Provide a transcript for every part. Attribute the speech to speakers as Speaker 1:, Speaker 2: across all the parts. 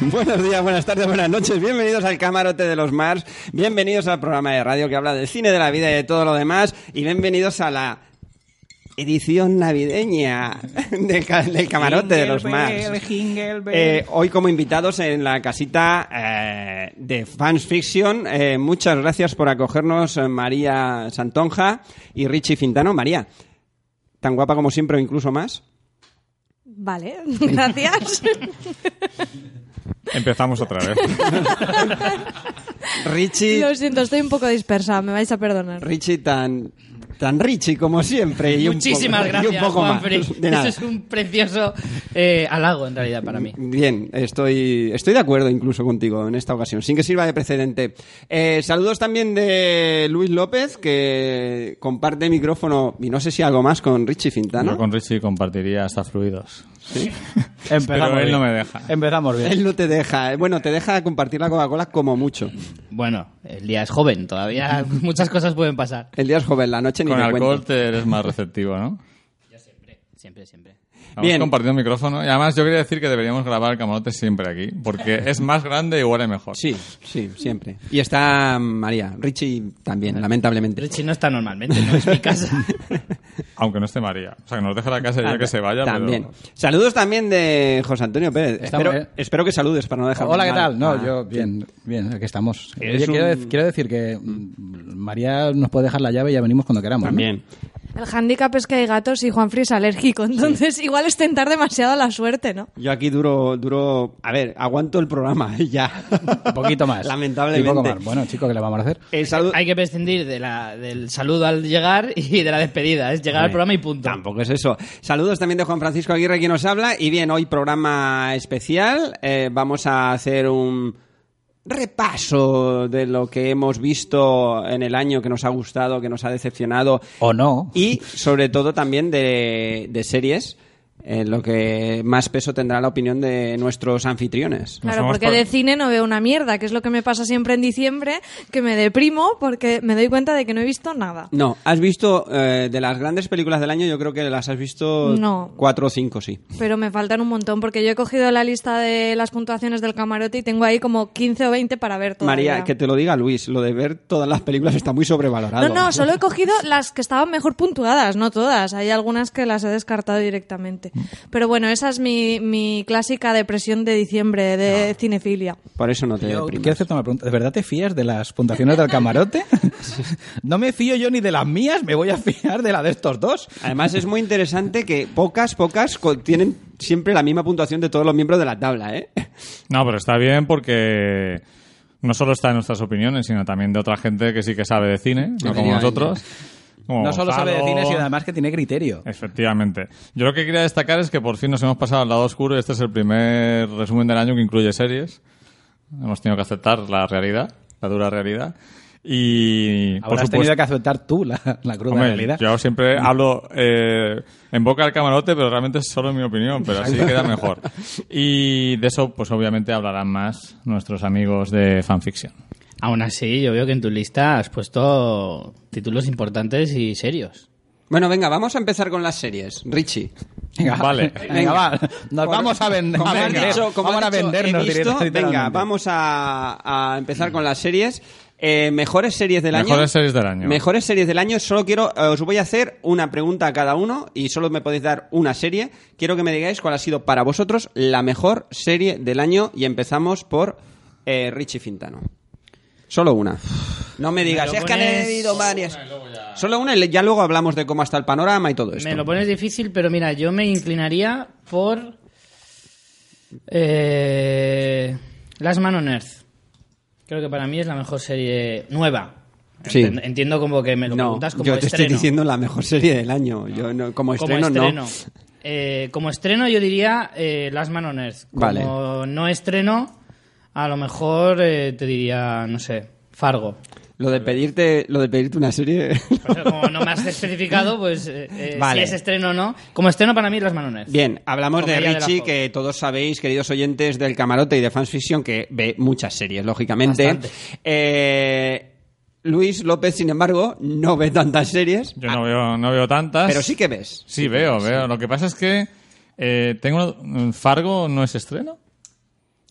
Speaker 1: Buenos días, buenas tardes, buenas noches. Bienvenidos al camarote de los Mars. Bienvenidos al programa de radio que habla del cine, de la vida y de todo lo demás. Y bienvenidos a la edición navideña del, ca- del camarote de los Mars. Eh, hoy como invitados en la casita eh, de Fans Fiction. eh, muchas gracias por acogernos eh, María Santonja y Richie Fintano. María, tan guapa como siempre o incluso más.
Speaker 2: Vale, gracias.
Speaker 3: Empezamos otra vez.
Speaker 1: Richie,
Speaker 2: Lo siento, estoy un poco dispersa, me vais a perdonar.
Speaker 1: Richie tan, tan Richie como siempre. y un
Speaker 4: Muchísimas
Speaker 1: poco-
Speaker 4: gracias,
Speaker 1: Y un poco más.
Speaker 4: Juanfri.
Speaker 1: De nada.
Speaker 4: Eso es un precioso eh, halago en realidad para mí.
Speaker 1: Bien, estoy, estoy de acuerdo incluso contigo en esta ocasión, sin que sirva de precedente. Eh, saludos también de Luis López, que comparte micrófono, y no sé si algo más, con Richie Fintano.
Speaker 3: Yo con Richie compartiría hasta fluidos.
Speaker 5: Empezamos
Speaker 3: Pero él
Speaker 5: bien.
Speaker 3: no me deja.
Speaker 5: Empezamos bien.
Speaker 1: Él no te deja, eh, bueno, te deja compartir la Coca-Cola como mucho.
Speaker 4: Bueno, el día es joven, todavía muchas cosas pueden pasar.
Speaker 1: El día es joven, la noche ni
Speaker 3: Con
Speaker 1: te cuento.
Speaker 3: alcohol te eres más receptivo, ¿no?
Speaker 4: Siempre, siempre.
Speaker 3: Vamos
Speaker 1: Bien.
Speaker 3: compartiendo micrófono. Y además yo quería decir que deberíamos grabar el camarote siempre aquí, porque es más grande y huele mejor.
Speaker 1: Sí, sí, siempre. Y está María, Richie también, lamentablemente.
Speaker 4: Richie no está normalmente, no es mi casa.
Speaker 3: Aunque no esté María. O sea, que nos deje la casa y ya que se vaya.
Speaker 1: También.
Speaker 3: pero-
Speaker 1: Saludos también de José Antonio Pérez.
Speaker 5: Estamos,
Speaker 1: Espero,
Speaker 5: eh.
Speaker 1: espero que saludes para no dejar
Speaker 5: Hola, ¿qué
Speaker 1: mal Ah,
Speaker 5: tal? No,
Speaker 1: a-
Speaker 5: yo bien, bien, aquí estamos.
Speaker 1: Eres
Speaker 5: Oye, quiero,
Speaker 1: un-
Speaker 5: dec- quiero decir que mm, María nos puede dejar la llave y ya venimos cuando queramos. ¿no?
Speaker 1: También.
Speaker 2: El handicap es que hay gatos y Juanfrey es alérgico, entonces igual es tentar demasiado la suerte, ¿no?
Speaker 1: Yo aquí duro, duro. A ver, aguanto el programa y ya.
Speaker 5: Un poquito más.
Speaker 1: Lamentablemente.
Speaker 5: Un poco más. Bueno, chicos, ¿qué le vamos a hacer?
Speaker 1: El saludo-
Speaker 4: Hay que prescindir de la- del saludo al llegar y de la despedida. Es llegar al programa y punto.
Speaker 1: Eh, Tampoco es eso. Saludos también de Juan Francisco Aguirre, quien nos habla. Y bien, hoy programa especial. Eh, vamos a hacer un repaso de lo que hemos visto en el año que nos ha gustado, que nos ha decepcionado.
Speaker 5: O no.
Speaker 1: Y sobre todo también de, de series, en lo que más peso tendrá la opinión de nuestros anfitriones.
Speaker 3: Nos
Speaker 2: Claro,
Speaker 3: vamos
Speaker 2: porque
Speaker 3: por-
Speaker 2: de cine no veo una mierda, que es lo que me pasa siempre en diciembre, que me deprimo porque me doy cuenta de que no he visto nada.
Speaker 1: No, has visto eh, de las grandes películas del año, yo creo que las has visto
Speaker 2: No.
Speaker 1: cuatro o cinco, sí.
Speaker 2: Pero me faltan un montón, porque yo he cogido la lista de las puntuaciones del camarote y tengo ahí como 15 o 20 para ver todavía.
Speaker 1: María, que te lo diga Luis, lo de ver todas las películas está muy sobrevalorado.
Speaker 2: No, no, solo he cogido las que estaban mejor puntuadas, no todas. Hay algunas que las he descartado directamente.
Speaker 1: Mm.
Speaker 2: Pero bueno, esa es mi, mi clásica depresión de diciembre, de
Speaker 1: Ah.
Speaker 2: cinefilia.
Speaker 1: Por eso no te
Speaker 5: Yo
Speaker 1: deprimas.
Speaker 5: Eh, quiero hacerte una pregunta. ¿De verdad te fías de las puntuaciones del camarote? no me fío yo ni de las mías, me voy a fiar de la de estos dos.
Speaker 1: Además es muy interesante que pocas, pocas co- tienen siempre la misma puntuación de todos los miembros de la tabla, ¿eh?
Speaker 3: No, pero está bien porque no solo está en nuestras opiniones, sino también de otra gente que sí que sabe de cine, no como
Speaker 1: Efectivamente.
Speaker 3: nosotros. como
Speaker 5: No solo sabe de
Speaker 3: Gonzalo. Eh,
Speaker 5: cine, sino además que tiene criterio.
Speaker 3: Efectivamente. Yo lo que quería destacar es que por fin nos hemos pasado al lado oscuro y este es el primer resumen del año que incluye series. Hemos tenido que aceptar la realidad, la dura realidad. Y por
Speaker 5: Ahora has
Speaker 3: supuesto,
Speaker 5: tenido que aceptar tú la, la cruda
Speaker 3: hombre,
Speaker 5: realidad.
Speaker 3: yo siempre hablo eh, en boca del camarote, pero realmente es solo mi opinión, pero así queda mejor. Y de eso, pues obviamente hablarán más nuestros amigos de fanfiction.
Speaker 4: Aún así, yo veo que en tu lista has puesto títulos importantes y serios.
Speaker 1: Bueno, venga, vamos a empezar con las series. Richie.
Speaker 5: Venga,
Speaker 3: Vale.
Speaker 5: Venga, va. Nos
Speaker 1: Por-
Speaker 5: vamos a vender.
Speaker 1: Como
Speaker 5: a
Speaker 1: has
Speaker 5: vender.
Speaker 1: dicho- como
Speaker 5: vamos
Speaker 1: has
Speaker 5: a
Speaker 1: dicho,
Speaker 5: vendernos
Speaker 1: he visto,
Speaker 5: directa-
Speaker 1: Venga,
Speaker 5: literalmente.
Speaker 1: vamos a, a empezar con las series. Eh, mejores series del año.
Speaker 3: Mejores series del año.
Speaker 1: Mejores series del año. Solo quiero, eh, os voy a hacer una pregunta a cada uno y solo me podéis dar una serie. Quiero que me digáis cuál ha sido para vosotros la mejor serie del año y empezamos por eh, Richie Fintano. Solo una. No me digas,
Speaker 4: lo
Speaker 1: es que han
Speaker 4: pones-
Speaker 1: habido varias. Solo una y ya luego hablamos de cómo está el panorama y todo esto.
Speaker 4: Me lo pones difícil, pero mira, yo me inclinaría por. Eh, Last Man on Earth. Creo que para mí es la mejor serie nueva.
Speaker 1: Sí.
Speaker 4: Enten- Entiendo como que me lo
Speaker 1: no,
Speaker 4: preguntas como
Speaker 1: yo te
Speaker 4: estreno.
Speaker 1: estoy diciendo la mejor serie del año. Yo no- como,
Speaker 4: como
Speaker 1: estreno,
Speaker 4: estreno.
Speaker 1: no.
Speaker 4: Eh, como estreno, yo diría eh, Last Man on Earth. Como
Speaker 1: Vale.
Speaker 4: no estreno, a lo mejor eh, te diría, no sé, Fargo.
Speaker 1: Lo de pedirte, lo de pedirte una serie.
Speaker 4: O sea, como no me has especificado, pues eh, eh,
Speaker 1: Vale.
Speaker 4: si es estreno o no. Como estreno, para mí, Last Man on Earth.
Speaker 1: Bien, hablamos de
Speaker 4: Comedia de la
Speaker 1: Richie,
Speaker 4: Fox.
Speaker 1: que todos sabéis, queridos oyentes del camarote y de Fans Fiction, que ve muchas series, lógicamente.
Speaker 4: Bastante.
Speaker 1: Eh, Luis López, sin embargo, no ve tantas series,
Speaker 3: Yo no veo, no veo tantas.
Speaker 1: pero sí que ves.
Speaker 3: Sí, veo, veo. Lo que pasa es que eh, tengo mm, Fargo no es estreno.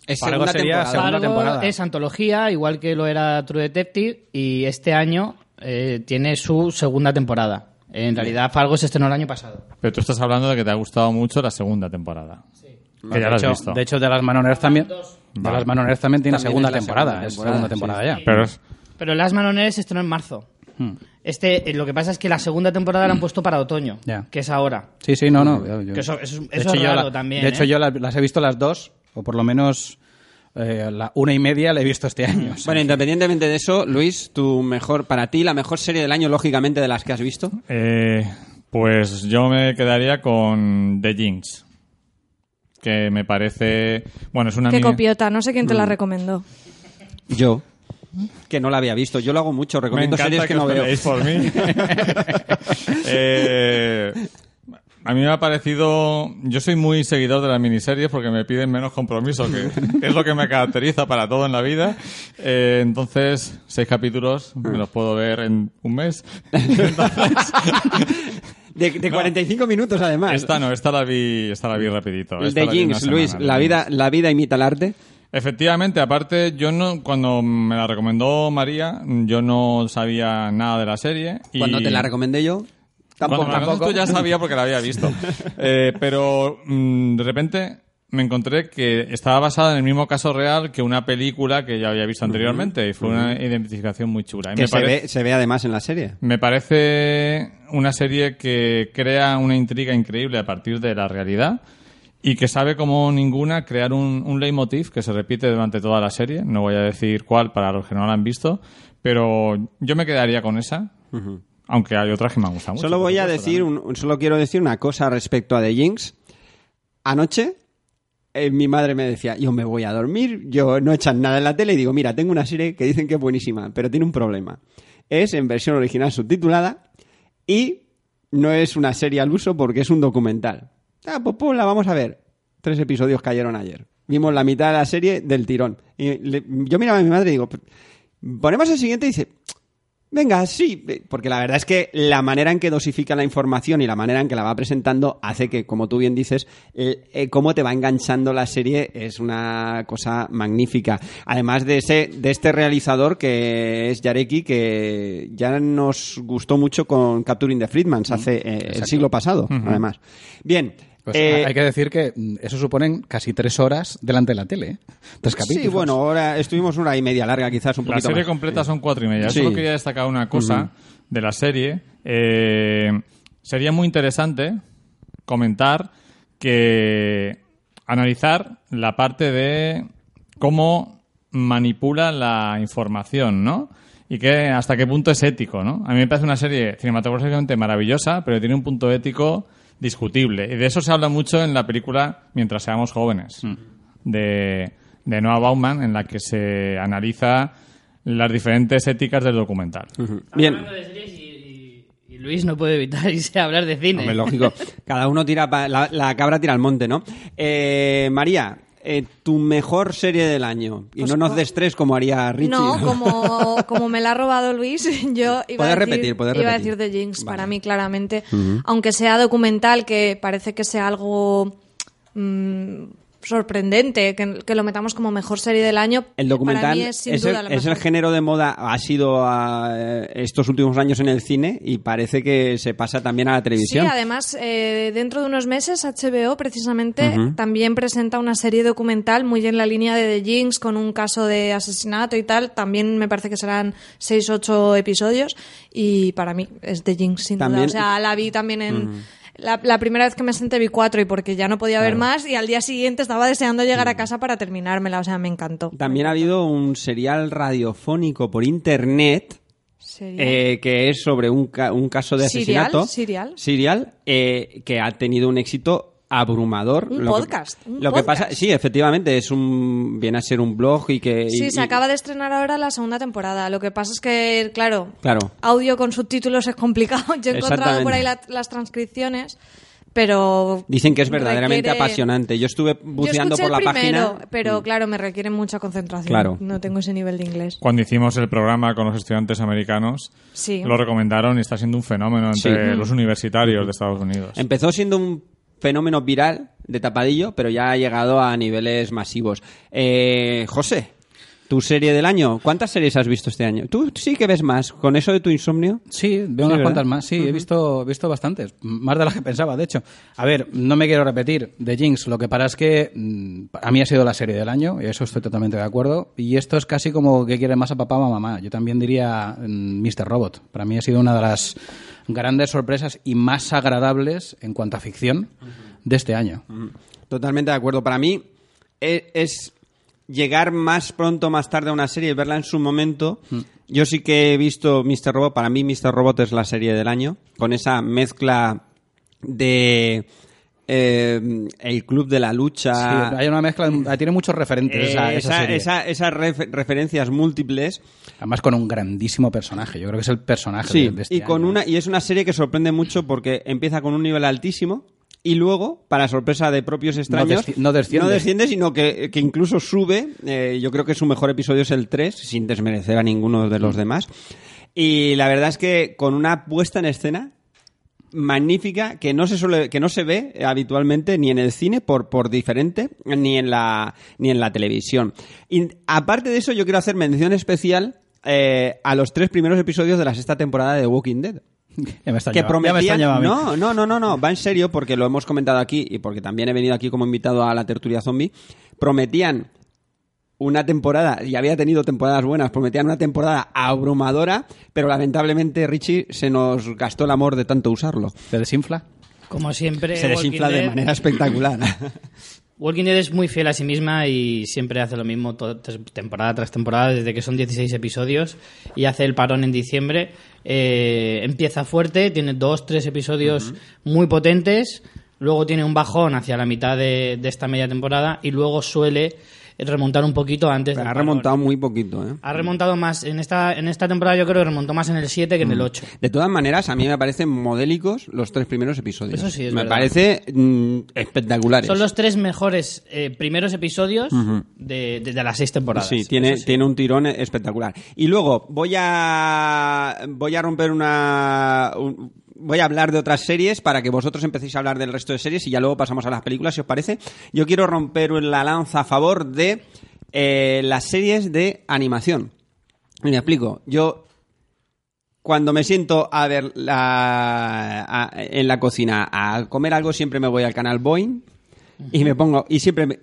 Speaker 1: Es
Speaker 5: Fargo
Speaker 1: segunda
Speaker 5: sería
Speaker 1: temporada.
Speaker 5: segunda
Speaker 4: Fargo
Speaker 5: temporada.
Speaker 4: es antología, igual que lo era True Detective, y este año eh, tiene su segunda temporada. En realidad, Fargo se estrenó el año pasado.
Speaker 3: Pero tú estás hablando de que te ha gustado mucho la segunda temporada. Sí. Que ya la has
Speaker 5: de,
Speaker 3: visto.
Speaker 5: hecho, de hecho, de las Manoneras también. De
Speaker 3: Vale.
Speaker 5: las Manoneras también tiene
Speaker 1: También
Speaker 5: segunda
Speaker 1: es la
Speaker 5: temporada.
Speaker 1: segunda
Speaker 5: es
Speaker 1: temporada,
Speaker 5: segunda temporada ya.
Speaker 3: Pero es-
Speaker 4: Pero Las Manoneres se estrenó en marzo.
Speaker 5: Hmm.
Speaker 4: Este, eh, lo que pasa es que la segunda temporada la han puesto para otoño,
Speaker 5: Ya.
Speaker 4: que es ahora.
Speaker 5: Sí, sí, no, no. yo- yo-
Speaker 4: Que eso- eso es-
Speaker 5: de
Speaker 4: eso
Speaker 5: hecho,
Speaker 4: es
Speaker 5: yo
Speaker 4: raro
Speaker 5: la-
Speaker 4: también,
Speaker 5: De
Speaker 4: ¿eh?
Speaker 5: hecho, yo la- las he visto las dos, o por lo menos eh, la una y media la he visto este año. o sea.
Speaker 1: Bueno, independientemente de eso, Luis, tu mejor, para ti, la mejor serie del año, lógicamente, de las que has visto.
Speaker 3: eh, pues yo me quedaría con The Jinx. Que me parece. Bueno, es una.
Speaker 2: Qué
Speaker 3: mini-
Speaker 2: copiota, no sé quién te la recomendó.
Speaker 1: Yo. Que no la había visto. Yo lo hago mucho,
Speaker 3: Me
Speaker 1: recomiendo
Speaker 3: encanta
Speaker 1: series que, no
Speaker 3: os
Speaker 1: veo.
Speaker 3: peleéis por mí. Eh, a mí me ha parecido... Yo soy muy seguidor de las miniseries porque me piden menos compromiso, que, que es lo que me caracteriza para todo en la vida. Eh, entonces, seis capítulos me los puedo ver en un mes.
Speaker 1: De, de 45 minutos, además.
Speaker 3: Esta no, esta la vi, esta la vi rapidito.
Speaker 1: El
Speaker 3: Esta
Speaker 1: de
Speaker 3: la vi en una
Speaker 1: Jinx, Luis,
Speaker 3: semana,
Speaker 1: la
Speaker 3: Jinx.
Speaker 1: vida, la vida imita el arte.
Speaker 3: Efectivamente, aparte, yo no, cuando me la recomendó María, yo no sabía nada de la serie. Y
Speaker 1: Cuando te la recomendé yo, tampoco.
Speaker 3: Cuando me la
Speaker 1: tampoco.
Speaker 3: contaste tú ya sabía porque la había visto. Eh, pero mm, de repente me encontré que estaba basada en el mismo caso real que una película que ya había visto anteriormente y fue una identificación muy chula. Y
Speaker 1: Que
Speaker 3: me,
Speaker 1: se
Speaker 3: pare-
Speaker 1: ve, se ve además en la serie.
Speaker 3: me parece una serie que crea una intriga increíble a partir de la realidad y que sabe como ninguna crear un, un leitmotiv que se repite durante toda la serie. No voy a decir cuál para los que no la han visto, pero yo me quedaría con esa. Aunque hay otras que me han gustado mucho.
Speaker 1: Solo
Speaker 3: por
Speaker 1: voy a
Speaker 3: supuesto,
Speaker 1: decir, un- un- solo quiero decir una cosa respecto a The Jinx. Anoche, eh, mi madre me decía, yo me voy a dormir, yo no echan nada en la tele y digo, mira, tengo una serie que dicen que es buenísima, pero tiene un problema. Es en versión original subtitulada y no es una serie al uso porque es un documental. Ah, pues, pues, la vamos a ver. Tres episodios cayeron ayer. Vimos la mitad de la serie del tirón. Y le- yo miraba a mi madre y digo, "Pues, ponemos el siguiente y dice, Venga, sí, eh, porque la verdad es que la manera en que dosifica la información y la manera en que la va presentando hace que, como tú bien dices, eh, eh, cómo te va enganchando la serie es una cosa magnífica. Además de ese, de este realizador que es Yareki, que ya nos gustó mucho con Capturing the Freedmans hace eh, el siglo pasado, además. Bien.
Speaker 5: Pues
Speaker 1: eh,
Speaker 5: hay que decir que mm, eso suponen casi tres horas delante de la tele. ¿eh? Tres capítulos.
Speaker 1: sí, bueno, ahora estuvimos una hora y media larga, quizás un
Speaker 3: La
Speaker 1: poquito
Speaker 3: serie
Speaker 1: más.
Speaker 3: completa son cuatro y media.
Speaker 1: Sí.
Speaker 3: Solo quería destacar una cosa de la serie. Eh, sería muy interesante comentar que analizar la parte de cómo manipula la información, ¿no? Y que hasta qué punto es ético, ¿no? A mí me parece una serie cinematográficamente maravillosa, pero tiene un punto ético discutible. Y de eso se habla mucho en la película Mientras seamos jóvenes, de, de Noah Bauman, en la que se analiza las diferentes éticas del documental.
Speaker 1: Ujú. Bien.
Speaker 4: Hablando de series y, y- y Luis no puede evitar irse a hablar de cine.
Speaker 1: Hombre, lógico. Cada uno tira, pa- la, la cabra tira al monte, ¿no? Eh, María, eh, tu mejor serie del año. Y no nos des tres como haría Richie.
Speaker 2: Pues No, como, como me la ha robado Luis, yo iba, a
Speaker 1: Puedes
Speaker 2: decir,
Speaker 1: repetir, puedes
Speaker 2: iba a
Speaker 1: repetir.
Speaker 2: decir The Jinx
Speaker 1: Vale.
Speaker 2: para mí, claramente. Aunque sea documental, que parece que sea algo mm, sorprendente, que, que lo metamos como mejor serie del año.
Speaker 1: El documental
Speaker 2: para mí es, sin
Speaker 1: es
Speaker 2: duda,
Speaker 1: el,
Speaker 2: la
Speaker 1: es el
Speaker 2: mejor.
Speaker 1: género de moda, ha sido ah, eh, estos últimos años en el cine y parece que se pasa también a la televisión.
Speaker 2: Sí, además, eh, dentro de unos meses, HBO precisamente
Speaker 1: Ujú.
Speaker 2: también presenta una serie documental muy en la línea de The Jinx con un caso de asesinato y tal. También me parece que serán 6-8 episodios y para mí es The Jinx sin
Speaker 1: También-
Speaker 2: duda. O sea, la vi también en. La, la primera vez que me senté vi cuatro y porque ya no podía ver más y al día siguiente estaba deseando llegar a casa para terminármela, o sea, me encantó.
Speaker 1: También ha habido un serial radiofónico por internet
Speaker 2: Sería-
Speaker 1: eh, que es sobre un, ca- un caso de
Speaker 2: Serial,
Speaker 1: asesinato.
Speaker 2: serial.
Speaker 1: Serial, eh, que ha tenido un éxito abrumador.
Speaker 2: Un
Speaker 1: que-
Speaker 2: podcast, un
Speaker 1: lo que
Speaker 2: podcast.
Speaker 1: pasa, sí, efectivamente, es un viene a ser un blog y que. y-
Speaker 2: Sí, se
Speaker 1: y-
Speaker 2: acaba de estrenar ahora la segunda temporada. Lo que pasa es que, claro,
Speaker 1: Claro.
Speaker 2: audio con subtítulos es complicado. Yo he encontrado por ahí la- las transcripciones, pero...
Speaker 1: Dicen que es verdaderamente
Speaker 2: requiere-
Speaker 1: apasionante. Yo estuve
Speaker 2: Yo
Speaker 1: buceando
Speaker 2: escuché
Speaker 1: por la
Speaker 2: el primero,
Speaker 1: página. Mm.
Speaker 2: pero claro, me requiere mucha concentración.
Speaker 1: Claro.
Speaker 2: No tengo ese nivel de inglés.
Speaker 3: Cuando hicimos el programa con los estudiantes americanos,
Speaker 2: Sí.
Speaker 1: Em-
Speaker 3: lo recomendaron y está siendo un fenómeno entre los universitarios de Estados Unidos.
Speaker 1: Mm. Empezó siendo un fenómeno viral de tapadillo, pero ya ha llegado a niveles masivos. Eh, José, tu serie del año, ¿cuántas series has visto este año? Tú sí que ves más, con eso de tu insomnio.
Speaker 5: Sí, veo unas
Speaker 1: ¿verdad?
Speaker 5: cuantas más. Sí, he visto, he visto bastantes. Más de las que pensaba, de hecho. A ver, no me quiero repetir de Jinx. Lo que pasa es que mm, a mí ha sido la serie del año, y eso estoy totalmente de acuerdo. Y esto es casi como que quiere más a papá o a mamá. Yo también diría mm, Mr. Robot. Para mí ha sido una de las grandes sorpresas y más agradables en cuanto a ficción de este año.
Speaker 1: Totalmente de acuerdo. Para mí e- es, llegar más pronto, más tarde a una serie y verla en su momento.
Speaker 5: Mm.
Speaker 1: Yo sí que he visto Mr. Robot. Para mí Mr. Robot es la serie del año. Con esa mezcla de... eh, el club de la lucha.
Speaker 5: Sí, hay una mezcla, tiene muchos referentes esa,
Speaker 1: Ah. Eh,
Speaker 5: esa
Speaker 1: esa-
Speaker 5: serie.
Speaker 1: esa- esas ref- referencias múltiples
Speaker 5: Además con un grandísimo personaje. Yo creo que es el personaje
Speaker 1: sí
Speaker 5: de, de este
Speaker 1: y con
Speaker 5: año.
Speaker 1: una y es una serie que sorprende mucho porque empieza con un nivel altísimo y luego para sorpresa de propios extraños
Speaker 5: desci- no desciende.
Speaker 1: sino que, que incluso sube Eh, yo creo que su mejor episodio es el 3 sin desmerecer a ninguno de los demás y la verdad es que con una puesta en escena magnífica que no se suele que no se ve eh, habitualmente ni en el cine por por diferente ni en la ni en la televisión y aparte de eso yo quiero hacer mención especial eh, a los tres primeros episodios de la sexta temporada de The Walking Dead
Speaker 5: Ya me está
Speaker 1: que
Speaker 5: llamando- ya me está
Speaker 1: prometían
Speaker 5: llamando a
Speaker 1: no
Speaker 5: mí.
Speaker 1: no no no no va en serio porque lo hemos comentado aquí y porque también he venido aquí como invitado a la tertulia zombie prometían una temporada y había tenido temporadas buenas prometían una temporada abrumadora pero lamentablemente Richie se nos gastó el amor de tanto usarlo
Speaker 5: ¿Te desinfla?
Speaker 4: Como siempre,
Speaker 1: se desinfla
Speaker 4: Eh, Walking
Speaker 1: de
Speaker 4: Dead-
Speaker 1: manera espectacular.
Speaker 4: Walking Dead es muy fiel a sí misma y siempre hace lo mismo to- tras- temporada tras temporada, desde que son 16 episodios y hace el parón en diciembre. Eh, empieza fuerte, tiene dos, tres episodios muy potentes, luego tiene un bajón hacia la mitad de, de esta media temporada y luego suele remontar un poquito antes
Speaker 1: Pero
Speaker 4: del
Speaker 1: ha
Speaker 4: parón.
Speaker 1: remontado muy poquito, ¿eh?
Speaker 4: Ha remontado más en esta, en esta temporada, yo creo que remontó más en el 7 que en
Speaker 1: Mm.
Speaker 4: el 8.
Speaker 1: De todas maneras, a mí me parecen modélicos los tres primeros episodios.
Speaker 4: Eso sí, es
Speaker 1: Me
Speaker 4: verdad.
Speaker 1: parece mm, espectaculares.
Speaker 4: Son los tres mejores eh, primeros episodios de, de- de las seis temporadas.
Speaker 1: Sí, tiene,
Speaker 4: Eso sí.
Speaker 1: tiene un tirón espectacular. Y luego voy a voy a romper una un- voy a hablar de otras series para que vosotros empecéis a hablar del resto de series y ya luego pasamos a las películas, si os parece. Yo quiero romper la lanza a favor de eh, las series de animación. Y me explico. Yo cuando me siento a ver la, a- en la cocina a comer algo, siempre me voy al canal Boeing y me pongo. Y siempre me-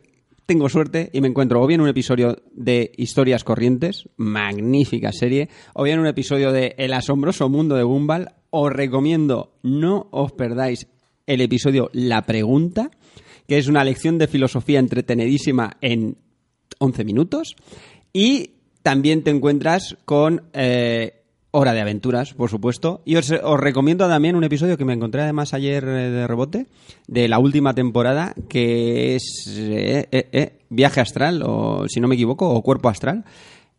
Speaker 1: tengo suerte y me encuentro o bien un episodio de Historias Corrientes, magnífica serie, o bien un episodio de El asombroso mundo de Gumball. Os recomiendo, no os perdáis el episodio La pregunta, que es una lección de filosofía entretenidísima en 11 minutos. Y también te encuentras con eh, Hora de Aventuras, por supuesto. Y os, os recomiendo también un episodio que me encontré además ayer eh, de rebote, de la última temporada, que es eh, eh, eh, Viaje Astral, o si no me equivoco, o Cuerpo Astral.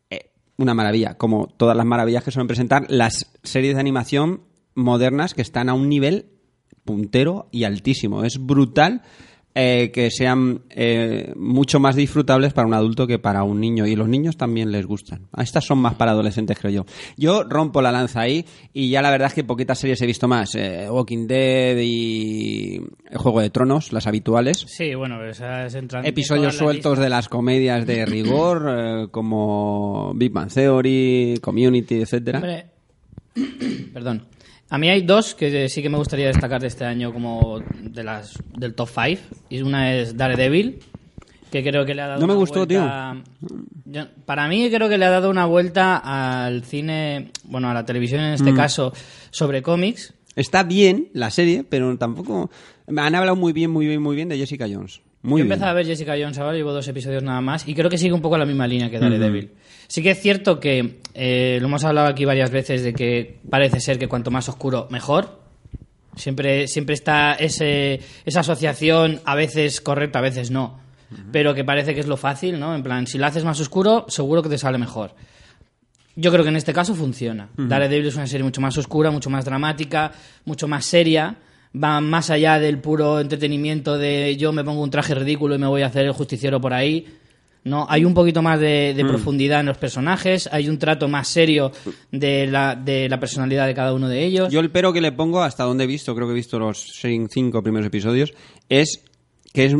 Speaker 1: Eh, una maravilla, como todas las maravillas que suelen presentar las series de animación modernas que están a un nivel puntero y altísimo. Es brutal eh, que sean eh, mucho más disfrutables para un adulto que para un niño. Y los niños también les gustan. A Estas son más para adolescentes, creo yo. Yo rompo la lanza ahí y ya la verdad es que poquitas series he visto más. Eh, Walking Dead y Juego de Tronos, las habituales.
Speaker 4: Sí, bueno, esas entran. en
Speaker 1: Episodios
Speaker 4: todas las
Speaker 1: sueltos de las comedias de rigor, eh, como Big Bang Theory, Community, etcétera.
Speaker 4: Hombre, Perdón. A mí hay dos que sí que me gustaría destacar de este año como de las del top 5. Y una es Daredevil, que creo que le ha dado
Speaker 1: No me
Speaker 4: una
Speaker 1: gustó,
Speaker 4: vuelta- Yo- para mí creo que le ha dado una vuelta al cine, bueno, a la televisión en
Speaker 1: Mm.
Speaker 4: este caso, sobre cómics.
Speaker 1: Está bien la serie, pero tampoco. Han hablado muy bien, muy bien, muy bien de Jessica Jones. Muy
Speaker 4: Yo
Speaker 1: bien.
Speaker 4: empecé a ver Jessica Jones ahora, llevo dos episodios nada más, y creo que sigue un poco la misma línea que Daredevil. Sí que es cierto que eh, lo hemos hablado aquí varias veces de que parece ser que cuanto más oscuro, mejor. Siempre, siempre está ese, esa asociación, a veces correcta, a veces no. Pero que parece que es lo fácil, ¿no? En plan, si lo haces más oscuro, seguro que te sale mejor. Yo creo que en este caso funciona. Daredevil es una serie mucho más oscura, mucho más dramática, mucho más seria. Va más allá del puro entretenimiento de yo me pongo un traje ridículo y me voy a hacer el justiciero por ahí. No, hay un poquito más de,
Speaker 1: Mm.
Speaker 4: de profundidad en los personajes, hay un trato más serio de la, de la personalidad de cada uno de ellos.
Speaker 1: Mm. Yo el pero que le pongo, hasta donde he visto, creo que he visto los seis- cinco primeros episodios, es que es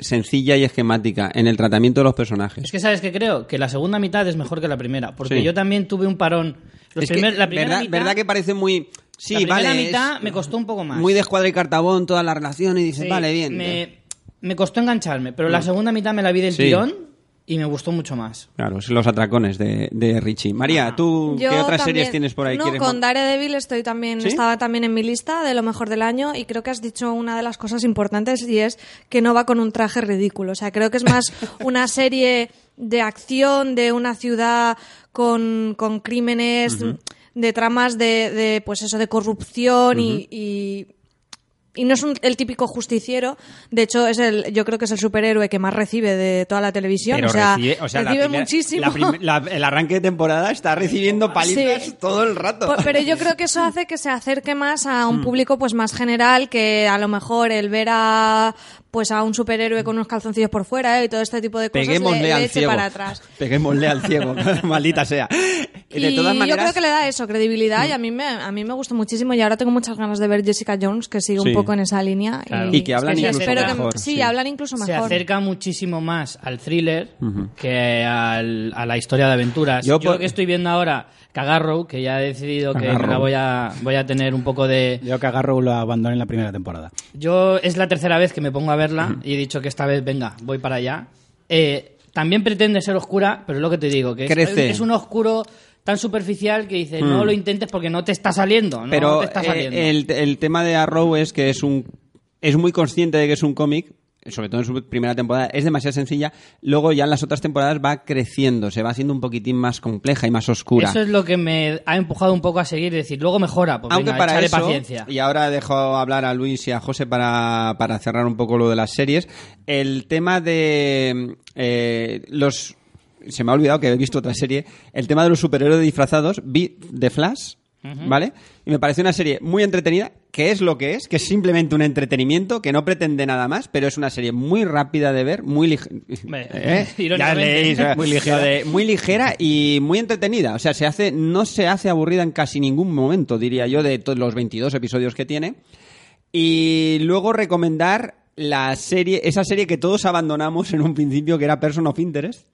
Speaker 1: sencilla y esquemática en el tratamiento de los personajes.
Speaker 4: Es que sabes que creo que la segunda mitad es mejor que la primera, porque
Speaker 1: Sí.
Speaker 4: yo también tuve un parón. Los
Speaker 1: Es que,
Speaker 4: primer- la primera
Speaker 1: verdad,
Speaker 4: mitad,
Speaker 1: verdad que parece muy... Sí,
Speaker 4: la primera
Speaker 1: vale, es
Speaker 4: mitad me costó un poco más.
Speaker 1: Muy de escuadra y cartabón toda la relación y dices,
Speaker 4: Sí,
Speaker 1: vale, bien. eh". Mm.
Speaker 4: Me, me costó engancharme, pero la segunda mitad me la vi del
Speaker 1: Sí.
Speaker 4: tirón y me gustó mucho más.
Speaker 1: Claro, es los atracones de, de Richie. María, ¿tú
Speaker 2: Yo
Speaker 1: qué otras
Speaker 2: también-
Speaker 1: series tienes por ahí?
Speaker 2: No,
Speaker 1: ¿Quieres
Speaker 2: con
Speaker 1: más?
Speaker 2: Daredevil estoy también,
Speaker 1: ¿Sí?
Speaker 2: estaba también en mi lista de lo mejor del año y creo que has dicho una de las cosas importantes y es que no va con un traje ridículo. O sea, creo que es más una serie de acción de una ciudad con, con crímenes, de tramas de, de, pues eso, de corrupción y- y y no es un- el típico justiciero, de hecho es el, yo creo que es el superhéroe que más recibe de toda la televisión,
Speaker 1: Pero
Speaker 2: o sea,
Speaker 1: recibe, o sea, la
Speaker 2: recibe
Speaker 1: primera-
Speaker 2: muchísimo.
Speaker 1: la prim- la- el arranque de temporada está recibiendo palizas
Speaker 2: Sí.
Speaker 1: todo el rato.
Speaker 2: Po- Pues, Pero yo creo que eso hace que se acerque más a
Speaker 1: Mm.
Speaker 2: un público pues más general que a lo mejor el ver a pues a un superhéroe con unos calzoncillos por fuera ¿eh? y todo este tipo de cosas le,
Speaker 1: Peguémosle
Speaker 2: le
Speaker 1: al
Speaker 2: eche
Speaker 1: ciego.
Speaker 2: para atrás.
Speaker 1: Peguémosle al ciego, maldita sea. de
Speaker 2: y
Speaker 1: todas maneras, Mm.
Speaker 2: yo creo que le da eso, credibilidad, y a mí me, a mí me gustó muchísimo. Y ahora tengo muchas ganas de ver Jessica Jones, que sigue
Speaker 1: Sí.
Speaker 2: un poco en esa línea.
Speaker 4: Claro.
Speaker 1: Y que
Speaker 2: es
Speaker 1: hablan
Speaker 2: sí,
Speaker 4: incluso
Speaker 2: espero que-
Speaker 1: mejor,
Speaker 2: sí,
Speaker 1: sí.
Speaker 2: hablan incluso mejor.
Speaker 4: Se acerca muchísimo más al thriller que al- a la historia de aventuras.
Speaker 1: Yo
Speaker 4: Yo,
Speaker 1: por-
Speaker 4: lo que estoy viendo ahora, Cagarrow, que ya he decidido que me la voy a, voy a tener un poco de...
Speaker 5: Yo que agarro lo abandoné en la primera temporada.
Speaker 4: Yo es la tercera vez que me pongo a verla y he dicho que esta vez, venga, voy para allá. Eh, también pretende ser oscura, pero es lo que te digo, que es,
Speaker 1: Crece. Mm.
Speaker 4: es un oscuro tan superficial que dices, no lo intentes porque no te está saliendo. No
Speaker 1: pero,
Speaker 4: te está
Speaker 1: eh,
Speaker 4: saliendo.
Speaker 1: el, el tema de Arrow es que es un es muy consciente de que es un cómic sobre todo en su primera temporada es demasiado sencilla luego ya en las otras temporadas va creciendo se va haciendo un poquitín más compleja y más oscura
Speaker 4: Eso es lo que me ha empujado un poco a seguir y decir, luego mejora, pues
Speaker 1: Aunque
Speaker 4: venga,
Speaker 1: para
Speaker 4: échale
Speaker 1: eso,
Speaker 4: paciencia.
Speaker 1: y ahora dejo hablar a Luis y a José para, para cerrar un poco lo de las series, el tema de eh, los... Se me ha olvidado que he visto otra serie, el tema de los superhéroes disfrazados, vi The Flash, ¿vale? Y me pareció una serie muy entretenida, que es lo que es, que es simplemente un entretenimiento, que no pretende nada más, pero es una serie muy rápida de ver, muy ligera.
Speaker 4: Hombre,
Speaker 5: ¿Eh?
Speaker 4: irónicamente.
Speaker 1: muy ligera. muy ligera y muy entretenida. O sea, se hace, no se hace aburrida en casi ningún momento, diría yo, de todos los 22 episodios que tiene. Y luego recomendar la serie, esa serie que todos abandonamos en un principio, que era Person of Interest.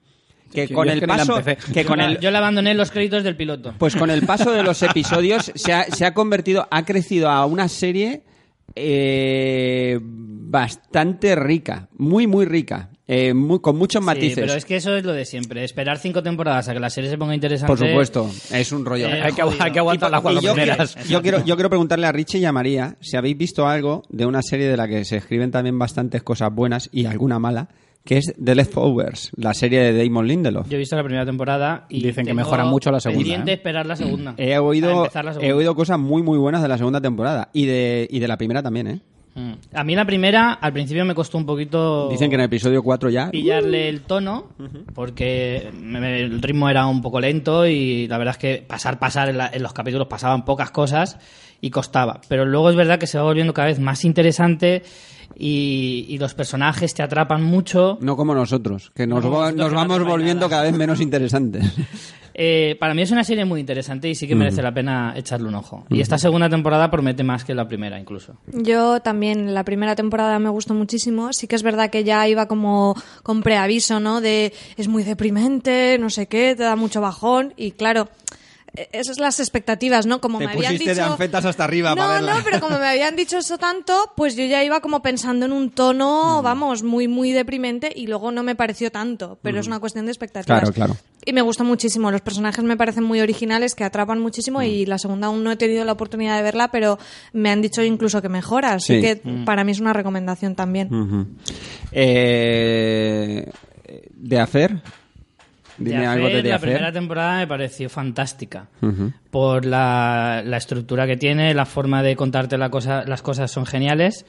Speaker 1: Que
Speaker 5: Sí,
Speaker 1: con
Speaker 5: yo es
Speaker 1: el
Speaker 5: que ni la
Speaker 1: paso.
Speaker 5: empecé.
Speaker 1: Que
Speaker 4: Yo
Speaker 1: con
Speaker 4: la-
Speaker 1: el,
Speaker 4: Yo la abandoné en los créditos del piloto.
Speaker 1: pues con el paso de los episodios se ha, se ha convertido, ha crecido a una serie eh, bastante rica, muy, muy rica, eh, muy- con muchos matices.
Speaker 4: Sí, pero es que eso es lo de siempre. Esperar cinco temporadas a que la serie se ponga interesante.
Speaker 1: Por supuesto, es un rollo.
Speaker 4: Eh,
Speaker 5: Hay que, agu- hay que aguantar
Speaker 1: Y
Speaker 5: las cuatro
Speaker 1: yo,
Speaker 5: primeras.
Speaker 1: quiero, yo quiero- yo quiero preguntarle a Richie y a María si habéis visto algo de una serie de la que se escriben también bastantes cosas buenas y alguna mala, que es The Leftovers, la serie de Damon Lindelof.
Speaker 4: Yo he visto la primera temporada y
Speaker 5: Dicen que
Speaker 4: tengo
Speaker 5: mejora mucho la segunda,
Speaker 4: Pendiente
Speaker 5: ¿eh?
Speaker 4: esperar la segunda.
Speaker 1: He
Speaker 4: A
Speaker 1: oído,
Speaker 4: empezar la segunda.
Speaker 1: he oído cosas muy muy buenas de la segunda temporada y de, y de la primera también, ¿eh?
Speaker 4: Mm. A mí la primera, al principio me costó un poquito
Speaker 1: Dicen que en el episodio 4 ya...
Speaker 4: pillarle el tono, porque me- me- el ritmo era un poco lento y la verdad es que pasar, pasar en, la- en los capítulos pasaban pocas cosas y costaba. Pero luego es verdad que se va volviendo cada vez más interesante y, y los personajes te atrapan mucho.
Speaker 1: No como nosotros, que nos,
Speaker 4: No como
Speaker 1: va-
Speaker 4: nosotros,
Speaker 1: nos
Speaker 4: que no
Speaker 1: vamos
Speaker 4: atrapan
Speaker 1: volviendo
Speaker 4: nada.
Speaker 1: cada vez menos interesantes.
Speaker 4: Eh, para mí es una serie muy interesante y sí que merece la pena echarle un ojo. Y esta segunda temporada promete más que la primera incluso.
Speaker 2: Yo también, la primera temporada me gustó muchísimo. Sí que es verdad que ya iba como con preaviso, ¿no? De es muy deprimente, no sé qué, te da mucho bajón. Y claro, e- esas son las expectativas, ¿no? Como
Speaker 1: Te
Speaker 2: me habían
Speaker 1: pusiste
Speaker 2: dicho.
Speaker 1: de anfetas hasta arriba
Speaker 2: No,
Speaker 1: para verla.
Speaker 2: no, pero como me habían dicho eso tanto, pues yo ya iba como pensando en un tono,
Speaker 1: Mm.
Speaker 2: vamos, muy, muy deprimente. Y luego no me pareció tanto, pero es una cuestión de expectativas.
Speaker 1: Mm. Claro, claro.
Speaker 2: Y me gusta muchísimo. Los personajes me parecen muy originales, que atrapan muchísimo.
Speaker 1: Mm.
Speaker 2: Y la segunda aún no he tenido la oportunidad de verla, pero me han dicho incluso que mejora. Así
Speaker 1: Sí. Mm.
Speaker 2: que para mí es una recomendación también.
Speaker 1: Ujú. Eh, ¿De hacer? Dime
Speaker 4: The
Speaker 1: algo de
Speaker 4: Affair,
Speaker 1: de
Speaker 4: la
Speaker 1: hacer.
Speaker 4: primera temporada me pareció fantástica
Speaker 1: Ujú.
Speaker 4: por la, la estructura que tiene, la forma de contarte la cosa, las cosas son geniales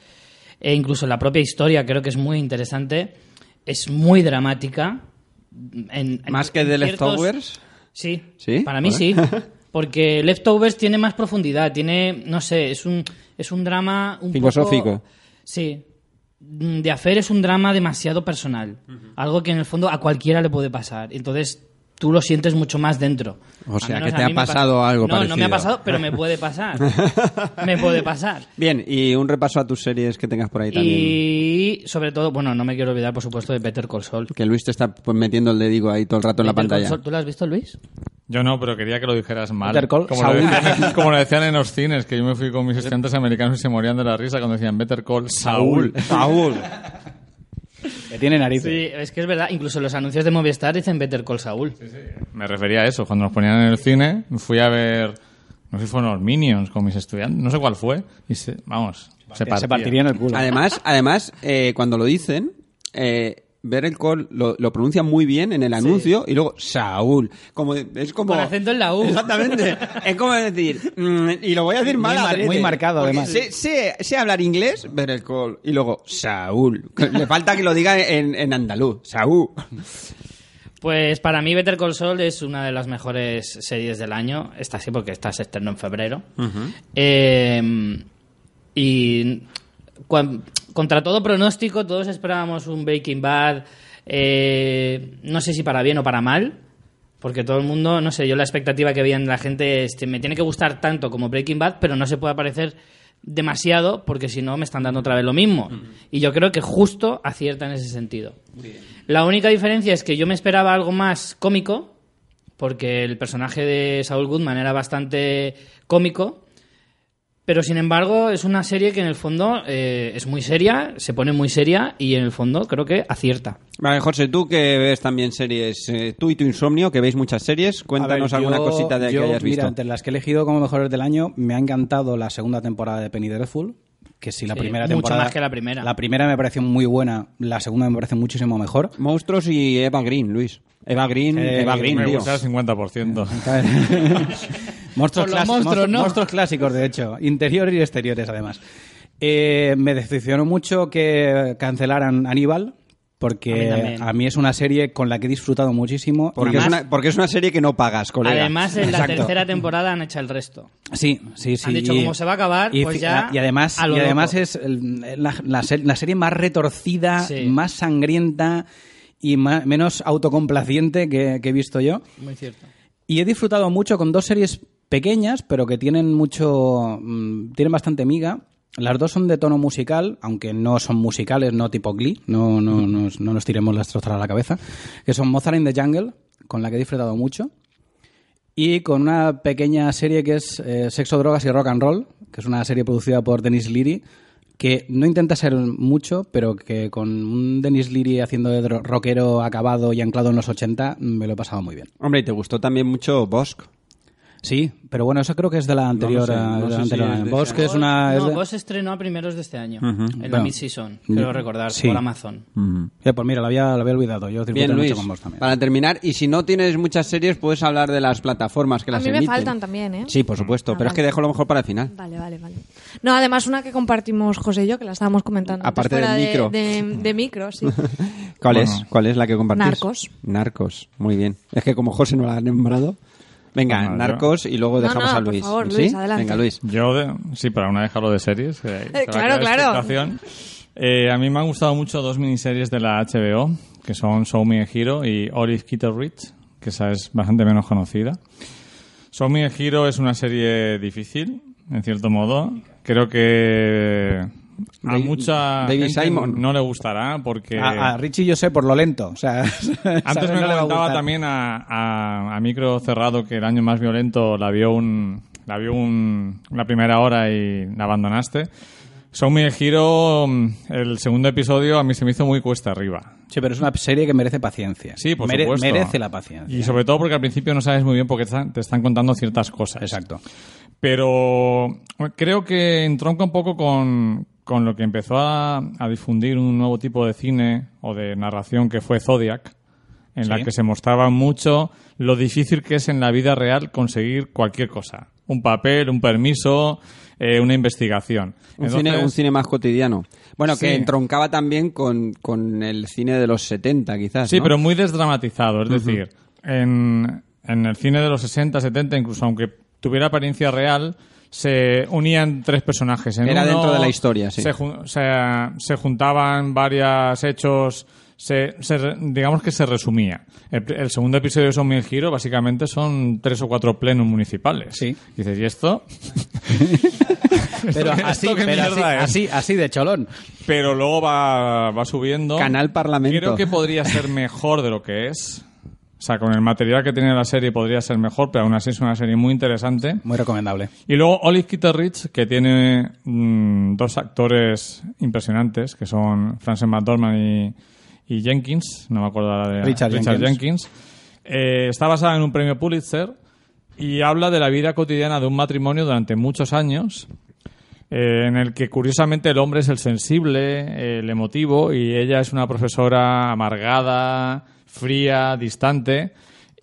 Speaker 4: e incluso la propia historia creo que es muy interesante, es muy dramática. en- en-
Speaker 1: ¿Más que
Speaker 4: en
Speaker 1: de
Speaker 4: ciertos-
Speaker 1: Leftovers?
Speaker 4: Sí,
Speaker 1: ¿Sí?
Speaker 4: para mí
Speaker 1: Vale.
Speaker 4: sí. Porque Leftovers tiene más profundidad, tiene, no sé, es un, es un drama un poco-
Speaker 1: Filosófico.
Speaker 4: Sí. mm, The Affair es un drama demasiado personal. Algo que en el fondo a cualquiera le puede pasar. Entonces tú lo sientes mucho más dentro.
Speaker 5: O
Speaker 4: Al
Speaker 5: sea,
Speaker 4: menos
Speaker 5: que te
Speaker 4: a
Speaker 5: ha
Speaker 4: mí me
Speaker 5: pasado algo
Speaker 4: no, No, me
Speaker 5: parecido.
Speaker 4: ha pasado, pero me puede pasar. me puede pasar.
Speaker 1: Bien, y un repaso a tus series que tengas por ahí también.
Speaker 4: Y sobre todo, bueno, no me quiero olvidar, por supuesto, de Better Call Saul.
Speaker 1: Que Luis te está pues, metiendo el dedico ahí todo el rato en la
Speaker 4: Better Call
Speaker 1: pantalla.
Speaker 4: Saul, ¿Tú lo has visto, Luis?
Speaker 3: Yo no, pero quería que lo dijeras mal.
Speaker 5: Better Call
Speaker 3: como, lo
Speaker 5: Saúl.
Speaker 3: decían, como lo decían en los cines, que yo me fui con mis estudiantes americanos y se morían de la risa cuando decían Better Call Saúl.
Speaker 5: Saúl. que tiene narices.
Speaker 4: Sí, es que es verdad. Incluso los anuncios de Movistar dicen Better Call Saul.
Speaker 3: Me refería a eso. Cuando nos ponían en el cine, fui a ver, no sé si fueron los Minions con mis estudiantes, no sé cuál fue, y se, vamos, se partía.
Speaker 5: Se partiría en el culo.
Speaker 1: Además, además eh, cuando lo dicen, eh, ver el col lo, lo pronuncia muy bien en el anuncio y luego Saúl. Como, de- es como,
Speaker 4: Con acento en
Speaker 1: Uh.
Speaker 4: la U.
Speaker 1: Exactamente. es como decir, mm, y lo voy a decir
Speaker 5: Muy
Speaker 1: mal
Speaker 5: mar-
Speaker 1: adrede,
Speaker 5: muy marcado,
Speaker 1: porque
Speaker 5: además.
Speaker 1: Sé, sé- sé hablar inglés, ver el col y luego Saúl. Le falta que lo diga en, en andaluz. Saúl.
Speaker 4: Pues para mí Better Call Saul es una de las mejores series del año. Esta sí, porque esta se estrenó en febrero. Eh, y cuan- contra todo pronóstico, todos esperábamos un Breaking Bad, eh, no sé si para bien o para mal. Porque todo el mundo, no sé, yo la expectativa que veía en la gente es que me tiene que gustar tanto como Breaking Bad, pero no se puede aparecer demasiado porque si no me están dando otra vez lo mismo. Y yo creo que justo acierta en ese sentido. La única diferencia es que yo me esperaba algo más cómico, porque el personaje de Saul Goodman era bastante cómico, pero sin embargo es una serie que en el fondo eh, es muy seria, se pone muy seria y en el fondo creo que acierta.
Speaker 1: Vale, José, tú que ves también series, eh, tú y tu insomnio, que veis muchas series, cuéntanos
Speaker 5: A ver,
Speaker 1: alguna
Speaker 5: yo-
Speaker 1: cosita de
Speaker 5: yo,
Speaker 1: que hayas visto.
Speaker 5: Mira, entre las que he elegido como mejores del año, me ha encantado la segunda temporada de Penny Dreadful. Que si la
Speaker 4: Sí,
Speaker 5: primera
Speaker 4: mucho
Speaker 5: temporada.
Speaker 4: más que la primera.
Speaker 5: La primera me pareció muy buena, la segunda me parece muchísimo mejor.
Speaker 1: Monstruos y Eva Green, Luis. Eva Green,
Speaker 5: Eh,
Speaker 1: Eva Green,
Speaker 3: Me
Speaker 1: tío.
Speaker 3: gusta el 50%.
Speaker 5: monstruos,
Speaker 4: Por los
Speaker 5: clásicos,
Speaker 4: monstruos, ¿no?
Speaker 5: monstruos clásicos, de hecho. Interiores y exteriores, además. Eh, me decepcionó mucho que cancelaran Aníbal,
Speaker 4: A mí
Speaker 5: porque a mí,
Speaker 4: también.
Speaker 5: es una serie con la que he disfrutado muchísimo. y
Speaker 1: Porque,
Speaker 5: además-
Speaker 1: es una, porque es una serie que no pagas, colega.
Speaker 4: Además, en la
Speaker 5: Exacto.
Speaker 4: tercera temporada han hecho el resto.
Speaker 5: Sí, sí, sí.
Speaker 4: Han dicho,
Speaker 5: y-
Speaker 4: como se va a acabar,
Speaker 5: y,
Speaker 4: pues
Speaker 5: fi-
Speaker 4: ya
Speaker 5: Y además,
Speaker 4: a lo
Speaker 5: y además
Speaker 4: loco.
Speaker 5: es el- la, la ser- la serie más retorcida,
Speaker 4: Sí.
Speaker 5: más sangrienta y ma- menos autocomplaciente que, que he visto yo.
Speaker 4: Muy cierto.
Speaker 5: Y he disfrutado mucho con dos series pequeñas, pero que tienen mucho. mm, tienen bastante miga. Las dos son de tono musical, aunque no son musicales, no tipo Glee, no, no, nos- no nos tiremos las trozas a la cabeza, que son Mozart in the Jungle, con la que he disfrutado mucho, y con una pequeña serie que es eh, Sexo, Drogas y Rock and Roll, que es una serie producida por Dennis Leary, que no intenta ser mucho, pero que con un Dennis Leary haciendo de dro- rockero acabado y anclado en los 80, me lo he pasado muy bien.
Speaker 1: Hombre, y te gustó también mucho Bosk.
Speaker 5: Sí, pero bueno, eso creo que es de la anterior.
Speaker 1: sé, no
Speaker 5: a- de la
Speaker 1: sé si
Speaker 5: anterior
Speaker 1: es de
Speaker 5: Vos,
Speaker 1: esa.
Speaker 5: que es una. es
Speaker 4: No,
Speaker 5: de-
Speaker 4: vos estrenó a primeros de este año, en la
Speaker 5: Bueno. Mm,
Speaker 4: mid-season, quiero recordar,
Speaker 5: Sí.
Speaker 4: por Amazon.
Speaker 5: Eh, pues mira, lo había, lo había olvidado. Yo disfruté
Speaker 1: Bien,
Speaker 5: mucho
Speaker 1: Luis.
Speaker 5: con vos también.
Speaker 1: Para terminar, y si no tienes muchas series, puedes hablar de las plataformas que
Speaker 2: A
Speaker 1: las
Speaker 2: mí me
Speaker 1: emiten.
Speaker 2: faltan también, ¿eh?
Speaker 1: Sí, por supuesto,
Speaker 2: Ah,
Speaker 1: pero es
Speaker 2: vale.
Speaker 1: que dejo lo mejor para el final.
Speaker 2: Vale, vale, vale. No, además una que compartimos José y yo, que la estábamos comentando. antes
Speaker 1: Aparte del
Speaker 2: fuera de-
Speaker 1: micro.
Speaker 2: De, de micro, sí.
Speaker 1: ¿Cuál
Speaker 3: Bueno.
Speaker 1: es? ¿Cuál es la que compartís?
Speaker 2: Narcos.
Speaker 1: Narcos, muy bien. Es que como José no la ha nombrado, venga,
Speaker 3: Bueno, yo-
Speaker 1: Narcos y luego
Speaker 2: No,
Speaker 1: dejamos
Speaker 2: no,
Speaker 1: a
Speaker 2: por
Speaker 1: Luis.
Speaker 2: favor,
Speaker 1: ¿Sí?
Speaker 2: Luis, adelante.
Speaker 1: Venga, Luis.
Speaker 3: Yo, de- sí, para una dejarlo de series. que ahí se va a
Speaker 2: Eh, claro,
Speaker 3: crear
Speaker 2: claro.
Speaker 3: expectación. Eh, a mí me han gustado mucho dos miniseries de la HBO, que son Show Me a Hero y Olive Kittle Rich, que esa es bastante menos conocida. Show Me a Hero es una serie difícil, en cierto modo. Creo que a
Speaker 1: David-
Speaker 3: mucha
Speaker 1: David
Speaker 3: gente
Speaker 1: Simon.
Speaker 3: no le gustará porque...
Speaker 5: A, a Richie yo sé por lo lento. O sea,
Speaker 3: Eh, Antes me
Speaker 5: comentaba
Speaker 3: comentaba también a, a- a micro cerrado que el año más violento la vio un la vio un, la primera hora y la abandonaste. Show Me a Hero, mm, el segundo episodio a mí se me hizo muy cuesta arriba.
Speaker 5: Sí, pero es una serie que merece paciencia.
Speaker 3: Sí, por
Speaker 5: Mere-
Speaker 3: supuesto.
Speaker 5: Merece la paciencia.
Speaker 3: Y sobre todo porque al principio no sabes muy bien porque te están, te están contando ciertas cosas.
Speaker 5: Exacto.
Speaker 3: Pero creo que entronca un poco con, con lo que empezó a, a difundir un nuevo tipo de cine o de narración que fue Zodiac, en la que se mostraba mucho lo difícil que es en la vida real conseguir cualquier cosa. Un papel, un permiso, eh, una investigación.
Speaker 1: Un,
Speaker 3: Entonces-
Speaker 1: cine, un cine más cotidiano. Bueno, que
Speaker 3: Sí.
Speaker 1: entroncaba también con, con el cine de los 70, quizás.
Speaker 3: Sí,
Speaker 1: ¿no?
Speaker 3: pero muy desdramatizado. Es decir, en, en el cine de los 60, 70, incluso aunque tuviera apariencia real, se unían tres personajes. En
Speaker 1: Era
Speaker 3: uno,
Speaker 1: dentro de la historia, sí.
Speaker 3: Se, ju- se- se juntaban varios hechos, se, se re- digamos que se resumía. El, pr- el segundo episodio de Son Mil Giro básicamente son tres o cuatro plenos municipales.
Speaker 5: Sí.
Speaker 3: Y dices, ¿y esto?
Speaker 5: Pero
Speaker 3: ¿Esto
Speaker 5: así,
Speaker 3: qué
Speaker 5: pero así,
Speaker 3: mierda es?
Speaker 5: así, así de cholón.
Speaker 3: Pero luego va, va subiendo.
Speaker 1: Canal Parlamento.
Speaker 3: Creo que podría ser mejor de lo que es. O sea, con el material que tiene la serie podría ser mejor, pero aún así es una serie muy interesante.
Speaker 5: Muy recomendable.
Speaker 3: Y luego Olive Kitteridge, que tiene mm, dos actores impresionantes, que son Frances McDormand y, y Jenkins, no me acuerdo ahora de
Speaker 5: Richard Jenkins.
Speaker 3: Jenkins. Eh, está basada en un premio Pulitzer y habla de la vida cotidiana de un matrimonio durante muchos años, eh, en el que curiosamente el hombre es el sensible, el emotivo, y ella es una profesora amargada, fría, distante.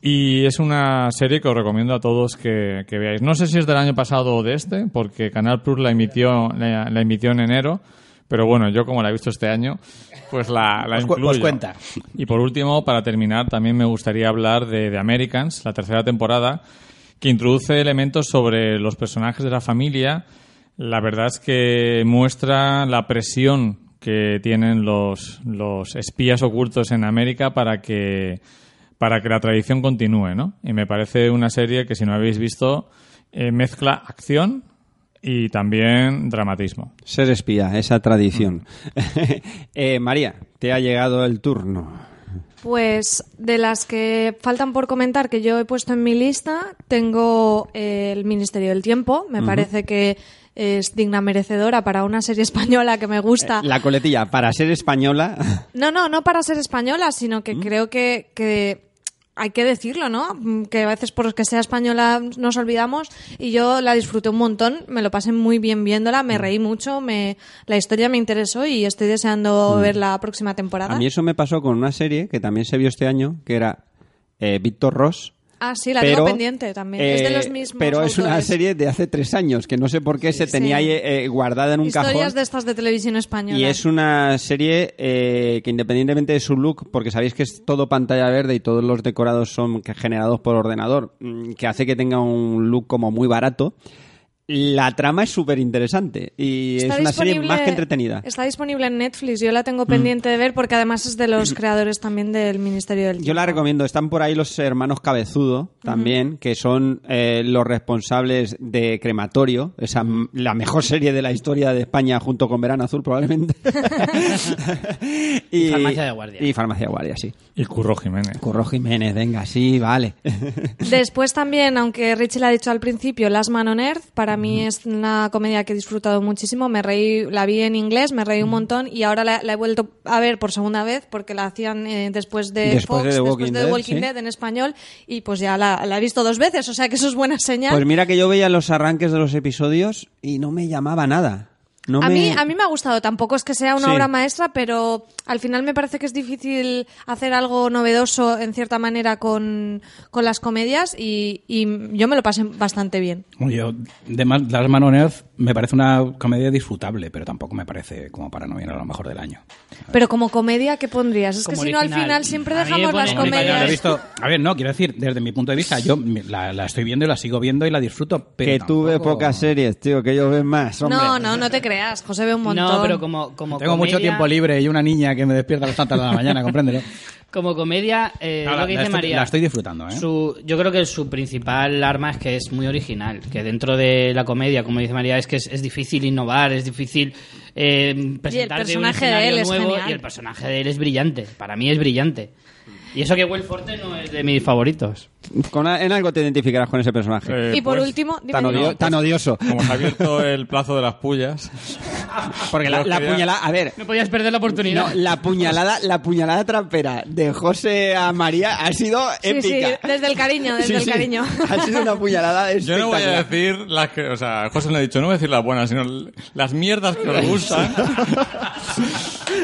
Speaker 3: Y es una serie que os recomiendo a todos que, que veáis. No sé si es del año pasado o de este, porque Canal Plus la emitió, la, la emitió en enero. Pero bueno, yo como la he visto este año, pues la, la
Speaker 5: Os cu- os
Speaker 3: incluyo.
Speaker 5: cuenta.
Speaker 3: Y por último, para terminar, también me gustaría hablar de, de Americans, la tercera temporada, que introduce elementos sobre los personajes de la familia. La verdad es que muestra la presión que tienen los, los espías ocultos en América para que, para que la tradición continúe, ¿no? Y me parece una serie que, si no habéis visto, eh, mezcla acción y también dramatismo.
Speaker 1: Ser espía, esa tradición.
Speaker 3: Mm.
Speaker 1: Eh, María, te ha llegado el turno.
Speaker 2: Pues de las que faltan por comentar que yo he puesto en mi lista, tengo eh, el Ministerio del Tiempo. Me parece que es digna merecedora para una serie española que me gusta.
Speaker 1: Eh, La coletilla, para ser española,
Speaker 2: No, no, no para ser española, sino que creo que, que hay que decirlo, ¿no? Mm, Que a veces por que sea española nos olvidamos y yo la disfruté un montón, me lo pasé muy bien viéndola, me reí mucho, me la historia me interesó y estoy deseando ver la próxima temporada.
Speaker 1: a mí eso me pasó con una serie que también se vio este año, que era eh, Víctor Ross.
Speaker 2: Ah, sí, la
Speaker 1: pero,
Speaker 2: tengo pendiente también. es de
Speaker 1: eh,
Speaker 2: los mismos.
Speaker 1: Pero es una
Speaker 2: autores.
Speaker 1: serie de hace tres años, que no sé por qué se tenía
Speaker 2: Sí.
Speaker 1: ahí eh, guardada en un
Speaker 2: Historias
Speaker 1: cajón.
Speaker 2: de estas de televisión española.
Speaker 1: Y es una serie eh, que independientemente de su look, porque sabéis que es todo pantalla verde y todos los decorados son que- generados por ordenador, mm, que hace que tenga un look como muy barato, la trama es súper interesante y es
Speaker 2: Está
Speaker 1: una serie
Speaker 2: disponible-
Speaker 1: más que entretenida. Mm.
Speaker 2: Está disponible en Netflix, yo la tengo pendiente de ver porque además es de los creadores también del Ministerio del Tiempo.
Speaker 1: Yo la recomiendo. Están por ahí los hermanos Cabezudo también, que son eh, los responsables de Crematorio, esa, m- la mejor serie de la historia de España junto con Verano Azul probablemente.
Speaker 4: Y Farmacia de Guardia.
Speaker 1: Y Farmacia de Guardia, sí.
Speaker 3: Y Curro Jiménez.
Speaker 1: Curro Jiménez, venga, sí, vale.
Speaker 2: Después también, aunque Richie la ha dicho al principio, Last Man on Earth, para
Speaker 1: Mm.
Speaker 2: mí es una comedia que he disfrutado muchísimo. Me reí, la vi en inglés, me
Speaker 1: Mm.
Speaker 2: reí un montón y ahora la, la he vuelto a ver por segunda vez porque la hacían eh, después de
Speaker 1: Después
Speaker 2: Fox,
Speaker 1: de The
Speaker 2: después
Speaker 1: Walking
Speaker 2: de
Speaker 1: Dead,
Speaker 2: Walking
Speaker 1: sí.
Speaker 2: Dead en español y pues ya la, la he visto dos veces, o sea que eso es buena señal.
Speaker 1: Pues mira que yo veía los arranques de los episodios y no me llamaba nada. No
Speaker 2: a,
Speaker 1: me-
Speaker 2: mí, a mí me ha gustado, tampoco es que sea una
Speaker 1: Sí.
Speaker 2: obra maestra, pero al final me parece que es difícil hacer algo novedoso en cierta manera con, con las comedias y, y yo me lo pasé bastante bien.
Speaker 5: Bueno, Yo, de Ma- Last Man on Earth me parece una comedia disfrutable, pero tampoco me parece como para no ir a lo mejor del año.
Speaker 2: Pero como comedia, ¿qué pondrías? Es que
Speaker 4: Como
Speaker 2: si no, al
Speaker 4: original.
Speaker 2: final siempre
Speaker 4: A mí me
Speaker 2: dejamos
Speaker 4: pone
Speaker 2: las
Speaker 4: como original.
Speaker 5: Yo la he
Speaker 2: comedias.
Speaker 5: visto- a ver, no, quiero decir, desde mi punto de vista, yo me- la, la estoy viendo y la sigo viendo y la disfruto, pero
Speaker 1: que tú ves
Speaker 5: tampoco-
Speaker 1: pocas series, tío, que ellos ven más. hombre.
Speaker 2: No, no, no te creas. José ve un montón.
Speaker 4: No, pero como, como
Speaker 5: Tengo mucho
Speaker 4: comedia-
Speaker 5: tiempo libre y una niña que me despierta a las tantas de la mañana, compréndelo.
Speaker 4: Como comedia, eh,
Speaker 5: No,
Speaker 4: lo
Speaker 5: la-
Speaker 4: que
Speaker 5: la
Speaker 4: dice
Speaker 5: estoy-
Speaker 4: María.
Speaker 5: la estoy disfrutando, ¿eh?
Speaker 4: su- yo creo que su principal arma es que es muy original. Que dentro de la comedia, como dice María, es que es, es difícil innovar, es difícil eh, presentarte un
Speaker 2: personaje de él
Speaker 4: escenario
Speaker 2: es
Speaker 4: nuevo.
Speaker 2: genial.
Speaker 4: Y el personaje de él es brillante. Para mí es brillante. Y eso que Will Forte no es de mis favoritos.
Speaker 1: Con a- en algo te identificarás con ese personaje.
Speaker 3: Eh,
Speaker 2: y por
Speaker 3: pues,
Speaker 2: último, dime, pues-
Speaker 1: tan, odio-
Speaker 2: dime.
Speaker 1: tan odioso.
Speaker 3: Como se ha abierto el plazo de las pullas.
Speaker 1: Porque la,
Speaker 3: Yo
Speaker 1: la
Speaker 3: quería-
Speaker 1: puñalada... A ver,
Speaker 4: No podías perder la oportunidad.
Speaker 1: No, la puñalada, la puñalada trampera de José a María ha sido
Speaker 2: Sí, sí,
Speaker 1: épica.
Speaker 2: desde el cariño, desde
Speaker 1: Sí,
Speaker 2: el
Speaker 1: sí.
Speaker 2: cariño.
Speaker 1: Ha sido una puñalada
Speaker 3: Yo no voy a
Speaker 1: espectacular.
Speaker 3: decir las que, o sea, José no ha dicho, no voy a decir las buenas, sino l- las mierdas que os gustan.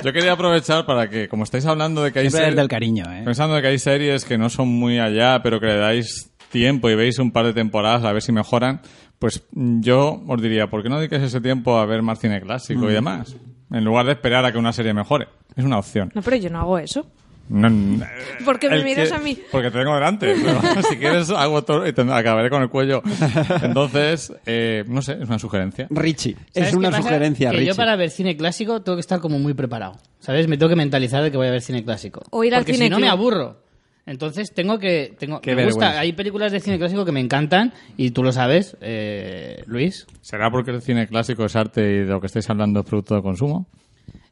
Speaker 3: Yo quería aprovechar para que, como estáis hablando de que hay
Speaker 5: Siempre
Speaker 3: ser-
Speaker 5: desde el cariño, ¿eh?
Speaker 3: pensando que hay series que no son muy allá, pero que le dais tiempo y veis un par de temporadas a ver si mejoran, pues mm, yo os diría, ¿por qué no dedicáis ese tiempo a ver más cine clásico y demás? En lugar de esperar a que una serie mejore. Es una opción.
Speaker 2: No, pero yo no hago eso.
Speaker 3: No, n-
Speaker 2: ¿Por qué me
Speaker 3: el
Speaker 2: miras
Speaker 3: que-
Speaker 2: a mí?
Speaker 3: Porque te tengo delante. pero si quieres, hago todo y te- acabaré con el cuello. Entonces, eh, no sé, es una sugerencia.
Speaker 1: Richie,
Speaker 4: ¿Sabes
Speaker 1: es
Speaker 4: qué
Speaker 1: una
Speaker 4: pasa?
Speaker 1: sugerencia,
Speaker 4: que
Speaker 1: Richie.
Speaker 4: Yo para ver cine clásico tengo que estar como muy preparado. ¿Sabes? Me tengo que mentalizar de que voy a ver cine clásico.
Speaker 2: O ir al
Speaker 4: Porque
Speaker 2: cine
Speaker 4: si no
Speaker 2: club.
Speaker 4: me aburro. Entonces tengo que... Tengo,
Speaker 5: Qué
Speaker 4: me gusta.
Speaker 5: vergüenza.
Speaker 4: Hay películas de cine clásico que me encantan y tú lo sabes, eh, Luis.
Speaker 3: ¿Será porque el cine clásico es arte y de lo que estáis hablando es producto de consumo?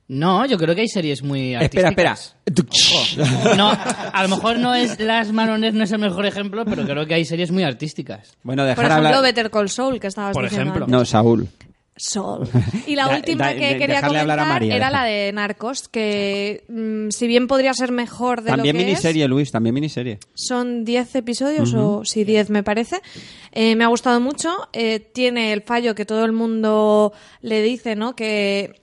Speaker 4: No, yo creo que hay series muy
Speaker 1: Espera,
Speaker 4: artísticas.
Speaker 1: espera.
Speaker 4: No, a lo mejor no es Las Manones, no es el mejor ejemplo, pero creo que hay series muy artísticas.
Speaker 1: Bueno, dejar
Speaker 2: Por ejemplo,
Speaker 1: hablar.
Speaker 2: Better Call Saul, que estabas
Speaker 4: Por
Speaker 2: diciendo
Speaker 4: ejemplo.
Speaker 2: antes.
Speaker 1: No, Saúl.
Speaker 2: Sol. Y
Speaker 1: Da-
Speaker 2: la última
Speaker 1: da-
Speaker 2: que
Speaker 1: de-
Speaker 2: quería
Speaker 1: dejarle hablar
Speaker 2: comentar
Speaker 1: a María,
Speaker 2: era
Speaker 1: deja.
Speaker 2: la de Narcos, que mm, si bien podría ser mejor de
Speaker 1: También
Speaker 2: lo que es,
Speaker 1: miniserie, Luis, también miniserie.
Speaker 2: son 10 episodios o sí 10 me parece. Eh, me ha gustado mucho. Eh, tiene el fallo que todo el mundo le dice, ¿no? Que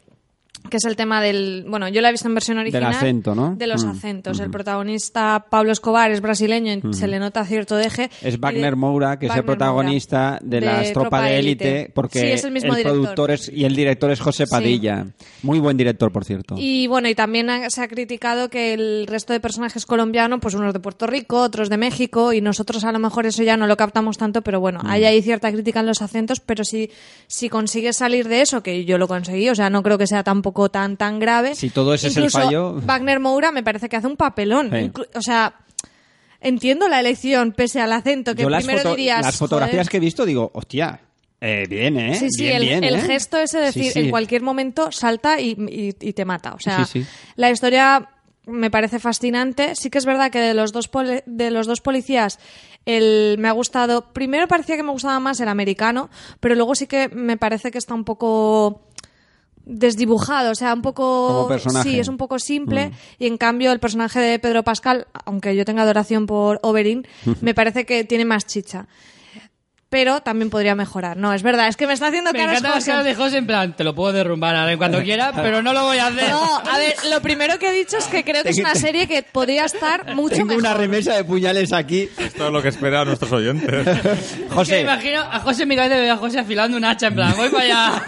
Speaker 2: que es el tema del... Bueno, yo la he visto en versión original.
Speaker 1: acento, ¿no?
Speaker 2: De los
Speaker 1: Mm,
Speaker 2: acentos. El protagonista, Pablo Escobar, es brasileño, y se le nota cierto deje. Y
Speaker 1: Es
Speaker 2: de-
Speaker 1: Wagner Moura, que es el
Speaker 2: Wagner Moura,
Speaker 1: protagonista de, las tropas de élite, porque
Speaker 2: Sí, es el mismo director.
Speaker 1: productor es, y el director es José
Speaker 2: Sí.
Speaker 1: Padilla. Muy buen director, por cierto.
Speaker 2: Y bueno, y también ha- se ha criticado que el resto de personajes colombianos, pues unos de Puerto Rico, otros de México, y nosotros a lo mejor eso ya no lo captamos tanto, pero
Speaker 1: Mm.
Speaker 2: bueno, ahí hay cierta crítica en los acentos, pero si, si consigues salir de eso, que yo lo conseguí, o sea, no creo que sea tampoco tan, tan grave.
Speaker 1: Si todo ese es el
Speaker 2: Incluso
Speaker 1: fallo.
Speaker 2: Wagner Moura me parece que hace un papelón.
Speaker 1: Sí.
Speaker 2: Inclu- O sea, entiendo la elección, pese al acento, que
Speaker 1: Yo las,
Speaker 2: primero
Speaker 1: foto-
Speaker 2: dirías.
Speaker 1: las fotografías
Speaker 2: "Joder".
Speaker 1: que he visto digo, hostia, eh, bien, ¿eh?
Speaker 2: Sí, sí,
Speaker 1: Bien,
Speaker 2: el,
Speaker 1: bien,
Speaker 2: el
Speaker 1: ¿eh?
Speaker 2: gesto ese de
Speaker 1: Sí,
Speaker 2: decir
Speaker 1: sí.
Speaker 2: en cualquier momento salta y, y- y te mata. O sea,
Speaker 1: Sí, sí.
Speaker 2: la historia me parece fascinante. Sí que es verdad que de los dos, poli- de los dos policías el, me ha gustado. Primero parecía que me gustaba más el americano, pero luego sí que me parece que está un poco desdibujado, o sea, un poco
Speaker 1: Como personaje. Mm.
Speaker 2: sí, es un poco simple y en cambio el personaje de Pedro Pascal, aunque yo tenga adoración por Oberyn, me parece que tiene más chicha. Pero también podría mejorar. No, es verdad, es que me está haciendo
Speaker 4: Me
Speaker 2: caras
Speaker 4: encantan las
Speaker 2: José.
Speaker 4: caras de José en plan, te lo puedo derrumbar ahora en cuanto quiera, pero no lo voy a hacer.
Speaker 2: No, a ver, lo primero que he dicho es que creo que es una serie que podría estar mucho
Speaker 1: Tengo una
Speaker 2: mejor.
Speaker 1: remesa de puñales aquí.
Speaker 3: Esto es lo que esperan nuestros oyentes.
Speaker 4: Es que
Speaker 5: José.
Speaker 4: me imagino a José en mi cabeza veo a José afilando un hacha en plan, voy para allá.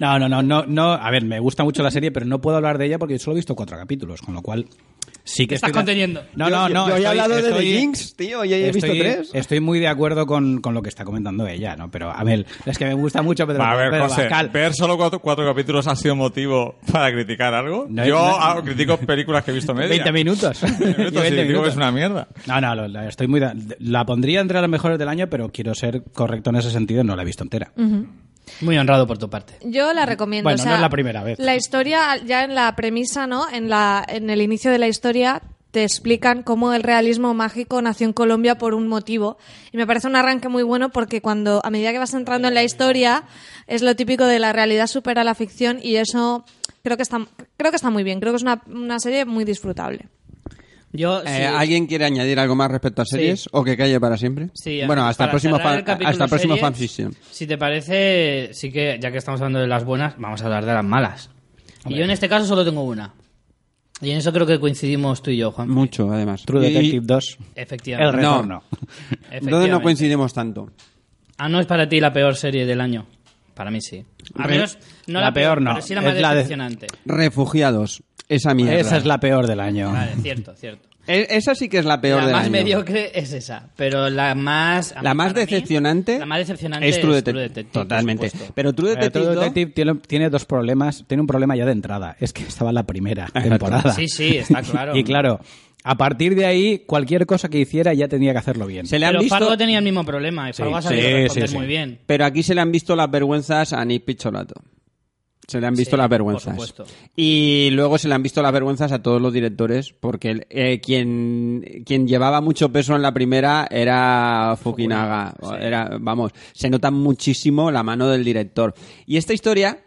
Speaker 5: No, no, no, no, no. A ver, me gusta mucho la serie, pero no puedo hablar de ella porque solo he visto cuatro capítulos, con lo cual sí que
Speaker 4: Te estás
Speaker 5: estoy-
Speaker 4: conteniendo.
Speaker 5: No,
Speaker 1: Yo-
Speaker 5: no,
Speaker 1: yo-
Speaker 5: no.
Speaker 1: yo he hablado de The
Speaker 5: estoy-
Speaker 1: Jinx, tío, y he visto tres.
Speaker 5: Estoy muy de acuerdo con, con lo que está comentando ella, ¿no? Pero a ver, es que me gusta mucho Pedro,
Speaker 3: a ver,
Speaker 5: Pedro
Speaker 3: José,
Speaker 5: Pascal.
Speaker 3: ver solo cuatro, cuatro capítulos ha sido motivo para criticar algo.
Speaker 5: No,
Speaker 3: Yo
Speaker 5: no.
Speaker 3: ah, critico películas que he visto media.
Speaker 5: 20 minutos.
Speaker 3: 20 minutos,
Speaker 5: Yo 20
Speaker 3: y digo que
Speaker 5: minutos.
Speaker 3: es una mierda.
Speaker 5: No, no, lo- la, estoy muy de- la pondría entre las mejores del año, pero quiero ser correcto en ese sentido, no la he visto entera.
Speaker 4: Muy honrado por tu parte.
Speaker 2: Yo la recomiendo.
Speaker 5: Bueno,
Speaker 2: o sea,
Speaker 5: no es la primera vez.
Speaker 2: La historia, ya en la premisa, ¿no? En, la, en el inicio de la historia te explican cómo el realismo mágico nació en Colombia por un motivo. Y me parece un arranque muy bueno porque cuando, a medida que vas entrando en la historia, es lo típico de la realidad supera la ficción y eso creo que está, creo que está muy bien. Creo que es una, una serie muy disfrutable.
Speaker 4: Yo, sí.
Speaker 1: Eh, ¿Alguien quiere añadir algo más respecto a series o que calle para siempre?
Speaker 4: Sí, eh,
Speaker 1: bueno, hasta el
Speaker 4: para
Speaker 1: próximo,
Speaker 4: cerrar
Speaker 1: fan-
Speaker 4: el capítulo
Speaker 1: hasta el próximo
Speaker 4: series,
Speaker 1: fanfiction.
Speaker 4: Si te parece, sí que ya que estamos hablando de las buenas, vamos a hablar de las malas. Y yo en este caso solo tengo una. Y en eso creo que coincidimos tú y yo, Juan.
Speaker 1: Mucho, además.
Speaker 5: True
Speaker 1: Y- y-
Speaker 5: Detective 2. El
Speaker 4: Efectivamente.
Speaker 5: retorno.
Speaker 1: ¿Dónde no
Speaker 4: Efectivamente.
Speaker 1: coincidimos tanto?
Speaker 4: Ah, no es para ti la peor serie del año. Para mí sí. A
Speaker 5: Re-
Speaker 4: menos, no
Speaker 5: la
Speaker 4: la,
Speaker 5: peor, no.
Speaker 4: pero sí la
Speaker 5: Es
Speaker 4: más
Speaker 5: la de-
Speaker 4: decepcionante.
Speaker 1: Refugiados. Esa mierda.
Speaker 5: Esa es la peor del año. Eh,
Speaker 4: Vale, cierto, cierto.
Speaker 1: E- esa sí que es la peor
Speaker 4: la
Speaker 1: del
Speaker 4: más
Speaker 1: año.
Speaker 4: mediocre es esa, pero la más...
Speaker 1: La más
Speaker 4: para mí,
Speaker 1: decepcionante,
Speaker 4: la más decepcionante
Speaker 1: es True Detective.
Speaker 4: por
Speaker 1: Totalmente.
Speaker 4: supuesto.
Speaker 1: Pero True
Speaker 5: Pero
Speaker 1: Detective,
Speaker 5: True
Speaker 1: dos-
Speaker 5: Detective tiene, tiene dos problemas. Tiene un problema ya de entrada. Es que estaba en la primera temporada.
Speaker 4: Sí, sí, está claro.
Speaker 5: Y claro, a partir de ahí, cualquier cosa que hiciera ya tenía que hacerlo bien.
Speaker 1: se le han
Speaker 4: Pero
Speaker 1: visto.
Speaker 4: Fargo tenía el mismo problema y Fargo ha
Speaker 5: sí,
Speaker 4: sabido
Speaker 5: sí,
Speaker 4: responder
Speaker 5: sí.
Speaker 4: muy bien.
Speaker 1: Pero aquí se le han visto las vergüenzas a Nick Picholato. Se le han visto
Speaker 4: Sí,
Speaker 1: las
Speaker 4: por
Speaker 1: vergüenzas.
Speaker 4: supuesto.
Speaker 1: Y luego se le han visto las vergüenzas a todos los directores, porque el- eh, quien, quien llevaba mucho peso en la primera era Fukinaga. Era, vamos, se nota muchísimo la mano del director. Y esta historia,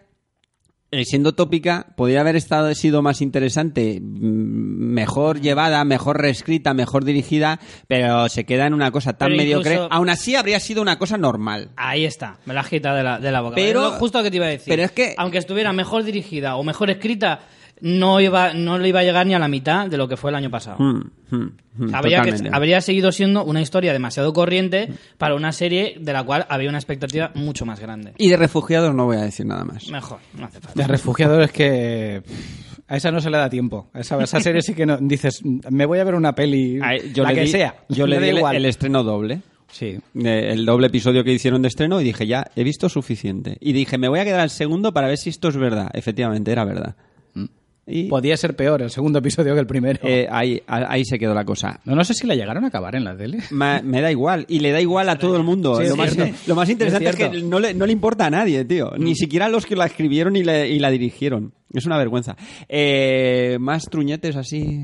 Speaker 1: eh, siendo tópica, podría haber estado, sido más interesante, mm, mejor llevada, mejor reescrita, mejor dirigida, pero se queda en una cosa tan
Speaker 4: Pero
Speaker 1: mediocre.
Speaker 4: incluso-
Speaker 1: Aún así habría sido una cosa normal.
Speaker 4: Ahí está, me la has quitado de la, de la boca.
Speaker 1: Pero-
Speaker 4: Es lo justo que te iba a decir.
Speaker 1: pero es que-
Speaker 4: Aunque estuviera mejor dirigida o mejor escrita, no iba no le iba a llegar ni a la mitad de lo que fue el año pasado.
Speaker 1: Mm, mm, mm,
Speaker 4: Habría, que-
Speaker 1: totalmente.
Speaker 4: habría seguido siendo una historia demasiado corriente para una serie de la cual había una expectativa mucho más grande.
Speaker 1: Y de refugiados no voy a decir nada más.
Speaker 4: Mejor, no hace falta.
Speaker 5: De refugiados es que pff, A esa no se le da tiempo. A esa, a esa serie sí que no. Dices, "Mm, me voy a ver una peli,
Speaker 1: Ay, yo
Speaker 5: la
Speaker 1: le
Speaker 5: que
Speaker 1: di-
Speaker 5: sea.
Speaker 1: Yo
Speaker 5: Me
Speaker 1: le
Speaker 5: da
Speaker 1: di el,
Speaker 5: igual.
Speaker 1: el estreno doble.
Speaker 5: Sí.
Speaker 1: eh, El doble episodio que hicieron de estreno y dije, ya, he visto suficiente. Y dije, me voy a quedar al segundo para ver si esto es verdad. Efectivamente, era verdad.
Speaker 5: Mm.
Speaker 1: Y
Speaker 5: Podía ser peor el segundo episodio que el primero.
Speaker 1: eh, ahí, a- ahí se quedó la cosa.
Speaker 5: no, no sé si la llegaron a acabar en la tele.
Speaker 1: Ma- me da igual, y le da igual a todo el mundo.
Speaker 5: Sí, es
Speaker 1: lo, más,
Speaker 5: cierto.
Speaker 1: lo más interesante
Speaker 5: Es
Speaker 1: es,
Speaker 5: cierto.
Speaker 1: que no le, no le importa a nadie, tío. Ni siquiera a los que la escribieron y, la- y la dirigieron. Es una vergüenza. Eh, más truñetes así.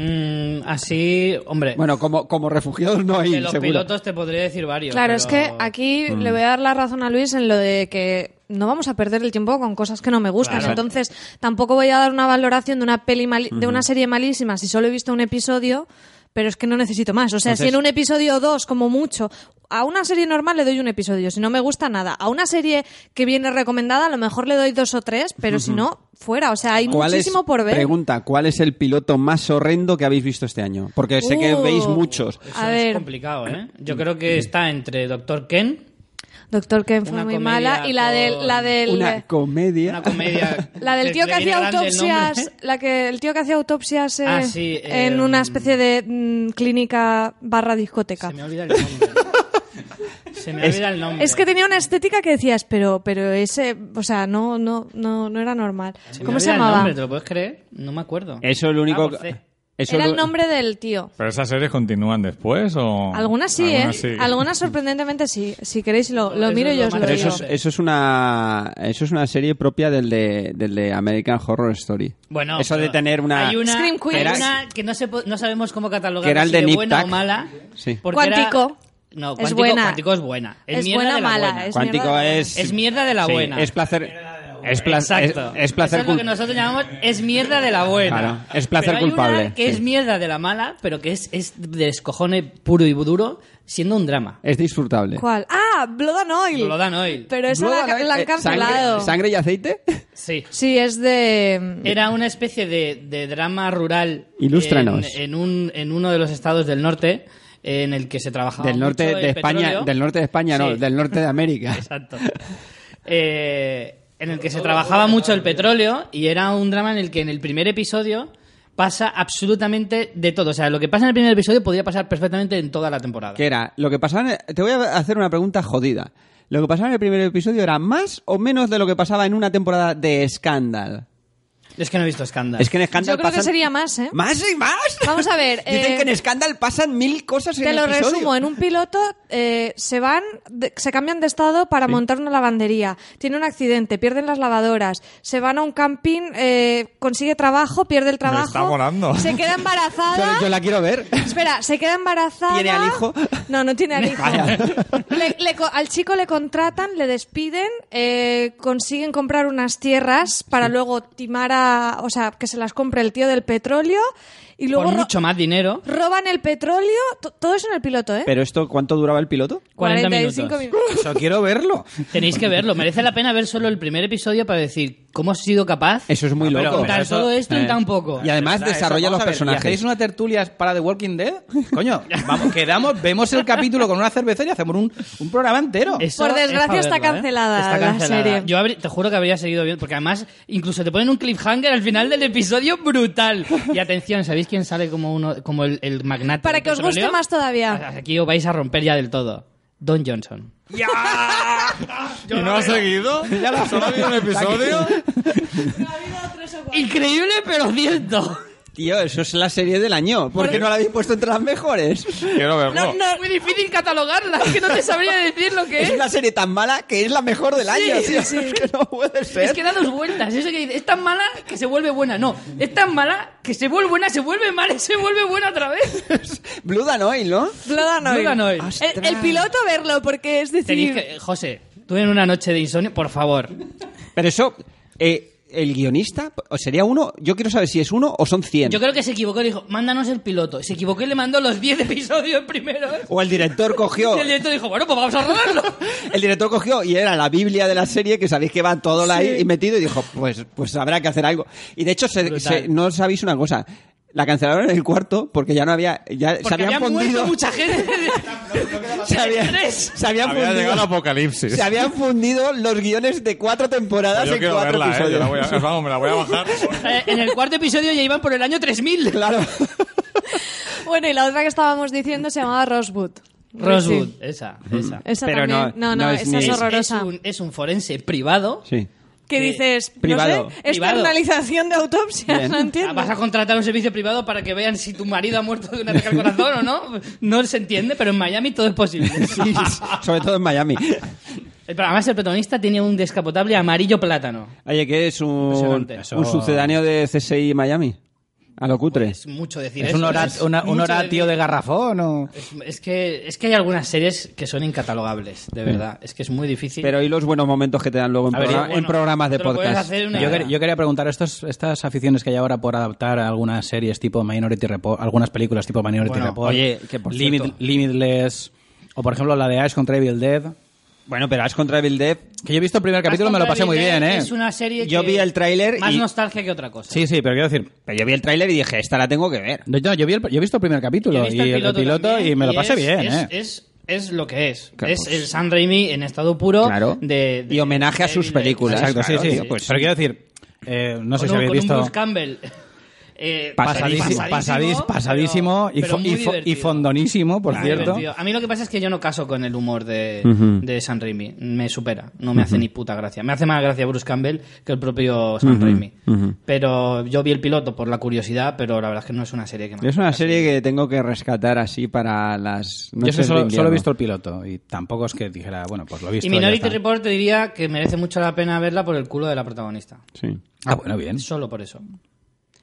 Speaker 4: Mm, así, hombre.
Speaker 1: Bueno, como, como refugiados no hay,
Speaker 4: de los
Speaker 1: seguro.
Speaker 4: pilotos te podría decir varios.
Speaker 2: Claro,
Speaker 4: pero-
Speaker 2: es que aquí
Speaker 1: Mm.
Speaker 2: le voy a dar la razón a Luis en lo de que no vamos a perder el tiempo con cosas que no me gustan.
Speaker 4: Claro.
Speaker 2: Entonces, tampoco voy a dar una valoración de una peli mali- de una serie malísima si solo he visto un episodio, pero es que no necesito más. O sea, si en un episodio o dos, como mucho, a una serie normal le doy un episodio, si no me gusta nada. A una serie que viene recomendada, a lo mejor le doy dos o tres, pero si no, fuera. O sea, hay
Speaker 1: ¿Cuál es-
Speaker 2: muchísimo por ver.
Speaker 1: Pregunta, ¿cuál es el piloto más horrendo que habéis visto este año? Porque sé que
Speaker 2: Uh.
Speaker 1: veis muchos.
Speaker 4: Eso
Speaker 2: A
Speaker 4: es
Speaker 2: ver.
Speaker 4: complicado, ¿eh? Yo creo que está entre Doctor Ken,
Speaker 2: Doctor Ken fue
Speaker 4: Una
Speaker 2: muy
Speaker 4: comedia
Speaker 2: mala y la del... La
Speaker 4: con
Speaker 2: del eh,
Speaker 1: Una comedia.
Speaker 4: una comedia.
Speaker 2: La del tío que
Speaker 4: le viene
Speaker 2: hacía
Speaker 4: grande el
Speaker 2: autopsias,
Speaker 4: nombre.
Speaker 2: la que el tío que hacía autopsias eh,
Speaker 4: Ah, sí, eh,
Speaker 2: en una especie de mm, clínica barra discoteca.
Speaker 4: Se me olvida el nombre. Se me olvida el nombre.
Speaker 2: Es que tenía una estética que decías, pero, pero ese, o sea, no, no, no, no era normal.
Speaker 4: me
Speaker 2: ¿Cómo se
Speaker 4: olvida el
Speaker 2: llamaba?
Speaker 4: nombre, ¿Te lo puedes creer? No me acuerdo.
Speaker 1: Eso es lo único.
Speaker 4: Ah, por C.
Speaker 1: eso
Speaker 2: Era
Speaker 1: es
Speaker 2: el
Speaker 1: lo-
Speaker 2: nombre del tío.
Speaker 3: ¿Pero esas series continúan después o...?
Speaker 2: Algunas sí,
Speaker 3: Algunas
Speaker 2: ¿eh? Algunas sorprendentemente sí. Si queréis lo, lo
Speaker 4: Eso
Speaker 2: miro
Speaker 4: es
Speaker 2: y
Speaker 4: lo
Speaker 2: os
Speaker 4: más
Speaker 2: lo
Speaker 1: Pero
Speaker 2: digo.
Speaker 1: eso es, eso es una eso es una serie propia del de, del de American Horror Story.
Speaker 4: Bueno,
Speaker 1: eso de
Speaker 4: pero
Speaker 1: tener una,
Speaker 4: Hay una,
Speaker 2: Scream Queens.
Speaker 4: hay
Speaker 2: Era-
Speaker 4: una que no, se po- no sabemos cómo catalogar.
Speaker 1: Que era el de Nip
Speaker 4: buena
Speaker 1: Tuck.
Speaker 4: o mala.
Speaker 1: Sí.
Speaker 4: porque era-
Speaker 2: Cuántico.
Speaker 4: No,
Speaker 2: Es
Speaker 4: cuántico,
Speaker 2: buena.
Speaker 4: Cuántico es buena. Es,
Speaker 2: Es
Speaker 4: mierda
Speaker 2: buena
Speaker 4: de la
Speaker 2: mierda,
Speaker 4: buena.
Speaker 2: es-
Speaker 1: cuántico
Speaker 2: mierda.
Speaker 1: es
Speaker 4: Es mierda de la
Speaker 1: sí,
Speaker 4: buena.
Speaker 1: es placer es, pla-
Speaker 4: Exacto.
Speaker 1: es, es placer
Speaker 4: Eso es lo que
Speaker 1: cul-
Speaker 4: nosotros llamamos es mierda de la buena.
Speaker 1: Claro, es placer
Speaker 4: Pero hay
Speaker 1: culpable,
Speaker 4: Una que
Speaker 1: sí.
Speaker 4: es mierda de la mala, pero que es, es de descojone puro y duro, siendo un drama.
Speaker 1: es disfrutable.
Speaker 2: ¿Cuál? Ah, Blood and Oil.
Speaker 4: Lo dan hoy.
Speaker 2: Pero esa la,
Speaker 1: Luego,
Speaker 2: la han
Speaker 1: eh, ¿sangre-
Speaker 2: cancelado.
Speaker 1: ¿sangre, y aceite?
Speaker 4: Sí.
Speaker 2: Sí, es de... mm,
Speaker 4: Era una especie de, de drama rural.
Speaker 1: Ilústranos.
Speaker 4: En, en un, en uno de los estados del norte eh, en el que se
Speaker 2: Ah,
Speaker 4: trabajaba.
Speaker 1: Del norte
Speaker 4: mucho el
Speaker 1: de España,
Speaker 4: petróleo.
Speaker 1: del norte de España no,
Speaker 4: Sí.
Speaker 1: del norte de América.
Speaker 4: Exacto. Eh, en el que se trabajaba mucho el petróleo y era un drama en el que en el primer episodio pasa absolutamente de todo. O sea, lo que pasa en el primer episodio podía pasar perfectamente en toda la temporada.
Speaker 1: que era lo que pasaba. en el- te voy a hacer una pregunta jodida. Lo que pasaba en el primer episodio era más o menos de lo que pasaba en una temporada de Scandal.
Speaker 4: Es que no he visto escándalo.
Speaker 1: Es que en Scandal
Speaker 2: Yo creo que
Speaker 1: pasan-
Speaker 2: sería más, ¿eh?
Speaker 1: Más y más.
Speaker 2: Vamos a ver,
Speaker 1: Dicen
Speaker 2: eh,
Speaker 1: que en Scandal pasan mil cosas en
Speaker 2: Te
Speaker 1: el
Speaker 2: lo
Speaker 1: episodio.
Speaker 2: resumo, en un piloto eh, se van, de- se cambian de estado para montar una lavandería, tiene un accidente, pierden las lavadoras, se van a un camping, eh, consigue trabajo, pierde el trabajo,
Speaker 3: está volando.
Speaker 2: se queda
Speaker 1: Yo,
Speaker 2: embarazada.
Speaker 1: yo la quiero ver.
Speaker 2: Espera, se queda embarazada.
Speaker 1: ¿Tiene al hijo?
Speaker 2: No, no tiene al hijo.
Speaker 1: Vaya.
Speaker 2: Le- le co- al chico le contratan, le despiden, eh, consiguen comprar unas tierras para luego timar a. O sea, que se las compre el tío del petróleo y luego.
Speaker 4: Por
Speaker 2: ro-
Speaker 4: mucho más dinero.
Speaker 2: roban el petróleo. to- Todo eso en el piloto, ¿eh?
Speaker 1: Pero esto, ¿cuánto duraba el piloto?
Speaker 4: 40
Speaker 2: 45
Speaker 4: minutos.
Speaker 5: Eso quiero verlo.
Speaker 4: Tenéis que verlo. Merece la pena ver solo el primer episodio para decir cómo has sido capaz
Speaker 1: Eso es
Speaker 2: Ah,
Speaker 1: muy
Speaker 4: de
Speaker 5: pero-
Speaker 1: loco.
Speaker 4: contar
Speaker 5: eso-
Speaker 4: todo esto en
Speaker 1: eh.
Speaker 4: tan poco.
Speaker 1: Y además
Speaker 5: Verdad,
Speaker 1: desarrolla
Speaker 5: eso,
Speaker 1: los
Speaker 5: vamos a ver, ¿Y hacéis
Speaker 1: personajes.
Speaker 5: una tertulia para The Walking Dead? Coño, vamos, quedamos, vemos el capítulo con una cerveza y hacemos un, un programa entero.
Speaker 4: Eso
Speaker 2: Por desgracia
Speaker 4: es pa'
Speaker 2: está
Speaker 4: verlo, ¿eh?
Speaker 2: cancelada
Speaker 4: Está
Speaker 2: la
Speaker 4: cancelada.
Speaker 2: serie.
Speaker 4: Yo habrí- te juro que habría seguido bien, porque además incluso te ponen un cliffhanger al final del episodio brutal. Y atención, ¿sabéis quién sale como uno como el, el magnate?
Speaker 2: Para
Speaker 4: del
Speaker 2: que os guste
Speaker 4: petróleo?
Speaker 2: más todavía.
Speaker 4: Aquí os vais a romper ya del todo. Don Johnson.
Speaker 3: ¿Y no ha seguido? ¿Solo ha habido un episodio?
Speaker 4: Increíble, pero cierto.
Speaker 1: Tío, eso es la serie del año. ¿Por qué no la habéis puesto entre las mejores?
Speaker 3: Quiero verlo.
Speaker 4: Muy difícil catalogarla, es que no te sabría decir lo que
Speaker 1: Es una serie tan mala que es la mejor del año, tío. Es que no puede ser.
Speaker 4: Es que da dos vueltas. Eso que dice, es tan mala que se vuelve buena. No, es tan mala que se vuelve buena, se vuelve mala y se vuelve buena otra vez.
Speaker 1: Blood and Oil, ¿no?
Speaker 2: Blood and Oil.
Speaker 4: Blood and Oil.
Speaker 2: El, el piloto verlo, porque es decir.
Speaker 4: Tenéis que- José, tú en una noche de insomnio, por favor.
Speaker 1: Pero eso, eh, el guionista, ¿o sería uno? Yo quiero saber si es uno o son 100.
Speaker 4: Yo creo que se equivocó y dijo, mándanos el piloto. Se equivocó y le mandó los 10 episodios primero. ¿eh?
Speaker 1: O el director cogió.
Speaker 4: Y el director dijo, bueno, pues vamos a rodarlo.
Speaker 1: El director cogió y era la Biblia de la serie, que sabéis que va todo la- ahí metido, y dijo, pues, pues habrá que hacer algo. Y de hecho, se-
Speaker 4: Brutal.
Speaker 1: se- no sabéis una cosa. la cancelaron en el cuarto porque ya no había. Ya se
Speaker 4: Porque
Speaker 1: habían
Speaker 4: había
Speaker 1: fundido.
Speaker 4: muerto mucha gente.
Speaker 1: se, habían,
Speaker 4: Tres.
Speaker 1: se habían
Speaker 3: Había
Speaker 1: fundido.
Speaker 3: llegado el apocalipsis.
Speaker 1: Se habían fundido los guiones de cuatro temporadas
Speaker 3: yo
Speaker 1: en
Speaker 3: quiero
Speaker 1: cuatro
Speaker 3: verla, ¿eh?
Speaker 1: episodios.
Speaker 3: Yo la voy a, vamos, me la voy a bajar.
Speaker 4: Eh, en el cuarto episodio ya iban por el año 3000.
Speaker 1: Claro.
Speaker 2: Bueno, y la otra que estábamos diciendo se llamaba Rosewood.
Speaker 4: Rosewood,
Speaker 2: Sí.
Speaker 4: esa,
Speaker 1: Mm.
Speaker 4: esa.
Speaker 2: Esa
Speaker 1: Pero
Speaker 2: también.
Speaker 1: no,
Speaker 2: No, no,
Speaker 1: no es
Speaker 2: esa
Speaker 1: ni-
Speaker 2: es,
Speaker 1: Es-
Speaker 2: horrorosa.
Speaker 4: un, es un forense privado. Ah,
Speaker 1: Sí.
Speaker 2: que dices,
Speaker 1: Privado.
Speaker 2: no sé,
Speaker 4: Privado. Ah,
Speaker 2: externalización de autopsia,
Speaker 1: Bien.
Speaker 2: no entiendo.
Speaker 4: Vas a contratar un servicio privado para que vean si tu marido ha muerto de un ataque al corazón o no. No se entiende, pero en Miami todo es posible.
Speaker 1: Sobre todo en Miami.
Speaker 4: El- pero Además, el protagonista tiene un descapotable amarillo plátano.
Speaker 1: Oye, que es un,
Speaker 4: Impresionante.
Speaker 1: un sucedáneo de CSI Miami. A lo cutre.
Speaker 4: Es mucho decir
Speaker 5: ¿Es
Speaker 4: eso.
Speaker 5: un, hora,
Speaker 4: es
Speaker 5: una- un
Speaker 4: mucho
Speaker 5: horatio
Speaker 4: decir-
Speaker 5: de garrafón o...?
Speaker 4: Es, es que, es que hay algunas series que son incatalogables,
Speaker 5: Mm.
Speaker 4: de verdad. Es que es muy difícil.
Speaker 1: Pero y los buenos momentos que te dan luego en,
Speaker 5: A ver,
Speaker 1: programa-
Speaker 4: bueno,
Speaker 1: en programas de
Speaker 4: te lo puedes
Speaker 1: podcast.
Speaker 4: hacer una-
Speaker 5: Yo, quer- yo quería preguntar, estos, estas aficiones que hay ahora por adaptar a algunas series tipo Minority Report, algunas películas tipo Minority
Speaker 4: Bueno,
Speaker 5: Report,
Speaker 4: oye, que por
Speaker 5: Limit-
Speaker 4: cierto-
Speaker 5: Limitless, o por ejemplo la de Ash contra Evil Dead,
Speaker 1: Bueno, pero Ash contra Bill Dev.
Speaker 5: que yo he visto el primer capítulo y me lo pasé muy bien, ¿eh?
Speaker 4: Es una serie
Speaker 1: Yo
Speaker 4: que-
Speaker 1: vi el tráiler
Speaker 4: Más
Speaker 1: y-
Speaker 4: nostalgia que otra cosa.
Speaker 5: Sí, sí, pero quiero decir...
Speaker 1: Pero yo vi el tráiler y dije, esta la tengo que ver.
Speaker 5: No, yo, vi el- yo he visto el primer
Speaker 4: Yo
Speaker 5: capítulo
Speaker 4: he
Speaker 5: y
Speaker 4: visto el piloto, también
Speaker 5: y me lo
Speaker 4: y
Speaker 5: pasé
Speaker 4: es-
Speaker 5: bien,
Speaker 4: es,
Speaker 5: ¿eh?
Speaker 4: Es, es lo que es.
Speaker 1: Claro,
Speaker 4: es
Speaker 1: pues.
Speaker 4: el San Raimi en estado puro.
Speaker 1: Claro.
Speaker 4: De, de-
Speaker 1: Y homenaje a
Speaker 4: de-
Speaker 1: sus
Speaker 4: de-
Speaker 1: películas.
Speaker 5: Exacto,
Speaker 1: Claro,
Speaker 5: sí, sí.
Speaker 1: tío, pues-
Speaker 5: Pero quiero decir, eh, no sé
Speaker 4: con
Speaker 5: si habéis
Speaker 4: un- con un
Speaker 5: visto...
Speaker 4: Bruce Campbell. Eh,
Speaker 5: Pasadísimo, pasadís- pasadísimo y, fo-
Speaker 4: pero- pero
Speaker 5: y fo-
Speaker 4: muy
Speaker 5: y
Speaker 4: divertido.
Speaker 5: fondonísimo, por
Speaker 4: Muy
Speaker 5: cierto.
Speaker 4: divertido. A mí lo que pasa es que yo no caso con el humor de, de San Raimi. Me supera. No me hace ni puta gracia. Me hace más gracia Bruce Campbell que el propio San Raimi. Pero yo vi el piloto por la curiosidad, pero la verdad es que no es una serie que me
Speaker 1: Es una serie que tengo que rescatar así para las
Speaker 5: Yo
Speaker 1: noches
Speaker 5: eso
Speaker 1: de
Speaker 5: solo,
Speaker 1: invierno.
Speaker 5: solo he visto el piloto y tampoco es que dijera, bueno, pues lo he visto.
Speaker 4: Y
Speaker 5: ya
Speaker 4: Minority
Speaker 5: está.
Speaker 4: Report te diría que merece mucho la pena verla por el culo de la protagonista.
Speaker 1: Sí.
Speaker 5: Ah, bueno, bien.
Speaker 4: Solo por eso.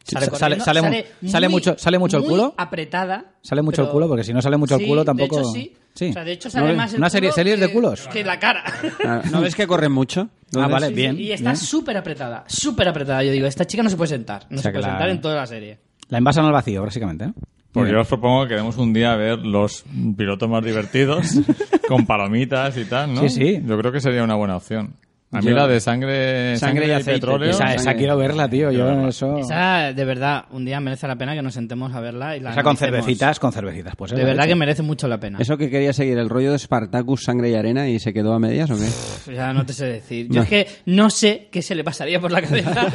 Speaker 5: Sí, sale- sale mu- sale mucho- sale mucho el
Speaker 4: muy
Speaker 5: culo.
Speaker 4: apretada.
Speaker 5: Sale mucho
Speaker 4: pero-
Speaker 5: el culo, porque si no sale mucho el
Speaker 4: Sí,
Speaker 5: culo tampoco.
Speaker 4: De hecho, sí. O sea, de hecho sale
Speaker 5: ¿No?
Speaker 4: más el
Speaker 5: Una serie,
Speaker 4: culo
Speaker 5: series de
Speaker 4: que-
Speaker 5: culos.
Speaker 4: Que la cara.
Speaker 1: Ah, ¿No ves que corren mucho?
Speaker 5: Ah, vale,
Speaker 4: Sí, sí,
Speaker 5: bien.
Speaker 4: Y está
Speaker 5: bien.
Speaker 4: súper apretada, súper apretada. Yo digo, esta chica no se puede sentar. No
Speaker 5: O sea,
Speaker 4: se
Speaker 5: que
Speaker 4: puede
Speaker 5: la-
Speaker 4: sentar en toda la serie.
Speaker 5: La envasan al vacío, básicamente. ¿eh?
Speaker 3: Pues
Speaker 5: Muy
Speaker 3: yo
Speaker 5: bien.
Speaker 3: os propongo que demos un día a ver los pilotos más divertidos, con palomitas y tal, ¿no?
Speaker 5: Sí, sí.
Speaker 3: Yo creo que sería una buena opción. A mí
Speaker 1: Yo-
Speaker 3: la de sangre,
Speaker 1: Sangre
Speaker 3: sangre,
Speaker 1: y
Speaker 3: y,
Speaker 1: aceite,
Speaker 3: petróleo.
Speaker 1: tío.
Speaker 5: Esa, esa quiero verla, tío. Yo eso.
Speaker 4: Esa, de verdad, un día merece la pena que nos sentemos a verla y la
Speaker 5: Esa con
Speaker 4: analicemos.
Speaker 5: cervecitas, con cervecitas. Pues es
Speaker 4: De
Speaker 5: la
Speaker 4: verdad
Speaker 5: leche.
Speaker 4: que merece mucho la pena.
Speaker 1: ¿Eso que quería seguir el rollo de Spartacus, sangre y arena y se quedó a medias o qué?
Speaker 4: Ya no te sé decir. Yo es que no sé qué se le pasaría por la cabeza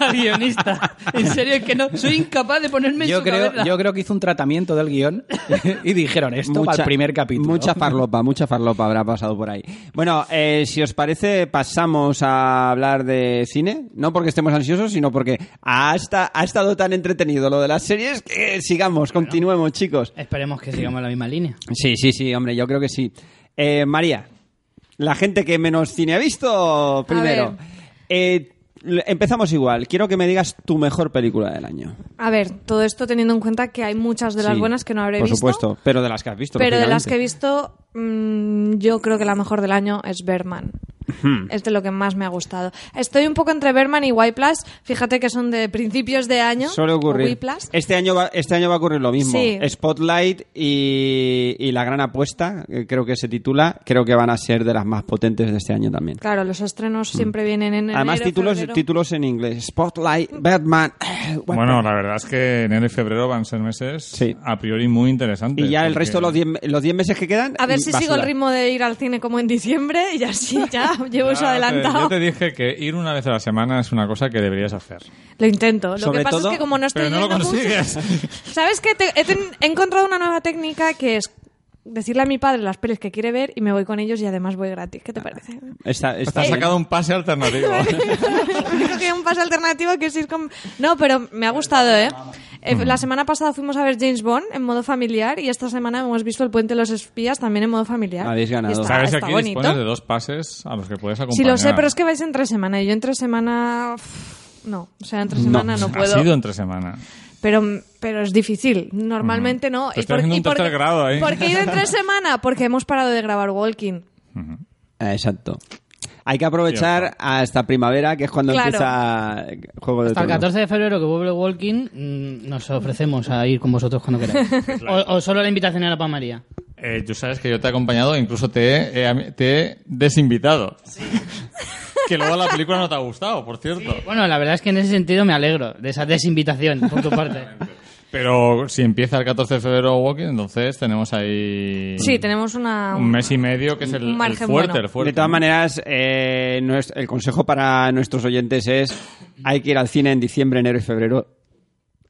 Speaker 4: al guionista. En serio, es que no soy incapaz de ponerme en
Speaker 5: Yo
Speaker 4: su
Speaker 5: creo,
Speaker 4: cabeza.
Speaker 5: yo creo que hizo un tratamiento del guión y dijeron esto para el primer capítulo.
Speaker 1: Mucha farlopa, mucha farlopa habrá pasado por ahí. Bueno, eh, si os parece, pasamos a hablar de cine. No porque estemos ansiosos, sino porque ha, esta- ha estado tan entretenido lo de las series que sigamos, continuemos, chicos.
Speaker 4: Esperemos que sigamos la misma línea.
Speaker 1: Sí, sí, sí, hombre, yo creo que sí. Eh, María, la gente que menos cine ha visto primero.
Speaker 2: ver.
Speaker 1: Eh, l- empezamos igual. Quiero que me digas tu mejor película del año.
Speaker 2: A ver, todo esto teniendo en cuenta que hay muchas de las
Speaker 1: Sí,
Speaker 2: buenas que no habré
Speaker 1: por
Speaker 2: visto.
Speaker 1: supuesto, pero de las que has visto.
Speaker 2: Pero de las
Speaker 1: lógicamente.
Speaker 2: que he visto, mm, yo creo que la mejor del año es Berman.
Speaker 3: Hmm.
Speaker 2: Es de lo que más me ha gustado. Estoy un poco entre Berman y Y Plus. Fíjate que son de principios de año.
Speaker 1: Suele
Speaker 2: Y
Speaker 1: ocurrir.
Speaker 3: Eh.
Speaker 1: Este año, va, este año va a ocurrir lo mismo.
Speaker 2: Sí.
Speaker 1: Spotlight y, y La Gran Apuesta, que creo que se titula, creo que van a ser de las más potentes de este año también.
Speaker 2: Claro, los
Speaker 3: Hmm.
Speaker 2: estrenos siempre vienen en enero,
Speaker 1: Además, títulos,
Speaker 2: febrero.
Speaker 1: títulos en inglés. Spotlight, Batman. eh,
Speaker 3: Bueno, la verdad es que enero y febrero van a ser meses
Speaker 1: Sí.
Speaker 3: a priori muy interesantes.
Speaker 1: y ya el
Speaker 3: porque-
Speaker 1: resto, los 10 los diez meses que quedan.
Speaker 2: A ver si sigo el
Speaker 1: basura.
Speaker 2: ritmo de ir al cine como en diciembre y así ya llevo
Speaker 3: Ya
Speaker 2: eso
Speaker 3: te-
Speaker 2: adelantado.
Speaker 3: Yo te dije que ir una vez a la semana es una cosa que deberías hacer.
Speaker 2: Lo intento. Lo
Speaker 1: Sobre
Speaker 2: que pasa
Speaker 1: todo-
Speaker 2: es que como no estoy
Speaker 3: Pero no lo
Speaker 2: yendo mucho-
Speaker 3: consigues.
Speaker 2: ¿Sabes qué? Te- he, ten- he encontrado una nueva técnica que es decirle a mi padre las pelis que quiere ver y me voy con ellos y además voy gratis.
Speaker 3: Ah,
Speaker 2: ¿Qué te parece?
Speaker 1: Está, está
Speaker 3: Te has
Speaker 1: bien.
Speaker 3: sacado un pase alternativo.
Speaker 2: Cogí un paso alternativo que es ir con... No, pero me ha gustado, ¿eh? Eh, La semana pasada fuimos a ver James Bond en modo familiar y esta semana hemos visto El Puente de los Espías también en modo familiar.
Speaker 1: Habéis ganado.
Speaker 2: Y está-
Speaker 3: Sabes que
Speaker 2: está
Speaker 3: aquí
Speaker 2: bonito.
Speaker 3: dispones de dos pases a los que puedes acompañar.
Speaker 2: Sí, lo sé, pero es que vais entre semana y yo entre semana... uf, No, o sea, entre semana no, puedo.
Speaker 3: Ha sido entre semana.
Speaker 2: Pero, pero es difícil. Normalmente no.
Speaker 3: Te estoy haciendo un tercer
Speaker 2: porque-
Speaker 3: grado ahí.
Speaker 2: ¿Por qué he ido entre semana? Porque hemos parado de grabar Walking.
Speaker 1: Ah, Exacto. Hay que aprovechar hasta primavera, que es cuando
Speaker 2: Claro.
Speaker 1: empieza Juego de
Speaker 4: Hasta el
Speaker 1: Tronos.
Speaker 4: 14 de febrero que vuelve Walking, mm, nos ofrecemos a ir con vosotros cuando queráis. O, o solo la invitación era para María.
Speaker 3: Eh, tú sabes que yo te he acompañado e incluso te he, eh, te he desinvitado. que luego la película no te ha gustado, por cierto.
Speaker 4: Bueno, la verdad es que en ese sentido me alegro de esa desinvitación por tu parte.
Speaker 3: Pero si empieza el 14 de febrero Walking, entonces tenemos ahí
Speaker 2: Sí, tenemos una...
Speaker 3: un mes y medio que es el,
Speaker 2: un
Speaker 3: el
Speaker 2: margen
Speaker 3: fuerte,
Speaker 2: bueno.
Speaker 3: el fuerte.
Speaker 1: De todas maneras, eh, nues- el consejo para nuestros oyentes es hay que ir al cine en diciembre, enero y febrero,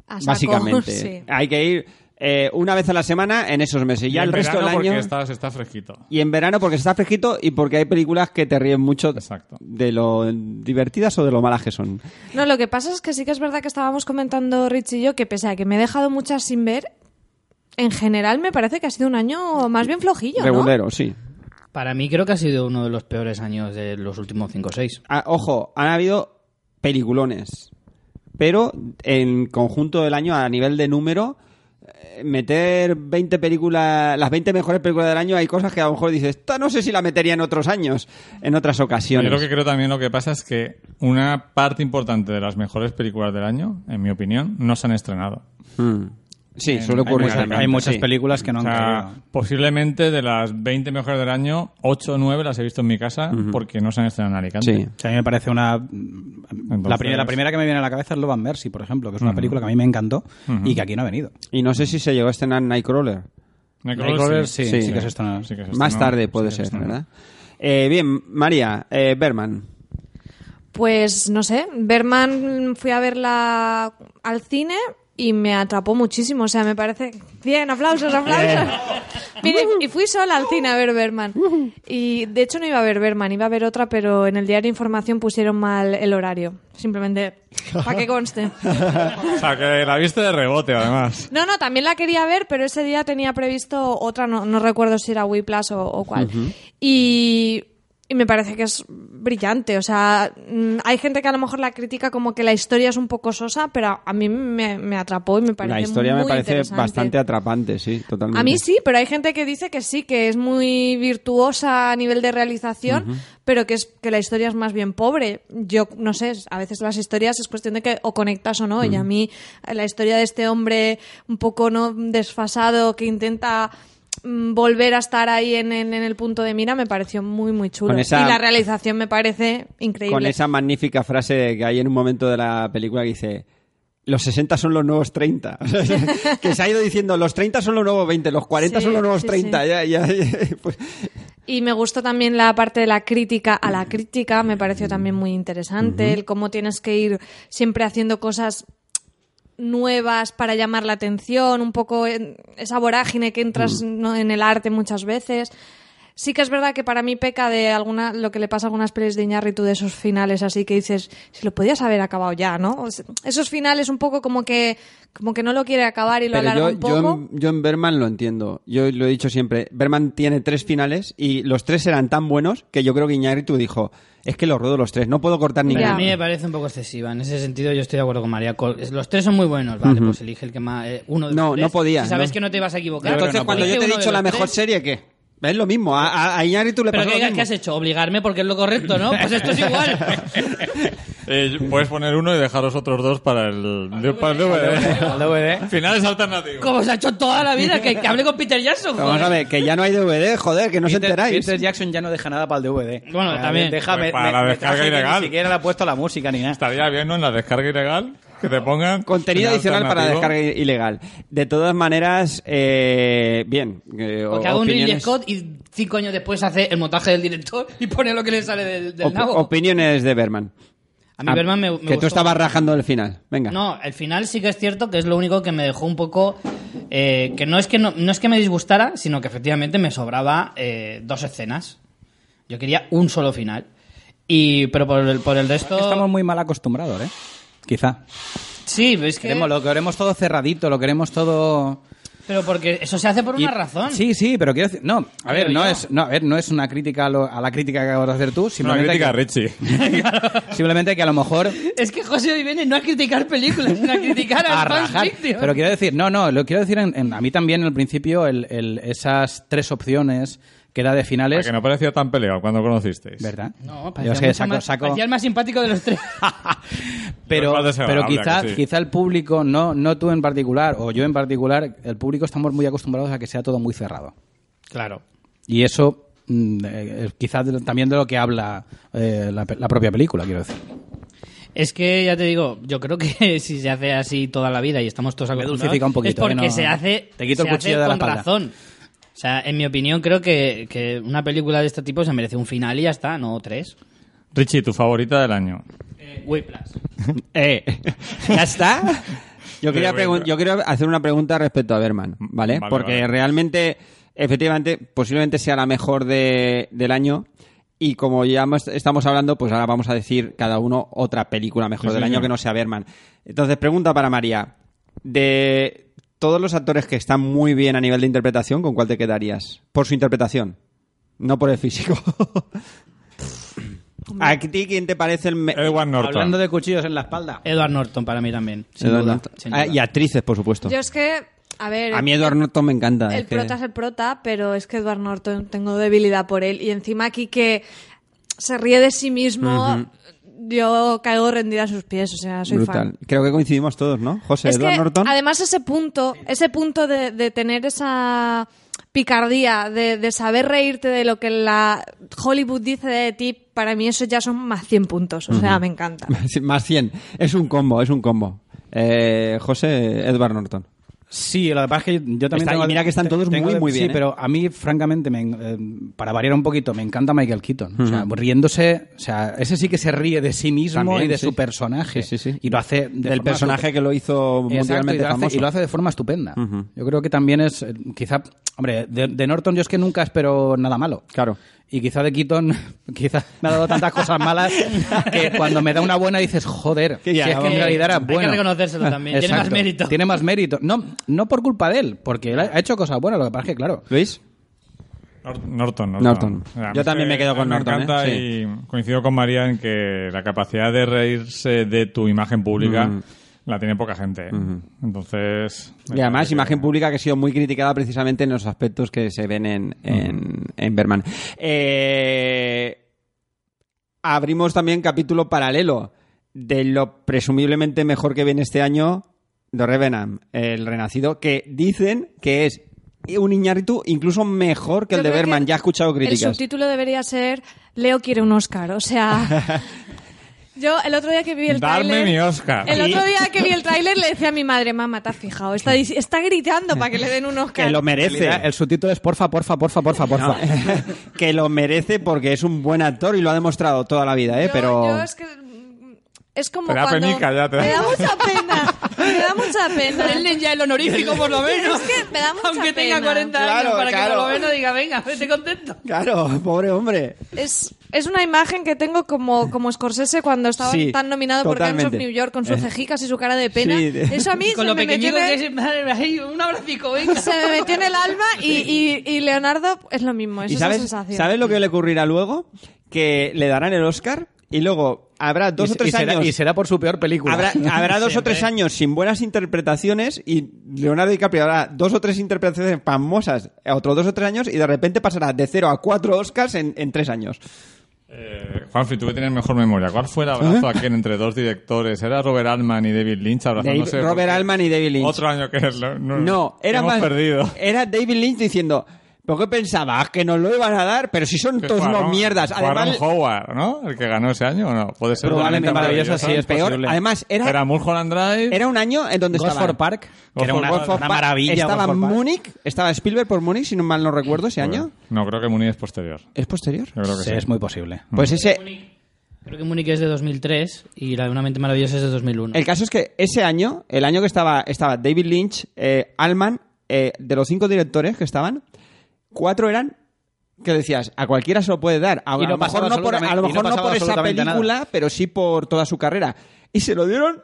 Speaker 2: a saco,
Speaker 1: básicamente.
Speaker 2: sí.
Speaker 1: Hay que ir eh, una vez a la semana en esos meses.
Speaker 3: Y
Speaker 1: Ya
Speaker 3: en
Speaker 1: el resto del
Speaker 3: verano
Speaker 1: año...
Speaker 3: porque estás- está fresquito.
Speaker 1: Y en verano porque se está fresquito y porque hay películas que te ríen mucho
Speaker 3: Exacto.
Speaker 1: de lo divertidas o de lo malas que son.
Speaker 2: No, lo que pasa es que sí que es verdad que estábamos comentando Rich y yo que pese a que me he dejado muchas sin ver, en general me parece que ha sido un año más bien flojillo, ¿no?
Speaker 1: Regulero, sí.
Speaker 4: Para mí creo que ha sido uno de los peores años de los últimos 5 o 6.
Speaker 1: Ah, ojo, han habido peliculones. Pero en conjunto del año, a nivel de número, eh, meter 20 películas, las 20 mejores películas del año, hay cosas que a lo mejor dices, esta no sé si la metería en otros años, en otras
Speaker 3: Yo
Speaker 1: ocasiones.
Speaker 3: lo que creo también lo que pasa es que una parte importante de las mejores películas del año, en mi opinión, no se han estrenado.
Speaker 1: Mm. Sí,
Speaker 3: Eh, Hay-
Speaker 1: suele
Speaker 3: hay
Speaker 1: ocurrir.
Speaker 3: muchas-
Speaker 1: también,
Speaker 5: Hay muchas
Speaker 1: sí.
Speaker 5: películas que no han
Speaker 3: O sea,
Speaker 5: caído.
Speaker 3: posiblemente de las 20 mejores del año, 8 o 9 las he visto en mi casa porque no se han estrenado en Alicante.
Speaker 1: Sí.
Speaker 5: O sea, a mí me parece una... la, primera, la primera que me viene a la cabeza es Love and Mercy, por ejemplo, que es una película que a mí me encantó y que aquí no ha venido.
Speaker 1: Y no sé si se llegó a estrenar Nightcrawler.
Speaker 3: Nightcrawler
Speaker 5: Nightcrawler,
Speaker 3: sí.
Speaker 5: sí,
Speaker 1: Sí.
Speaker 5: sí que se estrenó.
Speaker 3: Sí que se
Speaker 1: Más
Speaker 3: estrenó,
Speaker 1: tarde
Speaker 3: sí
Speaker 1: puede
Speaker 3: que se
Speaker 1: ser,
Speaker 3: estrenó.
Speaker 1: ¿verdad? Eh, bien, María, eh, Berman.
Speaker 2: Pues no sé, Berman fui a verla al cine y me atrapó muchísimo, o sea, me parece... Bien, aplausos, aplausos. Mire, y fui sola al cine a ver Berman. Y de hecho no iba a ver Berman, iba a ver otra, pero en el diario Información pusieron mal el horario. Simplemente, para que conste.
Speaker 3: O sea, que la viste de rebote, además.
Speaker 2: No, no, también la quería ver, pero ese día tenía previsto otra, no, no recuerdo si era Whiplash o, o cuál. y, y me parece que es brillante. O sea, mm, hay gente que a lo mejor la critica como que la historia es un poco sosa, pero a mí me, me atrapó y me parece
Speaker 1: La historia
Speaker 2: muy
Speaker 1: me parece
Speaker 2: interesante.
Speaker 1: bastante atrapante, sí, totalmente.
Speaker 2: A mí sí, pero hay gente que dice que sí, que es muy virtuosa a nivel de realización, pero que, es, que la historia es más bien pobre. Yo no sé, a veces las historias es cuestión de que o conectas o no. Y a mí eh, la historia de este hombre un poco no desfasado que intenta mm, volver a estar ahí en, en- en el punto de mira me pareció muy muy chulo
Speaker 1: Con esa-
Speaker 2: y la realización me parece increíble
Speaker 1: Con esa magnífica frase que hay en un momento de la película que dice. Los 60 son los nuevos 30. que se ha ido diciendo, los 30 son los nuevos 20, los 40
Speaker 2: Sí,
Speaker 1: son los nuevos
Speaker 2: sí,
Speaker 1: 30.
Speaker 2: sí.
Speaker 1: Ya, ya, ya, pues,
Speaker 2: Y me gustó también la parte de la crítica a la crítica, me pareció también muy interesante, el cómo tienes que ir siempre haciendo cosas nuevas para llamar la atención, un poco en esa vorágine que entras
Speaker 1: Mm.
Speaker 2: ¿no? en el arte muchas veces. Sí que es verdad que para mí peca de alguna lo que le pasa a algunas pelis de Iñárritu de esos finales así que dices, si lo podías haber acabado ya, ¿no? O sea, esos finales un poco como que como que no lo quiere acabar y lo
Speaker 1: Pero
Speaker 2: alarga
Speaker 1: yo, em,
Speaker 2: un poco.
Speaker 1: yo, en- yo en Berman lo entiendo. Yo lo he dicho siempre. Berman tiene tres finales y los tres eran tan buenos que yo creo que Iñárritu dijo: Es que los ruedo los tres, no puedo cortar ninguno.
Speaker 2: Ya.
Speaker 4: A mí me parece un poco excesiva. En ese sentido, yo estoy de acuerdo con María. Col- Los tres son muy buenos, vale, pues elige el que más. eh, uno de
Speaker 1: No,
Speaker 4: los tres.
Speaker 1: no podía,
Speaker 4: Si sabes
Speaker 1: no.
Speaker 4: que no te ibas a equivocar. pues
Speaker 1: Entonces,
Speaker 4: elige
Speaker 1: cuando yo te he
Speaker 4: uno de
Speaker 1: dicho la
Speaker 4: los
Speaker 1: mejor
Speaker 4: tres.
Speaker 1: serie, ¿qué? Es lo mismo. A, a, a Iñárritu le
Speaker 4: Pero
Speaker 1: pasó
Speaker 4: que
Speaker 1: lo
Speaker 4: digas,
Speaker 1: mismo.
Speaker 4: ¿qué has hecho? ¿Obligarme porque es lo correcto, no? Pues esto es igual.
Speaker 3: Eh, puedes poner uno y dejar los otros dos para el, para el DVD.
Speaker 5: Al DVD.
Speaker 3: Finales alternativos.
Speaker 4: Como se ha hecho toda la vida, que, que hable con Peter Jackson.
Speaker 1: Vamos
Speaker 4: joder.
Speaker 1: a ver, que ya no hay DVD, joder, que no os
Speaker 5: Peter,
Speaker 1: enteráis.
Speaker 5: Peter Jackson ya no deja nada para el DVD.
Speaker 4: Bueno,
Speaker 5: Ah,
Speaker 4: también.
Speaker 5: Deja
Speaker 3: Pues
Speaker 5: me-
Speaker 3: para
Speaker 5: me-
Speaker 3: la
Speaker 5: me
Speaker 3: descarga
Speaker 5: traje que
Speaker 3: ilegal.
Speaker 5: Ni siquiera le ha puesto la música ni nada.
Speaker 3: Estaría bien, ¿no? En la descarga ilegal, que te pongan...
Speaker 1: Contenido
Speaker 3: final
Speaker 1: adicional para
Speaker 3: alternativo.
Speaker 1: descarga ilegal. De todas maneras, eh, bien. eh,
Speaker 4: O que haga un Ridley
Speaker 1: opiniones-
Speaker 4: Scott y cinco años después hace el montaje del director y pone lo que le sale del, del
Speaker 1: op-
Speaker 4: nabo.
Speaker 1: opiniones de Berman. Ah,
Speaker 4: A
Speaker 5: Ah,
Speaker 4: mí Bergman me- me
Speaker 1: Que tú
Speaker 4: gustó
Speaker 1: estabas rajando el final. Venga.
Speaker 4: No, el final sí que es cierto que es lo único que me dejó un poco. eh, que no es que no, no es que me disgustara, sino que efectivamente me sobraba eh, dos escenas. Yo quería un solo final. Y, pero por el, por el resto.
Speaker 5: Estamos muy mal acostumbrados, ¿eh? Quizá.
Speaker 4: Sí, es que.
Speaker 5: Queremos, lo queremos todo cerradito, lo queremos todo...
Speaker 4: Pero porque eso se hace por una
Speaker 5: Y-
Speaker 4: razón.
Speaker 5: Sí, sí, pero quiero decir... No, a ver,
Speaker 4: Pero
Speaker 5: no
Speaker 4: yo-
Speaker 5: es, no, a ver, no es una crítica a, lo- a la crítica que acabas de hacer tú.
Speaker 3: Una
Speaker 5: Simplemente
Speaker 3: crítica a
Speaker 5: que,
Speaker 3: Richie.
Speaker 5: simplemente que a lo mejor...
Speaker 4: Es que José hoy viene no a criticar películas, sino a criticar
Speaker 5: a
Speaker 4: a
Speaker 5: rajar. Pero quiero decir, no, no, lo quiero decir en- en- a mí también al principio el- el- esas tres opciones que era de finales...
Speaker 3: Que no parecía tan peleado cuando conocisteis.
Speaker 5: ¿Verdad?
Speaker 4: No,
Speaker 5: Yo
Speaker 4: parecía,
Speaker 5: es que
Speaker 4: mucho
Speaker 5: saco-
Speaker 4: más-
Speaker 5: saco-
Speaker 4: parecía el más simpático de los tres.
Speaker 5: pero,
Speaker 3: Lo cual desagradable,
Speaker 5: pero quizá,
Speaker 3: ¿a que sí?
Speaker 5: quizá el público, no, no tú en particular, o yo en particular, el público estamos muy acostumbrados a que sea todo muy cerrado.
Speaker 4: claro.
Speaker 5: Y eso mm, eh, quizás de- también de lo que habla eh, la, pe- la propia película, quiero decir.
Speaker 4: Es que ya te digo, yo creo que si se hace así toda la vida y estamos todos acostumbrados,
Speaker 5: dulcifica un poquito,
Speaker 4: es porque
Speaker 5: que no-
Speaker 4: se hace,
Speaker 5: te quito el
Speaker 4: se hace
Speaker 5: cuchillo de la
Speaker 4: con
Speaker 5: espalda.
Speaker 4: razón. O sea, en mi opinión creo que, que una película de este tipo se merece un final y ya está, no tres.
Speaker 3: Richie, tu favorita del año.
Speaker 4: Whiplash.
Speaker 5: Eh.
Speaker 1: ¿Ya está? Yo quería,
Speaker 3: Pero bueno.
Speaker 1: pregun- yo quería hacer una pregunta respecto a Berman, ¿vale?
Speaker 3: Mm, Vale,
Speaker 1: Porque
Speaker 3: vale.
Speaker 1: realmente, efectivamente, posiblemente sea la mejor de- del año. Y como ya hemos- estamos hablando, pues ahora vamos a decir cada uno otra película mejor
Speaker 3: Sí,
Speaker 1: del
Speaker 3: sí,
Speaker 1: año
Speaker 3: sí.
Speaker 1: que no sea Berman. Entonces, pregunta para María. De todos los actores que están muy bien a nivel de interpretación, ¿con cuál te quedarías? Por su interpretación, no por el físico. ¿A ti quién te parece el... me-
Speaker 3: Edward Norton.
Speaker 5: Hablando de cuchillos en la espalda.
Speaker 4: Edward Norton para mí también. sin
Speaker 1: Edward
Speaker 4: duda,
Speaker 1: Norton?
Speaker 4: sin
Speaker 1: Ah,
Speaker 4: duda.
Speaker 1: y actrices, por supuesto.
Speaker 2: Yo es que, a ver,
Speaker 1: A mí Edward Norton me encanta.
Speaker 2: el
Speaker 1: es que-
Speaker 2: prota es el prota, pero es que Edward Norton tengo debilidad por él. Y encima aquí que se ríe de sí mismo, yo caigo rendida a sus pies, o sea, soy
Speaker 1: Brutal.
Speaker 2: fan.
Speaker 1: Creo que coincidimos todos, ¿no? José
Speaker 2: Es
Speaker 1: Edward
Speaker 2: que,
Speaker 1: Norton.
Speaker 2: además, ese punto, ese punto de, de tener esa picardía, de, de saber reírte de lo que la Hollywood dice de ti, para mí eso ya son más 100 puntos. O sea, me encanta.
Speaker 1: Más 100. Es un combo, es un combo. Eh, José Edward Norton.
Speaker 5: Sí, lo que pasa es que yo también
Speaker 1: Está- y
Speaker 5: tengo-
Speaker 1: mira que están todos
Speaker 5: tengo-
Speaker 1: muy, muy bien,
Speaker 5: Sí,
Speaker 1: ¿eh?
Speaker 5: pero a mí, francamente, me en- eh, para variar un poquito, me encanta Michael Keaton. O sea, riéndose, o sea, ese sí que se ríe de sí mismo
Speaker 1: También,
Speaker 5: y de
Speaker 1: sí.
Speaker 5: su personaje.
Speaker 1: Sí, sí, sí.
Speaker 5: Y lo hace de
Speaker 1: Del
Speaker 5: forma
Speaker 1: personaje
Speaker 5: estupe-
Speaker 1: que lo hizo
Speaker 5: Exacto,
Speaker 1: mundialmente
Speaker 5: y lo hace-
Speaker 1: famoso.
Speaker 5: Y lo hace de forma estupenda.
Speaker 1: Ujú.
Speaker 5: Yo creo que también es, eh, quizá, hombre, de, de Norton yo es que nunca espero nada malo.
Speaker 1: Claro.
Speaker 5: Y quizá de Keaton, quizá me ha dado tantas cosas malas que cuando me da una buena dices, joder,
Speaker 1: Que ya,
Speaker 5: si es que en
Speaker 1: vamos.
Speaker 5: realidad era
Speaker 4: Hay que
Speaker 5: bueno.
Speaker 4: reconocérselo también, tiene más mérito.
Speaker 5: Tiene más mérito. No, no por culpa de él, porque él ha hecho cosas buenas, lo que pasa es que, claro,
Speaker 1: ¿Luis?
Speaker 3: Nor- Norton, Norton.
Speaker 1: Norton.
Speaker 3: O sea, a mí
Speaker 1: Yo
Speaker 3: es
Speaker 1: también
Speaker 3: que
Speaker 1: me quedo con
Speaker 3: me
Speaker 1: Norton,
Speaker 3: encanta
Speaker 1: ¿eh?
Speaker 3: y coincido con María en que la capacidad de reírse de tu imagen pública la tiene poca gente. ¿eh? Entonces. me
Speaker 1: Y además,
Speaker 3: parece que-
Speaker 1: imagen pública que ha sido muy criticada precisamente en los aspectos que se ven en, en, en Berman. Eh, abrimos también capítulo paralelo de lo presumiblemente mejor que viene este año, The Revenant, el renacido, que dicen que es un Iñárritu incluso mejor que el
Speaker 2: Yo
Speaker 1: de
Speaker 2: creo
Speaker 1: Berman.
Speaker 2: que
Speaker 1: Ya he escuchado
Speaker 2: El
Speaker 1: críticas.
Speaker 2: subtítulo debería ser Leo quiere un Oscar, o sea... Yo el otro día que vi el
Speaker 3: Darme
Speaker 2: tráiler...
Speaker 3: mi Oscar.
Speaker 2: El otro día que vi el tráiler le decía a mi madre, mamá, te has fijado, está, dic- está gritando para que le den un Oscar.
Speaker 1: Que lo merece.
Speaker 5: realidad el subtítulo es porfa, porfa, porfa, porfa, porfa.
Speaker 1: No, que lo merece porque es un buen actor y lo ha demostrado toda la vida, ¿eh?
Speaker 2: Yo-
Speaker 1: Pero...
Speaker 2: yo es que mm, es como
Speaker 3: Te da
Speaker 2: cuando-
Speaker 3: penica ya, te da-
Speaker 2: me da mucha pena me da mucha pena
Speaker 4: Denle ya el honorífico por lo menos.
Speaker 2: Es que me da mucha
Speaker 4: Aunque tenga
Speaker 2: pena.
Speaker 4: 40 años
Speaker 1: Claro,
Speaker 4: para que
Speaker 1: claro.
Speaker 4: por lo menos diga, venga, vete contento.
Speaker 1: Claro, pobre hombre.
Speaker 2: es, es una imagen que tengo como, como Scorsese cuando estaba
Speaker 1: Sí,
Speaker 2: tan nominado por Gangs
Speaker 1: totalmente. Eh.
Speaker 2: of New York con sus cejicas y su cara de pena
Speaker 1: Sí.
Speaker 2: eso a mí
Speaker 4: Con
Speaker 2: se
Speaker 4: lo
Speaker 2: me metió
Speaker 4: pequeñito
Speaker 2: en el-
Speaker 4: que es, madre, ahí, un abracico, venga.
Speaker 2: se me metió en el alma y, y- y Leonardo es lo mismo, es
Speaker 1: ¿Y
Speaker 2: Pues esa
Speaker 1: sabes,
Speaker 2: sensación.
Speaker 1: sabes lo que le ocurrirá luego? Que le darán el Oscar y luego habrá dos
Speaker 5: Y-
Speaker 1: o tres
Speaker 5: y será,
Speaker 1: años.
Speaker 5: y será por su peor película.
Speaker 1: Habrá, habrá dos o tres años sin buenas interpretaciones y Leonardo DiCaprio hará dos o tres interpretaciones famosas, otros dos o tres años y de repente pasará de cero a cuatro Oscars en, en tres años.
Speaker 3: Eh, Juanfri, tú que tienes mejor memoria. ¿Cuál fue el abrazo
Speaker 1: ¿Eh?
Speaker 3: aquel entre dos directores? ¿Era Robert Altman y David Lynch abrazándose?
Speaker 1: Dave- Robert
Speaker 3: Porque-
Speaker 1: Altman y David Lynch.
Speaker 3: Otro año que es. lo- No,
Speaker 1: No,
Speaker 3: que
Speaker 1: era
Speaker 3: hemos
Speaker 1: más.
Speaker 3: perdido.
Speaker 1: Era David Lynch diciendo. ¿Por qué pensabas que nos lo iban a dar? Pero si son
Speaker 3: Que
Speaker 1: todos
Speaker 3: fue
Speaker 1: unos
Speaker 3: Aaron-
Speaker 1: mierdas.
Speaker 3: fue
Speaker 1: Además,
Speaker 3: Aaron Howard, ¿no? El que ganó ese año, ¿o no? Puede ser.
Speaker 5: Probablemente
Speaker 3: Tormenta
Speaker 5: maravillosa, sí, es
Speaker 1: peor.
Speaker 5: posible.
Speaker 1: Además, era-
Speaker 3: Era Mulholland Drive.
Speaker 1: Era un año en donde
Speaker 5: Gosford
Speaker 1: estaba.
Speaker 5: Park, que era
Speaker 3: Gosford
Speaker 5: una,
Speaker 3: Park.
Speaker 5: una maravilla.
Speaker 1: Estaba
Speaker 5: Gosford Park.
Speaker 1: Múnich, estaba Spielberg por Múnich, si no mal no recuerdo ese año.
Speaker 3: No, creo que Muni es posterior.
Speaker 1: ¿Es posterior?
Speaker 3: Yo creo que
Speaker 5: Sí,
Speaker 3: sí.
Speaker 5: es muy posible.
Speaker 1: Pues ese.
Speaker 4: Creo que Múnich es de 2003 y la de Una mente maravillosa es de 2001.
Speaker 1: El caso es que ese año, el año que estaba, estaba David Lynch, eh, Allman, eh, de los cinco directores que estaban, cuatro eran que decías, a cualquiera se lo puede dar. A,
Speaker 5: Y no
Speaker 1: a lo mejor
Speaker 5: pasaba
Speaker 1: no por, a lo
Speaker 5: absolutamente- y no
Speaker 1: mejor no
Speaker 5: pasaba
Speaker 1: por esa
Speaker 5: absolutamente
Speaker 1: película, pero sí por toda su carrera. Y se lo dieron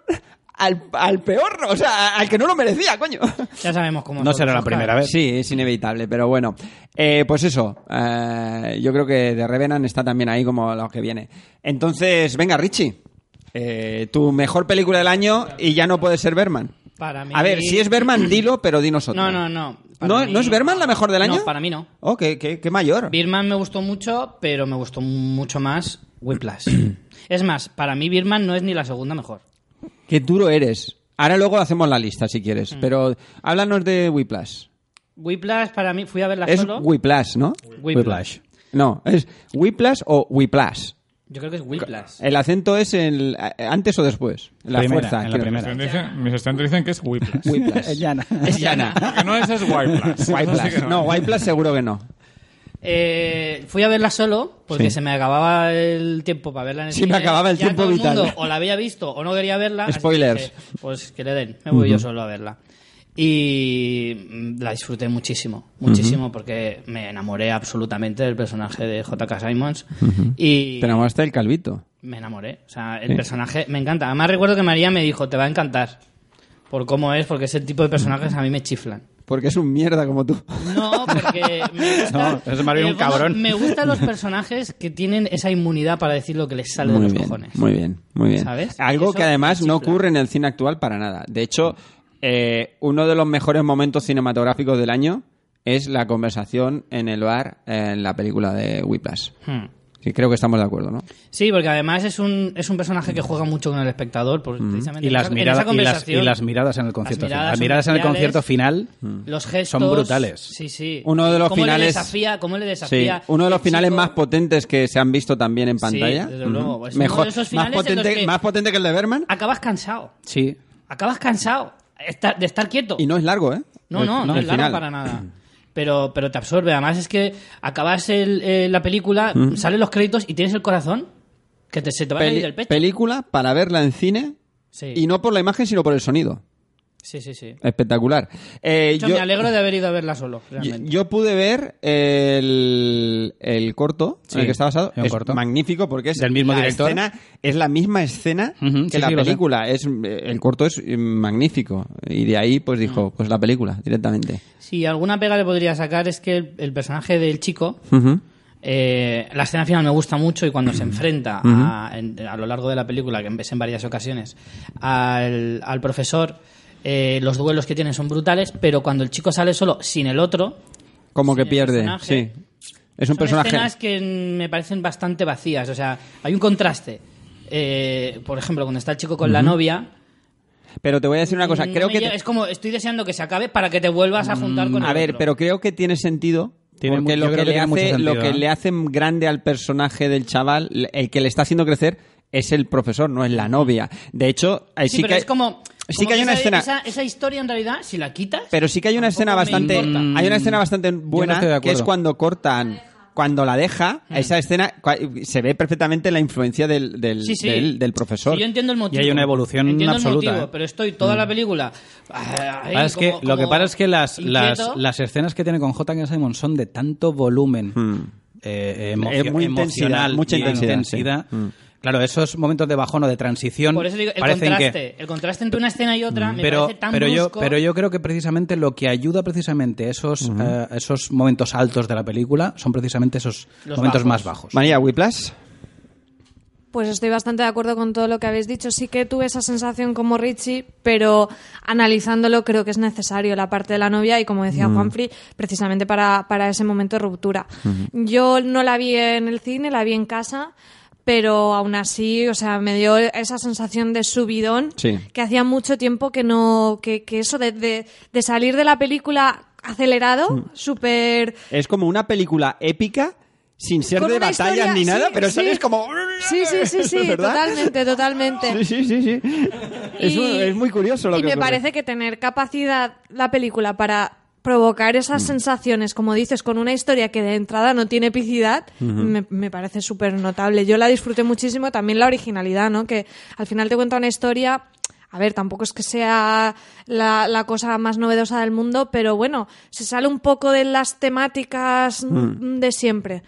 Speaker 1: al, al peor, o sea, al que no lo merecía, coño.
Speaker 4: Ya sabemos cómo
Speaker 5: No
Speaker 4: son
Speaker 5: será
Speaker 4: los
Speaker 5: la
Speaker 4: Oscars.
Speaker 5: primera vez.
Speaker 1: Sí, es inevitable, pero bueno. Eh, pues eso, eh, yo creo que de Revenant está también ahí como lo que viene. Entonces, venga, Richie, eh, tu mejor película del año y ya no puede ser Berman.
Speaker 4: Para mí-
Speaker 1: A ver, si es Berman, dilo, pero dinos otra.
Speaker 4: No, no, no. Para
Speaker 1: ¿No,
Speaker 4: mí-
Speaker 1: ¿no es Berman la mejor del año?
Speaker 4: No, para mí no.
Speaker 1: Oh, qué, qué- qué mayor.
Speaker 4: Birman me gustó mucho, pero me gustó mucho más Whiplash. es más, para mí Birman no es ni la segunda mejor.
Speaker 1: Qué duro eres. Ahora luego hacemos la lista si quieres,
Speaker 4: Mm.
Speaker 1: pero háblanos de Whiplash.
Speaker 4: Whiplash para mí, fui a verla
Speaker 1: Es
Speaker 4: solo.
Speaker 1: Whiplash, ¿no?
Speaker 4: Whiplash.
Speaker 1: No, es Whiplash o Whiplash.
Speaker 4: Yo creo que es Whiplash.
Speaker 1: El acento es el, antes o después. La
Speaker 5: Primera,
Speaker 1: fuerza.
Speaker 5: en la
Speaker 1: quiero decir.
Speaker 5: primera.
Speaker 3: Mis estudiantes dicen- mis estudiantes dicen que es Whiplash.
Speaker 1: Whiplash.
Speaker 5: Es llana.
Speaker 4: Es Yana.
Speaker 3: Que no es, es Whiplash. Eso sí que
Speaker 1: Whiplash. No, Whiplash seguro que no.
Speaker 4: Eh, fui a verla solo porque
Speaker 1: Sí.
Speaker 4: se me acababa el tiempo para verla en el
Speaker 1: Sí, me
Speaker 4: cine.
Speaker 1: acababa el
Speaker 4: Ya
Speaker 1: tiempo
Speaker 4: todo el mundo
Speaker 1: vital.
Speaker 4: o la había visto o no quería verla. así que
Speaker 1: Spoilers.
Speaker 4: dije, pues que le den, me voy yo solo a verla. Y mm, la disfruté muchísimo, muchísimo porque me enamoré absolutamente del personaje de J.K. Simons. Y
Speaker 1: Te enamoraste del calvito.
Speaker 4: me enamoré. O sea, el personaje me encanta. Además, recuerdo que María me dijo: Te va a encantar por cómo es, porque ese tipo de personajes a mí me chiflan.
Speaker 1: Porque es un mierda como tú.
Speaker 4: No, porque me gusta,
Speaker 5: No, es más bien
Speaker 4: en el
Speaker 5: un
Speaker 4: fondo,
Speaker 5: cabrón.
Speaker 4: Me gustan los personajes que tienen esa inmunidad para decir lo que les sale de
Speaker 1: Muy
Speaker 4: los
Speaker 1: bien,
Speaker 4: cojones.
Speaker 1: muy bien, muy bien.
Speaker 4: ¿Sabes?
Speaker 1: Algo
Speaker 4: Eso
Speaker 1: que además
Speaker 4: me
Speaker 1: no
Speaker 4: chifla.
Speaker 1: ocurre en el cine actual para nada. De hecho, eh, uno de los mejores momentos cinematográficos del año es la conversación en el bar eh, en la película de Whiplash.
Speaker 4: Hmm.
Speaker 1: Que creo que estamos de acuerdo, ¿no?
Speaker 4: Sí, porque además es un, es un personaje que juega mucho con el espectador. por-
Speaker 1: Mm.
Speaker 4: precisamente
Speaker 5: Y
Speaker 4: en
Speaker 5: las,
Speaker 4: esa- en
Speaker 5: miradas
Speaker 4: esa
Speaker 5: y, las,
Speaker 4: conversación,
Speaker 5: y las miradas en el concierto
Speaker 4: miradas
Speaker 5: final. Las
Speaker 4: son
Speaker 5: miradas en el
Speaker 4: bestiales.
Speaker 5: concierto final.
Speaker 4: los gestos
Speaker 5: son brutales.
Speaker 4: Sí, sí.
Speaker 1: Mm. Uno de los
Speaker 4: ¿Cómo
Speaker 1: finales-
Speaker 4: Le desafía, ¿Cómo le
Speaker 1: Sí,
Speaker 4: desafía?
Speaker 1: uno de los
Speaker 4: el
Speaker 1: finales
Speaker 4: chico?
Speaker 1: más potentes que se han visto también en
Speaker 4: Sí,
Speaker 1: pantalla.
Speaker 4: desde luego,
Speaker 1: Ujú.
Speaker 4: es uno de
Speaker 1: Mejor,
Speaker 4: esos
Speaker 1: más,
Speaker 4: finales en los
Speaker 1: potente,
Speaker 4: que- Ah,
Speaker 1: más potente que el de Berman.
Speaker 4: Acabas cansado.
Speaker 5: Sí.
Speaker 4: Acabas cansado esta- de estar quieto.
Speaker 1: Y no es largo, ¿eh?
Speaker 4: No, no, no,
Speaker 1: el
Speaker 4: es largo
Speaker 1: final.
Speaker 4: para nada. Pero, pero te absorbe. Además es que acabas el- eh, la película, salen los créditos y tienes el corazón que te, se te va a
Speaker 1: Mm. Peli-
Speaker 4: ir del pecho.
Speaker 1: película para verla en cine
Speaker 4: Sí.
Speaker 1: y no por la imagen, sino por el sonido.
Speaker 4: sí, sí, sí.
Speaker 1: Espectacular. Eh,
Speaker 4: De hecho, me alegro de haber ido a verla solo,
Speaker 1: Yo,
Speaker 4: realmente.
Speaker 1: yo pude ver el, el corto en
Speaker 5: Sí,
Speaker 1: el que está basado.
Speaker 5: hay un
Speaker 1: Es
Speaker 5: corto.
Speaker 1: magnífico porque es
Speaker 5: Del mismo
Speaker 1: la
Speaker 5: director.
Speaker 1: escena- es la misma escena
Speaker 5: Ujú,
Speaker 1: que
Speaker 5: sí,
Speaker 1: la
Speaker 5: sí, lo sé.
Speaker 1: película. Es, el corto es eh, magnífico. Y de ahí pues dijo, pues la película directamente.
Speaker 4: Si alguna pega le podría sacar es que el, el personaje del chico,
Speaker 1: Ujú.
Speaker 4: eh, la escena final me gusta mucho y cuando se enfrenta a, en- a lo largo de la película, que ves en varias ocasiones, al, al profesor, eh, los duelos que tienen son brutales, pero cuando el chico sale solo sin el otro,
Speaker 1: Como que
Speaker 4: el
Speaker 1: pierde.
Speaker 4: personaje.
Speaker 1: Sí. Es un
Speaker 4: Son
Speaker 1: personaje.
Speaker 4: escenas que mm, me parecen bastante vacías. O sea, hay un contraste. Eh, por ejemplo, cuando está el chico con la novia.
Speaker 1: Pero te voy a decir una cosa.
Speaker 4: no
Speaker 1: Creo
Speaker 4: me
Speaker 1: que
Speaker 4: llega-
Speaker 1: te- Mm,
Speaker 4: Es como, estoy deseando que se acabe para que te vuelvas a juntar con
Speaker 1: A
Speaker 4: el
Speaker 1: ver,
Speaker 4: otro.
Speaker 1: pero creo que tiene sentido.
Speaker 5: Tiene
Speaker 1: porque
Speaker 5: mu-
Speaker 1: lo
Speaker 5: yo
Speaker 1: que,
Speaker 5: creo que
Speaker 1: le
Speaker 5: tiene mucho
Speaker 1: hace,
Speaker 5: sentido, ¿eh?
Speaker 1: lo que
Speaker 5: ¿no?
Speaker 1: le hace grande al personaje del chaval, le- el que le está haciendo crecer, es el profesor, no es la novia. De hecho, ahí
Speaker 4: Sí,
Speaker 1: sí,
Speaker 4: pero
Speaker 1: que
Speaker 4: es como...
Speaker 1: sí
Speaker 4: como
Speaker 1: que hay una
Speaker 4: esa-
Speaker 1: escena-
Speaker 4: Esa, esa historia, en realidad, si la quitas...
Speaker 1: Pero sí que hay una
Speaker 4: tampoco
Speaker 1: escena
Speaker 4: me
Speaker 1: bastante,
Speaker 4: importa.
Speaker 1: hay una escena bastante buena
Speaker 5: estoy de
Speaker 1: que es
Speaker 5: acuerdo.
Speaker 1: cuando cortan, cuando la deja,
Speaker 2: Mm.
Speaker 1: esa escena cua- se ve perfectamente la influencia del, del,
Speaker 4: Sí, sí.
Speaker 1: del, del profesor. Mm.
Speaker 4: Sí, yo entiendo el motivo.
Speaker 5: Y hay una evolución
Speaker 4: Entiendo el
Speaker 5: absoluta,
Speaker 4: motivo,
Speaker 5: ¿eh?
Speaker 4: pero estoy toda la película... ah, ahí,
Speaker 5: Pasa es que,
Speaker 4: como-
Speaker 5: lo que
Speaker 4: como
Speaker 5: pasa es que las, las,
Speaker 4: inquieto.
Speaker 5: las escenas que tiene con J.K. Simon son de tanto volumen eh, emocio-
Speaker 1: Hmm. Es muy intensidad,
Speaker 5: emocional,
Speaker 1: mucha
Speaker 5: y
Speaker 1: intensidad, sí. Mm.
Speaker 5: Claro, esos momentos de bajón o de transición
Speaker 4: Por eso digo, el
Speaker 5: parecen
Speaker 4: contraste.
Speaker 5: que... Mm,
Speaker 4: El contraste entre una escena y otra me
Speaker 5: pero,
Speaker 4: parece tan
Speaker 5: pero yo,
Speaker 4: brusco.
Speaker 5: pero yo creo que precisamente lo que ayuda precisamente esos, eh, esos momentos altos de la película son precisamente esos
Speaker 4: Los
Speaker 5: momentos
Speaker 4: bajos.
Speaker 5: más bajos.
Speaker 1: María Whiplash.
Speaker 2: Pues estoy bastante de acuerdo con todo lo que habéis dicho. Sí que tuve esa sensación como Richie, pero analizándolo creo que es necesario la parte de la novia y como decía
Speaker 1: Mm.
Speaker 2: Juanfrey, precisamente para, para ese momento de ruptura. Yo no la vi en el cine, la vi en casa, pero aún así, o sea, me dio esa sensación de subidón
Speaker 1: Sí.
Speaker 2: que hacía mucho tiempo que no, que, que eso de, de- de salir de la película acelerado,
Speaker 1: Mm.
Speaker 2: súper...
Speaker 1: Es como una película épica sin ser
Speaker 2: con
Speaker 1: de
Speaker 2: una
Speaker 1: batallas
Speaker 2: historia-
Speaker 1: ni
Speaker 2: sí,
Speaker 1: nada, pero
Speaker 2: sí.
Speaker 1: sales como
Speaker 2: Sí, sí, sí, sí,
Speaker 1: ¿verdad?
Speaker 2: totalmente, totalmente.
Speaker 1: Sí, sí, sí, sí. Es,
Speaker 2: Y-
Speaker 1: un- es muy curioso lo
Speaker 2: y
Speaker 1: que
Speaker 2: me
Speaker 1: ocurre.
Speaker 2: parece que tener capacidad la película para provocar esas sensaciones, como dices, con una historia que de entrada no tiene epicidad, me, me parece súper notable. Yo la disfruté muchísimo, también la originalidad, ¿no? Que al final te cuenta una historia... A ver, tampoco es que sea la, la cosa más novedosa del mundo, pero bueno, se sale un poco de las temáticas mm, de siempre.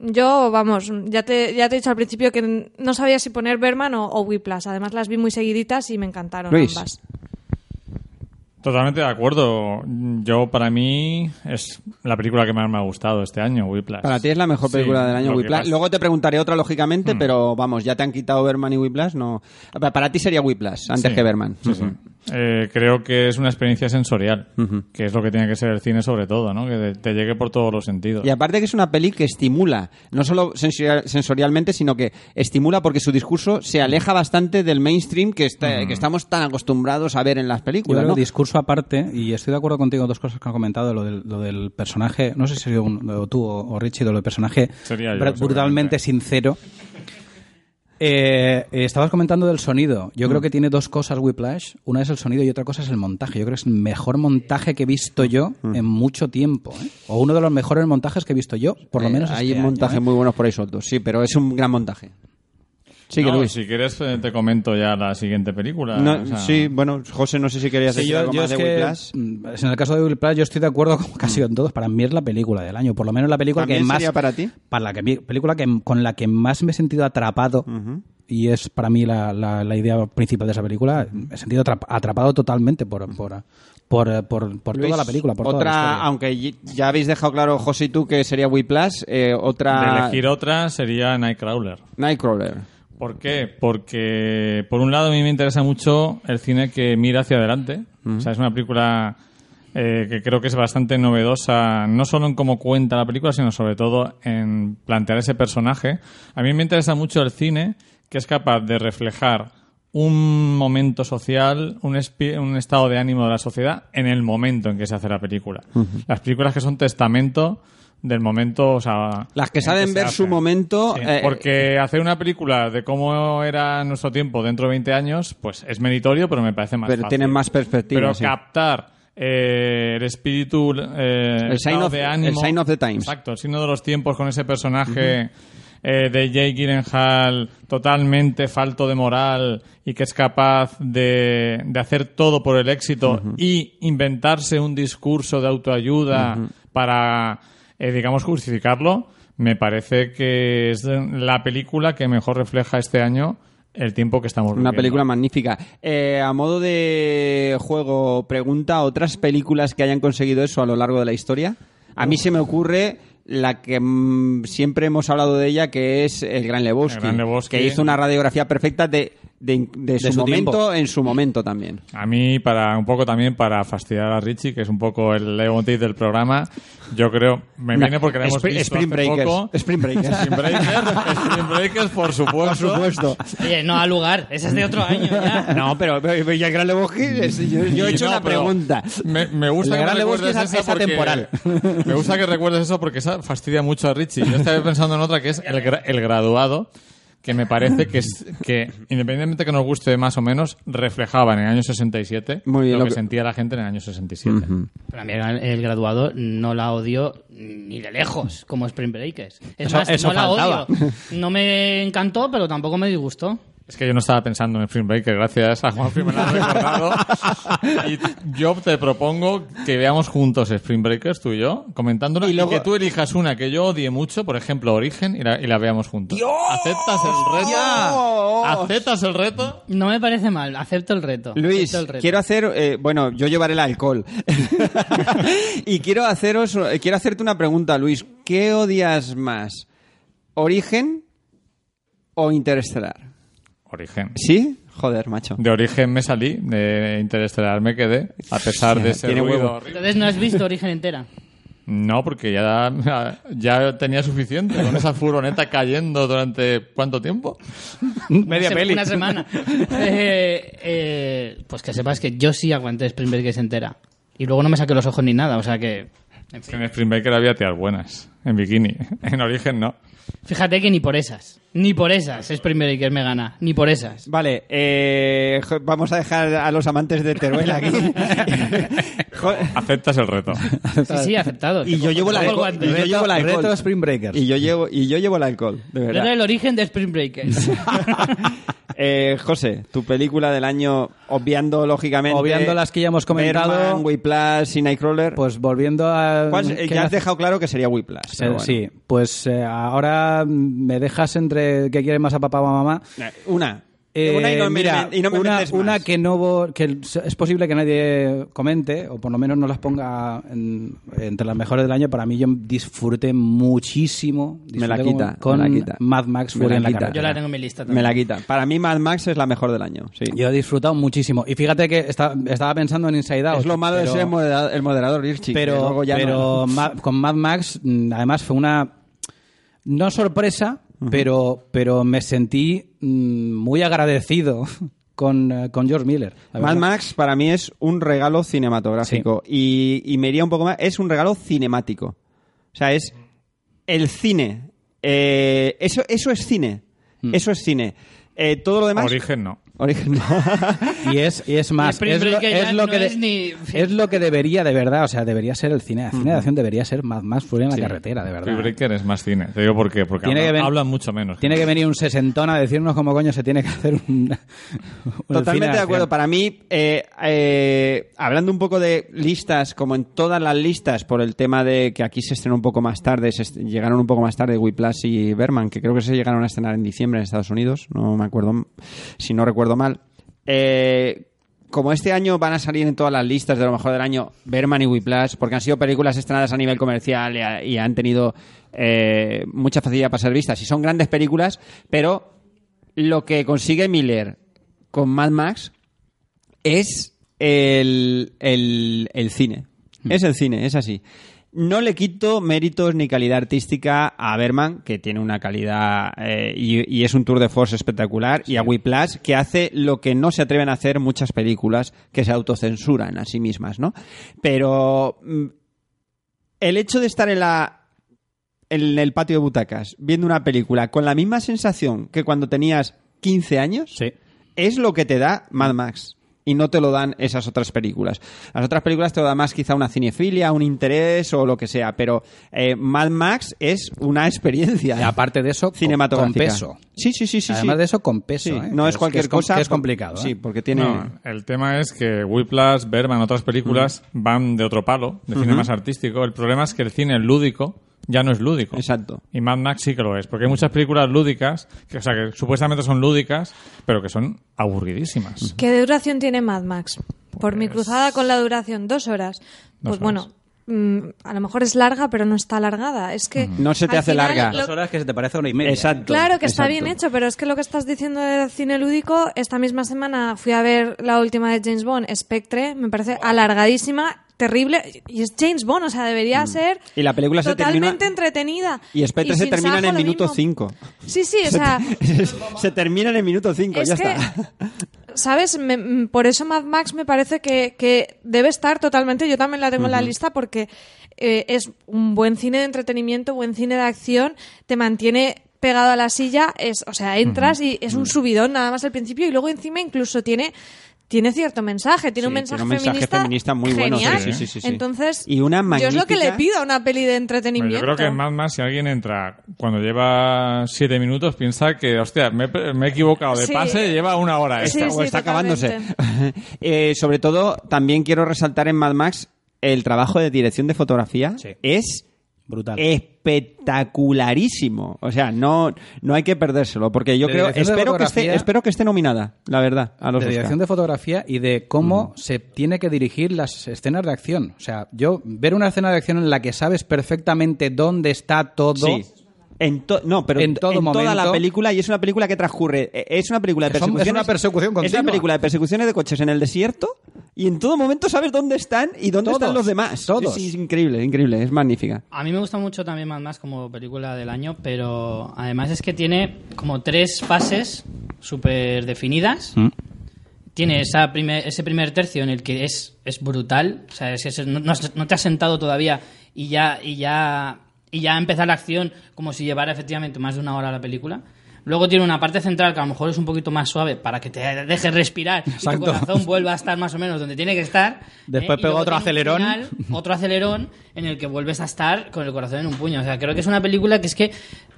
Speaker 2: Yo, vamos, ya te, ya te he dicho al principio que no sabía si poner Berman o, o Whiplash. Además, las vi muy seguiditas y me encantaron
Speaker 1: Luis.
Speaker 2: ambas.
Speaker 3: Totalmente de acuerdo. Yo, para mí, es la película que más me ha gustado este año, Whiplash.
Speaker 1: Para ti es la mejor
Speaker 3: Sí,
Speaker 1: película del año
Speaker 3: lo que
Speaker 1: Whiplash.
Speaker 3: pasa- Hmm.
Speaker 1: Luego te preguntaré otra, lógicamente, pero vamos, ya te han quitado Berman y Whiplash. No. Pa- Para ti sería Whiplash antes
Speaker 3: Sí,
Speaker 1: que Berman.
Speaker 3: sí, sí. Eh, creo que es una experiencia sensorial, que es lo que tiene que ser el cine sobre todo, ¿no? Que te, te llegue por todos los sentidos.
Speaker 1: Y aparte que es una peli que estimula, no solo sensorial- sensorialmente, sino que estimula porque su discurso se aleja bastante del mainstream que, está- que estamos tan acostumbrados a ver en las
Speaker 5: Yo
Speaker 1: películas.
Speaker 5: creo
Speaker 1: ¿no?
Speaker 5: que discurso aparte, y estoy de acuerdo contigo en dos cosas que han comentado, lo del, lo del personaje, no sé si ha sido un- o tú o, o Richie, lo del personaje
Speaker 3: Sería yo,
Speaker 5: br- brutalmente
Speaker 3: seguramente.
Speaker 5: sincero. Eh, eh, estabas comentando del sonido. Yo creo que tiene dos cosas Whiplash. Una es el sonido y otra cosa es el montaje. Yo creo que es el mejor montaje que he visto yo
Speaker 1: Mm.
Speaker 5: en mucho tiempo. ¿eh? O uno de los mejores montajes que he visto yo, por lo
Speaker 1: Eh,
Speaker 5: menos.
Speaker 1: hay
Speaker 5: este año,
Speaker 1: montajes
Speaker 5: ¿eh?
Speaker 1: muy buenos por ahí sueltos, sí, pero es un gran montaje. Sí, que
Speaker 3: No,
Speaker 1: Luis.
Speaker 3: Si quieres, eh, te comento ya la siguiente película.
Speaker 1: No,
Speaker 3: o sea,
Speaker 1: sí, bueno, José, no sé si querías
Speaker 5: Sí,
Speaker 1: decir
Speaker 5: yo-
Speaker 1: algo
Speaker 5: yo
Speaker 1: más
Speaker 5: es
Speaker 1: de
Speaker 5: que,
Speaker 1: Whiplash.
Speaker 5: mm, En el caso de Will Plath, yo estoy de acuerdo con casi con todos. Para mí es la película del año, por lo menos la película que
Speaker 1: ¿También
Speaker 5: más.
Speaker 1: sería para ti?
Speaker 5: para la que mi- película que, con la que más me he sentido atrapado. Y es para mí la, la- la idea principal de esa película. Me he sentido atrap- atrapado totalmente por, por, por, por- por
Speaker 1: Luis,
Speaker 5: toda la película. Por toda la
Speaker 1: otra,
Speaker 5: historia.
Speaker 1: aunque y- ya habéis dejado claro, José y tú, que sería Whiplash, eh,
Speaker 3: De
Speaker 1: otra
Speaker 3: elegir otra sería Nightcrawler.
Speaker 1: Nightcrawler.
Speaker 3: ¿Por qué? Porque, por un lado, a mí me interesa mucho el cine que mira hacia adelante. O sea, es una película eh, que creo que es bastante novedosa, no solo en cómo cuenta la película, sino sobre todo en plantear ese personaje. A mí me interesa mucho el cine que es capaz de reflejar un momento social, un, espi- un estado de ánimo de la sociedad en el momento en que se hace la película. Las películas que son testamento del momento, o sea...
Speaker 1: Las que
Speaker 3: en
Speaker 1: saben
Speaker 3: se
Speaker 1: ver su
Speaker 3: hacen.
Speaker 1: momento,
Speaker 3: Sí,
Speaker 1: eh,
Speaker 3: porque hacer una película de cómo era nuestro tiempo dentro de 20 años, pues es meritorio, pero me parece más
Speaker 1: Pero
Speaker 3: fácil.
Speaker 1: tienen más perspectiva,
Speaker 3: Pero
Speaker 1: sí.
Speaker 3: captar eh, el espíritu, eh,
Speaker 1: El sign
Speaker 3: estado
Speaker 1: of-
Speaker 3: de ánimo,
Speaker 1: el sign of the times.
Speaker 3: Exacto, el signo de los tiempos con ese personaje eh, de Jake Gyllenhaal totalmente falto de moral y que es capaz de, de hacer todo por el éxito y inventarse un discurso de autoayuda para, eh, digamos, justificarlo, me parece que es la película que mejor refleja este año el tiempo que estamos viviendo.
Speaker 1: Una película magnífica. Eh, a modo de juego, pregunta otras películas que hayan conseguido eso a lo largo de la historia. A mí se me ocurre la que mm, siempre hemos hablado de ella, que es El Gran Lebowski,
Speaker 3: El Gran Lebowski.
Speaker 1: que hizo una radiografía perfecta de, de- de su,
Speaker 5: su
Speaker 1: momento
Speaker 5: tiempo.
Speaker 1: en su momento también.
Speaker 3: A mí, para un poco también para fastidiar a Richie, que es un poco el leitmotiv del programa, yo creo, me
Speaker 1: Una-
Speaker 3: viene porque la hemos
Speaker 1: Spring-
Speaker 3: visto
Speaker 1: Spring
Speaker 3: hace
Speaker 1: Breakers,
Speaker 3: poco.
Speaker 1: Spring Breakers.
Speaker 3: Spring Breakers, Spring Breakers, por supuesto.
Speaker 4: Oye, no, al lugar. Esa es de otro año ya.
Speaker 1: No, pero, pero- pero ya El Gran Lebowski, es- yo, yo he
Speaker 3: Y
Speaker 1: hecho
Speaker 3: Mm, no,
Speaker 1: una
Speaker 3: pero
Speaker 1: pregunta.
Speaker 3: Me, me gusta
Speaker 1: El
Speaker 3: que
Speaker 1: Gran
Speaker 3: me
Speaker 1: Lebowski
Speaker 3: recuerdes
Speaker 1: es a-
Speaker 3: esa
Speaker 1: es atemporal.
Speaker 3: porque- Me gusta que recuerdes eso porque esa fastidia mucho a Richie. Yo estaba pensando en otra que es el, gra- el graduado, que me parece que, es- que, independientemente que nos guste más o menos, reflejaba en el año 67
Speaker 1: Muy bien,
Speaker 3: lo,
Speaker 1: lo
Speaker 3: que,
Speaker 1: que-
Speaker 3: sentía la gente en el año 67.
Speaker 4: Pero a mí el, el graduado no la odio ni de lejos, como Spring Breakers. Es
Speaker 5: Eso-
Speaker 4: más,
Speaker 5: eso
Speaker 4: no la
Speaker 5: faltaba.
Speaker 4: odio. No me encantó, pero tampoco me disgustó.
Speaker 3: Es que yo no estaba pensando en Spring Breaker, gracias a Juan me lo has recordado. y yo te propongo que veamos juntos Spring Breakers, tú y yo, comentándolo, y, que tú elijas una que yo odie mucho, por ejemplo, Origen, y la, y la veamos juntos. ¿Aceptas el reto?
Speaker 1: Ah,
Speaker 3: ¿Aceptas el reto?
Speaker 4: No me parece mal, acepto el reto.
Speaker 1: Luis,
Speaker 4: acepto el reto.
Speaker 1: quiero hacer, eh, bueno, yo llevaré el alcohol y quiero haceros, eh, quiero hacerte una pregunta, Luis. ¿Qué odias más, Origen o Interestelar?
Speaker 3: Origen.
Speaker 1: Sí, joder, macho.
Speaker 3: De Origen me salí, de Interestelar me quedé, a pesar de ese
Speaker 1: Tiene
Speaker 3: ruido
Speaker 1: huevo.
Speaker 3: horrible.
Speaker 4: Entonces no has visto Origen entera.
Speaker 3: No, porque ya, ya tenía suficiente con esa furgoneta cayendo durante ¿cuánto tiempo?
Speaker 5: Media
Speaker 4: Una se-
Speaker 5: peli.
Speaker 4: Una semana. Eh, eh, pues que sepas que yo sí aguanté Spring Breakers entera. Y luego no me saqué los ojos ni nada, o sea que... en fin.
Speaker 3: En Spring Breaker había tías buenas, en bikini. En Origen no.
Speaker 4: Fíjate que ni por esas. Ni por esas Spring Breakers me gana. Ni por esas.
Speaker 1: Vale, eh, jo- vamos a dejar a los amantes de Teruel aquí. Jo-
Speaker 3: Aceptas el reto.
Speaker 4: Sí, sí, aceptado.
Speaker 1: y yo llevo el
Speaker 4: Tengo
Speaker 1: alcohol.
Speaker 4: guante.
Speaker 1: y yo llevo el alcohol.
Speaker 5: Reto Spring Breakers.
Speaker 1: Y yo llevo, y yo llevo el alcohol, de
Speaker 4: Pero era
Speaker 1: verdad.
Speaker 4: el origen de Spring Breakers.
Speaker 1: Eh, José, tu película del año, obviando lógicamente.
Speaker 5: Obviando las que ya hemos comentado.
Speaker 1: Birdman, Whiplash y Nightcrawler.
Speaker 5: Pues volviendo a...
Speaker 1: ¿Cuál- eh,
Speaker 5: ¿qué
Speaker 1: ya has
Speaker 5: hace?
Speaker 1: dejado claro que sería Whiplash.
Speaker 5: Sí,
Speaker 1: pero bueno.
Speaker 5: Sí, pues eh, ahora me dejas entre qué quiere más a papá o a mamá.
Speaker 1: Una.
Speaker 5: Eh,
Speaker 1: una y no, me-
Speaker 5: mira,
Speaker 1: me- y no me
Speaker 5: una,
Speaker 1: metes más.
Speaker 5: una que no vo- que es posible que nadie comente o por lo menos no las ponga en- entre las mejores del año. Para mí yo disfruté muchísimo.
Speaker 1: Me la
Speaker 5: disfruté
Speaker 1: quita,
Speaker 5: con,
Speaker 1: me la quita.
Speaker 5: Mad Max
Speaker 1: Me
Speaker 5: Fury
Speaker 1: la
Speaker 5: en la
Speaker 1: quita.
Speaker 5: carretera.
Speaker 4: Yo la tengo en mi lista también.
Speaker 1: Me la quita. Para mí Mad Max es la mejor del año. Sí.
Speaker 5: Yo he disfrutado muchísimo. Y fíjate que esta- estaba pensando en Inside Out.
Speaker 1: es lo malo de
Speaker 5: pero-
Speaker 1: ser el moderador, el moderador Irchi, que
Speaker 5: pero
Speaker 1: luego ya
Speaker 5: pero
Speaker 1: no-
Speaker 5: Ma- con Mad Max mm, además fue una no sorpresa pero pero me sentí mm, muy agradecido con, eh, con George Miller la
Speaker 1: Mad
Speaker 5: verdad.
Speaker 1: Max para mí es un regalo cinematográfico. Y, y me iría un poco más. Es un regalo cinemático. O sea, es el cine. Eh, eso, eso es cine.
Speaker 5: Mm.
Speaker 1: Eso es cine. Eh, todo lo demás.
Speaker 3: Origen no.
Speaker 1: Origen no.
Speaker 5: Y es, y es más,
Speaker 4: Spring
Speaker 5: es lo,
Speaker 4: Break ya
Speaker 5: es lo
Speaker 4: no
Speaker 5: que de-
Speaker 4: es ni-
Speaker 5: es lo que debería de verdad, o sea, debería ser el cine. El cine de acción debería ser más, más fuera en la carretera, de
Speaker 3: Free
Speaker 5: verdad.
Speaker 3: Breaker es más cine. Te digo por qué. Porque
Speaker 5: Tiene
Speaker 3: habla-
Speaker 5: que ver-
Speaker 3: hablan mucho menos.
Speaker 5: Tiene que venir un sesentón a decirnos cómo coño se tiene que hacer un. un cine
Speaker 1: Totalmente de
Speaker 5: acción.
Speaker 1: acuerdo. Para mí, eh, eh, hablando un poco de listas, como en todas las listas, por el tema de que aquí se estrenó un poco más tarde, se est- llegaron un poco más tarde Whiplash y Berman, que creo que se llegaron a estrenar en diciembre en Estados Unidos, no me acuerdo, m- si no recuerdo mal. Eh, como este año van a salir en todas las listas de lo mejor del año Berman y Whiplash, porque han sido películas estrenadas a nivel comercial y, a- y han tenido eh, mucha facilidad para ser vistas. Y son grandes películas, pero lo que consigue Miller con Mad Max es el, el- el cine. Es el cine, es así. No le quito méritos ni calidad artística a Berman, que tiene una calidad eh, y, y es un tour de force espectacular, y a Whiplash, que hace lo que no se atreven a hacer muchas películas que se autocensuran a sí mismas, ¿no? Pero mm, el hecho de estar en la en el patio de butacas viendo una película con la misma sensación que cuando tenías 15 años
Speaker 5: Sí.
Speaker 1: es lo que te da Mad Max. Y no te lo dan esas otras películas. Las otras películas te lo da más quizá una cinefilia, un interés o lo que sea. Pero eh, Mad Max es una experiencia.
Speaker 5: Y aparte de eso, con- con
Speaker 1: cinematográfica.
Speaker 5: peso.
Speaker 1: Sí, sí, sí, sí.
Speaker 5: Además
Speaker 1: sí.
Speaker 5: de eso, con peso.
Speaker 1: Sí,
Speaker 5: ¿eh?
Speaker 1: No
Speaker 5: Que
Speaker 1: es cualquier
Speaker 5: que es com-
Speaker 1: cosa.
Speaker 5: que es complicado. ¿eh?
Speaker 1: Sí, porque tiene.
Speaker 3: No, el tema es que Whiplash, Berman, otras películas van de otro palo, de cine más artístico. El problema es que el cine lúdico ya no es lúdico.
Speaker 1: Exacto.
Speaker 3: Y Mad Max sí que lo es, porque hay muchas películas lúdicas, que, o sea, que supuestamente son lúdicas, pero que son aburridísimas.
Speaker 2: ¿Qué duración tiene Mad Max? Por mi
Speaker 3: Pues-
Speaker 2: cruzada con la duración, dos horas.
Speaker 3: Dos
Speaker 2: Pues
Speaker 3: horas.
Speaker 2: bueno, mm, a lo mejor es larga, pero no está alargada. Es que
Speaker 1: No se te
Speaker 2: al
Speaker 1: hace
Speaker 2: final
Speaker 1: larga.
Speaker 2: lo-
Speaker 5: Dos horas que se te parece una y media.
Speaker 1: Exacto.
Speaker 2: Claro que está
Speaker 1: exacto.
Speaker 2: bien hecho, pero es que lo que estás diciendo de cine lúdico, esta misma semana fui a ver la última de James Bond, Spectre, me parece alargadísima, terrible, y es James Bond, o sea, debería ser
Speaker 1: Mm. Y la película se termina-
Speaker 2: totalmente entretenida.
Speaker 1: Y Spectre se
Speaker 2: sin
Speaker 1: termina en
Speaker 2: Sajo
Speaker 1: el
Speaker 2: lo
Speaker 1: minuto
Speaker 2: mismo.
Speaker 1: 5.
Speaker 2: Sí, sí, o sea,
Speaker 1: se termina en el minuto 5,
Speaker 2: es
Speaker 1: ya
Speaker 2: que,
Speaker 1: está.
Speaker 2: ¿sabes? Me- mm, por eso Mad Max me parece que, que debe estar totalmente. Yo también la tengo en la lista porque eh, es un buen cine de entretenimiento, buen cine de acción, te mantiene pegado a la silla, es, o sea, entras y es un subidón nada más al principio y luego encima incluso tiene. Tiene cierto mensaje, tiene
Speaker 1: Sí,
Speaker 2: un mensaje,
Speaker 1: tiene un mensaje feminista muy bueno, sí,
Speaker 2: genial.
Speaker 3: sí, sí,
Speaker 1: sí, sí.
Speaker 2: Entonces,
Speaker 1: Y una
Speaker 2: yo es lo que le
Speaker 1: magnífica-
Speaker 2: pido a una peli de
Speaker 3: Bueno,
Speaker 2: entretenimiento.
Speaker 3: Pues Yo creo que en Mad Max, si alguien entra cuando lleva siete minutos, piensa que, hostia, me, he- me he equivocado de
Speaker 2: Sí.
Speaker 3: pase, lleva una hora
Speaker 2: Sí,
Speaker 3: esta.
Speaker 1: está, o
Speaker 2: sí,
Speaker 1: está
Speaker 2: totalmente.
Speaker 1: acabándose. Eh, sobre todo, también quiero resaltar en Mad Max el trabajo de dirección de fotografía.
Speaker 5: Sí.
Speaker 1: Es Eh,
Speaker 5: Brutal.
Speaker 1: espectacularísimo. O sea, no, no hay que perdérselo, porque yo
Speaker 5: De
Speaker 1: creo,
Speaker 5: dirección de
Speaker 1: espero que, esté,
Speaker 5: fotografía-
Speaker 1: espero que esté nominada, la verdad, a los
Speaker 5: de
Speaker 1: Oscar.
Speaker 5: dirección de fotografía y de cómo se tiene que dirigir las escenas de acción. O sea, yo ver una escena de acción en la que sabes perfectamente dónde está todo.
Speaker 1: Sí. En to- no, pero
Speaker 5: En
Speaker 1: en,
Speaker 5: todo
Speaker 1: toda la
Speaker 5: momento.
Speaker 1: película, y es una película que transcurre. eh, Es una película de
Speaker 5: Que son- es
Speaker 1: persecuciones.
Speaker 5: una persecución
Speaker 1: Es una
Speaker 5: continua.
Speaker 1: película de persecuciones de coches en el desierto, y en todo momento sabes dónde están y dónde
Speaker 5: Todos,
Speaker 1: están los demás.
Speaker 5: todos.
Speaker 1: Es, es increíble, increíble, es magnífica.
Speaker 4: A mí me gusta mucho también Mad Max como película del año, pero además es que tiene como tres fases súper definidas.
Speaker 5: Mm.
Speaker 4: Tiene esa primer- ese primer tercio en el que es, es brutal, o sea, es- es- no, no has- no te has sentado todavía y ya, y, ya, y ya empezar la acción como si llevara efectivamente más de una hora la película. Luego tiene una parte central que a lo mejor es un poquito más suave para que te dejes respirar y
Speaker 5: Exacto.
Speaker 4: tu corazón vuelva a estar más o menos donde tiene que estar. ¿eh?
Speaker 5: Después
Speaker 4: Y
Speaker 5: pega
Speaker 4: luego
Speaker 5: otro
Speaker 4: tiene un
Speaker 5: acelerón.
Speaker 4: final otro acelerón en el que vuelves a estar con el corazón en un puño. O sea, creo que es una película que es que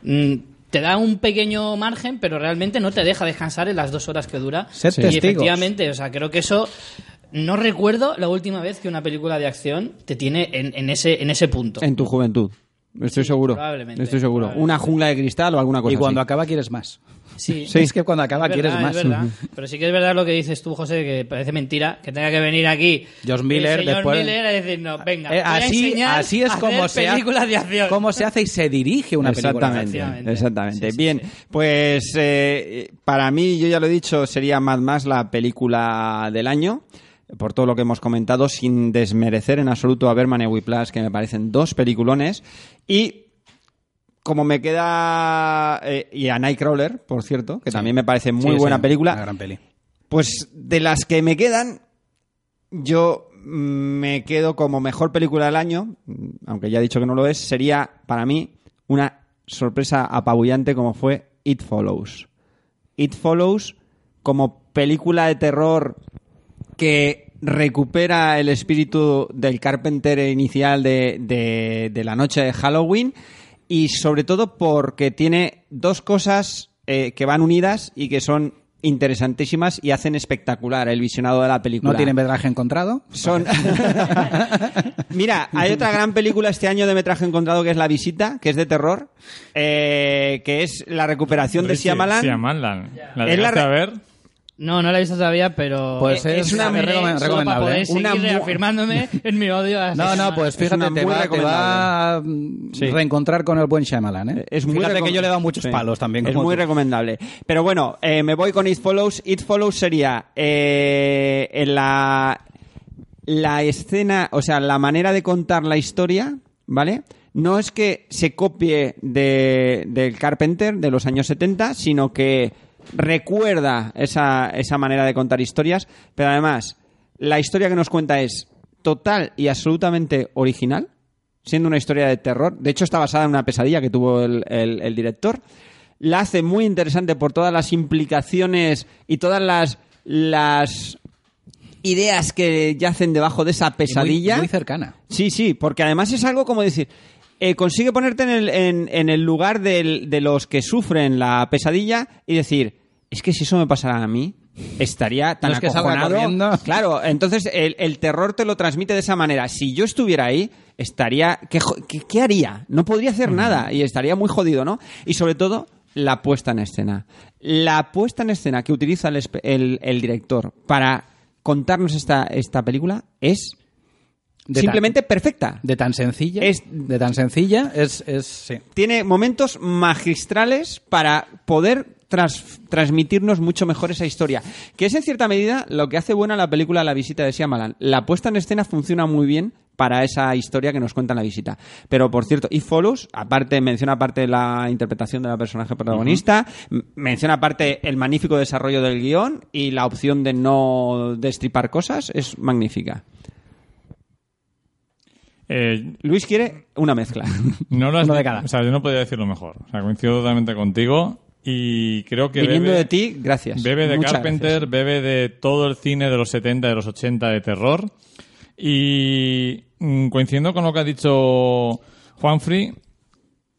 Speaker 4: mm, te da un pequeño margen, pero realmente no te deja descansar en las dos horas que dura.
Speaker 5: Sed
Speaker 4: y
Speaker 5: testigos.
Speaker 4: efectivamente, o sea, creo que eso. No recuerdo la última vez que una película de acción te tiene en, en ese, en ese punto.
Speaker 5: Eh,
Speaker 1: En tu juventud. Estoy seguro.
Speaker 4: probablemente,
Speaker 1: Estoy seguro.
Speaker 4: probablemente.
Speaker 1: Una jungla de cristal o alguna cosa
Speaker 5: Y cuando
Speaker 1: así.
Speaker 5: acaba quieres más.
Speaker 4: Sí.
Speaker 5: Es que cuando acaba
Speaker 4: Es
Speaker 5: quieres
Speaker 4: verdad,
Speaker 5: más.
Speaker 4: es verdad. Pero sí que es verdad lo que dices tú, José, que parece mentira que tenga que venir aquí
Speaker 5: Josh
Speaker 4: el
Speaker 5: Miller,
Speaker 4: señor
Speaker 5: después-
Speaker 4: Miller a decirnos, venga,
Speaker 5: Eh,
Speaker 4: voy a
Speaker 5: así,
Speaker 4: enseñar
Speaker 5: así es
Speaker 4: a
Speaker 5: como
Speaker 4: hacer
Speaker 5: se,
Speaker 4: películas de
Speaker 5: hace,
Speaker 4: acción.
Speaker 5: cómo se hace y se dirige una película.
Speaker 1: Exactamente,
Speaker 5: de acción.
Speaker 4: Efectivamente.
Speaker 1: exactamente.
Speaker 4: Sí, sí,
Speaker 1: Bien,
Speaker 4: sí.
Speaker 1: pues eh, para mí, yo ya lo he dicho, sería Mad Max la película del año, por todo lo que hemos comentado, sin desmerecer en absoluto a Berman y Whiplash, que me parecen dos peliculones. Y como me queda... eh, y a Nightcrawler, por cierto, que también me parece muy
Speaker 5: Sí,
Speaker 1: buena
Speaker 5: sí,
Speaker 1: película.
Speaker 5: Una gran peli.
Speaker 1: Pues de las que me quedan, yo mm, me quedo como mejor película del año, mm, aunque ya he dicho que no lo es, sería para mí una sorpresa apabullante como fue It Follows. It Follows como película de terror que recupera el espíritu del Carpenter inicial de, de- de la noche de Halloween y sobre todo porque tiene dos cosas eh, que van unidas y que son interesantísimas y hacen espectacular el visionado de la película.
Speaker 5: No tienen metraje encontrado.
Speaker 1: Son. Mira, hay otra gran película este año de metraje encontrado que es La Visita, que es de terror, eh, que es la recuperación de Shyamalan.
Speaker 3: Shyamalan. ¿La
Speaker 1: Es la re-
Speaker 3: llegaste a ver?
Speaker 4: No, no la he visto todavía, pero.
Speaker 5: Pues
Speaker 4: eh,
Speaker 5: es
Speaker 4: la
Speaker 5: una muy
Speaker 4: veré
Speaker 5: recome-
Speaker 4: solo
Speaker 5: recomendable,
Speaker 4: Para
Speaker 5: ¿eh?
Speaker 4: poder seguir
Speaker 1: Una mu-
Speaker 4: reafirmándome en mi odio a
Speaker 5: No, no, pues
Speaker 1: Es una
Speaker 5: fíjate, te
Speaker 1: muy
Speaker 5: va, te
Speaker 1: recomendable.
Speaker 5: va a mm, reencontrar con el buen Shyamalan, ¿eh?
Speaker 1: Es muy
Speaker 5: fíjate
Speaker 1: recom-
Speaker 5: que yo le he dado muchos
Speaker 1: Sí.
Speaker 5: palos también.
Speaker 1: Es
Speaker 5: como
Speaker 1: muy
Speaker 5: tú.
Speaker 1: recomendable. Pero bueno, eh, me voy con It Follows. It Follows sería eh, en la, la escena, o sea, la manera de contar la historia, ¿vale? No es que se copie de, del Carpenter de los años 70, sino que recuerda esa, esa manera de contar historias, pero además la historia que nos cuenta es total y absolutamente original, siendo una historia de terror. De hecho, está basada en una pesadilla que tuvo el, el- el director. La hace muy interesante por todas las implicaciones y todas las, las ideas que yacen debajo de esa
Speaker 5: Y muy-
Speaker 1: pesadilla.
Speaker 5: Muy, cercana.
Speaker 1: Sí, sí, porque además es algo como decir, eh, consigue ponerte en el, en, en el lugar del- de los que sufren la pesadilla y decir, es que si eso me pasara a mí, estaría tan
Speaker 5: No es que salga
Speaker 1: acojonado".
Speaker 5: corriendo.
Speaker 1: Claro, entonces el, el terror te lo transmite de esa manera. Si yo estuviera ahí, estaría... ¿Qué, jo- qué- qué haría? No podría hacer
Speaker 5: Mm.
Speaker 1: nada y estaría muy jodido, ¿no? Y sobre todo, la puesta en escena. La puesta en escena que utiliza el, espe- el- el director para contarnos esta, esta película es
Speaker 5: De
Speaker 1: simplemente perfecta.
Speaker 5: tan, de tan sencilla,
Speaker 1: Es-
Speaker 5: de tan sencilla es, es sí.
Speaker 1: Tiene momentos magistrales para poder tras- transmitirnos mucho mejor esa historia. Que es en cierta medida lo que hace buena la película La visita de Shyamalan. La puesta en escena funciona muy bien para esa historia que nos cuenta en la visita. Pero por cierto, y Follows, aparte, menciona aparte la interpretación de la personaje protagonista, m- menciona aparte el magnífico desarrollo del guión y la opción de no destripar cosas, es magnífica.
Speaker 3: Eh,
Speaker 1: Luis quiere una mezcla.
Speaker 3: no lo has
Speaker 5: Uno de
Speaker 3: di-
Speaker 5: cada.
Speaker 3: O sea, yo no podía decirlo mejor. O sea, coincido totalmente contigo y creo que
Speaker 1: Viniendo
Speaker 3: bebe-
Speaker 1: de ti, gracias.
Speaker 3: Bebe de
Speaker 1: Muchas
Speaker 3: Carpenter,
Speaker 1: gracias.
Speaker 3: bebe de todo el cine de los 70, de los 80 de terror. Y mm, coincidiendo con lo que ha dicho Juanfrey,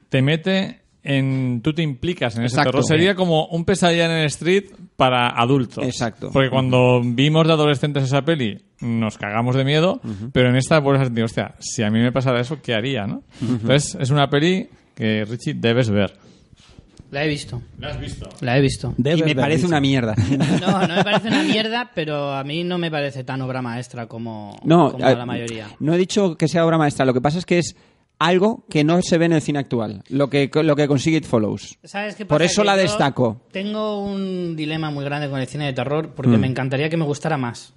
Speaker 3: te mete en. Tú te implicas en ese
Speaker 1: Exacto.
Speaker 3: terror. Sería como un pesadilla en el street para adultos.
Speaker 1: Exacto.
Speaker 3: Porque cuando vimos de adolescentes esa peli, nos cagamos de miedo, pero en esta vuelves a sentir, hostia, si a mí me pasara eso, ¿qué haría, no? Entonces, es una peli que, Richie, debes ver.
Speaker 4: La he visto.
Speaker 3: ¿La has visto?
Speaker 4: La he visto.
Speaker 1: Y me parece una mierda.
Speaker 4: No, no me parece una mierda, pero a mí no me parece tan obra maestra como,
Speaker 1: No,
Speaker 4: como
Speaker 1: a-
Speaker 4: la mayoría.
Speaker 1: No he dicho que sea obra maestra, lo que pasa es que es algo que no se ve en el cine actual, lo que, lo que consigue It Follows.
Speaker 4: ¿Sabes qué
Speaker 1: Por
Speaker 4: pasa?
Speaker 1: eso
Speaker 4: Que
Speaker 1: la
Speaker 4: yo
Speaker 1: destaco.
Speaker 4: Tengo un dilema muy grande con el cine de terror
Speaker 5: Mm.
Speaker 4: porque me encantaría que me gustara más,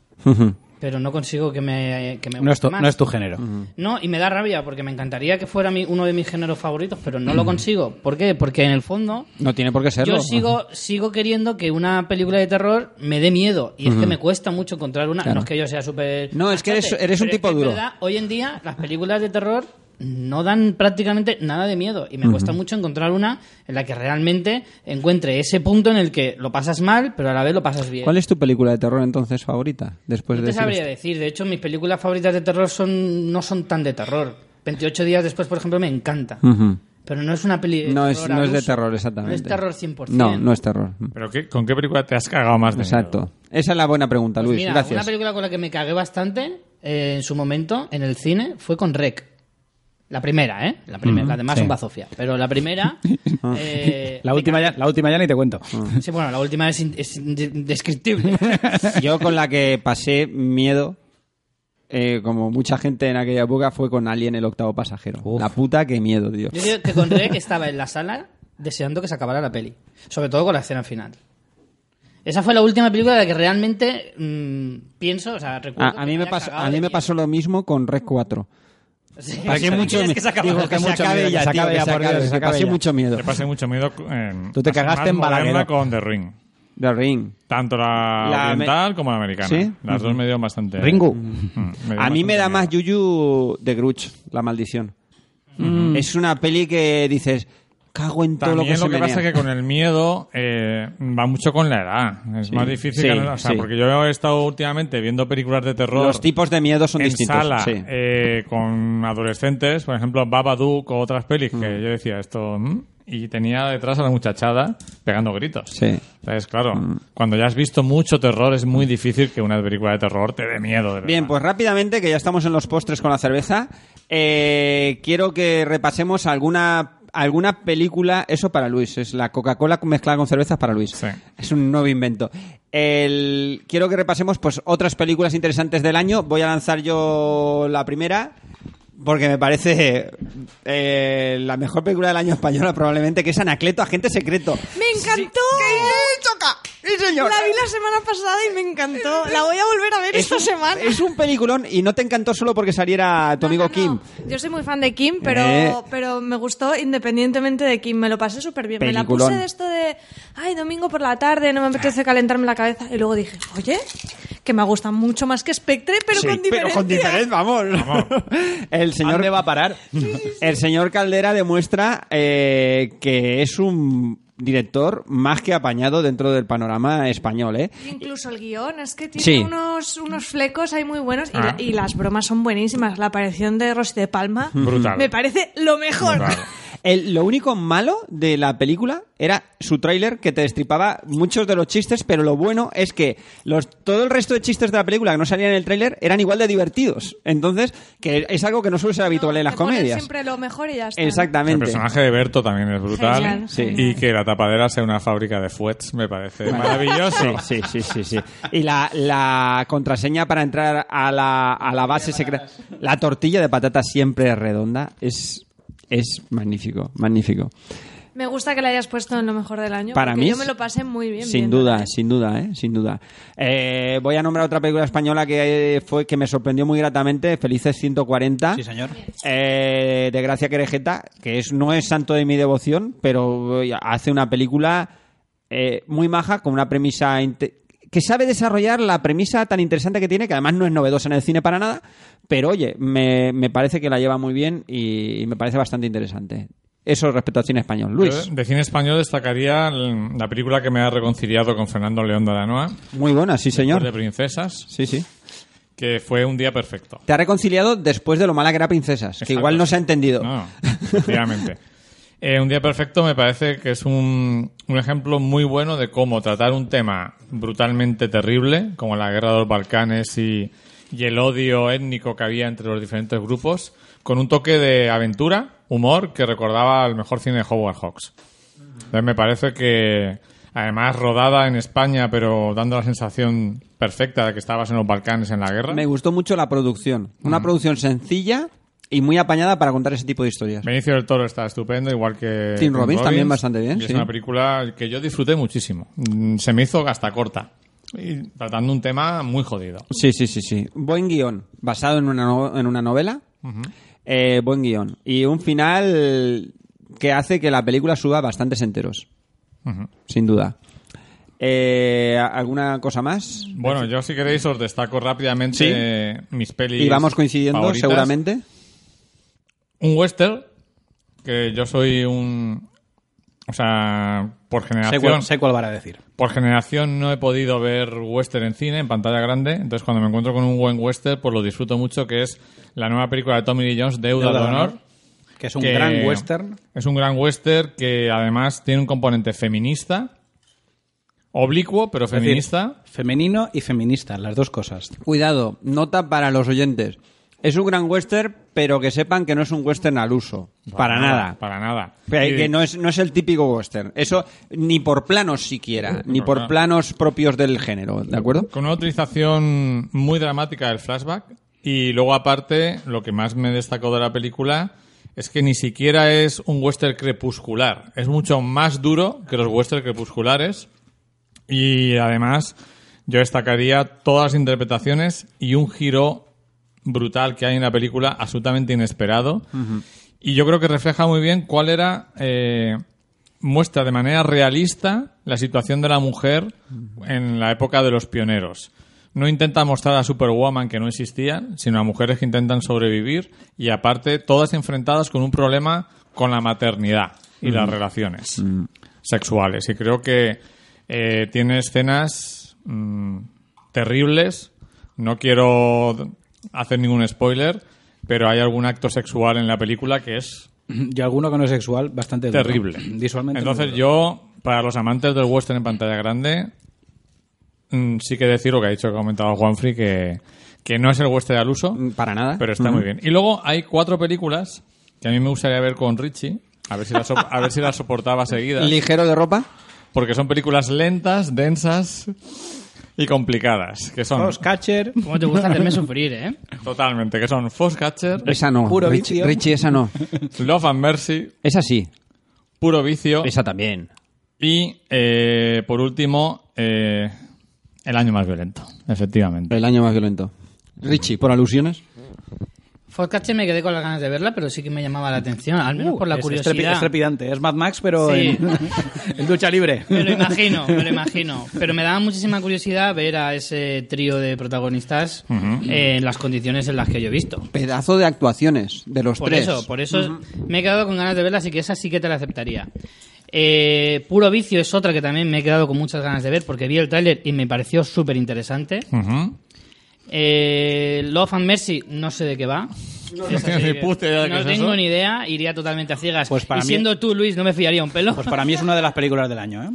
Speaker 4: pero no consigo que me, que me
Speaker 5: No es
Speaker 4: guste
Speaker 5: tu,
Speaker 4: más.
Speaker 5: no es tu género.
Speaker 1: Mm.
Speaker 4: No, y me da rabia porque me encantaría que fuera mi- uno de mis géneros favoritos, pero no lo consigo. ¿Por qué? Porque en el fondo
Speaker 1: No tiene por qué serlo.
Speaker 4: yo sigo, sigo queriendo que una película de terror me dé miedo. Y es que me cuesta mucho encontrar una. No es que yo sea súper.
Speaker 1: No, es que eres-
Speaker 4: machote,
Speaker 1: eres un
Speaker 4: pero es
Speaker 1: tipo
Speaker 4: que es
Speaker 1: duro.
Speaker 4: verdad, hoy en día las películas de terror no dan prácticamente nada de miedo. Y me cuesta mucho encontrar una en la que realmente encuentre ese punto en el que lo pasas mal, pero a la vez lo pasas bien.
Speaker 1: ¿Cuál es tu película de terror entonces favorita? Después
Speaker 4: No
Speaker 1: de
Speaker 4: te
Speaker 1: decir
Speaker 4: sabría
Speaker 1: esto?
Speaker 4: decir. De hecho, mis películas favoritas de terror son no son tan de terror. 28 días después, por ejemplo, me encanta.
Speaker 1: Ujú.
Speaker 4: Pero no es una peli de
Speaker 1: Mm. No,
Speaker 4: terror
Speaker 1: es,
Speaker 4: al
Speaker 1: no es de
Speaker 4: uso.
Speaker 1: terror, exactamente.
Speaker 4: No es terror 100%.
Speaker 1: No, no es terror.
Speaker 3: ¿Pero qué, con qué película te has cagado más de miedo?
Speaker 1: Exacto. Esa es la buena pregunta,
Speaker 4: Pues
Speaker 1: Luis.
Speaker 4: mira,
Speaker 1: Gracias.
Speaker 4: una película con la que me cagué bastante eh, en su momento en el cine fue con Rec. La primera, ¿eh? La primera. las
Speaker 5: Mm,
Speaker 4: demás
Speaker 5: sí. Ah.
Speaker 4: son bazofia. Pero la primera... eh,
Speaker 5: La última, ya, la última ya ni te cuento.
Speaker 1: Mm.
Speaker 4: Sí, bueno, la última es, in- es indescriptible.
Speaker 1: Yo con la que pasé miedo, eh, como mucha gente en aquella época, fue con Alien el octavo pasajero.
Speaker 5: Uf.
Speaker 1: La puta que miedo, tío.
Speaker 4: Yo creo que con Rec estaba en la sala deseando que se acabara la peli. Sobre todo con la escena final. Esa fue la última película de la que realmente mm, pienso, o sea, recuerdo.
Speaker 1: A, a
Speaker 4: que
Speaker 1: mí me
Speaker 4: había
Speaker 1: pasó,
Speaker 4: cagado
Speaker 1: a
Speaker 4: de
Speaker 1: mí me
Speaker 4: miedo.
Speaker 1: pasó lo mismo con Red 4.
Speaker 4: Sí,
Speaker 1: Pasé
Speaker 4: ¿quieres
Speaker 1: mucho
Speaker 4: que se acabara
Speaker 1: miedo.
Speaker 4: la
Speaker 1: Digo, que
Speaker 4: peli?
Speaker 1: mucho miedo, que se acabe ya, por Dios, que pasé mucho miedo.
Speaker 3: Te pasé mucho miedo. eh,
Speaker 5: Tú te
Speaker 3: más-
Speaker 5: cagaste
Speaker 3: más
Speaker 5: en
Speaker 3: moderna
Speaker 5: Balagueró.
Speaker 3: con The Ring.
Speaker 1: The Ring.
Speaker 3: Tanto la,
Speaker 1: La
Speaker 3: oriental como la americana.
Speaker 1: ¿Sí?
Speaker 3: Las dos me dieron bastante.
Speaker 5: Ringu.
Speaker 3: Mm, dieron
Speaker 1: A mí
Speaker 3: bastante
Speaker 1: me da
Speaker 3: miedo.
Speaker 1: más yuyu de Grudge, La Maldición. Es una peli que dices, cago en todo
Speaker 3: También
Speaker 1: Mm-hmm. lo que se menea.
Speaker 3: pasa es que con el miedo eh, va mucho con la edad. Es más difícil.
Speaker 1: Sí,
Speaker 3: que no- o sea,
Speaker 1: sí.
Speaker 3: porque yo he estado últimamente viendo películas de terror.
Speaker 1: Los tipos de miedo son
Speaker 3: en
Speaker 1: distintos.
Speaker 3: sala
Speaker 1: sí.
Speaker 3: eh, con adolescentes, por ejemplo Babadook o otras pelis
Speaker 1: Mm.
Speaker 3: que yo decía esto ¿m? y tenía detrás a la muchachada pegando gritos.
Speaker 1: Sí.
Speaker 3: Entonces, claro,
Speaker 1: Mm.
Speaker 3: cuando ya has visto mucho terror es muy difícil que una película de terror te dé miedo. de
Speaker 1: Bien,
Speaker 3: verdad.
Speaker 1: pues rápidamente, que ya estamos en los postres con la cerveza, eh, quiero que repasemos alguna alguna película, eso para Luis, es la Coca-Cola mezclada con cervezas para Luis.
Speaker 3: Sí.
Speaker 1: Es un nuevo invento. El- quiero que repasemos pues otras películas interesantes del año. Voy a lanzar yo la primera. Porque me parece eh, la mejor película del año española probablemente, que es Anacleto, Agente Secreto.
Speaker 2: ¡Me encantó! La vi la semana pasada y me encantó. La voy a volver a ver esta
Speaker 1: un,
Speaker 2: semana.
Speaker 1: es un peliculón y no te encantó solo porque saliera tu amigo
Speaker 2: No, no,
Speaker 1: Kim.
Speaker 2: no. Yo soy muy fan de Kim, pero,
Speaker 1: Eh.
Speaker 2: pero me gustó independientemente de Kim. Me lo pasé súper bien. Me la
Speaker 1: Peliculón.
Speaker 2: puse de esto de, ay, domingo por la tarde, no me apetece calentarme la cabeza. Y luego dije, oye, que me gusta mucho más que Spectre, pero con diferencia.
Speaker 1: Pero con diferencia, vamos. El señor,
Speaker 5: ¿Dónde va a parar?
Speaker 1: el señor Caldera demuestra eh, que es un director más que apañado dentro del panorama español, ¿eh?
Speaker 2: Incluso el guión, es que tiene
Speaker 1: Sí.
Speaker 2: unos, unos flecos ahí muy buenos y,
Speaker 3: Ah.
Speaker 2: la- y las bromas son buenísimas. La aparición de Rosy de Palma
Speaker 3: Brutal.
Speaker 2: pues, me parece lo mejor.
Speaker 3: Claro.
Speaker 1: El- lo único malo de la película era su tráiler que te destripaba muchos de los chistes, pero lo bueno es que los, todo el resto de chistes de la película que no salían en el tráiler eran igual de divertidos. Entonces, que es algo que no suele ser habitual
Speaker 2: No,
Speaker 1: en las
Speaker 2: te ponen
Speaker 1: comedias.
Speaker 2: Siempre lo mejor y ya está.
Speaker 3: El
Speaker 1: Exactamente.
Speaker 3: personaje de Berto también es brutal.
Speaker 2: Genial, Sí.
Speaker 3: Y
Speaker 2: genial.
Speaker 3: que la tapadera sea una fábrica de fuets me parece maravilloso.
Speaker 1: Sí, sí, sí, sí. Y la, la contraseña para entrar a la, a la base secreta. La tortilla de patatas siempre es redonda. Es, es magnífico, magnífico.
Speaker 2: Me gusta que la hayas puesto en lo mejor del año.
Speaker 1: Para
Speaker 2: porque
Speaker 1: mí
Speaker 2: Yo
Speaker 1: es-
Speaker 2: me lo pasé muy bien.
Speaker 1: Sin
Speaker 2: viéndola.
Speaker 1: duda, sin duda, ¿eh? sin duda. Eh, voy a nombrar otra película española que eh, fue que me sorprendió muy gratamente, Felices 140.
Speaker 5: Sí, señor.
Speaker 1: Eh, de Gracia Querejeta, que es, no es santo de mi devoción, pero eh, hace una película eh, muy maja, con una premisa inte- que sabe desarrollar la premisa tan interesante que tiene, que además no es novedosa en el cine para nada, pero oye, me, me parece que la lleva muy bien y, y me parece bastante interesante. Eso respecto al cine español. Luis,
Speaker 3: Yo, eh, de cine español destacaría el- la película que me ha reconciliado con Fernando León de Aranoa,
Speaker 1: muy buena, sí
Speaker 3: de
Speaker 1: señor.
Speaker 3: Princesas,
Speaker 1: Sí, sí.
Speaker 3: que fue un día perfecto.
Speaker 1: Te ha reconciliado después de lo mala que era Princesas, que
Speaker 3: Exacto.
Speaker 1: igual no se ha entendido.
Speaker 3: No, efectivamente. Eh, un día perfecto me parece que es un, un ejemplo muy bueno de cómo tratar un tema brutalmente terrible, como la guerra de los Balcanes y, y el odio étnico que había entre los diferentes grupos, con un toque de aventura, humor, que recordaba al mejor cine de Howard Hawks. Entonces me parece que, además, rodada en España, pero dando la sensación perfecta de que estabas en los Balcanes en la guerra.
Speaker 1: Me gustó mucho la producción.
Speaker 3: Mm.
Speaker 1: Una producción sencilla y muy apañada para contar ese tipo de historias.
Speaker 3: Benicio del Toro está estupendo, igual que...
Speaker 1: Tim
Speaker 3: Tim
Speaker 1: Robbins también bastante bien,
Speaker 3: y Es
Speaker 1: sí.
Speaker 3: una película que yo disfruté muchísimo. Mm, Se me hizo gasta corta. Y tratando un tema muy jodido.
Speaker 1: Sí, sí, sí, sí. Buen guión, basado en una, no- en una novela. Eh, buen guión. Y un final que hace que la película suba bastantes enteros. Sin duda. Eh, ¿Alguna cosa más?
Speaker 3: Bueno, yo si queréis os destaco rápidamente eh, mis pelis
Speaker 1: Y vamos coincidiendo
Speaker 3: favoritas.
Speaker 1: seguramente.
Speaker 3: Un western, que yo soy un... O sea, por
Speaker 5: Sé
Speaker 3: generación...
Speaker 5: cuál, sé cuál van a decir.
Speaker 3: Por generación no he podido ver western en cine, en pantalla grande. Entonces, cuando me encuentro con un buen western, pues lo disfruto mucho, que es la nueva película de Tommy Lee Jones, Deuda,
Speaker 5: Deuda
Speaker 3: de
Speaker 5: de
Speaker 3: Honor.
Speaker 5: Honor. Que es un
Speaker 3: que
Speaker 5: gran western.
Speaker 3: Es un gran western que además tiene un componente feminista, oblicuo, pero
Speaker 5: Es decir,
Speaker 3: feminista.
Speaker 5: femenino y feminista, las dos cosas.
Speaker 1: Cuidado, nota para los oyentes. Es un gran western, pero que sepan que no es un western al uso. Para nada.
Speaker 3: Para nada.
Speaker 1: Pero
Speaker 3: Y-
Speaker 1: que no es, no es el típico western. Eso ni por planos siquiera, ni por
Speaker 3: nada.
Speaker 1: planos propios del género, ¿de acuerdo?
Speaker 3: Con una utilización muy dramática del flashback. Y luego, aparte, lo que más me destacó de la película es que ni siquiera es un western crepuscular. Es mucho más duro que los western crepusculares. Y además, yo destacaría todas las interpretaciones y un giro brutal que hay en la película, absolutamente inesperado. Y yo creo que refleja muy bien cuál era. eh, muestra de manera realista la situación de la mujer en la época de los pioneros. No intenta mostrar a Superwoman que no existía, sino a mujeres que intentan sobrevivir y aparte todas enfrentadas con un problema con la maternidad. y las relaciones sexuales. Y creo que eh, tiene escenas mm, terribles. No quiero hacer ningún spoiler, pero hay algún acto sexual en la película que es
Speaker 5: Y alguno que no es sexual, bastante duro.
Speaker 3: terrible.
Speaker 5: Visualmente.
Speaker 3: Entonces
Speaker 5: muy duro.
Speaker 3: yo, para los amantes del western en pantalla grande, mm, sí que decir lo que ha dicho, que ha comentado Juanfrey, que, que no es el western al uso,
Speaker 1: Mm, Para nada.
Speaker 3: pero está muy bien. Y luego hay cuatro películas que a mí me gustaría ver con Richie, a ver si las, so- a ver si las soportaba seguidas,
Speaker 1: Ligero de ropa.
Speaker 3: porque son películas lentas, densas y complicadas, que son
Speaker 5: Foxcatcher.
Speaker 4: ¿Cómo te gusta hacerme sufrir, eh?
Speaker 3: totalmente, que son Foxcatcher,
Speaker 1: Esa no.
Speaker 5: Puro
Speaker 1: Rich-
Speaker 5: vicio.
Speaker 1: Richie, esa no.
Speaker 3: Love and Mercy,
Speaker 1: Esa sí.
Speaker 3: Puro Vicio
Speaker 1: Esa también.
Speaker 3: y, eh, por último, eh, El año más violento, efectivamente.
Speaker 1: El año más violento. Richie, por alusiones.
Speaker 4: Foxcatcher me quedé con las ganas de verla, pero sí que me llamaba la atención, al menos por la
Speaker 5: Es
Speaker 4: curiosidad.
Speaker 5: estrepi- Es trepidante. Es Mad Max, pero
Speaker 4: Sí.
Speaker 5: en, en ducha libre.
Speaker 4: Me lo imagino, me lo imagino. Pero me daba muchísima curiosidad ver a ese trío de protagonistas eh, en las condiciones en las que yo he visto.
Speaker 1: Pedazo de actuaciones de los
Speaker 4: Por
Speaker 1: tres.
Speaker 4: eso, por eso me he quedado con ganas de verla, así que esa sí que te la aceptaría. Eh, Puro Vicio es otra que también me he quedado con muchas ganas de ver porque vi el tráiler y me pareció súper interesante.
Speaker 3: Ujú.
Speaker 4: Eh, Love and Mercy, no sé de qué va.
Speaker 3: no
Speaker 4: Esa
Speaker 3: tienes
Speaker 4: sí
Speaker 3: ni
Speaker 4: que-
Speaker 3: puta idea de
Speaker 4: no
Speaker 3: qué es
Speaker 4: tengo
Speaker 3: eso.
Speaker 4: ni idea, iría totalmente a ciegas.
Speaker 5: Pues para
Speaker 4: y
Speaker 5: mí-
Speaker 4: siendo tú, Luis, no me fiaría un pelo.
Speaker 5: Pues para mí es una de las películas del año, ¿eh?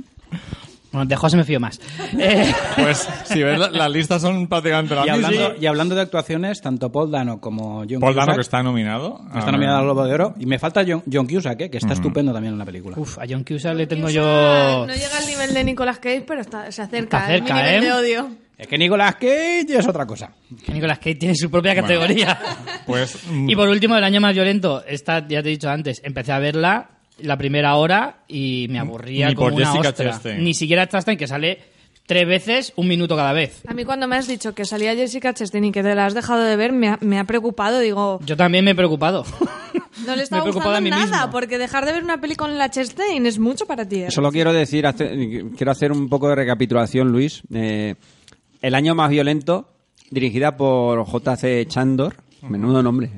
Speaker 4: Bueno, de José me fío más. Eh,
Speaker 3: Pues si ves, la- las listas son prácticamente las
Speaker 5: Y hablando,
Speaker 3: mismas.
Speaker 5: y hablando de actuaciones, tanto Paul Dano como John
Speaker 3: Paul Dano,
Speaker 5: Cusack
Speaker 3: que está Ah. nominado.
Speaker 5: están nominados al Globo de Oro. Y me falta John, John Cusack, ¿eh? que está estupendo también en la película.
Speaker 4: Uf, a John Cusack le tengo
Speaker 2: Cusack
Speaker 4: yo...
Speaker 2: No llega al nivel de Nicolas Cage, pero está- se acerca.
Speaker 4: Está
Speaker 2: ¿eh?
Speaker 4: cerca,
Speaker 2: Mi nivel
Speaker 4: ¿eh?
Speaker 2: de odio.
Speaker 5: Es que Nicolas Cage es otra cosa.
Speaker 4: Que Nicolas Cage tiene su propia categoría.
Speaker 3: Pues mm,
Speaker 4: Y por último, el año más violento. Esta, ya te he dicho antes, empecé a verla la primera hora y me aburría
Speaker 3: Ni
Speaker 4: como
Speaker 3: por
Speaker 4: una
Speaker 3: Jessica
Speaker 4: ostra.
Speaker 3: Chastain.
Speaker 4: Ni siquiera Chastain, que sale tres veces, un minuto cada vez.
Speaker 2: A mí cuando me has dicho que salía Jessica Chastain y que te la has dejado de ver, me ha, me ha preocupado. Digo,
Speaker 4: Yo también me he preocupado.
Speaker 2: no
Speaker 4: Me he
Speaker 2: le estaba
Speaker 4: preocupado a
Speaker 2: gustando
Speaker 4: mí
Speaker 2: nada,
Speaker 4: mismo.
Speaker 2: porque dejar de ver una peli con la Chastain es mucho para ti. ¿eh?
Speaker 1: Solo quiero decir, hace- quiero hacer un poco de recapitulación, Luis. Eh, el año más violento, dirigida por J.C. Chandor, menudo nombre.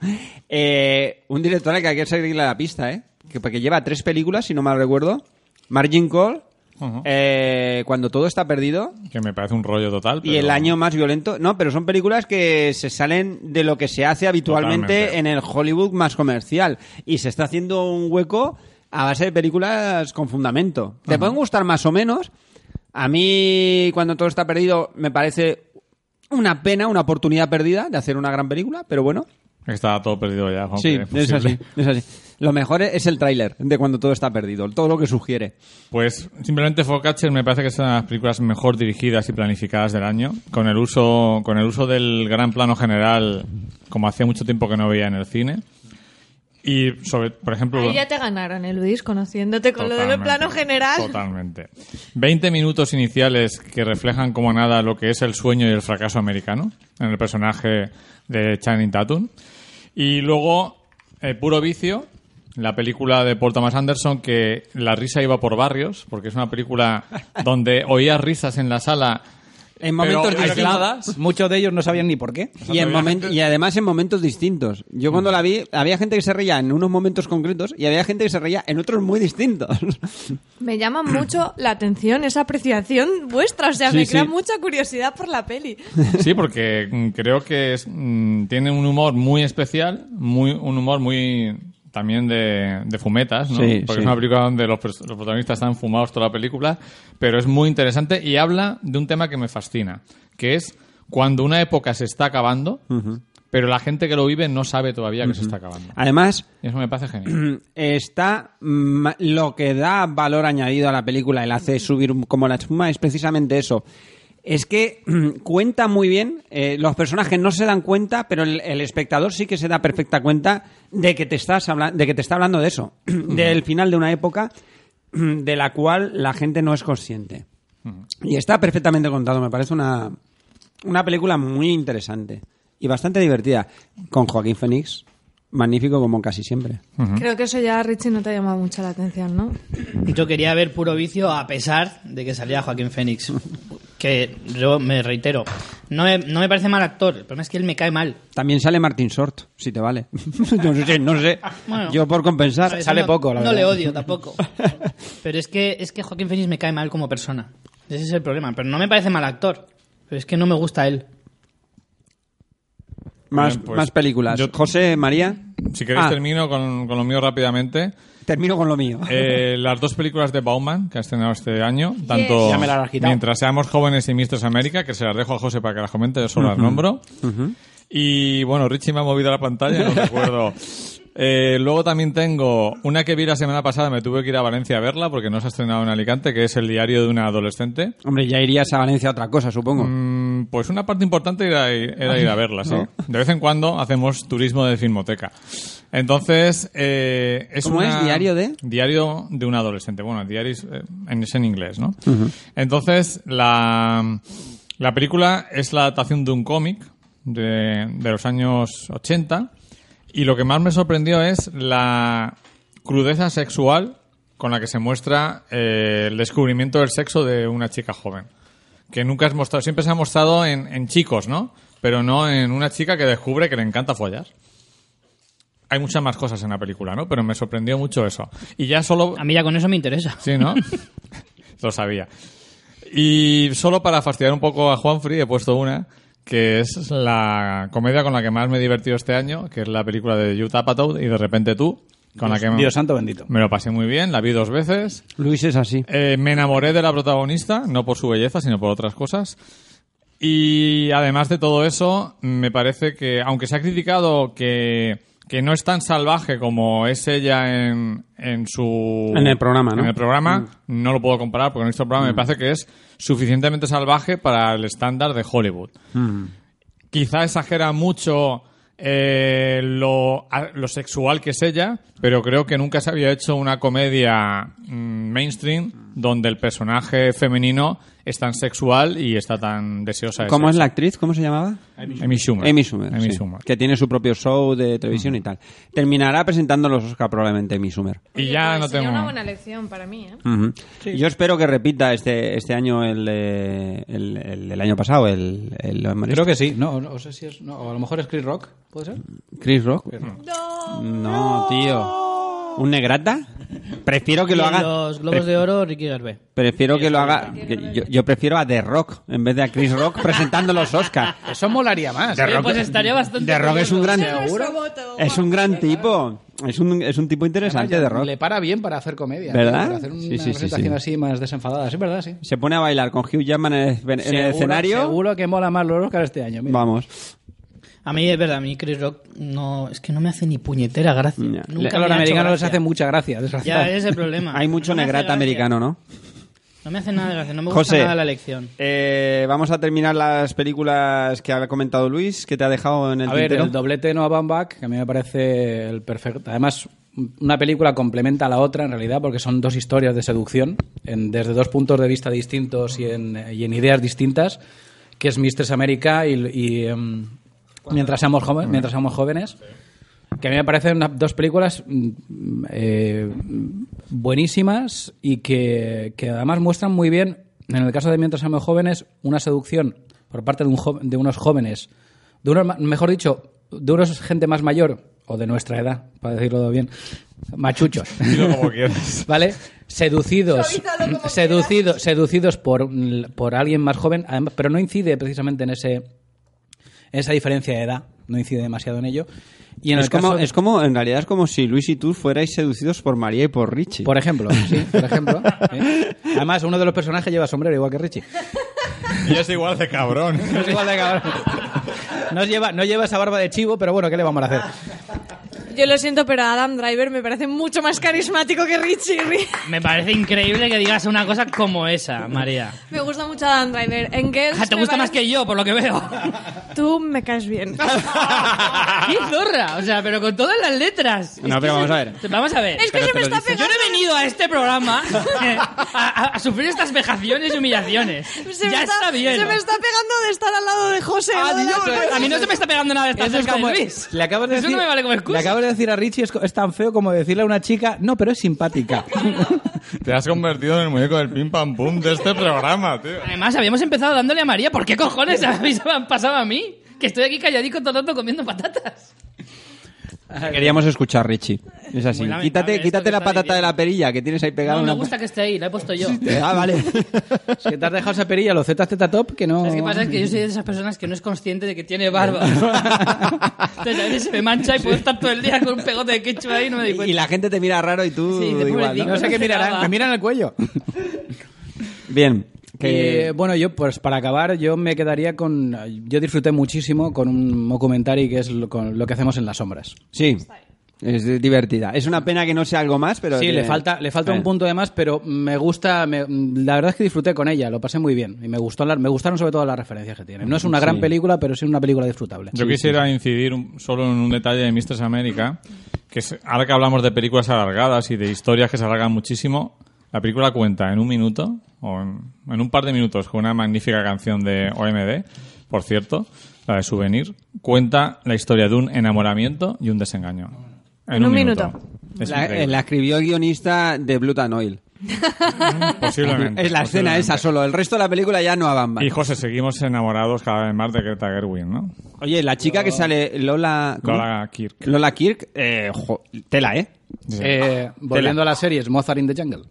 Speaker 1: Eh, un director al que hay que seguirle la pista, ¿eh? Que, porque lleva tres películas, si no mal recuerdo. Margin Call,
Speaker 3: Ujú.
Speaker 1: eh, Cuando todo está perdido,
Speaker 3: que me parece un rollo total.
Speaker 1: y
Speaker 3: pero-
Speaker 1: el año más violento. No, pero son películas que se salen de lo que se hace habitualmente
Speaker 3: Totalmente.
Speaker 1: en el Hollywood más comercial. Y se está haciendo un hueco a base de películas con fundamento. Te pueden gustar más o menos. A mí, cuando todo está perdido, me parece una pena, una oportunidad perdida de hacer una gran película, pero bueno.
Speaker 3: Estaba todo perdido ya, Juan,
Speaker 1: Sí,
Speaker 3: que es
Speaker 1: es así,
Speaker 3: posible.
Speaker 1: es así. Lo mejor es el tráiler de cuando todo está perdido, todo lo que sugiere.
Speaker 3: Pues simplemente Foxcatcher me parece que es una de las películas mejor dirigidas y planificadas del año, con el uso con el uso del gran plano general, como hacía mucho tiempo que no veía en el cine. Y sobre, por ejemplo,
Speaker 2: Ahí ya te ganaron, ¿eh, Luis, conociéndote con lo del
Speaker 3: Totalmente,
Speaker 2: plano general.
Speaker 3: Totalmente. 20 minutos iniciales que reflejan como nada lo que es el sueño y el fracaso americano en el personaje de Channing Tatum. Y luego, eh, Puro Vicio, la película de Paul Thomas Anderson que la risa iba por barrios, porque es una película donde oías risas en la sala.
Speaker 1: En momentos
Speaker 3: pero
Speaker 1: distintos.
Speaker 3: aisladas.
Speaker 5: Muchos de ellos no sabían ni por qué.
Speaker 1: Y, en
Speaker 3: había
Speaker 1: momen- y además en momentos distintos. Yo cuando la vi, había gente que se reía en unos momentos concretos y había gente que se reía en otros muy distintos.
Speaker 2: Me llama mucho la atención esa apreciación vuestra, o sea,
Speaker 1: Sí,
Speaker 2: me
Speaker 1: sí.
Speaker 2: crea mucha curiosidad por la peli.
Speaker 3: Sí, porque mm, creo que es, mm, tiene un humor muy especial, muy, un humor muy también de, de fumetas, ¿no?
Speaker 1: Sí, sí.
Speaker 3: porque es una película donde los, pers- los protagonistas están fumados toda la película, pero es muy interesante y habla de un tema que me fascina, que es cuando una época se está acabando, pero la gente que lo vive no sabe todavía que se está acabando.
Speaker 1: Además,
Speaker 3: Y eso me parece genial.
Speaker 1: mm, está mm, lo que da valor añadido a la película, el hace subir como la espuma, es precisamente eso. Es que mm, cuenta muy bien, eh, los personajes no se dan cuenta, pero el, el espectador sí que se da perfecta cuenta de que te estás habla- de que te está hablando de eso, del final de una época mm, de la cual la gente no es consciente. Y está perfectamente contado, me parece una, una película muy interesante y bastante divertida, con Joaquín Phoenix, magnífico como casi siempre.
Speaker 2: Creo que eso ya, Richie, no te ha llamado mucho la atención, ¿no?
Speaker 4: Yo quería ver Puro Vicio a pesar de que salía Joaquín Fénix. Que yo me reitero, No me, no me parece mal actor, el problema es que él me cae mal.
Speaker 1: También sale Martin Short, si te vale. no sé, no sé.
Speaker 4: Bueno.
Speaker 1: Yo por compensar.
Speaker 4: ¿Sabes?
Speaker 5: sale
Speaker 4: No-
Speaker 5: poco, la
Speaker 4: No
Speaker 5: verdad.
Speaker 4: le odio tampoco. Pero es que, es que Joaquín Phoenix me cae mal como persona. Ese es el problema. Pero no me parece mal actor. Pero es que no me gusta él.
Speaker 1: Más,
Speaker 3: Bien, pues,
Speaker 1: más películas.
Speaker 3: yo-
Speaker 1: José, María.
Speaker 3: Si queréis
Speaker 1: Ah,
Speaker 3: termino con, con lo mío rápidamente.
Speaker 1: termino con lo mío.
Speaker 3: Eh, las dos películas de Bauman que ha estrenado este año, tanto
Speaker 5: Ya me las has quitado.
Speaker 3: Mientras seamos jóvenes y Mistress América, que se las dejo a José para que las comente, yo solo las nombro. Y bueno, Richie me ha movido la pantalla, no recuerdo. Eh, luego también tengo una que vi la semana pasada, me tuve que ir a Valencia a verla porque no se ha estrenado en Alicante, que es El diario de una adolescente.
Speaker 1: Hombre, ya irías a Valencia a otra cosa, supongo.
Speaker 3: Mm, Pues una parte importante era, era ir a verla, sí. De vez en cuando hacemos turismo de filmoteca. Entonces, eh, es
Speaker 1: ¿Cómo
Speaker 3: una-
Speaker 1: es? ¿Diario de?
Speaker 3: Diario de un adolescente. Bueno, diario es, eh, en, es en inglés, ¿no? Entonces, la, la película es la adaptación de un cómic de, de los años 80 y lo que más me sorprendió es la crudeza sexual con la que se muestra eh, el descubrimiento del sexo de una chica joven que nunca has mostrado, siempre se ha mostrado en, en chicos, ¿no? Pero no en una chica que descubre que le encanta follar. Hay muchas más cosas en la película, ¿no? Pero me sorprendió mucho eso. Y ya solo...
Speaker 4: A mí ya con eso me interesa.
Speaker 3: Sí, ¿no? Lo sabía. Y solo para fastidiar un poco a Juanfrey he puesto una, que es la comedia con la que más me he divertido este año, que es la película de Utah Apatow y De repente tú, con la que me-
Speaker 5: Dios santo bendito.
Speaker 3: me lo pasé muy bien, la vi dos veces.
Speaker 1: Luis es así.
Speaker 3: Eh, me enamoré de la protagonista, no por su belleza, sino por otras cosas. Y además de todo eso, me parece que, aunque se ha criticado que, que no es tan salvaje como es ella en, en su...
Speaker 1: En el programa, ¿no? Mm.
Speaker 3: En el programa, no lo puedo comparar porque en este programa me parece que es suficientemente salvaje para el estándar de Hollywood quizá exagera mucho eh, lo, a- lo sexual que es ella, pero creo que nunca se había hecho una comedia mm, mainstream donde el personaje femenino es tan sexual y está tan deseosa de
Speaker 1: ¿Cómo es
Speaker 3: sexo.
Speaker 1: la actriz? ¿Cómo se llamaba?
Speaker 3: Amy Schumer.
Speaker 1: Amy Schumer.
Speaker 3: Amy
Speaker 1: sí,
Speaker 3: Schumer. Mm.
Speaker 1: Que tiene su propio show de televisión y tal. Terminará presentando los Oscar probablemente Amy Schumer.
Speaker 3: Y ya no
Speaker 2: pues Sería
Speaker 3: tengo...
Speaker 2: una buena lección para mí, ¿eh?
Speaker 1: Ujú. Yo espero que repita este, este año el, eh, el, el- el año pasado, el, el-
Speaker 5: Creo que sí. No, no sé si es. No, o a lo mejor es Chris Rock. ¿Puede ser?
Speaker 1: Chris Rock. No, tío. ¿Un negrata? Prefiero que lo
Speaker 4: Y en
Speaker 1: haga.
Speaker 4: Los Globos de Oro, Ricky Gervais.
Speaker 1: Prefiero que lo haga. que Yo, yo prefiero a The Rock en vez de a Chris Rock presentando los Oscar.
Speaker 5: Eso molaría más.
Speaker 4: Oye, pues estaría bastante
Speaker 1: The Rock es un gran.
Speaker 4: curioso.
Speaker 1: Es un gran tipo. Es un, es un tipo interesante, The Rock.
Speaker 5: Le para bien para hacer comedia.
Speaker 1: ¿Verdad?
Speaker 5: tío, Para hacer una
Speaker 1: Sí, sí, sí,
Speaker 5: presentación
Speaker 1: sí.
Speaker 5: así más desenfadada. Sí, verdad, sí.
Speaker 1: Se pone a bailar con Hugh Jackman en el, en el
Speaker 5: Seguro-
Speaker 1: escenario.
Speaker 5: Seguro que mola más los Oscar este año. mira.
Speaker 1: Vamos.
Speaker 4: A mí es verdad, a mí Chris Rock no, es que no me hace ni puñetera gracia.
Speaker 1: Ya.
Speaker 5: Es
Speaker 4: Nunca
Speaker 5: que a
Speaker 4: me
Speaker 5: los
Speaker 4: ha hecho
Speaker 5: americanos les
Speaker 4: gracia.
Speaker 5: hace mucha gracia,
Speaker 4: Ya,
Speaker 5: desgraciadamente.
Speaker 4: ese es el problema.
Speaker 1: Hay mucho
Speaker 4: No me hace
Speaker 1: negrata
Speaker 4: gracia.
Speaker 1: americano, ¿no?
Speaker 4: No me hace nada de gracia, no me gusta
Speaker 1: José.
Speaker 4: nada la elección.
Speaker 1: Eh, vamos a terminar las películas que ha comentado Luis, que te ha dejado en el
Speaker 5: A ver,
Speaker 1: tintero.
Speaker 5: el doblete de Noah Baumbach, que a mí me parece el perfecto. Además, una película complementa a la otra en realidad, porque son dos historias de seducción, en- desde dos puntos de vista distintos y en, y en ideas distintas, que es Mistress América y, y, em, mientras, seamos joven- mientras Seamos Jóvenes. Que a mí me parecen una- dos películas mm, eh, buenísimas y que, que además muestran muy bien, en el caso de Mientras somos jóvenes, una seducción por parte de, un jo- de unos jóvenes, de unos, ma- mejor dicho, de unos gente más mayor o de nuestra edad, para decirlo bien, machuchos.
Speaker 3: Dilo como quieras.
Speaker 5: ¿Vale? Seducidos.
Speaker 2: Suavízalo como
Speaker 5: Seducidos, seducidos por, por alguien más joven, además, pero no incide precisamente en ese en esa diferencia de edad, no incide demasiado en ello. Y en
Speaker 1: es,
Speaker 5: el
Speaker 1: como,
Speaker 5: caso,
Speaker 1: es como, en realidad es como si Luis y tú fuerais seducidos por María y por Richie.
Speaker 5: por ejemplo, sí, por ejemplo. ¿eh? Además, uno de los personajes lleva sombrero igual que Richie.
Speaker 3: Y es igual de cabrón.
Speaker 5: No
Speaker 4: Pues
Speaker 5: es igual de cabrón. No lleva, no lleva esa barba de chivo, pero bueno, ¿qué le vamos a hacer?
Speaker 2: Yo lo siento, pero Adam Driver me parece mucho más carismático que Richie.
Speaker 4: Me parece increíble que digas una cosa como esa, María.
Speaker 2: Me gusta mucho Adam Driver. En Girls.
Speaker 4: Ah, Te
Speaker 2: me
Speaker 4: gusta
Speaker 2: parece-
Speaker 4: más que yo, por lo que veo.
Speaker 2: Tú me caes bien.
Speaker 4: ¡Qué zorra! O sea, pero con todas las letras.
Speaker 1: No, pero vamos a ver.
Speaker 4: Vamos a ver.
Speaker 2: Es que se me está
Speaker 4: Yo
Speaker 2: pegando.
Speaker 4: no he venido a este programa eh, a, a- a sufrir estas vejaciones y humillaciones.
Speaker 2: Se me
Speaker 4: ya
Speaker 2: está,
Speaker 4: está bien. Ah, eh,
Speaker 2: Se me está pegando de estar al lado de José. lo de la
Speaker 4: A mí no se me está pegando nada de estar
Speaker 5: Eso es
Speaker 4: cerca
Speaker 5: como-
Speaker 4: de Luis.
Speaker 5: le acabas de
Speaker 4: Eso
Speaker 5: decir,
Speaker 4: no me vale como
Speaker 5: le
Speaker 4: excusa.
Speaker 5: acabas de decir a Richie es, co- es tan feo como decirle a una chica, no, pero es simpática.
Speaker 3: Te has convertido en el muñeco del pim pam pum de este programa, tío.
Speaker 4: Además, habíamos empezado dándole a María. ¿Por qué cojones habéis- me han pasado a mí? Que estoy aquí calladico todo el rato comiendo patatas.
Speaker 1: Queríamos escuchar, Richie. Es así.
Speaker 4: Muy lamentable
Speaker 1: Quítate,
Speaker 4: esto
Speaker 1: quítate
Speaker 4: que
Speaker 1: la
Speaker 4: está
Speaker 1: patata
Speaker 4: diciendo.
Speaker 1: de la perilla que tienes ahí pegada.
Speaker 4: No, me
Speaker 1: una-
Speaker 5: pues-
Speaker 4: gusta que esté ahí, la he puesto yo.
Speaker 1: Ah, vale.
Speaker 5: Es que te has dejado esa perilla, los ZZ Top, que no...
Speaker 4: Es que pasa es que yo soy de esas personas que no es consciente de que tiene barba. Entonces a veces se me mancha y puedo estar todo el día con un pegote de ketchup ahí y no me di
Speaker 1: y
Speaker 4: cuenta.
Speaker 1: la gente te mira raro y tú
Speaker 4: pues. Sí, te
Speaker 1: igual,
Speaker 4: pones
Speaker 1: ¿no?
Speaker 5: No sé qué mirarán, me miran el cuello.
Speaker 1: Bien. Que...
Speaker 5: Eh, bueno, yo, pues para acabar, yo me quedaría con. Yo disfruté muchísimo con un documentary que es lo, con lo que hacemos en las sombras.
Speaker 1: Sí. Es divertida. Es una pena que no sea algo más, pero...
Speaker 5: sí, le
Speaker 1: tiene- eh.
Speaker 5: falta, le falta
Speaker 1: Bien.
Speaker 5: un punto de más, pero me gusta. me- la verdad es que disfruté con ella, lo pasé muy bien. Y me, gustó la- me gustaron sobre todo las referencias que tiene. No es una gran película, pero sí una película disfrutable.
Speaker 3: Yo quisiera incidir un- solo en un detalle de Mistress América, que es- ahora que hablamos de películas alargadas y de historias que se alargan muchísimo, la película cuenta en un minuto, o en, en un par de minutos, con una magnífica canción de OMD, por cierto, la de Souvenir, cuenta la historia de un enamoramiento y un desengaño. En, un, minuto. Es
Speaker 1: La, eh,
Speaker 3: increíble.
Speaker 1: la escribió el guionista de Blue Tan Oil.
Speaker 3: Posiblemente,
Speaker 1: Es la escena
Speaker 3: posiblemente.
Speaker 1: esa solo. El resto de la película ya no avanza.
Speaker 3: Y José, seguimos enamorados cada vez más de Greta Gerwin, ¿no?
Speaker 1: Oye, la chica que sale Lola... ¿cómo?
Speaker 3: Lola Kirk.
Speaker 1: Lola Kirk, eh, jo- tela, ¿eh?
Speaker 5: Eh, volviendo a la serie, es Mozart in the Jungle,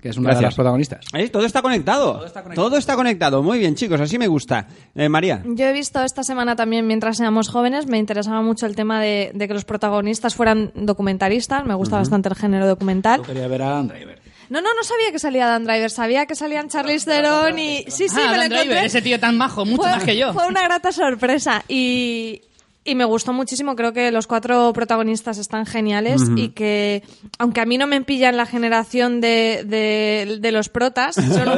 Speaker 5: que es una de las protagonistas.
Speaker 1: Eh, Todo está conectado. Todo está conectado. Muy bien, chicos. Así me gusta. Eh, María.
Speaker 2: Yo he visto esta semana también, mientras éramos jóvenes, me interesaba mucho el tema de, de que los protagonistas fueran documentaristas. Me gusta bastante el género documental.
Speaker 5: Yo quería ver a Adam Driver.
Speaker 2: No, no, no sabía que salía Dan Driver. Sabía que salían Charlize Theron y... Sí, sí,
Speaker 4: Ah,
Speaker 2: me lo
Speaker 4: Adam Driver,
Speaker 2: encontré.
Speaker 4: ese tío tan majo, mucho
Speaker 2: fue,
Speaker 4: más que yo.
Speaker 2: Fue una grata sorpresa y, y me gustó muchísimo. Creo que los cuatro protagonistas están geniales y que, aunque a mí no me pillan la generación de, de, de los protas, son-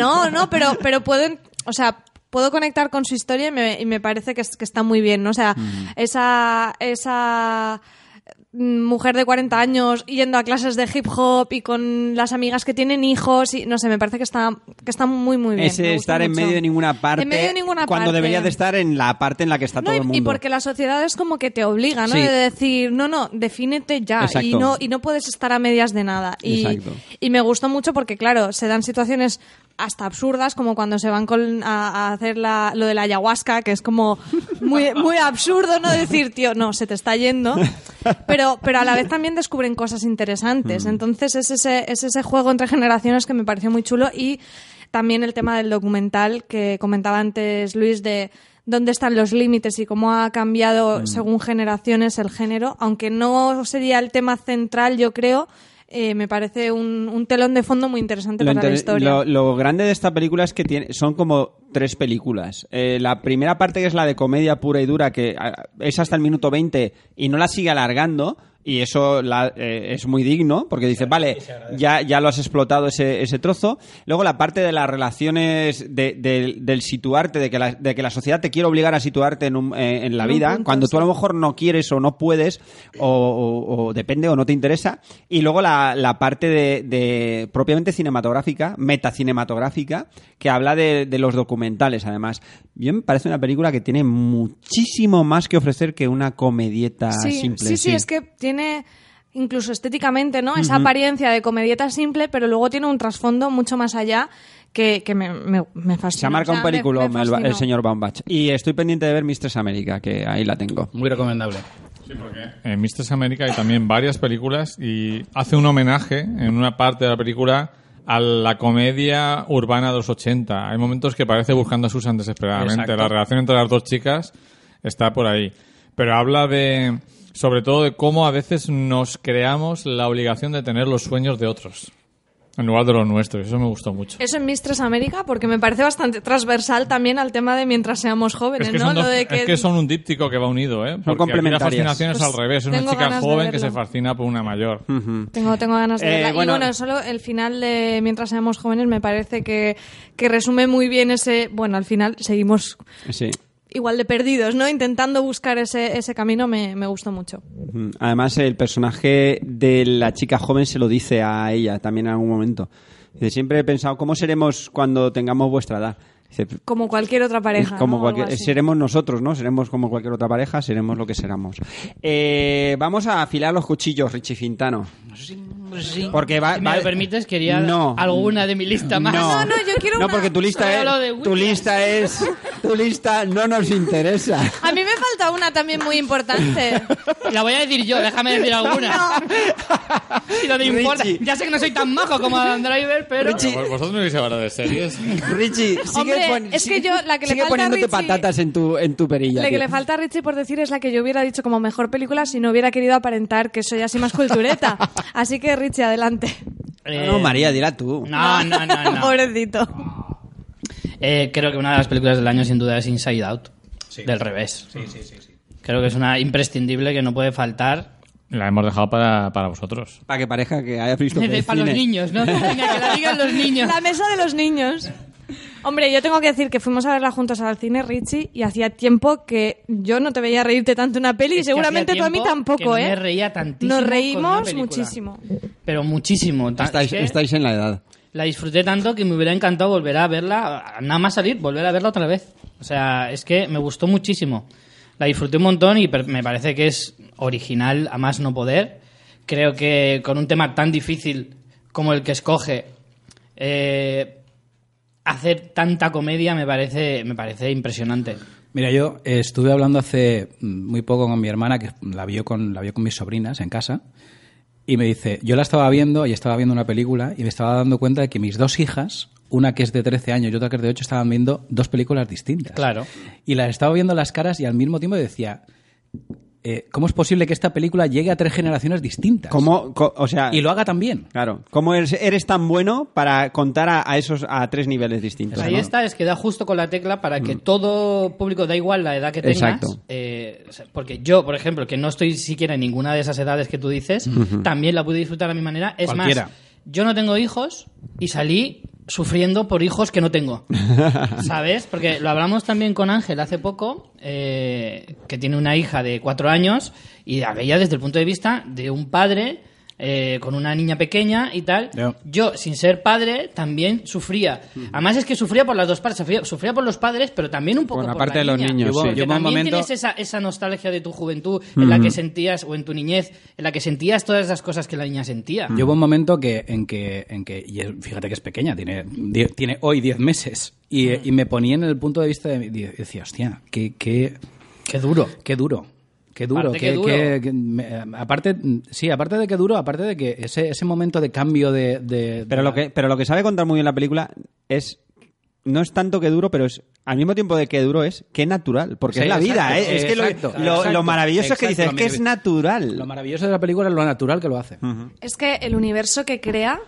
Speaker 2: no, no, pero, pero pueden, o sea, puedo conectar con su historia y me, y me parece que, es- que está muy bien, ¿no? O sea,
Speaker 1: Mm.
Speaker 2: esa, esa mujer de 40 años yendo a clases de hip hop y con las amigas que tienen hijos y no sé, me parece que está, que está muy, muy bien. me
Speaker 1: Ese
Speaker 2: gusta
Speaker 1: estar en
Speaker 2: mucho.
Speaker 1: medio de ninguna parte.
Speaker 2: En medio de ninguna
Speaker 1: Cuando
Speaker 2: parte.
Speaker 1: debería de estar en la parte en la que está
Speaker 2: No,
Speaker 1: todo
Speaker 2: y-
Speaker 1: el mundo.
Speaker 2: Y porque la sociedad es como que te obliga, ¿no?
Speaker 1: Sí.
Speaker 2: De decir, no, no, defínete ya. Y
Speaker 1: Exacto.
Speaker 2: no, y no puedes estar a medias de nada. Y,
Speaker 1: Exacto.
Speaker 2: y me gustó mucho porque, claro, se dan situaciones hasta absurdas, como cuando se van con- a, a hacer la- lo de la ayahuasca, que es como muy, muy absurdo, ¿no? Decir, tío, no, se te está yendo. Pero, pero a la vez también descubren cosas interesantes. Entonces es ese, es ese juego entre generaciones que me pareció muy chulo y también el tema del documental que comentaba antes Luis de dónde están los límites y cómo ha cambiado según generaciones el género, aunque no sería el tema central, yo creo, eh, me parece un, un telón de fondo muy interesante
Speaker 1: Lo,
Speaker 2: para la
Speaker 1: inter-
Speaker 2: historia.
Speaker 1: lo- lo grande de esta película es que tiene, son como tres películas. Eh, la primera parte que es la de comedia pura y dura, que ah, es hasta el minuto 20 y no la sigue alargando. Y eso la- eh, es muy digno, porque dice, vale, ya, ya lo has explotado ese, ese trozo. Luego la parte de las relaciones, de- de- del situarte, de que, la, de que la sociedad te quiere obligar a situarte en, un- eh, en la
Speaker 2: En un
Speaker 1: vida,
Speaker 2: punto,
Speaker 1: cuando tú a
Speaker 2: sí.
Speaker 1: lo mejor no quieres o no puedes, o, o- o depende o no te interesa. Y luego la, la parte de, de propiamente cinematográfica, metacinematográfica, que habla de, de los documentales, además. Yo me parece una película que tiene muchísimo más que ofrecer que una comedieta
Speaker 2: sí,
Speaker 1: simple.
Speaker 2: sí, sí, es que tiene incluso estéticamente, ¿no? Esa apariencia de comedieta simple, pero luego tiene un trasfondo mucho más allá que, que me, me, me fascina.
Speaker 1: Se ha marcado
Speaker 2: O sea,
Speaker 1: un
Speaker 2: me-
Speaker 1: película
Speaker 2: me
Speaker 1: el, ba- el
Speaker 2: fascinó.
Speaker 1: señor Baumbach. Y estoy pendiente de ver Mistress América, que ahí la tengo.
Speaker 5: Muy recomendable.
Speaker 3: En Eh, Mistress América hay también varias películas y hace un homenaje en una parte de la película a la comedia urbana de los 80. Hay momentos que parece buscando a Susan desesperadamente.
Speaker 5: Exacto.
Speaker 3: La relación entre las dos chicas está por ahí. Pero habla de, sobre todo, de cómo a veces nos creamos la obligación de tener los sueños de otros en lugar de los nuestros. Eso me gustó mucho.
Speaker 2: Eso en Mistress América, porque me parece bastante transversal también al tema de mientras seamos jóvenes,
Speaker 3: Es que,
Speaker 2: ¿no?
Speaker 3: son
Speaker 2: Lo
Speaker 3: dos-
Speaker 2: de
Speaker 3: es que son un díptico que va unido, ¿eh? Porque aquí la
Speaker 1: complementarias.
Speaker 3: fascinación es
Speaker 2: Pues
Speaker 3: al revés. Es una
Speaker 2: tengo
Speaker 3: chica
Speaker 2: ganas de
Speaker 3: joven que
Speaker 2: verlo.
Speaker 3: se fascina por una mayor.
Speaker 2: Tengo, tengo ganas de
Speaker 1: Eh,
Speaker 2: verla.
Speaker 1: bueno-
Speaker 2: y bueno, solo el final de Mientras seamos jóvenes me parece que, que resume muy bien ese... Bueno, al final seguimos
Speaker 1: Sí.
Speaker 2: igual de perdidos, ¿no? Intentando buscar ese, ese camino me, me gustó mucho.
Speaker 1: Mm, Además, el personaje de la chica joven se lo dice a ella también en algún momento. Dice, siempre he pensado, ¿cómo seremos cuando tengamos vuestra edad? Dice,
Speaker 2: Como cualquier otra pareja.
Speaker 1: como
Speaker 2: ¿no? O algo
Speaker 1: cualquier-
Speaker 2: así.
Speaker 1: seremos nosotros, ¿no? Seremos como cualquier otra pareja, seremos lo que seramos. Eh, vamos a afilar los cuchillos, Richie Fintano.
Speaker 4: Sí.
Speaker 1: Porque va-
Speaker 4: Si me
Speaker 1: va-
Speaker 4: lo permites, quería
Speaker 1: No.
Speaker 4: alguna de mi lista más.
Speaker 2: Ah, No, no, yo quiero
Speaker 1: No,
Speaker 2: una-
Speaker 1: porque tu lista
Speaker 4: Solo de
Speaker 1: es.
Speaker 4: Wikileaks.
Speaker 1: Tu lista es. Tu lista no nos interesa.
Speaker 2: A mí me falta una también muy importante.
Speaker 4: La voy a decir yo, déjame decir alguna. Si no te importa.
Speaker 1: Richie.
Speaker 4: Ya sé que no soy tan majo como Adam Driver, pero.
Speaker 1: Richie.
Speaker 3: Vos- Vosotros no vais a hablar de series.
Speaker 1: Richie, sigue,
Speaker 2: Hombre,
Speaker 1: pon-
Speaker 2: es que
Speaker 1: sigue-
Speaker 2: yo- la que le
Speaker 1: sigue
Speaker 2: falta a
Speaker 1: poniéndote
Speaker 2: Richie-
Speaker 1: patatas en tu, en tu perilla.
Speaker 2: La que
Speaker 1: tío.
Speaker 2: le falta a Richie por decir es la que yo hubiera dicho como mejor película si no hubiera querido aparentar que soy así más cultureta. Así que Richie, adelante.
Speaker 4: Eh,
Speaker 1: No, María, dirá tú.
Speaker 4: No, Ah, no, no. no.
Speaker 2: Pobrecito.
Speaker 4: Eh, creo que una de las películas del año, sin duda, es Inside Out. Del revés. Creo que es una imprescindible que no puede faltar.
Speaker 3: La hemos dejado para, para vosotros.
Speaker 1: Para que parezca que hayas visto que
Speaker 4: Para
Speaker 1: es cine.
Speaker 4: los niños, ¿no? Venga, que la digan los niños.
Speaker 2: La mesa de los niños. Hombre, yo tengo que decir que fuimos a verla juntos al cine, Richie, y hacía tiempo que yo no te veía reírte tanto en una peli, y
Speaker 4: Es que
Speaker 2: seguramente
Speaker 4: hacía
Speaker 2: tú a mí
Speaker 4: tiempo que no
Speaker 2: tampoco, ¿eh?
Speaker 4: me reía tantísimo
Speaker 2: Nos
Speaker 4: con una
Speaker 2: reímos
Speaker 4: película.
Speaker 2: muchísimo.
Speaker 4: Pero muchísimo. Ta-
Speaker 1: Estáis,
Speaker 4: es
Speaker 5: ¿eh?
Speaker 4: que
Speaker 1: estáis en la edad.
Speaker 4: La disfruté tanto que me hubiera encantado volver a verla, nada más salir, volver a verla otra vez. O sea, es que me gustó muchísimo. La disfruté un montón y per- me parece que es original a más no poder. Creo que con un tema tan difícil como el que escoge, eh, hacer tanta comedia me parece, me parece impresionante.
Speaker 5: Mira, yo eh, estuve hablando hace mm, muy poco con mi hermana, que la vio con, la vio con mis sobrinas en casa, y me dice, yo la estaba viendo y estaba viendo una película y me estaba dando cuenta de que mis dos hijas, una que es de 13 años y otra que es de 8, estaban viendo dos películas distintas.
Speaker 4: Claro.
Speaker 5: Y las estaba viendo las caras y al mismo tiempo decía, eh, ¿cómo es posible que esta película llegue a tres generaciones distintas?
Speaker 1: ¿Cómo, co- o sea,
Speaker 5: Y lo haga también.
Speaker 1: claro, ¿cómo eres, eres tan bueno para contar a, a esos a tres niveles distintos?
Speaker 4: Pues Ahí
Speaker 1: ¿no? Mm.
Speaker 4: está, es que da justo con la tecla para que todo público, da igual la edad que tengas.
Speaker 1: Exacto.
Speaker 4: eh, o sea, porque yo, por ejemplo, que no estoy siquiera en ninguna de esas edades que tú dices, también la pude disfrutar a mi manera. Es
Speaker 5: Cualquiera.
Speaker 4: más, yo no tengo hijos y salí sufriendo por hijos que no tengo. ¿Sabes? Porque lo hablamos también con Ángel hace poco, eh, que tiene una hija de cuatro años y la veía desde el punto de vista de un padre eh, con una niña pequeña y tal.
Speaker 5: Ya.
Speaker 4: Yo, sin ser padre, también sufría. Además es que sufría por las dos partes, sufría, sufría por los padres, pero también un poco
Speaker 1: Por la
Speaker 4: por,
Speaker 1: parte de los
Speaker 4: niña.
Speaker 1: niños, Yo
Speaker 5: sí.
Speaker 4: Porque
Speaker 5: yo hubo un
Speaker 4: también
Speaker 5: momento-
Speaker 4: tienes esa, esa nostalgia de tu juventud en la que sentías, o en tu niñez, en la que sentías todas esas cosas que la niña sentía.
Speaker 5: Yo hubo un momento que, en que, en que y es- fíjate que es pequeña, tiene, die- tiene hoy 10 meses, y, eh, y me ponía en el punto de vista de, mi- de- decía, hostia, qué, qué,
Speaker 4: Qué duro.
Speaker 5: qué duro. Qué duro,
Speaker 4: Aparte
Speaker 5: qué-
Speaker 4: que duro.
Speaker 5: qué- qué- me- eh, aparte, sí, aparte de que duro, aparte de que ese, ese momento de cambio de... de-
Speaker 1: Pero
Speaker 5: de
Speaker 1: lo
Speaker 5: la-
Speaker 1: que, pero lo que sabe contar muy bien la película es no es tanto que duro, pero es al mismo tiempo de que duro es que natural, porque
Speaker 5: Sí,
Speaker 1: es la vida,
Speaker 5: exacto,
Speaker 1: ¿eh? es que lo,
Speaker 5: exacto,
Speaker 1: lo-
Speaker 5: exacto,
Speaker 1: lo maravilloso que
Speaker 5: exacto,
Speaker 1: dices es que es
Speaker 5: maravilloso.
Speaker 1: natural.
Speaker 5: Lo maravilloso de la película es lo natural que lo hace.
Speaker 2: Es que el universo que crea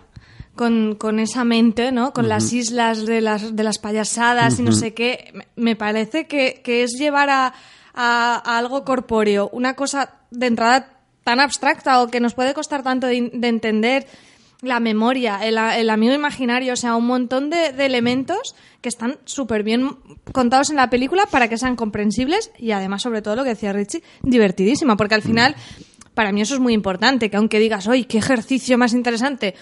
Speaker 2: con, con esa mente, ¿no? Con las islas de las, de las payasadas y no sé qué, me- me parece que, que es llevar a, a- a algo corpóreo una cosa de entrada tan abstracta o que nos puede costar tanto de, in- de entender la memoria, el, a- el amigo imaginario, o sea, un montón de, de elementos que están súper bien contados en la película para que sean comprensibles y además, sobre todo, lo que decía Richie, divertidísima, porque al final para mí eso es muy importante, que aunque digas, hoy qué ejercicio más interesante!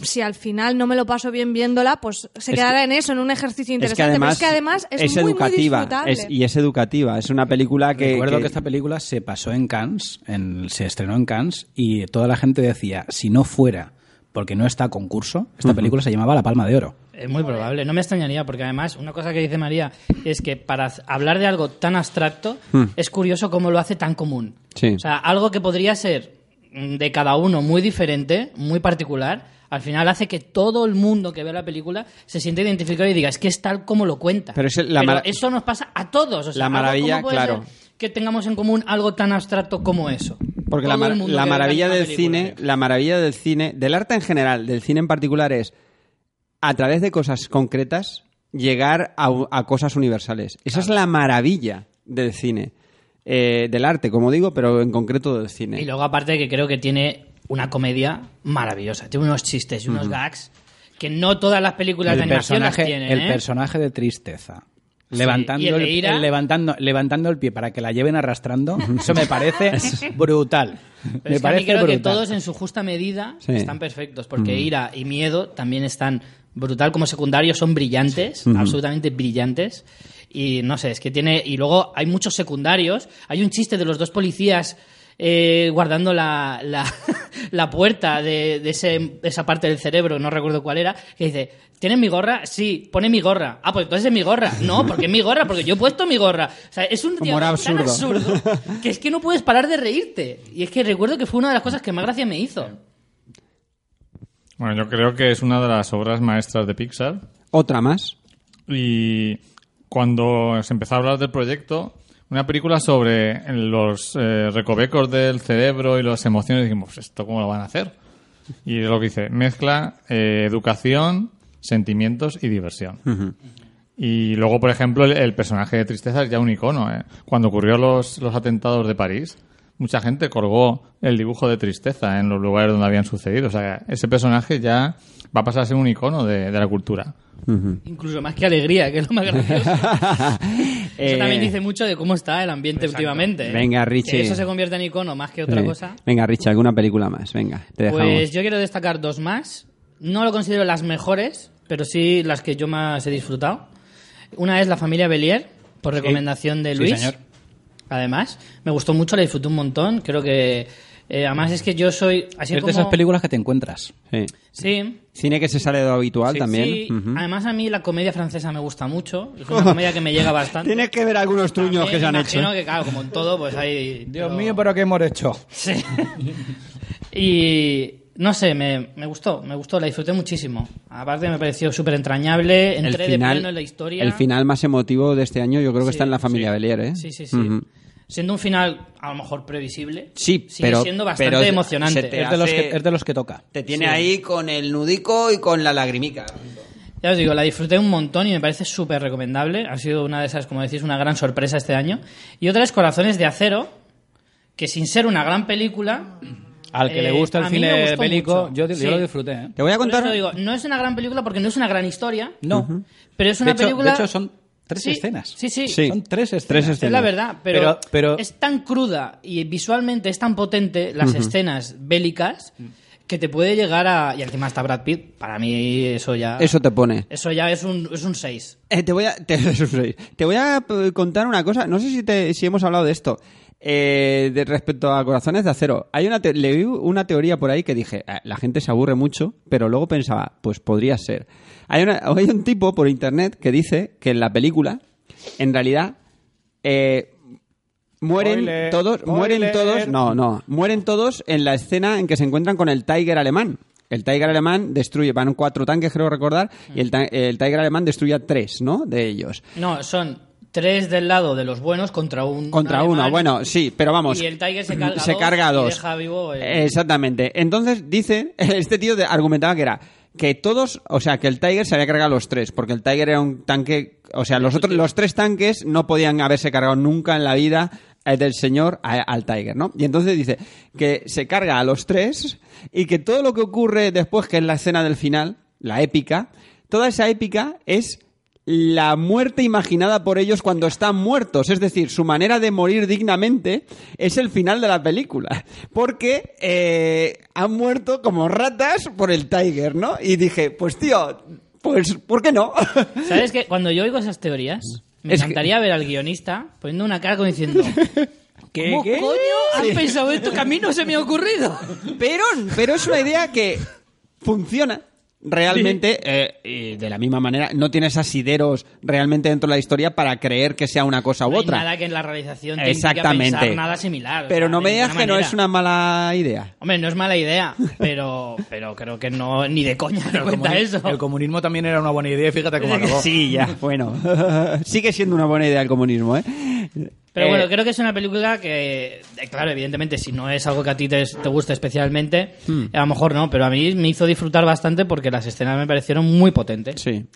Speaker 2: Si al final no me lo paso bien viéndola, pues se
Speaker 1: Es
Speaker 2: quedará
Speaker 1: que-
Speaker 2: en eso, en un ejercicio
Speaker 1: Es que
Speaker 2: interesante.
Speaker 1: además
Speaker 2: Pero es que además es, muy, muy
Speaker 1: educativa
Speaker 2: disfrutable.
Speaker 1: es- y es educativa. Es una película que,
Speaker 5: Recuerdo que...
Speaker 1: que-
Speaker 5: esta película se pasó en Cannes, en- se estrenó en Cannes y toda la gente decía, si no fuera porque no está a concurso, esta película se llamaba La Palma de Oro.
Speaker 4: Es muy probable, no me extrañaría, porque además una cosa que dice María es que para z- hablar de algo tan abstracto es curioso cómo lo hace tan común.
Speaker 1: Hmm. Sí.
Speaker 4: O sea, algo que podría ser mm, de cada uno muy diferente, muy particular, al final hace que todo el mundo que ve la película se siente identificado y diga, es que es tal como lo cuenta.
Speaker 1: Pero es la mara-
Speaker 4: eso nos pasa a todos. O sea,
Speaker 1: La
Speaker 4: algo-
Speaker 1: maravilla,
Speaker 4: ¿cómo puede ser
Speaker 1: claro.
Speaker 4: Que tengamos en común algo tan abstracto como eso.
Speaker 1: Porque la,
Speaker 4: Todo
Speaker 1: mar-
Speaker 4: el mundo
Speaker 1: la
Speaker 4: que ve
Speaker 1: maravilla
Speaker 4: misma
Speaker 1: del
Speaker 4: película.
Speaker 2: ¿eh?
Speaker 1: cine, la maravilla del cine, del arte en general, del cine en particular es a través de cosas concretas llegar a, u- a cosas universales. Esa es la maravilla del cine, Eh, del arte, como digo, pero en concreto del cine.
Speaker 4: Y luego, aparte, que creo que tiene una comedia maravillosa. Tiene unos chistes y unos gags que no todas las películas de
Speaker 5: el
Speaker 4: animación las
Speaker 5: personaje,
Speaker 4: tienen.
Speaker 5: el
Speaker 4: ¿eh?
Speaker 5: personaje de tristeza.
Speaker 4: Sí,
Speaker 5: Levantando
Speaker 4: y el
Speaker 5: el,
Speaker 4: de ira.
Speaker 5: el levantando, levantando el pie para que la lleven arrastrando, eso me parece brutal.
Speaker 4: Pero
Speaker 5: me
Speaker 4: es que a mí
Speaker 5: parece
Speaker 4: creo
Speaker 5: brutal. Mm.
Speaker 4: que todos en su justa medida
Speaker 1: Sí.
Speaker 4: están perfectos, porque ira y miedo también están brutal como secundarios, son brillantes, absolutamente brillantes. Y no sé, es que tiene. Y luego hay muchos secundarios. Hay un chiste de los dos policías eh, guardando la, la, la puerta de, de ese- esa parte del cerebro, no recuerdo cuál era, que dice, ¿tienes mi gorra? Sí, pone mi gorra. Ah, pues entonces es mi gorra. No, porque es mi gorra, porque yo he puesto mi gorra. O sea, es un
Speaker 1: Humor
Speaker 4: diálogo tan
Speaker 1: absurdo.
Speaker 4: absurdo que es que no puedes parar de reírte. Y es que recuerdo que fue una de las cosas que más gracia me hizo.
Speaker 3: Bueno, yo creo que es una de las obras maestras de Pixar.
Speaker 1: Otra más.
Speaker 3: Y cuando se empezó a hablar del proyecto, una película sobre los eh, recovecos del cerebro y las emociones, dijimos, "Pues, ¿esto cómo lo van a hacer? Y es lo que dice, mezcla eh, educación, sentimientos y diversión. Y luego, por ejemplo, el, el personaje de Tristeza es ya un icono. ¿eh? Cuando ocurrió los, los atentados de París, mucha gente colgó el dibujo de Tristeza en los lugares donde habían sucedido. O sea, ese personaje ya va a pasar a ser un icono de, de la cultura.
Speaker 4: Incluso más que alegría, que es lo más gracioso. Eso
Speaker 1: Eh,
Speaker 4: también dice mucho de cómo está el ambiente últimamente. ¿eh?
Speaker 1: Venga, Richie.
Speaker 4: Que eso se convierte en icono más que otra
Speaker 1: Sí.
Speaker 4: cosa.
Speaker 1: Venga, Richie, alguna película más. Venga, te dejamos.
Speaker 4: Pues yo quiero destacar dos más. No lo considero las mejores, pero sí las que yo más he disfrutado. Una es La familia Belier, por recomendación de
Speaker 5: Sí,
Speaker 4: Luis.
Speaker 5: señor.
Speaker 4: Además, me gustó mucho, la disfruté un montón. Creo que. eh, además, es que yo soy. Así
Speaker 5: es
Speaker 4: como-
Speaker 5: de esas películas que te encuentras.
Speaker 1: Sí.
Speaker 4: Sí.
Speaker 1: Cine que se sale de lo habitual también.
Speaker 4: Sí,
Speaker 1: Ujú.
Speaker 4: además a mí la comedia francesa me gusta mucho. Es una comedia que me llega bastante.
Speaker 1: Tienes que ver algunos truños que se han hecho.
Speaker 4: Imagino que, claro, como en todo, pues hay.
Speaker 5: Dios
Speaker 4: pero-
Speaker 5: mío, pero ¿qué hemos hecho?
Speaker 4: Sí. y no sé, me, me gustó, me gustó, la disfruté muchísimo. Aparte me pareció súper entrañable,
Speaker 1: El
Speaker 4: entré de
Speaker 1: final,
Speaker 4: pleno en la historia.
Speaker 1: el final más emotivo de este año yo creo que
Speaker 4: Sí,
Speaker 1: está en la familia
Speaker 4: sí.
Speaker 1: Belier, ¿eh?
Speaker 4: Sí, sí, sí.
Speaker 1: Ujú.
Speaker 4: Siendo un final a lo mejor previsible,
Speaker 1: Sí,
Speaker 4: sigue
Speaker 1: pero-
Speaker 4: siendo bastante
Speaker 1: pero se-
Speaker 4: emocionante.
Speaker 1: se te
Speaker 5: Es de, los
Speaker 1: hace-
Speaker 5: que, es de los que toca.
Speaker 1: Te tiene ahí con el nudico y con la lagrimica.
Speaker 4: Ya os digo, la disfruté un montón y me parece súper recomendable. Ha sido una de esas, como decís, una gran sorpresa este año. Y otra es Corazones de Acero, que sin ser una gran película...
Speaker 5: Al que le
Speaker 4: eh,
Speaker 5: gusta el
Speaker 4: a mí me
Speaker 5: cine
Speaker 4: gustó
Speaker 5: bélico,
Speaker 4: mucho.
Speaker 5: yo, yo
Speaker 4: Sí.
Speaker 5: lo disfruté. ¿eh?
Speaker 1: Te voy a
Speaker 4: Por
Speaker 1: contar...
Speaker 4: eso digo, no es una gran película porque no es una gran historia.
Speaker 5: No.
Speaker 4: Pero es
Speaker 5: De
Speaker 4: una
Speaker 5: hecho- de
Speaker 4: película.
Speaker 5: hecho, son tres
Speaker 4: Sí,
Speaker 5: escenas.
Speaker 4: Sí, sí.
Speaker 1: Sí.
Speaker 5: Son tres escenas.
Speaker 4: Es la verdad, pero,
Speaker 5: Pero- pero-
Speaker 4: es tan cruda y visualmente es tan potente las escenas bélicas que te puede llegar a. Y encima está Brad Pitt. Para mí, eso ya.
Speaker 1: Eso te pone.
Speaker 4: eso ya es un 6. un seis.
Speaker 1: Eh, te voy a te, te voy a eh, contar una cosa. No sé si te- si hemos hablado de esto Eh, de respecto a Corazones de Acero. Hay una te- leí una teoría por ahí que dije "Ah, la gente se aburre mucho, pero luego pensaba pues podría ser. Hay una- hay un tipo por internet que dice que en la película en realidad eh, Mueren
Speaker 5: Spoiler,
Speaker 1: todos, mueren
Speaker 5: spoiler.
Speaker 1: todos, no, no, mueren todos en la escena en que se encuentran con el Tiger alemán. El Tiger alemán destruye, van cuatro tanques, creo recordar, y el, ta- el Tiger alemán destruye a tres, ¿no? De ellos.
Speaker 4: No, son tres del lado de los buenos contra un.
Speaker 1: Contra
Speaker 4: alemán.
Speaker 1: uno, bueno, sí, pero vamos.
Speaker 4: Y el Tiger se carga a dos
Speaker 1: carga a
Speaker 4: y
Speaker 1: dos.
Speaker 4: deja vivo el-
Speaker 1: Exactamente. Entonces, dice, este tío de- argumentaba que era que todos, o sea, que el Tiger se había cargado a los tres, porque el Tiger era un tanque, o sea, los otros, los tres tanques no podían haberse cargado nunca en la vida eh, del señor a- al Tiger, ¿no? Y entonces dice que se carga a los tres y que todo lo que ocurre después, que es la escena del final, la épica, toda esa épica es la muerte imaginada por ellos cuando están muertos. Es decir, su manera de morir dignamente es el final de la película. Porque eh, han muerto como ratas por el Tiger, ¿no? Y dije, pues tío, pues, ¿por qué no?
Speaker 4: ¿Sabes qué? Cuando yo oigo esas teorías, me
Speaker 1: Mm. Es que-
Speaker 4: encantaría ver al guionista poniendo una cara como diciendo.
Speaker 1: ¿Qué,
Speaker 4: ¿Cómo
Speaker 1: qué?
Speaker 4: coño has
Speaker 1: Sí.
Speaker 4: pensado esto que a mí no se me ha ocurrido?
Speaker 1: Pero, pero es una idea que funciona realmente eh, y de la misma manera. No tienes asideros realmente dentro de la historia para creer que sea una cosa u
Speaker 4: No hay
Speaker 1: otra.
Speaker 4: nada que en la realización te Exactamente.
Speaker 1: Exactamente.
Speaker 4: nada similar. o
Speaker 1: Pero
Speaker 4: sea,
Speaker 1: no
Speaker 4: de
Speaker 1: me digas que
Speaker 4: ninguna
Speaker 1: no
Speaker 4: manera.
Speaker 1: es una mala idea.
Speaker 4: Hombre, no es mala idea, pero, pero creo que no, ni de coña te cuenta eso.
Speaker 5: El comunismo también era una buena idea, fíjate cómo acabó.
Speaker 1: Sí, ya, bueno. Sigue siendo una buena idea el comunismo, ¿eh?
Speaker 4: Pero bueno,
Speaker 1: Eh,
Speaker 4: creo que es una película que, eh, claro, evidentemente, si no es algo que a ti te, te guste especialmente,
Speaker 1: Hmm.
Speaker 4: a lo mejor no, pero a mí me hizo disfrutar bastante porque las escenas me parecieron muy potentes.
Speaker 1: Sí.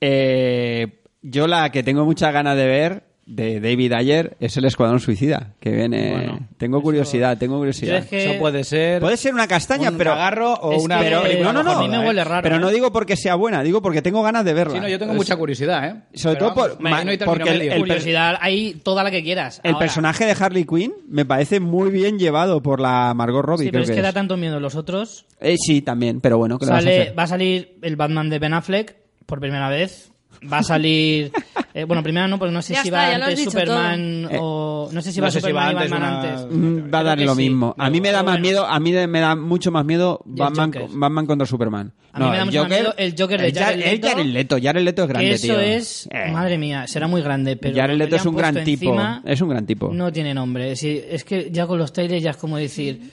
Speaker 1: Eh, yo la que tengo mucha ganas de ver de David Ayer es el Escuadrón Suicida, que viene...
Speaker 4: Bueno,
Speaker 1: tengo curiosidad, tengo
Speaker 4: Yo
Speaker 1: curiosidad.
Speaker 4: es que-
Speaker 5: Eso puede ser.
Speaker 1: Puede ser una castaña,
Speaker 5: un
Speaker 1: pero...
Speaker 5: cagarro o
Speaker 4: Es
Speaker 5: una.
Speaker 4: que-
Speaker 1: pero-
Speaker 4: eh,
Speaker 1: no, no, no.
Speaker 4: a mí me huele raro,
Speaker 1: Pero no
Speaker 4: eh.
Speaker 1: digo porque sea buena, digo porque tengo ganas de verla.
Speaker 5: Sí, no, yo tengo mucha curiosidad, ¿eh?
Speaker 1: Sobre
Speaker 5: Pero
Speaker 1: todo por-
Speaker 5: vamos, ma-
Speaker 1: ma-
Speaker 5: no hay término
Speaker 1: porque el-
Speaker 5: medio.
Speaker 1: el-
Speaker 4: Curiosidad, hay toda la que quieras.
Speaker 1: El
Speaker 4: Ahora,
Speaker 1: personaje de Harley Quinn me parece muy bien llevado por la Margot Robbie,
Speaker 4: Sí,
Speaker 1: creo
Speaker 4: pero es
Speaker 1: que
Speaker 4: que da
Speaker 1: es.
Speaker 4: tanto miedo los otros.
Speaker 1: Eh, sí, también, pero bueno, ¿qué le vas a
Speaker 4: Sale-
Speaker 1: hacer?
Speaker 4: va a salir el Batman de Ben Affleck por primera vez. Va a salir Eh, bueno, primero no, porque no sé
Speaker 2: Ya
Speaker 4: si
Speaker 2: está,
Speaker 4: va
Speaker 2: ya lo has
Speaker 4: antes
Speaker 2: dicho
Speaker 4: Superman
Speaker 1: Eh,
Speaker 6: todo.
Speaker 4: o... No sé si
Speaker 5: no
Speaker 4: va
Speaker 5: sé si va
Speaker 4: Superman
Speaker 5: antes
Speaker 4: y Batman
Speaker 5: una-
Speaker 4: antes.
Speaker 5: Mm,
Speaker 1: Va a
Speaker 4: Creo
Speaker 1: dar
Speaker 4: que
Speaker 1: lo
Speaker 4: sí.
Speaker 1: mismo. A mí me da
Speaker 4: Pero
Speaker 1: más
Speaker 4: bueno.
Speaker 1: miedo, a mí de- me da mucho más miedo
Speaker 4: Y el
Speaker 1: Batman,
Speaker 4: Joker.
Speaker 1: Batman contra Superman.
Speaker 4: A mí me da mucho más miedo el Joker de Jared
Speaker 1: el
Speaker 4: Leto.
Speaker 1: Jared Leto, Jared Leto es grande,
Speaker 4: Que eso
Speaker 1: tío.
Speaker 4: es...
Speaker 1: Eh,
Speaker 4: Madre mía, será muy grande, pero...
Speaker 1: Jared
Speaker 4: lo que
Speaker 1: Leto
Speaker 4: le
Speaker 1: es
Speaker 4: han
Speaker 1: un gran
Speaker 4: puesto
Speaker 1: tipo,
Speaker 4: encima
Speaker 1: es un gran tipo.
Speaker 4: No tiene nombre. Sí, es que ya con los trailers ya es como decir...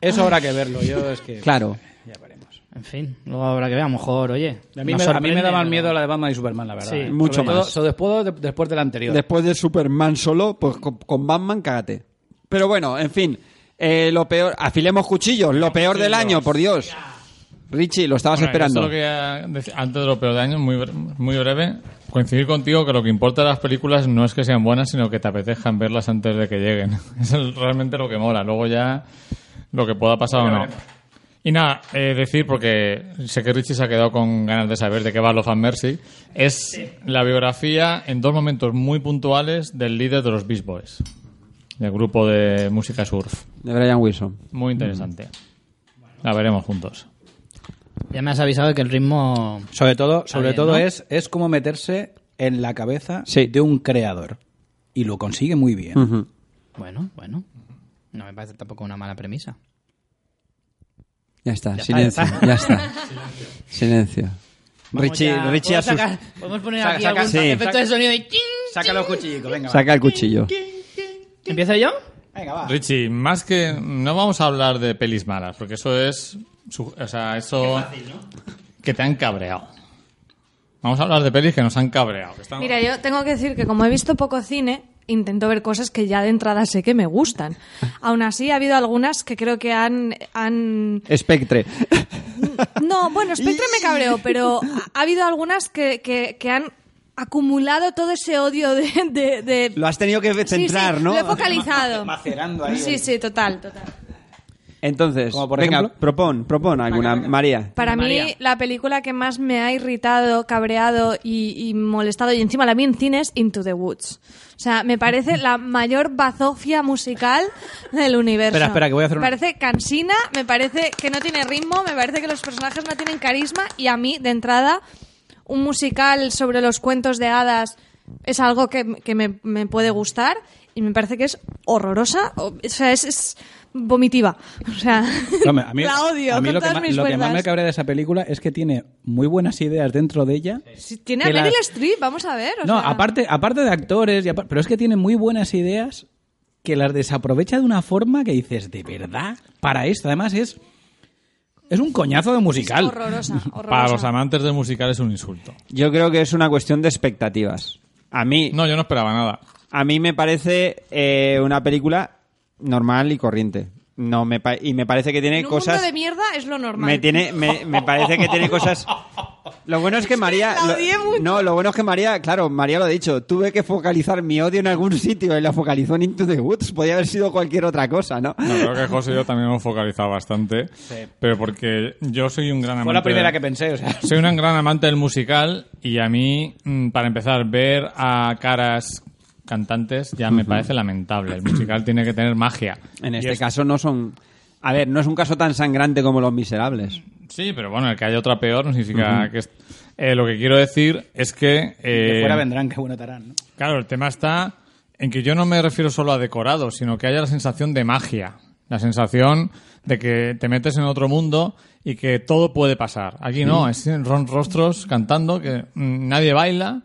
Speaker 5: Eso habrá que verlo. Yo es que.
Speaker 1: Claro.
Speaker 4: En fin, luego habrá que ver, a lo mejor, oye.
Speaker 5: A mí,
Speaker 4: nos
Speaker 5: me, a mí me
Speaker 4: sorprende,
Speaker 5: da más
Speaker 4: pero-
Speaker 5: miedo la de Batman y Superman, la verdad.
Speaker 4: Sí,
Speaker 5: ¿eh?
Speaker 1: mucho
Speaker 5: Sobre todo-
Speaker 1: más.
Speaker 5: sobre todo de- después de la anterior.
Speaker 1: Después de Superman solo, pues con, con Batman cágate. Pero bueno, en fin, eh, lo peor, afilemos cuchillos, lo peor del año, por Dios. Richie, lo estabas
Speaker 3: Bueno,
Speaker 1: esperando.
Speaker 3: yo solo quería decir, antes de lo peor de año, muy, bre- muy breve, coincidir contigo que lo que importa de las películas no es que sean buenas, sino que te apetezcan verlas antes de que lleguen. Es el- realmente lo que mola. Luego ya lo que pueda pasar o no. Y nada, eh, decir, porque sé que Richie se ha quedado con ganas de saber de qué va Love and Mercy, es la biografía en dos momentos muy puntuales del líder de los Beast Boys, del grupo de música surf.
Speaker 1: De Brian Wilson.
Speaker 3: Muy interesante. La veremos juntos.
Speaker 4: Ya me has avisado de que el ritmo...
Speaker 5: Sobre todo, sobre
Speaker 4: bien,
Speaker 5: todo
Speaker 4: ¿no?
Speaker 5: es, es como meterse en la cabeza
Speaker 1: Sí.
Speaker 5: de un creador. Y lo consigue muy bien.
Speaker 1: Ujú.
Speaker 4: Bueno, bueno. No me parece tampoco una mala premisa.
Speaker 1: Ya está,
Speaker 4: Ya está,
Speaker 1: silencio,
Speaker 4: ya está.
Speaker 1: ya está. silencio.
Speaker 4: Vamos
Speaker 1: Richie,
Speaker 4: ya.
Speaker 1: Richie
Speaker 4: ¿Podemos,
Speaker 1: asus-
Speaker 4: sacar- podemos poner
Speaker 5: Saca-
Speaker 4: aquí
Speaker 5: saca-
Speaker 4: algún
Speaker 1: sí.
Speaker 4: efecto de sonido de...
Speaker 5: Saca los cuchillicos, venga.
Speaker 1: saca el cuchillo.
Speaker 4: ¿Empiezo yo?
Speaker 5: Venga, va.
Speaker 3: Richie, más que no vamos a hablar de pelis malas, porque eso es, su- o sea, eso que te han cabreado. Vamos a hablar de pelis que nos han cabreado. que están-
Speaker 2: Mira, yo tengo que decir que como he visto poco cine, intento ver cosas que ya de entrada sé que me gustan. Aún así, ha habido algunas que creo que han... han...
Speaker 1: Espectre.
Speaker 2: No, bueno, Spectre me cabreó, pero ha habido algunas que, que- que han acumulado todo ese odio de... de- de-
Speaker 1: Lo has tenido que
Speaker 2: Sí, sí,
Speaker 1: centrar, ¿no?
Speaker 2: Lo he focalizado.
Speaker 5: Macerando ahí
Speaker 2: Sí,
Speaker 5: el-
Speaker 2: sí, total, total.
Speaker 1: Entonces,
Speaker 5: Como por
Speaker 1: venga,
Speaker 5: ejemplo.
Speaker 1: propon, propon alguna, María.
Speaker 2: Para mí,
Speaker 4: María.
Speaker 2: la película que más me ha irritado, cabreado y, y molestado, y encima la vi en cines, Into the Woods. O sea, me parece la mayor bazofia musical del universo.
Speaker 5: Espera, espera, que voy a hacer una-
Speaker 2: Me parece cansina, me parece que no tiene ritmo, me parece que los personajes no tienen carisma, y a mí, de entrada, un musical sobre los cuentos de hadas es algo que, que me, me puede gustar, y me parece que es horrorosa, o, o sea, es... es vomitiva, o sea,
Speaker 5: No, me- a mí,
Speaker 2: la odio
Speaker 5: a mí
Speaker 2: con
Speaker 5: lo, que
Speaker 2: todas
Speaker 5: ma-
Speaker 2: mis
Speaker 5: lo que más
Speaker 2: fuerzas.
Speaker 5: me cabrea de esa película es que tiene muy buenas ideas dentro de ella.
Speaker 2: Si tiene a
Speaker 5: que
Speaker 2: Meryl
Speaker 5: las-
Speaker 2: Streep, vamos a ver. o
Speaker 5: No,
Speaker 2: sea.
Speaker 5: aparte, aparte de actores, y apar- pero es que tiene muy buenas ideas que las desaprovecha de una forma que dices, ¿de verdad? Para esto, además es... Es un coñazo de musical.
Speaker 2: Horrorosa, horrorosa.
Speaker 3: Para los amantes del musical es un insulto.
Speaker 1: Yo creo que es una cuestión de expectativas. A mí,
Speaker 3: No, yo no esperaba nada.
Speaker 1: a mí me parece eh, una película normal y corriente. No me pa- y me parece que tiene
Speaker 2: En un
Speaker 1: cosas.
Speaker 2: mundo de mierda es lo normal.
Speaker 1: Me tiene, me, me parece que tiene cosas. Lo bueno es que María.
Speaker 2: La
Speaker 1: lo-
Speaker 2: odié mucho.
Speaker 1: no, lo bueno es que María, claro, María lo ha dicho. Tuve que focalizar mi odio en algún sitio y la focalizó en Into the Woods. Podría haber sido cualquier otra cosa, ¿no?
Speaker 3: No, creo que José y yo también hemos focalizado bastante, pero porque yo soy un gran amante.
Speaker 5: Fue la primera
Speaker 3: de-
Speaker 5: que pensé, o sea...
Speaker 3: Soy un gran amante del musical y a mí, mm, para empezar, ver a caras cantantes ya me parece lamentable. El musical tiene que tener magia.
Speaker 1: En
Speaker 3: Y
Speaker 1: este
Speaker 3: es-
Speaker 1: caso no son. A ver, no es un caso tan sangrante como Los Miserables.
Speaker 3: Sí, pero bueno, el que haya otra peor no significa que... es- Eh, lo que quiero decir es que... eh,
Speaker 5: Que fuera vendrán, que bueno tarán, ¿no?
Speaker 3: Claro, el tema está en que yo no me refiero solo a decorado, sino que haya la sensación de magia, la sensación de que te metes en otro mundo y que todo puede pasar. Aquí no, es ron rostros cantando que mm, nadie baila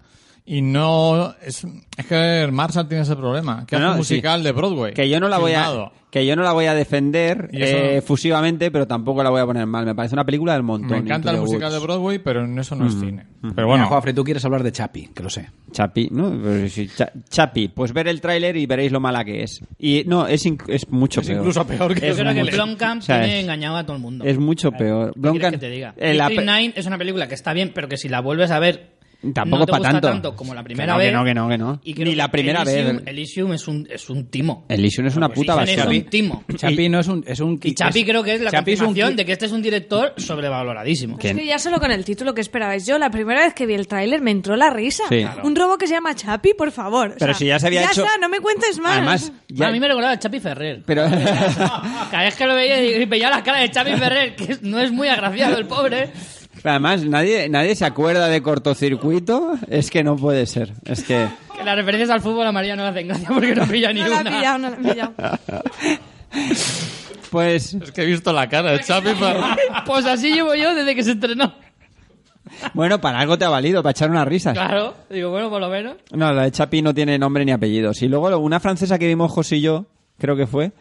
Speaker 3: y no es, es que Marshall tiene ese problema, que
Speaker 1: No,
Speaker 3: hace
Speaker 1: no,
Speaker 3: un
Speaker 1: sí.
Speaker 3: musical de Broadway.
Speaker 1: Que yo no la voy a
Speaker 3: filmado.
Speaker 1: que yo no la voy a defender
Speaker 3: Y eso-
Speaker 1: eh, fusivamente, pero tampoco la voy a poner mal. Me parece una película del montón.
Speaker 3: Me
Speaker 1: Into
Speaker 3: encanta el
Speaker 1: the
Speaker 3: musical de
Speaker 1: Woods.
Speaker 3: Broadway, pero en eso no es cine. Pero
Speaker 5: Bueno,
Speaker 3: bueno,
Speaker 5: Juanfre, tú quieres hablar de Chapi, que lo sé.
Speaker 1: Chapi, ¿no? Pero sí, Cha- Chapi, pues ver el tráiler y veréis lo mala que es. Y no, es, inc- es mucho peor.
Speaker 5: incluso peor que
Speaker 4: Yo
Speaker 1: Es
Speaker 4: creo que
Speaker 1: mucho-
Speaker 4: Blomkamp
Speaker 1: o sea,
Speaker 4: tiene
Speaker 1: es-
Speaker 4: engañado a todo el mundo.
Speaker 1: Es mucho peor.
Speaker 4: Eh, ¿Qué quieres
Speaker 1: Blomkamp-
Speaker 4: que te diga?
Speaker 1: eh, la
Speaker 4: District
Speaker 1: pe-
Speaker 4: 9 es una película que está bien, pero que si la vuelves a ver
Speaker 1: Tampoco
Speaker 4: no te
Speaker 1: pa'
Speaker 4: gusta
Speaker 1: tanto.
Speaker 4: como la
Speaker 1: Que
Speaker 4: primera
Speaker 1: no, que
Speaker 4: vez.
Speaker 1: no, que no, que no.
Speaker 4: creo
Speaker 1: Ni
Speaker 4: que
Speaker 1: la primera vez.
Speaker 4: Elysium- Elysium es un, es un timo.
Speaker 1: Elysium es una puta
Speaker 4: Elysium
Speaker 1: basura.
Speaker 4: Es un timo.
Speaker 5: Chapi no es un... Es un
Speaker 4: Y Chapi
Speaker 5: es-
Speaker 4: creo que es la
Speaker 5: Chapi es un
Speaker 4: confirmación
Speaker 5: cli-
Speaker 4: de que este es un director sobrevaloradísimo.
Speaker 1: Que-
Speaker 2: Es que ya solo con el título que esperabais yo, la primera vez que vi el tráiler me entró la risa.
Speaker 1: Sí. Claro.
Speaker 2: Un robo que se llama Chapi, por favor. O
Speaker 1: Pero
Speaker 2: sea,
Speaker 1: si ya se había hecho-
Speaker 2: está, no me cuentes más.
Speaker 1: Además, ya-
Speaker 4: A mí me recordaba a Chapi Ferrer.
Speaker 1: pero
Speaker 4: Cada vez que lo veía y veía la cara de Chapi Ferrer, que es- no es muy agraciado el pobre,
Speaker 1: Además, nadie, nadie se acuerda de cortocircuito. Es que no puede ser. Es que.
Speaker 4: Que las referencias al fútbol a María no le hacen gracia porque no pilla ni
Speaker 2: No la he
Speaker 4: una.
Speaker 2: pillado, no la he pillado.
Speaker 1: Pues
Speaker 3: Es que he visto la cara de Chapi para...
Speaker 4: Pues así llevo yo desde que se entrenó.
Speaker 1: bueno, para algo te ha valido, para echar unas risas.
Speaker 4: Claro, digo, bueno, por lo menos.
Speaker 1: No, la de Chapi no tiene nombre ni apellidos. Y luego lo- una francesa que vimos José y yo, creo que fue,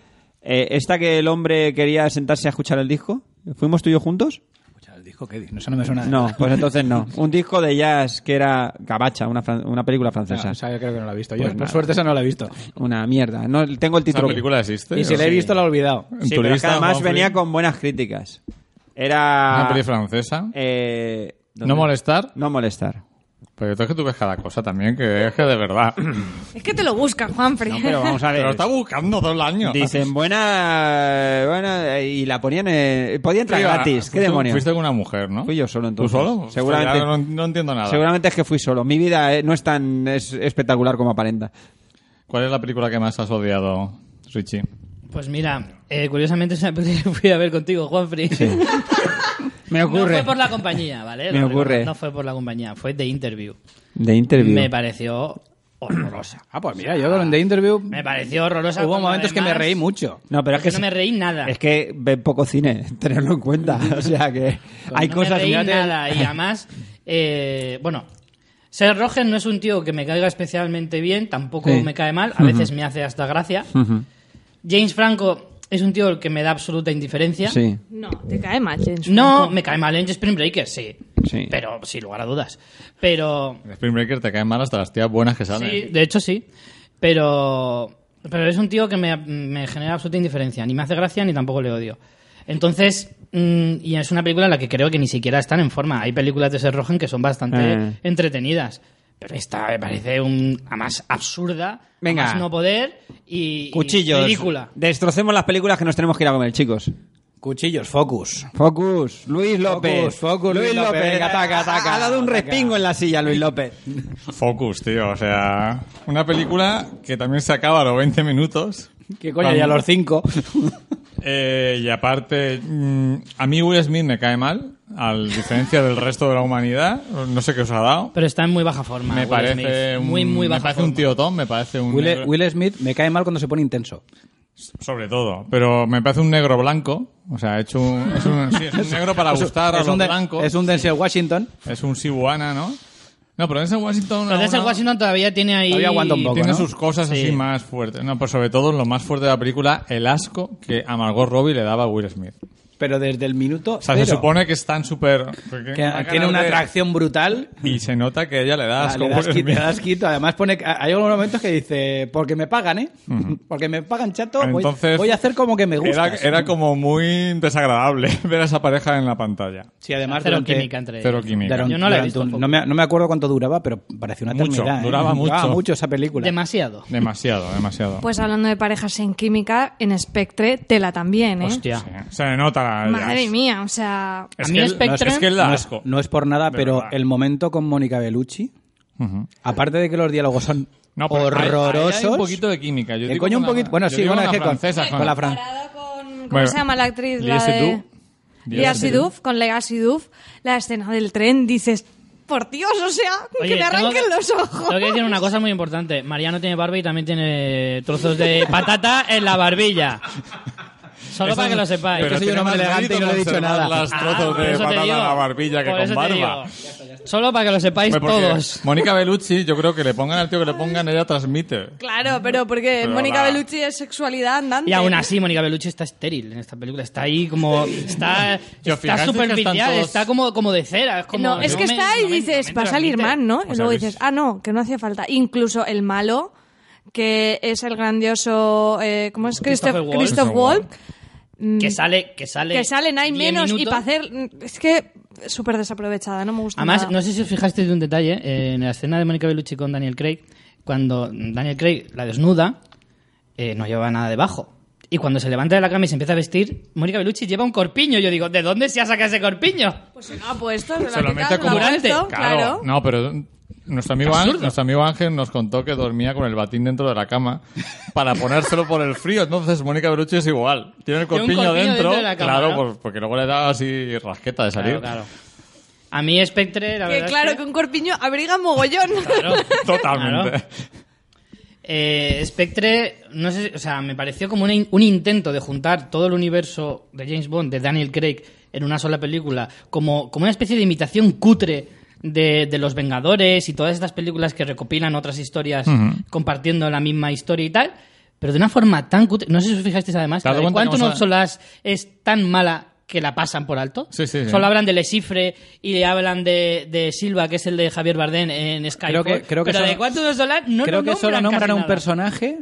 Speaker 1: eh, esta que el hombre quería sentarse a escuchar el disco. ¿Fuimos tú y yo juntos?
Speaker 5: Escucha, el disco que no, eso no me suena.
Speaker 1: No, pues entonces no. Un disco de jazz que era Gabacha, una, fran- una película
Speaker 5: No,
Speaker 3: Ah,
Speaker 1: francesa.
Speaker 5: o sea, yo creo que no la he visto.
Speaker 1: Pues
Speaker 5: yo, por
Speaker 1: nada.
Speaker 5: suerte, esa no la he visto.
Speaker 1: Una mierda. No, tengo el
Speaker 3: ¿Esa
Speaker 1: título.
Speaker 3: película existe?
Speaker 5: Y si
Speaker 3: O
Speaker 5: la he
Speaker 3: sea,
Speaker 5: visto, la he olvidado.
Speaker 3: en
Speaker 1: Sí, pero
Speaker 3: tu
Speaker 1: es que
Speaker 3: lista,
Speaker 1: además
Speaker 3: Juanfrey,
Speaker 1: venía con buenas críticas.
Speaker 3: Una
Speaker 1: Era...
Speaker 3: peli francesa.
Speaker 1: Ah. eh, ¿dónde?
Speaker 3: No molestar.
Speaker 1: No molestar.
Speaker 3: Pero yo es que tú ves cada cosa también, que es que de verdad.
Speaker 2: Es que te lo buscas, Juanfrey.
Speaker 1: vamos a
Speaker 3: Pero está buscando todo el año.
Speaker 1: Dicen buena, buena y la ponían, eh, podía entrar
Speaker 3: Fuiste-
Speaker 1: gratis. ¿Qué
Speaker 3: fuiste-
Speaker 1: demonios?
Speaker 3: Fuiste con una mujer, ¿no?
Speaker 1: Fui yo solo entonces.
Speaker 3: ¿Tú solo?
Speaker 1: Seguramente.
Speaker 3: Ya No, no entiendo nada.
Speaker 1: Seguramente es que fui solo. Mi vida eh, no es tan es- espectacular como aparenta.
Speaker 3: ¿Cuál es la película que más has odiado, Richie?
Speaker 4: Pues mira, eh, curiosamente es una peli que fui a ver contigo, Juanfrey.
Speaker 1: Me
Speaker 4: No fue por la compañía, ¿vale?
Speaker 1: Me
Speaker 4: Lo
Speaker 1: ocurre.
Speaker 4: recuerdo, No fue por la compañía, fue de interview.
Speaker 1: De interview.
Speaker 4: Me pareció horrorosa.
Speaker 5: Ah, pues mira, yo durante interview
Speaker 4: Me pareció horrorosa.
Speaker 5: hubo
Speaker 4: cuando
Speaker 5: momentos que me
Speaker 4: además-
Speaker 5: reí mucho.
Speaker 1: no, pero es que
Speaker 4: no me reí nada.
Speaker 1: es que ve poco cine, tenerlo en cuenta. O sea que hay
Speaker 4: Pues no
Speaker 1: cosas.
Speaker 4: me reí
Speaker 1: mírate-
Speaker 4: nada y además eh, bueno ser Rogen no es un tío que me caiga especialmente bien tampoco
Speaker 1: Sí.
Speaker 4: me cae mal a veces me hace hasta gracia James Franco es un tío al que me da absoluta indiferencia
Speaker 1: Sí,
Speaker 2: No, te cae mal, James.
Speaker 4: no me cae mal en Spring Breakers sí
Speaker 1: sí.
Speaker 4: pero sin lugar a dudas pero
Speaker 3: En Spring Breaker te caen mal hasta las tías buenas que salen.
Speaker 4: sí de hecho sí pero pero es un tío que me, me genera absoluta indiferencia ni me hace gracia ni tampoco le odio entonces mm, y es una película en la que creo que ni siquiera están en forma hay películas de Seth Rogen que son bastante
Speaker 1: Eh.
Speaker 4: entretenidas pero esta me parece un a más absurda
Speaker 1: Venga.
Speaker 4: a más no poder y, y
Speaker 1: Cuchillos.
Speaker 4: ridícula
Speaker 1: Destrocemos las películas que nos tenemos que ir a comer, chicos.
Speaker 5: Cuchillos, focus.
Speaker 1: Focus, Luis López.
Speaker 5: Focus, focus, Luis López. Venga, ataca, ataca,
Speaker 1: Ha dado un
Speaker 5: ataca.
Speaker 1: respingo en la silla, Luis López.
Speaker 3: Focus, tío. O sea, una película que también se acaba a los 20 minutos.
Speaker 5: ¿Qué coño? Ya los cinco.
Speaker 3: Eh, y aparte, mm, a mí Will Smith me cae mal, a diferencia del resto de la humanidad. No sé qué os ha dado.
Speaker 4: pero está en muy baja forma
Speaker 3: Me
Speaker 4: Ah, Will
Speaker 3: parece,
Speaker 4: Smith.
Speaker 3: un,
Speaker 4: muy muy baja
Speaker 3: me parece
Speaker 4: forma.
Speaker 3: un tío Tom, me parece un.
Speaker 5: Will,
Speaker 3: negro-
Speaker 5: Will Smith me cae mal cuando se pone intenso.
Speaker 3: Sobre todo, pero me parece un negro blanco. O sea, hecho un, es, un, sí, es un negro para gustar a
Speaker 5: es
Speaker 3: los
Speaker 5: un de-
Speaker 3: blancos.
Speaker 5: Es un Denzel Washington.
Speaker 3: Es un Sibuana, ¿no? No, pero Denzel Washington.
Speaker 4: Pero Denzel
Speaker 3: aún-
Speaker 4: Washington todavía tiene ahí
Speaker 5: Todavía aguanta un poco.
Speaker 3: Tiene
Speaker 5: ¿no?
Speaker 3: sus cosas
Speaker 4: Sí.
Speaker 3: así más fuertes. No, pues sobre todo lo más fuerte de la película, el asco que a Margot Robbie le daba a Will Smith.
Speaker 5: Pero desde el minuto.
Speaker 3: O sea, se
Speaker 5: cero,
Speaker 3: supone que están súper...
Speaker 5: que tiene una atracción brutal.
Speaker 3: Y se nota que a ella le da asco
Speaker 5: Ah, Le das
Speaker 3: Will
Speaker 5: quito, le
Speaker 3: Smith.
Speaker 5: das quito. Además, pone, hay algunos momentos que dice: Porque me pagan, ¿eh? Porque me pagan chato, voy,
Speaker 3: Entonces,
Speaker 5: voy a hacer como que me gusta.
Speaker 3: Era, era como muy desagradable ver a esa pareja en la pantalla.
Speaker 5: Sí, además,
Speaker 4: cero
Speaker 5: durante-
Speaker 4: química entre
Speaker 3: Cero
Speaker 4: ellos.
Speaker 3: química.
Speaker 5: durante-
Speaker 4: Yo no la he
Speaker 5: durante
Speaker 4: visto
Speaker 5: un-
Speaker 4: tampoco.
Speaker 5: no, me, no me acuerdo cuánto duraba, pero parecía una
Speaker 3: Mucho,
Speaker 5: eternidad, ¿eh?
Speaker 3: duraba mucho.
Speaker 5: mucho esa película.
Speaker 4: demasiado
Speaker 3: Demasiado, demasiado.
Speaker 2: Pues hablando de parejas en química, en Spectre, tela también, ¿eh?
Speaker 4: hostia
Speaker 3: Sí, se nota. la-
Speaker 2: Madre mía, o sea...
Speaker 3: Es
Speaker 4: A mí
Speaker 3: que-
Speaker 4: Spectre-
Speaker 3: Es que él da
Speaker 5: no, es,
Speaker 3: asco.
Speaker 5: no es por nada,
Speaker 3: De
Speaker 5: pero
Speaker 3: verdad.
Speaker 5: el momento con Mónica Bellucci, aparte de que los diálogos son
Speaker 3: No, pero ahí- ahí hay
Speaker 5: horrorosos.
Speaker 3: un poquito de química. Yo
Speaker 5: Eh,
Speaker 3: digo
Speaker 5: coño, un
Speaker 3: con la-
Speaker 5: poquito- bueno,
Speaker 3: yo
Speaker 5: sí,
Speaker 3: digo
Speaker 5: bueno, es
Speaker 3: con
Speaker 5: que
Speaker 3: la
Speaker 5: con-
Speaker 3: francesa,
Speaker 5: con la fran-
Speaker 2: Comparado con... ¿Cómo
Speaker 3: Ah. Bueno,
Speaker 2: se llama la actriz?
Speaker 3: Lia
Speaker 2: La de...
Speaker 3: Seydoux. Lia
Speaker 2: Lia
Speaker 3: Seydoux.
Speaker 2: Seydoux, con Lea Seydoux. La escena del tren, dices... Por Dios, o sea,
Speaker 4: Oye,
Speaker 2: que me
Speaker 4: tengo
Speaker 2: arranquen
Speaker 4: que-
Speaker 2: los ojos.
Speaker 4: Tengo que decir una cosa muy importante. Mariano tiene barba y también tiene trozos de patata en la barbilla. Solo para que lo sepáis.
Speaker 3: Pero
Speaker 5: soy un
Speaker 3: tiene
Speaker 5: hombre
Speaker 3: más
Speaker 5: elegante y no le he
Speaker 3: mérito
Speaker 5: dicho nada.
Speaker 3: conservar Las
Speaker 4: Ah,
Speaker 3: trozos
Speaker 4: por
Speaker 3: de
Speaker 4: eso te
Speaker 3: patata en
Speaker 4: digo,
Speaker 3: la barbilla que
Speaker 4: por
Speaker 3: con
Speaker 4: eso te
Speaker 3: barba.
Speaker 4: digo. Solo para que lo sepáis
Speaker 3: Hombre, porque
Speaker 4: todos.
Speaker 3: Mónica Bellucci, yo creo que le pongan al tío que le pongan, ella transmite.
Speaker 2: Claro, pero porque
Speaker 3: Pero
Speaker 2: Mónica
Speaker 3: la-
Speaker 2: Bellucci es sexualidad andante.
Speaker 4: Y aún así, Mónica Bellucci está estéril en esta película. Está ahí como. Está
Speaker 3: Yo,
Speaker 4: está
Speaker 3: fijaos que
Speaker 4: superficial,
Speaker 3: están todos-
Speaker 4: está como, como de cera. Es como,
Speaker 2: no, es que
Speaker 4: me-
Speaker 2: está ahí
Speaker 4: no
Speaker 2: y
Speaker 4: me-
Speaker 2: dices,
Speaker 4: no me
Speaker 2: va a salir
Speaker 4: transmite.
Speaker 2: mal, ¿no?
Speaker 3: O sea,
Speaker 2: y luego
Speaker 3: ¿ves?
Speaker 2: dices, ah, no, que no hacía falta. Incluso el malo, que es el grandioso, eh, ¿cómo es?
Speaker 4: Christopher
Speaker 2: Christoph,
Speaker 4: Waltz.
Speaker 2: Christoph Waltz, mm,
Speaker 4: Que sale, que sale.
Speaker 2: que salen hay
Speaker 4: 10
Speaker 2: menos y
Speaker 4: minutos.
Speaker 2: para hacer... mm, Es que es súper desaprovechada, no me gusta
Speaker 4: Además,
Speaker 2: nada.
Speaker 4: no sé si os fijasteis de un detalle, eh, en la escena de Mónica Bellucci con Daniel Craig, cuando Daniel Craig la desnuda, eh, no lleva nada debajo. Y cuando se levanta de la cama y se empieza a vestir, Mónica Bellucci lleva un corpiño. Yo digo, ¿de dónde se ha sacado ese corpiño?
Speaker 2: Pues se lo ha puesto, se,
Speaker 3: Se
Speaker 2: lo
Speaker 3: lo
Speaker 2: ha
Speaker 3: mete
Speaker 2: quitado,
Speaker 3: como
Speaker 2: se lo ha
Speaker 4: durante,
Speaker 2: puesto, claro.
Speaker 3: No, pero nuestro amigo, Ángel-
Speaker 4: Absurdo.
Speaker 3: nuestro amigo Ángel nos contó que dormía con el batín dentro de la cama para ponérselo por el frío. Entonces, Mónica Berucci es igual. Tiene el
Speaker 4: Tiene un
Speaker 3: corpiño
Speaker 4: corpiño
Speaker 3: dentro.
Speaker 4: dentro de la cama,
Speaker 3: claro,
Speaker 4: ¿no?
Speaker 3: por- porque luego le da así rasqueta de salir.
Speaker 4: Claro, claro. A mí Spectre, la
Speaker 2: Que
Speaker 4: verdad.
Speaker 2: claro,
Speaker 4: es
Speaker 2: que un corpiño abriga mogollón.
Speaker 4: Claro.
Speaker 3: Totalmente.
Speaker 4: Claro. Eh, Spectre, no sé, si- o sea, me pareció como un, in- un intento de juntar todo el universo de James Bond, de Daniel Craig, en una sola película, como, como una especie de imitación cutre de, de Los Vengadores y todas estas películas que recopilan otras historias compartiendo la misma historia y tal, pero de una forma tan cutre. No sé si os fijasteis además,
Speaker 3: ¿Te has
Speaker 4: la
Speaker 3: dado
Speaker 4: de
Speaker 3: cuenta cómo
Speaker 4: Quantum of
Speaker 3: se-
Speaker 4: Solace es tan mala que la pasan por alto.
Speaker 3: Sí, sí, sí.
Speaker 4: Solo hablan de Le Chiffre y le hablan de, de Silva, que es el de Javier Bardem en Skyfall.
Speaker 5: Creo que- creo que
Speaker 4: pero
Speaker 5: solo-
Speaker 4: de Quantum of Solace no
Speaker 5: Creo
Speaker 4: lo
Speaker 5: que solo
Speaker 4: nombran
Speaker 5: nombran
Speaker 4: casi
Speaker 5: a un
Speaker 4: nada.
Speaker 5: personaje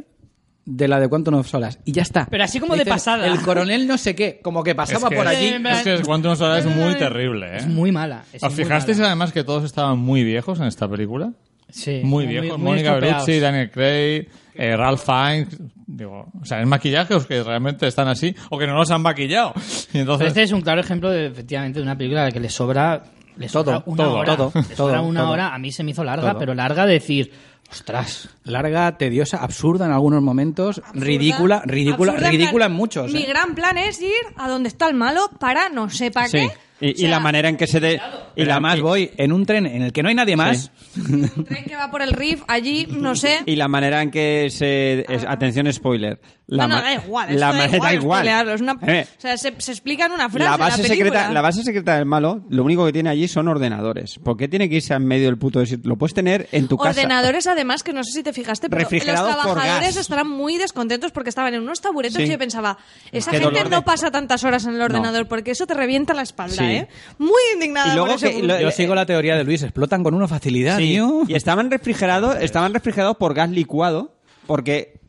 Speaker 5: de la de Quantum of Solas y ya está.
Speaker 4: Pero así como de
Speaker 5: Dicen,
Speaker 4: pasada.
Speaker 5: El coronel no sé qué, como que pasaba
Speaker 3: Es que-
Speaker 5: por allí.
Speaker 4: Sí,
Speaker 3: Es que es Quantum of Solace es muy terrible, ¿eh?
Speaker 4: Es muy mala. es
Speaker 3: ¿Os
Speaker 4: muy
Speaker 3: fijasteis
Speaker 4: mala.
Speaker 3: además que todos estaban muy viejos en esta película?
Speaker 4: Sí,
Speaker 3: Muy viejos.
Speaker 4: muy
Speaker 3: Mónica
Speaker 4: estropeados.
Speaker 3: Bellucci, Daniel Craig, eh, Ralph Fiennes. Digo, o sea, es maquillaje o es que realmente están así o que no los han maquillado. Y
Speaker 4: Pero
Speaker 3: entonces,
Speaker 4: este es un claro ejemplo, de, efectivamente, de una película a la que le sobra. Le
Speaker 5: Todo,
Speaker 4: sobra una
Speaker 5: todo,
Speaker 4: hora.
Speaker 5: todo,
Speaker 4: Le sobra
Speaker 5: todo,
Speaker 4: una
Speaker 5: todo.
Speaker 4: hora. A mí se me hizo larga,
Speaker 5: Todo.
Speaker 4: pero larga de decir, ostras.
Speaker 5: Larga, tediosa, absurda en algunos momentos, ridícula, ridícula,
Speaker 2: Absurda,
Speaker 5: ridícula en
Speaker 2: plan,
Speaker 5: muchos.
Speaker 2: Mi
Speaker 5: ¿eh?
Speaker 2: gran plan es ir a donde está el malo para no sepa
Speaker 5: Sí.
Speaker 2: qué.
Speaker 1: Y, y
Speaker 2: O sea,
Speaker 1: la manera en que se de...
Speaker 5: Y la más voy en un tren en el que no hay nadie más.
Speaker 2: Un tren que va por el riff allí, no sé.
Speaker 1: Y la manera en que se... es- atención, spoiler. La
Speaker 2: Ah. no, no,
Speaker 1: ma-
Speaker 2: da igual.
Speaker 1: La
Speaker 2: La da
Speaker 1: manera
Speaker 2: igual.
Speaker 1: da igual.
Speaker 2: spoilearlo, es una-
Speaker 1: Eh,
Speaker 2: o sea, se, se explica en una frase.
Speaker 1: la base
Speaker 2: película.
Speaker 1: secreta la base secreta del malo lo único que tiene allí son ordenadores ¿por qué tiene que irse en medio del puto desierto? lo puedes tener en tu
Speaker 2: Ordenadores, además, que no sé si te fijaste, pero los
Speaker 1: Refrigerados por
Speaker 2: trabajadores
Speaker 1: gas.
Speaker 2: estarán muy descontentos porque estaban en unos taburetes
Speaker 1: Sí.
Speaker 2: y yo pensaba, esa
Speaker 1: Qué
Speaker 2: gente
Speaker 1: dolor de-
Speaker 2: no pasa tantas horas en el ordenador porque eso te revienta la espalda,
Speaker 1: Sí.
Speaker 2: ¿eh? Muy indignada
Speaker 1: Y luego
Speaker 2: por ese
Speaker 1: que-
Speaker 2: punto.
Speaker 1: lo-
Speaker 5: Yo sigo la teoría de Luis, explotan con una facilidad,
Speaker 1: casa Sí.
Speaker 5: tío.
Speaker 1: y estaban refrigerados estaban refrigerados por gas licuado porque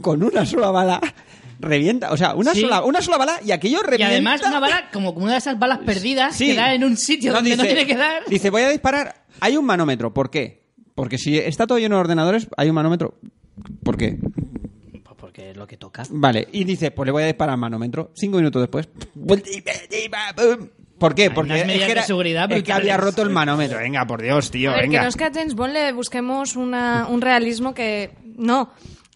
Speaker 1: con una sola bala revienta o sea una
Speaker 4: Sí.
Speaker 1: sola una sola bala y aquello
Speaker 4: Y
Speaker 1: revienta
Speaker 4: además, una bala, como como una de esas balas perdidas,
Speaker 1: Sí.
Speaker 4: que da en un sitio donde no tiene que dar.
Speaker 1: Dice, voy a disparar. Hay un manómetro. ¿Por qué? Porque si está todo lleno de ordenadores, hay un manómetro. ¿Por qué?
Speaker 4: Pues porque es lo que toca.
Speaker 1: Vale. Y dice, pues le voy a disparar al manómetro. Cinco minutos después. vuelta y- y- pum. ¿Por qué?
Speaker 4: Hay
Speaker 1: Porque
Speaker 4: unas
Speaker 1: es
Speaker 4: medidas
Speaker 1: que, era
Speaker 4: de seguridad
Speaker 1: el que
Speaker 4: brutales.
Speaker 1: había roto el manómetro. Venga, por Dios, tío,
Speaker 2: A ver, que
Speaker 1: venga.
Speaker 2: no es que a James Bond le busquemos una- un realismo que. No.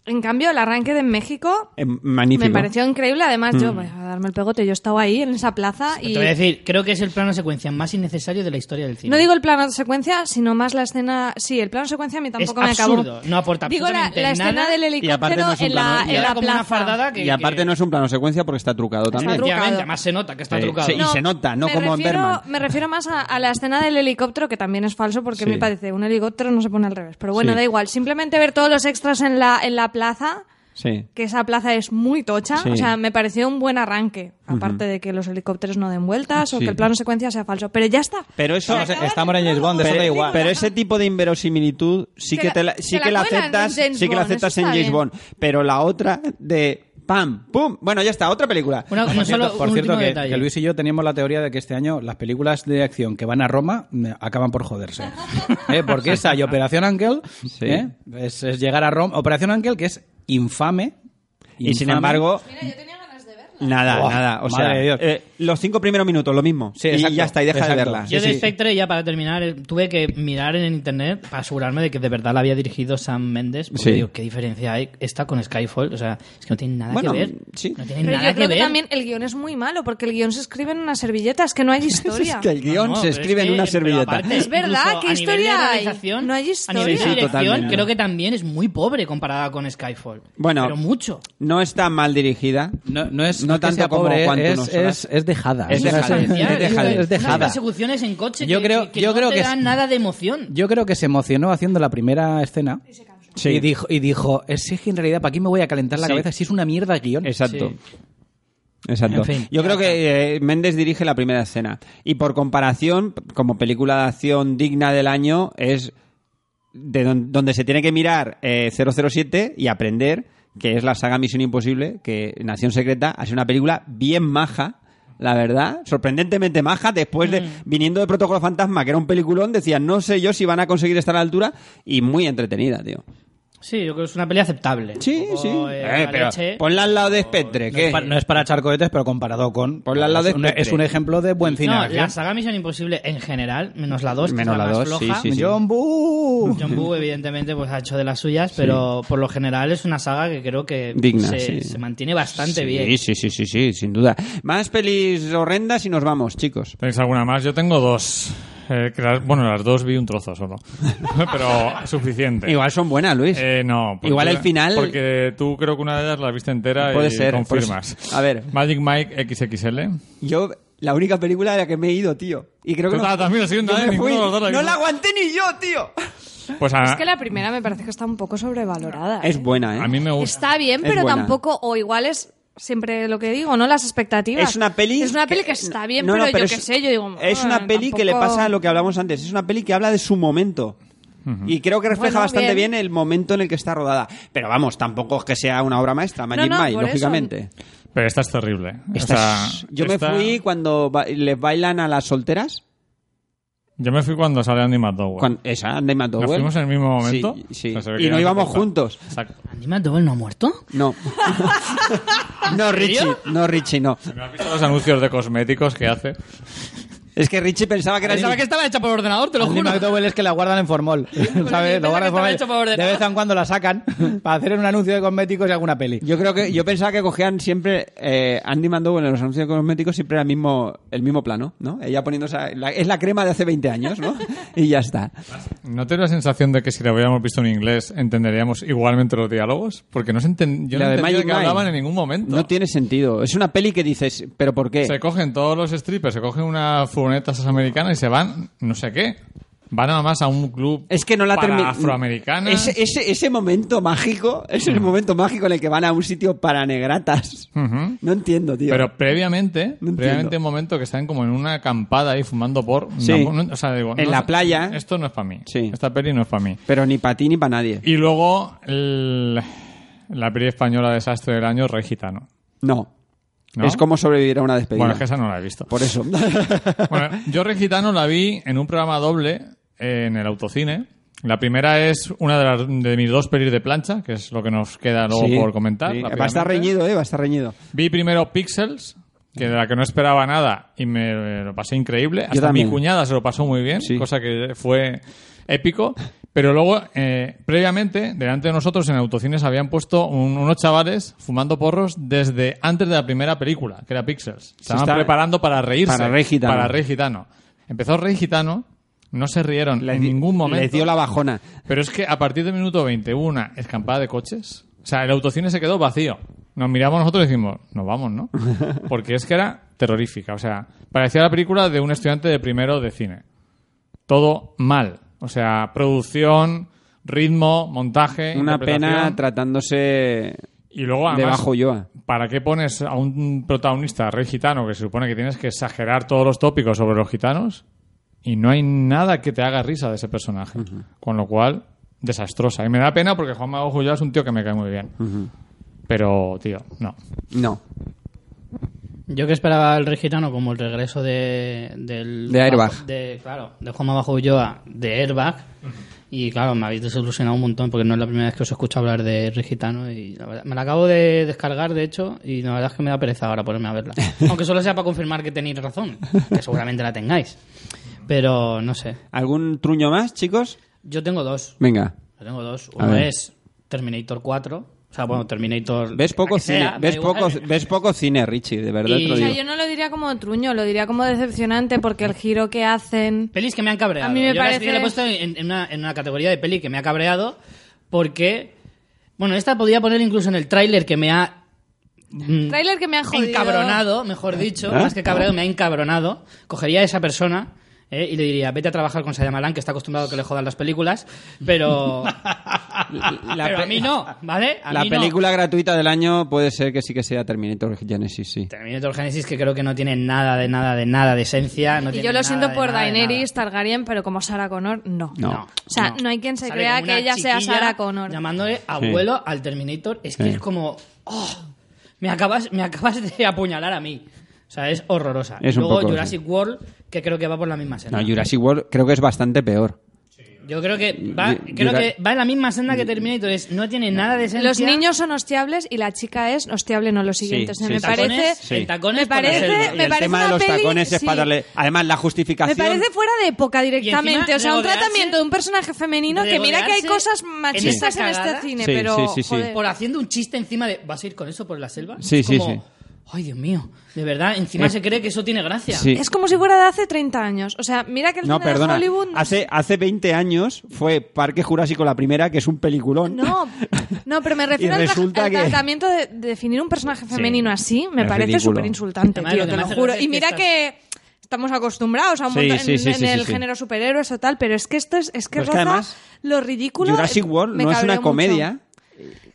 Speaker 2: En cambio, el arranque de México.
Speaker 1: Eh, magnífico. Mm.
Speaker 2: Me pareció increíble, además yo, bueno, a darme el pegote, yo estaba ahí en esa plaza y
Speaker 4: Te voy a decir, creo que es el plano secuencia más innecesario de la historia del cine.
Speaker 2: No digo el plano de secuencia, sino más la escena. Sí, el plano secuencia a mí tampoco
Speaker 4: Es
Speaker 2: me acabó.
Speaker 4: absurdo, no aporta
Speaker 2: Digo la,
Speaker 4: absolutamente
Speaker 2: la escena
Speaker 4: nada.
Speaker 2: del
Speaker 1: Y aparte
Speaker 2: helicóptero
Speaker 1: no es un
Speaker 2: en la,
Speaker 1: plano,
Speaker 2: en
Speaker 4: era
Speaker 2: la
Speaker 4: como una
Speaker 2: plaza.
Speaker 4: fardada que-
Speaker 1: Y aparte
Speaker 4: que-
Speaker 1: no es un plano secuencia porque está trucado también.
Speaker 2: trucado.
Speaker 4: Efectivamente, además se nota que está
Speaker 1: Sí,
Speaker 4: trucado.
Speaker 1: sí, y se nota, no
Speaker 2: me
Speaker 1: como en
Speaker 2: refiero,
Speaker 1: Berman.
Speaker 2: Me refiero más a, a la escena del helicóptero, que también es falso porque
Speaker 1: Sí.
Speaker 2: me parece un helicóptero no se pone al revés. Pero bueno,
Speaker 1: Sí.
Speaker 2: da igual. Simplemente ver todos los extras en la, en la plaza,
Speaker 1: Sí.
Speaker 2: que esa plaza es muy tocha,
Speaker 1: Sí.
Speaker 2: o sea, me pareció un buen arranque. Aparte de que los helicópteros no den vueltas o
Speaker 1: Sí.
Speaker 2: que el plano secuencia sea falso. Pero ya está.
Speaker 1: Pero eso...
Speaker 5: Estamos, estamos en James Bond, eso
Speaker 1: Pero,
Speaker 5: da igual.
Speaker 1: pero ese tipo de inverosimilitud sí
Speaker 2: Te
Speaker 1: que,
Speaker 2: la-
Speaker 1: te la,
Speaker 2: te
Speaker 1: sí
Speaker 2: la
Speaker 1: que la
Speaker 2: cuelan en
Speaker 1: aceptas,
Speaker 2: James
Speaker 1: sí que la
Speaker 2: Bond,
Speaker 1: aceptas
Speaker 2: eso
Speaker 1: en
Speaker 2: está
Speaker 1: James
Speaker 2: bien.
Speaker 1: Bond. Pero la otra de pam, pum. Bueno, ya está, otra película.
Speaker 4: Una- un
Speaker 5: Por
Speaker 4: solo-
Speaker 5: cierto, por
Speaker 4: un
Speaker 5: cierto
Speaker 4: último
Speaker 5: que,
Speaker 4: detalle.
Speaker 5: que Luis y yo teníamos la teoría de que este año las películas de acción que van a Roma mm, acaban por joderse. ¿Eh? Porque esa y Operación Ángel ¿eh? es, es llegar a Roma. Operación Ángel que es infame.
Speaker 1: Y sin
Speaker 5: infame.
Speaker 1: embargo,
Speaker 2: Mira, yo tenía ganas de verla.
Speaker 1: nada,
Speaker 5: Buah,
Speaker 1: nada. O
Speaker 5: madre
Speaker 1: sea,
Speaker 5: de Dios.
Speaker 1: eh, los cinco primeros minutos, lo mismo.
Speaker 5: Sí,
Speaker 1: y
Speaker 5: exacto,
Speaker 1: ya está, y deja de
Speaker 5: exacto.
Speaker 1: verla.
Speaker 4: Yo
Speaker 5: Sí,
Speaker 4: de
Speaker 5: sí.
Speaker 4: Spectre, ya para terminar, eh, tuve que mirar en internet para asegurarme de que de verdad la había dirigido Sam Mendes. Porque
Speaker 1: Sí.
Speaker 4: digo, ¿qué diferencia hay esta con Skyfall? O sea, es que no tiene nada
Speaker 1: Bueno,
Speaker 4: que ver.
Speaker 1: sí.
Speaker 4: No tiene
Speaker 2: Pero
Speaker 4: nada
Speaker 2: yo creo
Speaker 4: que,
Speaker 2: que,
Speaker 4: ver.
Speaker 2: también el guión es muy malo, porque el guión se escribe en una servilleta, es que no hay historia.
Speaker 1: Es que el guión
Speaker 4: No, no,
Speaker 1: se
Speaker 4: pero
Speaker 1: escribe
Speaker 4: es
Speaker 1: en
Speaker 4: que-
Speaker 1: una
Speaker 4: pero
Speaker 1: servilleta.
Speaker 4: aparte,
Speaker 2: Es verdad,
Speaker 4: incluso
Speaker 2: ¿qué
Speaker 4: a nivel
Speaker 2: historia
Speaker 4: de
Speaker 2: hay?
Speaker 4: realización,
Speaker 2: No hay
Speaker 4: A
Speaker 2: historia.
Speaker 4: nivel
Speaker 2: Sí,
Speaker 4: de
Speaker 2: sí,
Speaker 4: dirección,
Speaker 1: totalmente.
Speaker 4: creo que también es muy pobre comparada con Skyfall.
Speaker 1: Bueno.
Speaker 4: Pero mucho.
Speaker 1: No está mal dirigida.
Speaker 5: No, no es
Speaker 1: No
Speaker 5: no
Speaker 1: tanto
Speaker 5: tanto
Speaker 1: como
Speaker 5: pobre,
Speaker 1: Quantum
Speaker 5: es,
Speaker 1: of Solace.
Speaker 5: es, es dejada.
Speaker 1: Es
Speaker 5: Una-
Speaker 1: dejada,
Speaker 5: es
Speaker 4: Ya,
Speaker 5: dejada,
Speaker 4: digo,
Speaker 5: es
Speaker 4: Unas
Speaker 5: dejada.
Speaker 4: persecuciones en coche
Speaker 5: Yo
Speaker 4: que,
Speaker 5: creo-
Speaker 4: que
Speaker 5: yo
Speaker 4: no
Speaker 5: creo
Speaker 4: te
Speaker 5: que
Speaker 4: dan
Speaker 5: es-
Speaker 4: nada de emoción.
Speaker 5: Yo creo que se emocionó haciendo la primera escena
Speaker 1: Sí.
Speaker 5: y dijo, y dijo es que en realidad, ¿para qué me voy a calentar la
Speaker 1: Sí.
Speaker 5: cabeza si es una mierda de guión?
Speaker 1: Exacto.
Speaker 4: Sí.
Speaker 1: Exacto.
Speaker 4: En fin.
Speaker 1: Yo creo que eh, Méndez dirige la primera escena. Y por comparación, como película de acción digna del año, es de don- donde se tiene que mirar eh, 007 y aprender que es la saga Misión Imposible, que Nación Secreta ha sido una película bien maja, la verdad, sorprendentemente maja, después
Speaker 4: Mm.
Speaker 1: de viniendo de Protocolo Fantasma, que era un peliculón, decían, no sé yo si van a conseguir estar a la altura, y muy entretenida, tío.
Speaker 4: Sí, yo creo que es una peli aceptable.
Speaker 1: Sí,
Speaker 4: Un poco,
Speaker 1: sí.
Speaker 4: eh,
Speaker 1: Eh,
Speaker 4: la
Speaker 1: pero
Speaker 4: leche.
Speaker 1: ponla al lado de Spectre,
Speaker 5: No es,
Speaker 1: ¿qué?
Speaker 5: pa- no es para echar cohetes, pero comparado con.
Speaker 1: Ponla al lado de
Speaker 5: es, un, e-,
Speaker 1: Spectre.
Speaker 5: es un ejemplo de buen cine. de
Speaker 4: No,
Speaker 5: acción.
Speaker 4: la saga Misión Imposible en general, menos la 2,
Speaker 1: Menos
Speaker 4: que es la,
Speaker 1: la
Speaker 4: más
Speaker 1: 2, sí,
Speaker 4: floja.
Speaker 1: sí, sí.
Speaker 5: John Boo.
Speaker 4: John Woo, evidentemente, pues ha hecho de las suyas, pero por lo general es una saga que creo que
Speaker 1: Digna,
Speaker 4: se,
Speaker 1: sí.
Speaker 4: se mantiene bastante
Speaker 1: sí,
Speaker 4: bien.
Speaker 1: Sí, sí, sí, sí, sin duda. Más pelis horrendas y nos vamos, chicos.
Speaker 3: ¿Tenéis alguna más? Yo tengo dos. Eh, que las- bueno, las dos vi un trozo solo. Pero suficiente.
Speaker 1: Igual son buenas, Luis.
Speaker 3: Eh, no. porque-
Speaker 1: Igual el final-
Speaker 3: Porque tú creo que una de ellas la viste entera
Speaker 1: Puede
Speaker 3: y
Speaker 1: ser,
Speaker 3: confirmas.
Speaker 1: pues, a ver.
Speaker 3: Magic Mike XXL.
Speaker 1: Yo, la única película de la que me he ido, tío. Y creo que
Speaker 3: Tú
Speaker 1: no,
Speaker 3: estabas también la siguiente,
Speaker 1: yo
Speaker 3: ¿eh?
Speaker 1: me
Speaker 3: Ninguno
Speaker 1: fui.
Speaker 3: de los dos la
Speaker 1: No
Speaker 3: vimos.
Speaker 1: la aguanté ni yo, tío.
Speaker 3: Pues a,
Speaker 7: Es que la primera me parece que está un poco sobrevalorada.
Speaker 1: Es
Speaker 7: ¿eh?
Speaker 1: buena, ¿eh?
Speaker 3: a mí me gusta.
Speaker 7: Está bien,
Speaker 1: Es
Speaker 7: pero
Speaker 1: buena.
Speaker 7: tampoco, o igual es siempre lo que digo, ¿no? Las expectativas.
Speaker 1: Es una peli.
Speaker 7: Es una peli que está bien,
Speaker 1: no, no,
Speaker 7: pero, yo
Speaker 1: es-
Speaker 7: qué sé, yo digo.
Speaker 1: Es una
Speaker 7: "Ah,
Speaker 1: peli que le
Speaker 7: tampoco-
Speaker 1: pasa a lo que hablamos antes. Es una peli que habla de su momento. Y creo que refleja
Speaker 7: Bueno,
Speaker 1: bastante bien.
Speaker 7: bien.
Speaker 1: el momento en el que está rodada. Pero vamos, tampoco es que sea una obra maestra, Magic
Speaker 7: no,
Speaker 1: Mike,
Speaker 7: por eso.
Speaker 1: lógicamente.
Speaker 3: Pero esta es terrible. O
Speaker 1: Esta es-
Speaker 3: sea,
Speaker 1: yo me
Speaker 3: esta-
Speaker 1: fui cuando ba- les bailan a las solteras.
Speaker 3: Yo me fui cuando sale Andy McDowell.
Speaker 1: Cuando, esa, Andy McDowell.
Speaker 3: ¿Nos fuimos en el mismo
Speaker 1: Sí,
Speaker 3: momento?
Speaker 1: sí.
Speaker 3: O sea, se ve que
Speaker 1: Y no
Speaker 3: hace
Speaker 1: íbamos
Speaker 3: falta.
Speaker 1: juntos.
Speaker 3: Exacto.
Speaker 4: ¿Andy McDowell no ha muerto?
Speaker 1: No. no, Richie. No, Richie, no.
Speaker 3: ¿No has visto los anuncios de cosméticos que hace?
Speaker 1: Es que Richie pensaba que era.
Speaker 4: Pensaba que estaba hecha por ordenador, te lo
Speaker 5: Andy
Speaker 4: juro.
Speaker 5: McDowell es que la guardan en formol, ¿sabes? Lo
Speaker 4: pensaba que
Speaker 5: guardan en
Speaker 4: estaba
Speaker 5: formol.
Speaker 4: hecho por
Speaker 5: De
Speaker 4: ordenador.
Speaker 5: vez en cuando la sacan para hacer un anuncio de cosméticos y alguna peli.
Speaker 1: Yo creo que yo pensaba que cogían siempre eh, Andy McDowell en los anuncios cosméticos siempre era el mismo el mismo plano, ¿no? Ella poniéndose a- la- es la crema de hace 20 años, ¿no? Y ya está.
Speaker 3: ¿No te da la sensación de que si la hubiéramos visto en inglés entenderíamos igualmente los diálogos? Porque no se enten- yo
Speaker 1: La
Speaker 3: no
Speaker 1: de
Speaker 3: entendía
Speaker 1: Magic
Speaker 3: que
Speaker 1: Mike.
Speaker 3: hablaban en ningún momento.
Speaker 1: No tiene sentido. Es una peli que dices, pero ¿por qué?
Speaker 3: Se cogen todos los strippers, se cogen una furgoneta esas americanas y se van, no sé qué. Van nada más a un club
Speaker 1: Es que no la
Speaker 3: para
Speaker 1: termi-
Speaker 3: afroamericanas.
Speaker 1: Ese, ese, ese momento mágico es
Speaker 3: Mm.
Speaker 1: el momento mágico en el que van a un sitio para negratas.
Speaker 3: Ujú.
Speaker 1: No entiendo, tío.
Speaker 3: Mm. Pero previamente,
Speaker 1: No entiendo.
Speaker 3: previamente un momento que están como en una acampada ahí fumando por.
Speaker 1: Sí.
Speaker 3: Tampoco- no- o sea, digo,
Speaker 1: En
Speaker 3: no,
Speaker 1: la playa.
Speaker 3: Esto no es para mí.
Speaker 1: Sí.
Speaker 3: Esta peli no es para mí.
Speaker 1: Pero ni para ti ni para nadie.
Speaker 3: Y luego el- la peli española desastre del año, Rey Gitano.
Speaker 1: No.
Speaker 3: ¿No?
Speaker 1: Es como sobrevivir a una despedida.
Speaker 3: Bueno, es que esa no la he visto.
Speaker 1: Por eso.
Speaker 3: Bueno, yo Rey Gitano la vi en un programa doble eh, en el autocine. La primera es una de, las- de mis dos pelis de plancha, que es lo que nos queda luego
Speaker 1: Sí,
Speaker 3: por comentar.
Speaker 1: sí. Va a
Speaker 3: rápidamente.
Speaker 1: estar reñido, ¿eh? Va a estar reñido.
Speaker 3: Vi primero Pixels, que de la que no esperaba nada y me eh, lo pasé increíble. Hasta
Speaker 1: también.
Speaker 3: mi cuñada se lo pasó muy bien,
Speaker 1: Sí.
Speaker 3: cosa que fue épico. Pero luego, eh, previamente, delante de nosotros en autocines habían puesto un- unos chavales fumando porros desde antes de la primera película, que era Pixels. Estaban
Speaker 1: está-
Speaker 3: preparando para reírse.
Speaker 1: Para Rey Gitano.
Speaker 3: Para Rey Gitano. Empezó Rey Gitano, no se rieron
Speaker 1: Les
Speaker 3: en
Speaker 1: di-
Speaker 3: ningún momento.
Speaker 1: Les dio la bajona.
Speaker 3: Pero es que a partir del minuto 21, escampada de coches. O sea, el autocine se quedó vacío. Nos miramos nosotros y decimos, nos vamos, ¿no? Porque es que era terrorífica. O sea, parecía la película de un estudiante de primero de cine. Todo mal. O sea, producción, ritmo, montaje.
Speaker 1: Una pena
Speaker 3: interpretación.
Speaker 1: tratándose
Speaker 3: Y
Speaker 1: de
Speaker 3: luego, además,
Speaker 1: Bajo Yoa.
Speaker 3: ¿Para qué pones a un protagonista, rey gitano, que se supone que tienes que exagerar todos los tópicos sobre los gitanos? Y no hay nada que te haga risa de ese personaje. Con lo cual, desastrosa. Y me da pena porque Juan Mago Juliá es un tío que me cae muy bien. Pero, tío, no.
Speaker 1: No.
Speaker 4: Yo que esperaba el Rey Gitano como el regreso de, del,
Speaker 1: De Airbag.
Speaker 4: bajo- de- claro, de Juan Bajo Ulloa, de Airbag. Y claro, me habéis desilusionado un montón porque no es la primera vez que os escucho hablar de Rey Gitano. Y la verdad- me la acabo de descargar, de hecho, y la verdad es que me da pereza ahora ponerme a verla. Aunque solo sea para confirmar que tenéis razón, que seguramente la tengáis. Pero no sé.
Speaker 1: ¿Algún truño más, chicos?
Speaker 4: Yo tengo dos.
Speaker 1: Venga.
Speaker 4: Yo tengo dos.
Speaker 1: A
Speaker 4: Uno
Speaker 1: ver.
Speaker 4: es Terminator 4. O sea, bueno, Terminator.
Speaker 1: ¿Ves poco
Speaker 4: la que
Speaker 1: cine?
Speaker 4: sea,
Speaker 1: ¿Ves,
Speaker 4: da igual.
Speaker 1: poco, ¿Ves poco cine, Richie? De verdad
Speaker 4: Y-
Speaker 1: te lo
Speaker 7: O sea,
Speaker 1: digo.
Speaker 7: yo no lo diría como truño, lo diría como decepcionante porque el giro que hacen.
Speaker 4: Pelis que me han cabreado.
Speaker 7: A mí me
Speaker 4: Yo las-
Speaker 7: parece-
Speaker 4: yo la he puesto en, en una, en una categoría de peli que me ha cabreado porque... Bueno, esta podía poner incluso en el tráiler que me ha... mm,
Speaker 7: Trailer que me han jodido.
Speaker 4: encabronado,
Speaker 1: Ah,
Speaker 4: mejor dicho.
Speaker 1: ¿eh?
Speaker 4: Más que cabreado, me ha encabronado. Cogería a esa persona... eh, y le diría, vete a trabajar con Shyamalan, que está acostumbrado a que le jodan las películas, pero,
Speaker 1: La
Speaker 4: pero a
Speaker 1: pe-
Speaker 4: mí no, ¿vale? A
Speaker 1: La
Speaker 4: mí no.
Speaker 1: película gratuita del año puede ser que sí que sea Terminator Genesis, sí.
Speaker 4: Terminator Genesis, que creo que no tiene nada de nada de nada de esencia. no
Speaker 7: Y
Speaker 4: tiene
Speaker 7: yo lo
Speaker 4: nada
Speaker 7: siento
Speaker 4: de
Speaker 7: por
Speaker 4: nada de nada.
Speaker 7: Daenerys Targaryen, pero como Sarah Connor, no.
Speaker 1: No.
Speaker 7: O sea, no hay quien se
Speaker 4: Sale
Speaker 7: crea
Speaker 4: como
Speaker 7: que
Speaker 4: una
Speaker 7: ella sea
Speaker 4: chiquilla
Speaker 7: Sarah Connor.
Speaker 4: Llamándole abuelo al Terminator, es que es como. "Oh, me, acabas, me acabas de apuñalar a mí. O sea, es horrorosa.
Speaker 1: Es
Speaker 4: y
Speaker 1: un
Speaker 4: luego
Speaker 1: poco,
Speaker 4: Jurassic World, que creo que va por la misma senda.
Speaker 1: No, Jurassic World creo que es bastante peor.
Speaker 4: Yo creo que va,
Speaker 1: Ju-
Speaker 4: creo
Speaker 1: Jura-
Speaker 4: que va en la misma senda que Terminator. Es, no tiene nada de esencia.
Speaker 7: Los niños son hostiables y la chica es hostiable, no lo siguiente. O sea,
Speaker 1: sí,
Speaker 7: me
Speaker 1: sí.
Speaker 7: parece.
Speaker 4: Tacones, sí. Tacones
Speaker 7: me
Speaker 4: por la
Speaker 7: parece,
Speaker 4: selva.
Speaker 7: me
Speaker 4: Y
Speaker 1: el
Speaker 7: parece
Speaker 1: tema de
Speaker 7: una
Speaker 1: los
Speaker 7: peli-
Speaker 1: tacones es
Speaker 7: sí.
Speaker 1: para darle... Además, la
Speaker 7: Me
Speaker 1: justificación...
Speaker 7: paramente fuera de época directamente. O sea, un
Speaker 4: regodearse-
Speaker 7: tratamiento de un personaje femenino que mira que hay
Speaker 4: regodearse
Speaker 7: cosas
Speaker 4: en
Speaker 7: machistas
Speaker 4: esa
Speaker 7: en,
Speaker 4: cagada.
Speaker 7: este cine,
Speaker 1: Sí,
Speaker 7: pero.
Speaker 1: sí, sí, sí.
Speaker 7: joder.
Speaker 4: Por haciendo un chiste encima de. ¿Vas a ir con eso por la selva?
Speaker 1: Sí,
Speaker 4: Es
Speaker 1: sí,
Speaker 4: como,
Speaker 1: sí.
Speaker 4: Ay, Dios mío. De verdad, encima se cree que eso tiene gracia.
Speaker 1: Sí.
Speaker 7: Es como si fuera de hace 30 años. O sea, mira que el
Speaker 1: No,
Speaker 7: cine
Speaker 1: perdona.
Speaker 7: de Hollywood...
Speaker 1: Hace, hace 20 años fue Parque Jurásico la primera, que es un peliculón.
Speaker 7: No, no, pero me refiero
Speaker 1: Y
Speaker 7: al, tra-
Speaker 1: resulta
Speaker 7: al
Speaker 1: que-
Speaker 7: tratamiento de, de definir un personaje femenino así, me
Speaker 1: es
Speaker 7: parece
Speaker 1: ridículo.
Speaker 7: súper insultante,
Speaker 4: Además,
Speaker 7: tío,
Speaker 4: lo que
Speaker 7: te
Speaker 4: me
Speaker 7: lo
Speaker 4: hace
Speaker 7: juro.
Speaker 4: gracia
Speaker 7: Y
Speaker 4: es que
Speaker 7: mira
Speaker 4: estás-
Speaker 7: que estamos acostumbrados a un
Speaker 1: Sí,
Speaker 7: montón
Speaker 1: sí, sí,
Speaker 7: en,
Speaker 1: sí,
Speaker 7: en el
Speaker 1: sí.
Speaker 7: género superhéroes o tal, pero es que esto es, es que
Speaker 1: Pero es que
Speaker 7: roza
Speaker 1: además,
Speaker 7: lo ridículo.
Speaker 1: Jurassic World
Speaker 7: me
Speaker 1: no es
Speaker 7: cabrea
Speaker 1: una
Speaker 7: mucho.
Speaker 1: comedia.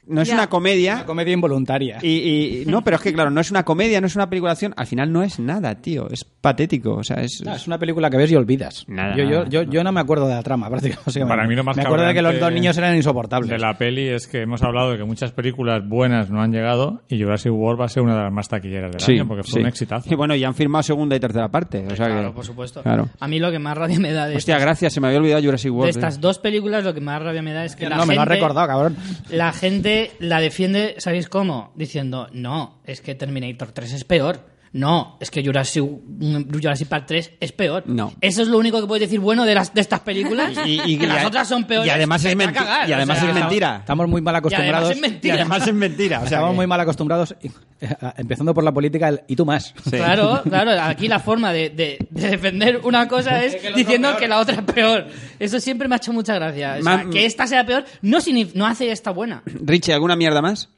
Speaker 1: No es
Speaker 7: Ya.
Speaker 1: una comedia.
Speaker 5: Una comedia involuntaria.
Speaker 1: Y, y- no, pero es que claro, no es una comedia, no es una peliculación. Al final no es nada, tío. Es patético. O sea, es.
Speaker 5: Ah, es una película que ves y olvidas.
Speaker 1: Nada,
Speaker 5: yo, yo,
Speaker 1: nada,
Speaker 5: yo, yo no me acuerdo de la trama, prácticamente.
Speaker 3: Para mí lo más
Speaker 5: Me acuerdo de que los
Speaker 3: cabreante
Speaker 5: dos niños eran insoportables.
Speaker 3: De la peli es que hemos hablado de que muchas películas buenas no han llegado y Jurassic World va a ser una de las más taquilleras del año porque
Speaker 1: sí.
Speaker 3: fue un exitazo.
Speaker 1: Y bueno, ya han firmado segunda y tercera parte. O sea que-
Speaker 4: Claro, por supuesto.
Speaker 1: Claro.
Speaker 4: A mí lo que más rabia me da de,
Speaker 1: Hostia,
Speaker 4: estas,
Speaker 1: gracias, se me había olvidado Jurassic
Speaker 4: de
Speaker 1: World. eh.
Speaker 4: estas dos películas, lo que más rabia me da es que la
Speaker 5: no, me lo has
Speaker 4: gente-
Speaker 5: recordado, cabrón.
Speaker 4: La gente la defiende, ¿sabéis cómo? Diciendo, no, es que Terminator 3 es peor. No, es que Jurassic, mm, Jurassic Park 3 es peor.
Speaker 1: No.
Speaker 4: Eso es lo único que puedes decir bueno de, las, de estas películas.
Speaker 1: Y- y-
Speaker 4: que las
Speaker 1: y-
Speaker 4: otras son peores.
Speaker 1: y además es
Speaker 4: Vete a
Speaker 1: menti-
Speaker 4: cagar,
Speaker 1: y
Speaker 4: o
Speaker 1: además
Speaker 4: sea,
Speaker 1: es mentira.
Speaker 5: Estamos muy mal
Speaker 4: Y además
Speaker 5: acostumbrados.
Speaker 4: es mentira.
Speaker 1: es mentira. O sea,
Speaker 5: Estamos muy mal acostumbrados, y- eh, empezando por la política, el y tú más.
Speaker 4: Claro, claro. Aquí la forma de, de- de defender una cosa es, diciendo que la otra es peor. Eso siempre me ha hecho mucha gracia. O sea,
Speaker 1: Ma-
Speaker 4: que esta sea peor no, signif- no hace esta buena.
Speaker 1: Richie, ¿alguna mierda más?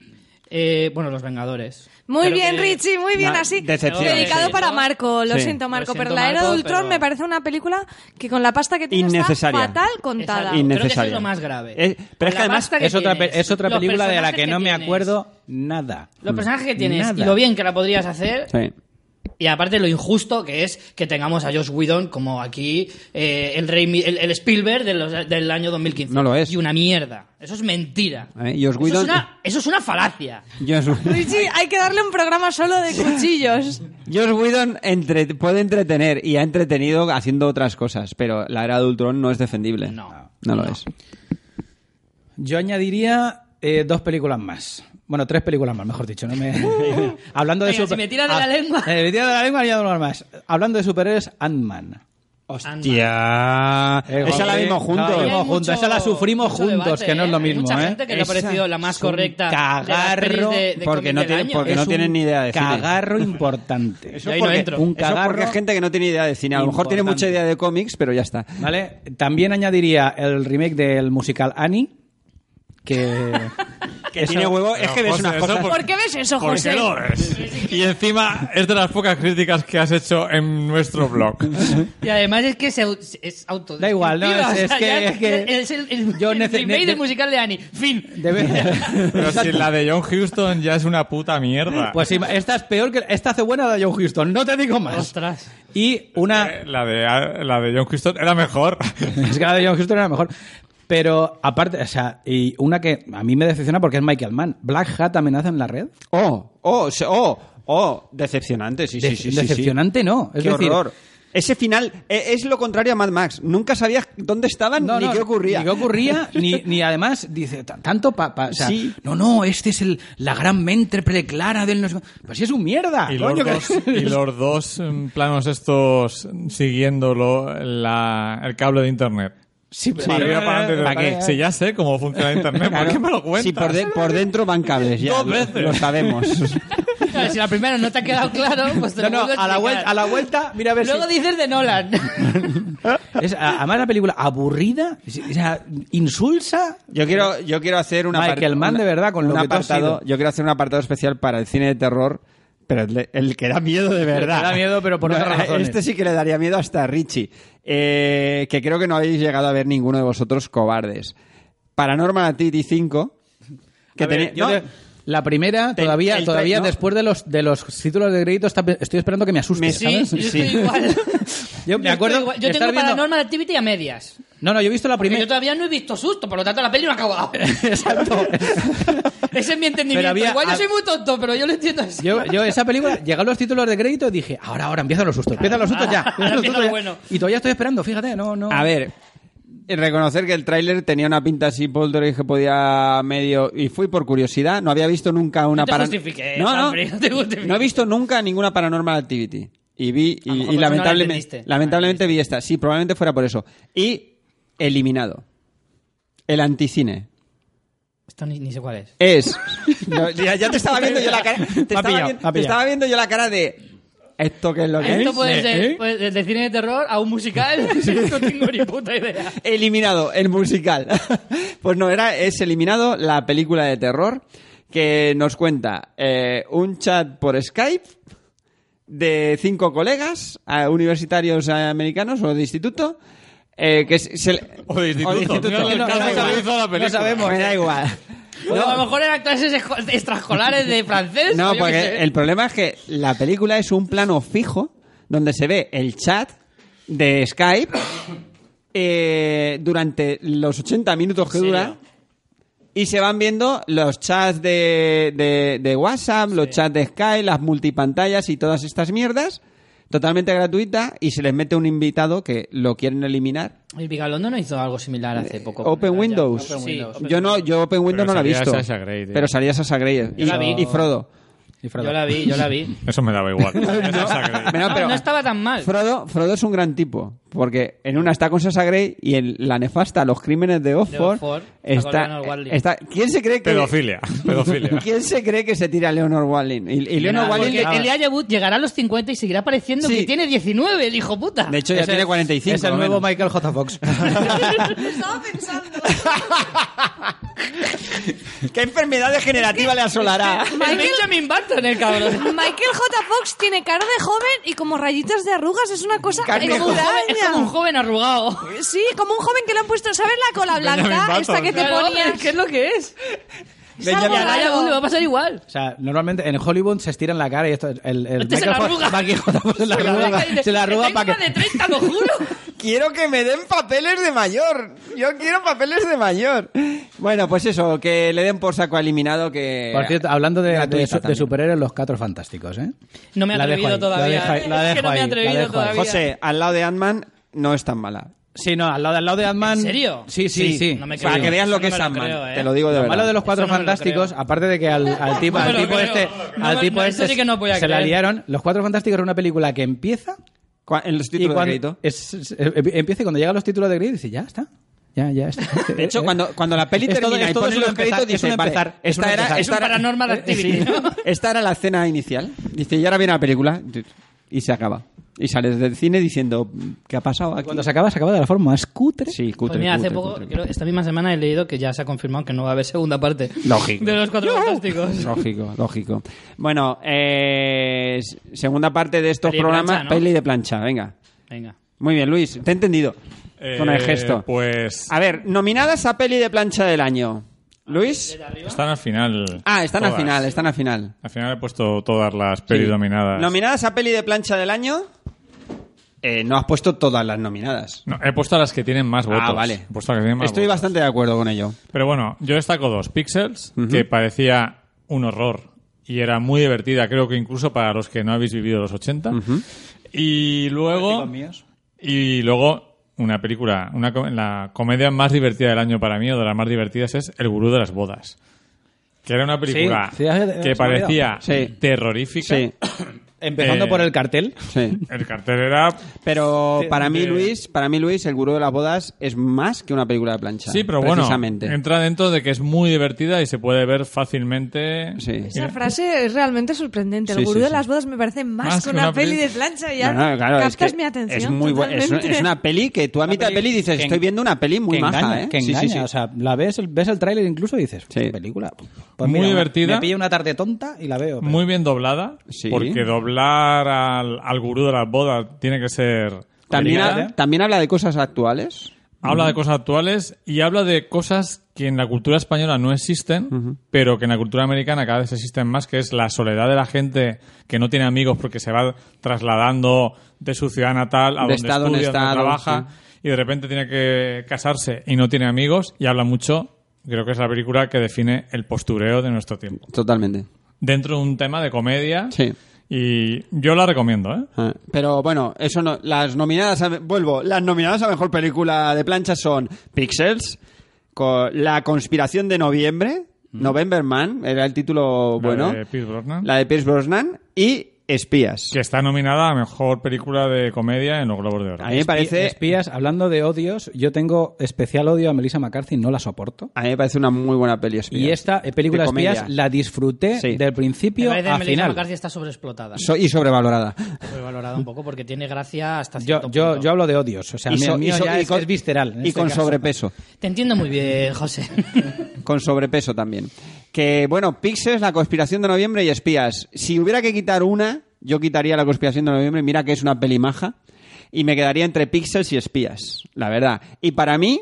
Speaker 4: Eh, bueno, Los Vengadores.
Speaker 7: Muy
Speaker 4: Pero
Speaker 7: bien,
Speaker 4: que-
Speaker 7: Richie, muy bien
Speaker 1: Nah,
Speaker 7: así.
Speaker 1: decepción.
Speaker 7: Dedicado
Speaker 4: Sí,
Speaker 7: para
Speaker 4: ¿no?
Speaker 7: Marco, lo
Speaker 1: Sí.
Speaker 7: siento Marco,
Speaker 4: Lo
Speaker 7: pero
Speaker 4: siento,
Speaker 7: la era de
Speaker 4: Marco,
Speaker 7: Ultron
Speaker 4: pero-
Speaker 7: me parece una película que con la pasta que tiene está
Speaker 1: Innecesaria.
Speaker 7: fatal contada.
Speaker 4: Exacto. Creo que eso
Speaker 1: Innecesaria.
Speaker 4: es lo más grave.
Speaker 1: Eh, pero
Speaker 4: Con
Speaker 1: es que
Speaker 4: la
Speaker 1: además
Speaker 4: pasta
Speaker 5: Es otra, pe-
Speaker 4: tienes,
Speaker 5: es otra
Speaker 4: los
Speaker 5: película de la
Speaker 4: personajes
Speaker 5: que no me
Speaker 4: tienes,
Speaker 5: acuerdo nada.
Speaker 4: Los personajes que tienes
Speaker 5: Nada.
Speaker 4: y lo bien que la podrías hacer.
Speaker 1: Sí.
Speaker 4: Y aparte lo injusto que es que tengamos a Josh Whedon como aquí eh, el, rey, mi- el, el Spielberg de los- del año 2015.
Speaker 1: No lo es.
Speaker 4: Y una mierda. Eso es mentira.
Speaker 1: Eh, Josh
Speaker 4: eso,
Speaker 1: Whedon-
Speaker 4: es una, eso es una falacia.
Speaker 1: Josh,
Speaker 7: Richie, hay que darle un programa solo de cuchillos.
Speaker 1: Josh Whedon entre- puede entretener y ha entretenido haciendo otras cosas, pero la era de Ultron no es defendible.
Speaker 4: No.
Speaker 1: No lo es.
Speaker 5: Yo añadiría eh, dos películas más. Bueno, tres películas más, mejor dicho. No me... Hablando de
Speaker 4: Uh. Venga, si me tiras de la
Speaker 5: Ah,
Speaker 4: lengua.
Speaker 5: eh, me tiras de la lengua, añado una más. Hablando de superhéroes, Ant-Man.
Speaker 1: Tía. Esa la vimos
Speaker 5: La
Speaker 1: juntos.
Speaker 4: Hay
Speaker 5: vimos
Speaker 4: mucho-
Speaker 5: juntos. Esa la sufrimos
Speaker 4: mucho
Speaker 5: juntos,
Speaker 4: debate,
Speaker 5: que no es lo
Speaker 4: ¿eh? Hay
Speaker 5: mismo.
Speaker 4: mucha
Speaker 5: ¿eh?
Speaker 4: gente que le ha
Speaker 1: Esa
Speaker 4: parecido la más
Speaker 5: Es un
Speaker 4: correcta de las pelis
Speaker 5: Cagarro.
Speaker 4: de-
Speaker 1: porque
Speaker 4: de cómic
Speaker 1: no
Speaker 4: del
Speaker 1: tiene-
Speaker 4: año.
Speaker 1: porque no
Speaker 5: un
Speaker 1: tienen ni idea de cine.
Speaker 5: Cagarro importante.
Speaker 4: Yo ahí no entro.
Speaker 5: Un
Speaker 1: Eso
Speaker 5: cagarro.
Speaker 1: porque es gente que no tiene idea de cine. A lo mejor tiene
Speaker 5: Importante.
Speaker 1: mucha idea de cómics, pero ya está.
Speaker 5: ¿Vale? También añadiría el remake del musical Annie, que.
Speaker 1: Que tiene huevo, es que ves unas cosas.
Speaker 7: ¿Por qué ves eso,
Speaker 3: ¿Por
Speaker 7: José?
Speaker 3: qué lo ves? Y encima es de las pocas críticas que has hecho en nuestro blog.
Speaker 4: Y además es que se au- es auto.
Speaker 5: Da igual, no, es- es que- es que-
Speaker 4: es el, el-
Speaker 5: Yo
Speaker 4: el
Speaker 5: nece-
Speaker 4: remake
Speaker 5: ne-
Speaker 4: del musical de Annie. Fin.
Speaker 5: Debe-
Speaker 3: Pero si la de John Houston ya es una puta mierda.
Speaker 5: Pues sí, esta es peor que. Esta hace buena la de John Houston, no te digo más.
Speaker 4: Ostras.
Speaker 5: Y una.
Speaker 3: Eh, la de, la de John Houston era mejor.
Speaker 5: Es que la de John Houston era mejor. Pero aparte, o sea, y una que a mí me decepciona porque es Michael Mann. Black Hat amenaza en la red.
Speaker 1: Oh, oh, se- oh, oh, decepcionante, sí, sí,
Speaker 5: De-
Speaker 1: sí, sí.
Speaker 5: decepcionante no.
Speaker 1: sí.
Speaker 5: Es
Speaker 1: Qué
Speaker 5: decir,
Speaker 1: horror. Ese final e- es lo contrario a Mad Max. Nunca sabías dónde estaban
Speaker 5: No,
Speaker 1: ni
Speaker 5: no,
Speaker 1: qué ocurría.
Speaker 5: Ni qué ocurría, ni, ni además, dice, "T- tanto para...
Speaker 1: Sí.
Speaker 5: No, no, este es el, la gran mente preclara del... no sé cu-". Pues sí es un mierda.
Speaker 3: Y los,
Speaker 5: coño, que-
Speaker 3: dos, y los dos, mm, planos estos mm, siguiendo lo- la- el cable de internet.
Speaker 5: Sí, pero-
Speaker 3: Para arriba, para adelante,
Speaker 5: ¿Para
Speaker 3: para-
Speaker 5: qué?
Speaker 3: Si ya sé cómo funciona internet, ¿por qué me lo cuentas?
Speaker 1: Sí, por, de- por dentro van cables, ya.
Speaker 3: Dos
Speaker 1: lo-
Speaker 3: veces.
Speaker 1: Lo sabemos.
Speaker 4: Claro, si la primera no te ha quedado claro, pues te
Speaker 5: No,
Speaker 4: lo
Speaker 5: no,
Speaker 4: vuelvo
Speaker 5: a la,
Speaker 4: explicar.
Speaker 5: vuelta, a la vuelta, mira a ver
Speaker 4: Luego
Speaker 5: si...
Speaker 4: dices de Nolan.
Speaker 5: Es, a- además la película aburrida, es- o sea, insulsa...
Speaker 1: Yo quiero, yo quiero hacer una
Speaker 5: Michael Mann, de verdad, con lo
Speaker 1: un
Speaker 5: que tú has
Speaker 1: apartado.
Speaker 5: sido.
Speaker 1: Yo quiero hacer un apartado especial para el cine de terror, pero el, de- el que da miedo de verdad.
Speaker 5: da miedo, pero por
Speaker 1: No,
Speaker 5: otras
Speaker 1: a-
Speaker 5: razones.
Speaker 1: Este sí que le daría miedo hasta a Richie, eh, que creo que no habéis llegado a ver ninguno de vosotros cobardes. Paranormal Activity 5, que
Speaker 5: A ver,
Speaker 1: tenía-
Speaker 5: yo
Speaker 1: no,
Speaker 5: te- la primera,
Speaker 1: Ten-
Speaker 5: todavía,
Speaker 1: el tra-
Speaker 5: todavía
Speaker 1: no.
Speaker 5: después de los, de los títulos de crédito, está- estoy esperando que me asuste.
Speaker 1: Me-
Speaker 4: Sí,
Speaker 5: ¿sabes?
Speaker 4: yo
Speaker 1: Sí.
Speaker 4: estoy igual.
Speaker 5: Yo me acuerdo.
Speaker 4: Yo, estoy igual. Yo
Speaker 5: de
Speaker 4: tengo
Speaker 5: estar viendo-
Speaker 4: Paranormal Activity a medias.
Speaker 5: No, no, yo he visto la
Speaker 4: Porque
Speaker 5: primera.
Speaker 4: yo todavía no he visto susto, por lo tanto la peli no ha acabado.
Speaker 5: Exacto.
Speaker 4: Ese es mi entendimiento.
Speaker 5: Pero había-
Speaker 4: igual yo
Speaker 5: hab-
Speaker 4: soy muy tonto, pero yo lo entiendo así.
Speaker 5: Yo, yo esa película, llegaron los títulos de crédito y dije, ahora, ahora, empiezan los sustos, empiezan los sustos ya.
Speaker 4: Ahora
Speaker 5: empiezan los
Speaker 4: Ah, empieza
Speaker 5: sustos
Speaker 4: lo
Speaker 5: ya.
Speaker 4: bueno.
Speaker 5: Y todavía estoy esperando, fíjate, no, no.
Speaker 1: A ver, reconocer que el tráiler tenía una pinta así poltergeist que podía medio y fui por curiosidad, no había visto nunca una
Speaker 4: No te
Speaker 1: paran-
Speaker 4: justifiques,
Speaker 1: No, no.
Speaker 4: Alfred, no te justifiques.
Speaker 1: No he visto nunca ninguna Paranormal Activity y vi y, y
Speaker 4: A lo mejor tú no la
Speaker 1: lamentablemente
Speaker 4: entendiste.
Speaker 1: lamentablemente vi esta, sí, probablemente fuera por eso. Y eliminado. El anticine.
Speaker 4: Esto ni, ni sé cuál es.
Speaker 1: Es. No, ya, ya te estaba viendo yo la cara. Te, estaba,
Speaker 5: pillado,
Speaker 1: viendo,
Speaker 5: ha
Speaker 1: te estaba viendo yo la cara de. ¿Esto qué es lo que
Speaker 4: Esto
Speaker 1: es?
Speaker 4: puede
Speaker 5: ¿Eh?
Speaker 4: ser
Speaker 5: ¿Eh?
Speaker 4: pues, desde cine de terror a un musical. no tengo ni puta idea.
Speaker 1: Eliminado, el musical. pues no, era, es eliminado la película de terror que nos cuenta eh, un chat por Skype de cinco colegas eh, universitarios eh, americanos o de instituto. eh, que se- se le-
Speaker 3: O de instituto. Mira,
Speaker 1: No,
Speaker 3: el caso
Speaker 1: da
Speaker 3: que
Speaker 1: igual.
Speaker 3: hizo la
Speaker 1: No
Speaker 3: película.
Speaker 1: sabemos. Me da igual.
Speaker 4: Bueno, a lo mejor eran clases esco- extraescolares de francés. o yo
Speaker 1: No,
Speaker 4: qué
Speaker 1: porque
Speaker 4: sé.
Speaker 1: el problema es que la película es un plano fijo donde se ve el chat de Skype eh, durante los 80 minutos que
Speaker 4: ¿En
Speaker 1: dura.
Speaker 4: serio?
Speaker 1: Y se van viendo los chats de, de- de WhatsApp, los chats de Skype, las multipantallas y todas estas mierdas. Totalmente gratuita y se les mete un invitado que lo quieren eliminar.
Speaker 4: El Vigalondo no hizo algo similar hace poco.
Speaker 1: Eh, Open
Speaker 4: Ya.
Speaker 1: Windows.
Speaker 4: Sí, Open
Speaker 1: Yo no, yo Open Windows no la he
Speaker 8: salía
Speaker 1: visto.
Speaker 8: Sasha Grey, tío.
Speaker 1: pero salía Sasha Grey y,
Speaker 4: la vi.
Speaker 1: y Frodo.
Speaker 5: Y Frodo.
Speaker 4: Yo la vi, yo la vi.
Speaker 3: Eso me daba igual. Esa sangre.
Speaker 1: Pero-
Speaker 4: No,
Speaker 1: pero-
Speaker 4: no estaba tan mal.
Speaker 1: Frodo, Frodo es un gran tipo, porque en una está con Sasha Grey y en la nefasta Los Crímenes de Oxford,
Speaker 4: Oxford, con
Speaker 1: está,
Speaker 4: Leonor Wallin.
Speaker 1: está- ¿Quién se cree que
Speaker 3: Pedofilia. Pedofilia.
Speaker 1: ¿Quién se cree que se tira a Leonor Wallin? Y, y Leonor
Speaker 4: Porque
Speaker 1: Wallin, le-
Speaker 4: el Elijah Wood llegará a los 50 y seguirá pareciendo
Speaker 1: Sí.
Speaker 4: que tiene 19, el hijo puta.
Speaker 1: de hecho ya
Speaker 5: Es el-
Speaker 1: tiene 45.
Speaker 5: Es el
Speaker 1: lo
Speaker 5: nuevo
Speaker 1: menos.
Speaker 5: Michael J. Fox.
Speaker 2: Estaba pensando.
Speaker 1: ¿Qué enfermedad degenerativa le asolará?
Speaker 4: el Benjamin Button, el cabrón.
Speaker 7: Michael J. Fox tiene cara de joven y como rayitas de arrugas, es una cosa
Speaker 1: Carne
Speaker 4: Es como un joven- es como un
Speaker 7: extraña.
Speaker 4: joven arrugado.
Speaker 7: Sí, como un joven que le han puesto, ¿sabes la cola blanca?
Speaker 3: Button.
Speaker 7: Esta que te
Speaker 4: Claro,
Speaker 7: ponías.
Speaker 4: es que es lo que es?
Speaker 7: Es algo
Speaker 4: A Elijah Wood le va a
Speaker 7: raro.
Speaker 4: pasar igual.
Speaker 5: O sea, normalmente en Hollywood se estiran la cara y esto el, el
Speaker 4: Este se la
Speaker 5: Michael Fo-
Speaker 4: arruga.
Speaker 5: Michael J. Fox se la arruga. Se la arruga para
Speaker 4: de
Speaker 5: que
Speaker 4: 30, lo juro.
Speaker 1: Quiero que me den papeles de mayor. Yo quiero papeles de mayor. Bueno, pues eso, que le den por saco eliminado que...
Speaker 5: Por cierto, hablando de, de,
Speaker 1: Gratuita
Speaker 5: su- de
Speaker 1: también.
Speaker 5: superhéroes, los cuatro fantásticos, ¿eh?
Speaker 4: No me he
Speaker 5: La dejo
Speaker 4: atrevido
Speaker 5: ahí,
Speaker 4: todavía. ¿eh?
Speaker 5: La dejo, ahí, la
Speaker 4: Es que
Speaker 5: dejo
Speaker 4: no me he
Speaker 5: ahí,
Speaker 4: atrevido
Speaker 5: la dejo ahí.
Speaker 4: todavía.
Speaker 1: José, al lado de Ant-Man no es tan mala.
Speaker 5: Sí, no, al lado, al lado de Ant-Man.
Speaker 4: ¿En serio?
Speaker 5: Sí, sí, sí.
Speaker 4: No me
Speaker 1: Para
Speaker 4: creo.
Speaker 1: que veas lo
Speaker 4: Eso
Speaker 1: que
Speaker 4: no
Speaker 1: es
Speaker 4: me
Speaker 1: Ant-Man,
Speaker 4: creo, ¿eh?
Speaker 1: te lo digo de
Speaker 5: Lo
Speaker 1: verdad.
Speaker 5: malo de los cuatro
Speaker 4: Eso no me lo
Speaker 5: fantásticos,
Speaker 4: creo.
Speaker 5: aparte de que al, al tipo,
Speaker 4: No me
Speaker 5: al
Speaker 4: lo
Speaker 5: tipo
Speaker 4: creo.
Speaker 5: este,
Speaker 4: No
Speaker 5: al
Speaker 4: me-
Speaker 5: tipo
Speaker 4: no,
Speaker 5: este
Speaker 4: eso sí que no voy a
Speaker 5: se la
Speaker 4: creer.
Speaker 5: liaron. Los cuatro fantásticos era una película que empieza
Speaker 1: Cua- En los
Speaker 5: y
Speaker 1: títulos de
Speaker 5: cuando
Speaker 1: crédito.
Speaker 5: es- es- em- empieza y cuando llegan los títulos de crédito dice ya está, ya ya está.
Speaker 1: De hecho, cuando, cuando la peli
Speaker 5: Es todo-
Speaker 1: termina
Speaker 5: es
Speaker 1: y
Speaker 5: todo
Speaker 1: ponen
Speaker 5: solo
Speaker 1: los créditos,
Speaker 5: empezar, es
Speaker 1: dice,
Speaker 5: un
Speaker 1: vale,
Speaker 5: empezar, es un
Speaker 1: esta, era,
Speaker 5: empezar.
Speaker 4: Es un
Speaker 1: esta, era-
Speaker 4: paranormal activity. ¿no?
Speaker 1: esta era la escena inicial. Dice, y ahora viene la película. Y se acaba. Y sales del cine diciendo, ¿qué ha pasado aquí?
Speaker 5: Cuando se acaba, se acaba de la forma más cutre.
Speaker 1: Sí, cutre,
Speaker 4: Pues mira, hace
Speaker 1: cutre,
Speaker 4: poco,
Speaker 1: cutre.
Speaker 4: creo, esta misma semana he leído que ya se ha confirmado que no va a haber segunda parte
Speaker 1: Lógico.
Speaker 4: de los cuatro fantásticos.
Speaker 1: Lógico, lógico. Bueno, eh, s- segunda parte de estos
Speaker 4: Peli de
Speaker 1: programas,
Speaker 4: plancha, ¿no?
Speaker 1: peli de plancha, venga.
Speaker 4: Venga.
Speaker 1: Muy bien, Luis, te he entendido.
Speaker 3: Eh,
Speaker 1: Con el gesto.
Speaker 3: Pues
Speaker 1: A ver, nominadas a peli de plancha del año. Luis.
Speaker 3: están al final.
Speaker 1: Ah, están al
Speaker 3: todas.
Speaker 1: final, están al final.
Speaker 3: Al final he puesto todas las pelis nominadas.
Speaker 1: ¿Nominadas a peli de plancha del año? Eh, no has puesto todas las nominadas.
Speaker 3: No, he puesto a las que tienen más votos.
Speaker 1: Ah, vale.
Speaker 3: He puesto a las que tienen más
Speaker 1: Estoy
Speaker 3: votos.
Speaker 1: bastante de acuerdo con ello.
Speaker 3: Pero bueno, yo destaco dos. Pixels, que parecía un horror y era muy divertida, creo que incluso para los que no habéis vivido los 80. Y luego... Y luego una película, una, co- la comedia más divertida del año para mí, o de las más divertidas, es El gurú de las bodas. Que era una película
Speaker 5: sí, ya- ya se me
Speaker 3: que
Speaker 5: olvidó.
Speaker 3: parecía
Speaker 1: Sí.
Speaker 3: terrorífica.
Speaker 1: Sí,
Speaker 5: Empezando
Speaker 3: Eh,
Speaker 5: por el cartel.
Speaker 1: sí.
Speaker 3: El cartel era
Speaker 1: Pero para mí,
Speaker 3: de-
Speaker 1: Luis, para mí, Luis, El Gurú de las Bodas es más que una película de plancha.
Speaker 3: Sí, pero bueno,
Speaker 1: precisamente.
Speaker 3: entra dentro de que es muy divertida y se puede ver fácilmente.
Speaker 1: Sí.
Speaker 2: Esa frase es realmente sorprendente.
Speaker 1: Sí,
Speaker 2: el gurú
Speaker 1: sí,
Speaker 2: de
Speaker 1: sí.
Speaker 2: las bodas me parece más,
Speaker 3: Más
Speaker 2: que
Speaker 3: que
Speaker 2: una,
Speaker 3: una
Speaker 2: peli
Speaker 3: peli.
Speaker 2: de plancha. Ya
Speaker 1: No, no, claro, es
Speaker 2: captas
Speaker 1: que
Speaker 2: mi atención.
Speaker 1: Es, muy bu- es,
Speaker 2: totalmente.
Speaker 1: es una peli que tú a mitad de peli dices,
Speaker 5: que
Speaker 1: estoy
Speaker 5: en-
Speaker 1: viendo una peli muy
Speaker 5: que
Speaker 1: maja,
Speaker 5: engaña,
Speaker 1: ¿eh?
Speaker 5: que
Speaker 1: Sí, sí,
Speaker 5: engaña.
Speaker 1: sí.
Speaker 5: O sea, la ves, ves el tráiler incluso y dices,
Speaker 1: Sí.
Speaker 5: película. Pues
Speaker 3: Muy divertida.
Speaker 5: Me pillo una tarde tonta y la veo. pero-
Speaker 3: Muy bien doblada,
Speaker 1: Sí.
Speaker 3: porque doblar al, al gurú de las bodas tiene que ser.
Speaker 1: también, ha-
Speaker 3: complicado.
Speaker 1: también habla de cosas actuales.
Speaker 3: Habla de cosas actuales y habla de cosas que en la cultura española no existen, pero que en la cultura americana cada vez existen más, que es la soledad de la gente que no tiene amigos porque se va trasladando de su ciudad natal a
Speaker 1: De
Speaker 3: donde
Speaker 1: estado en
Speaker 3: estudia, donde
Speaker 1: estado,
Speaker 3: trabaja, y de repente tiene que casarse y no tiene amigos, y habla mucho, creo que es la película que define el postureo de nuestro tiempo.
Speaker 1: Totalmente.
Speaker 3: Dentro de un tema de comedia,
Speaker 1: Sí.
Speaker 3: y yo la recomiendo, ¿eh?
Speaker 1: Ah, Pero bueno, eso no. Las nominadas, a, vuelvo, las nominadas a mejor película de plancha son Pixels, co- La conspiración de noviembre, November Man, era el título
Speaker 3: Mm. La
Speaker 1: bueno,
Speaker 3: de Pierce Brosnan.
Speaker 1: la de Pierce Brosnan, y Espías.
Speaker 3: Que está nominada a mejor película de comedia en los Globos de Oro.
Speaker 1: A mí me parece,
Speaker 5: Espías, hablando de odios, yo tengo especial odio a Melissa McCarthy, no la soporto.
Speaker 1: a mí me parece una muy buena peli Espías.
Speaker 5: Y esta eh, película
Speaker 1: De comedia.
Speaker 5: Espías la disfruté
Speaker 1: Sí.
Speaker 5: del
Speaker 4: Me
Speaker 5: principio
Speaker 4: parece que
Speaker 5: a
Speaker 4: Melissa
Speaker 5: final.
Speaker 4: McCarthy está sobreexplotada.
Speaker 1: So- y sobrevalorada.
Speaker 4: Sobrevalorada un poco porque tiene gracia hasta
Speaker 5: Yo,
Speaker 4: cierto
Speaker 5: yo,
Speaker 4: punto.
Speaker 5: yo hablo de odios, o sea,
Speaker 1: Y
Speaker 5: mío-
Speaker 1: so- y
Speaker 5: mío
Speaker 1: so-
Speaker 5: ya
Speaker 1: y
Speaker 5: es,
Speaker 1: con-
Speaker 5: es visceral. en
Speaker 1: Y
Speaker 5: este
Speaker 1: con
Speaker 5: caso.
Speaker 1: sobrepeso.
Speaker 4: Te entiendo muy bien, José.
Speaker 1: Con sobrepeso también. Que bueno, Pixels, la conspiración de noviembre y espías. Si hubiera que quitar una, yo quitaría la conspiración de noviembre. Mira que es una peli maja. Y me quedaría entre Pixels y espías, la verdad. Y para mí,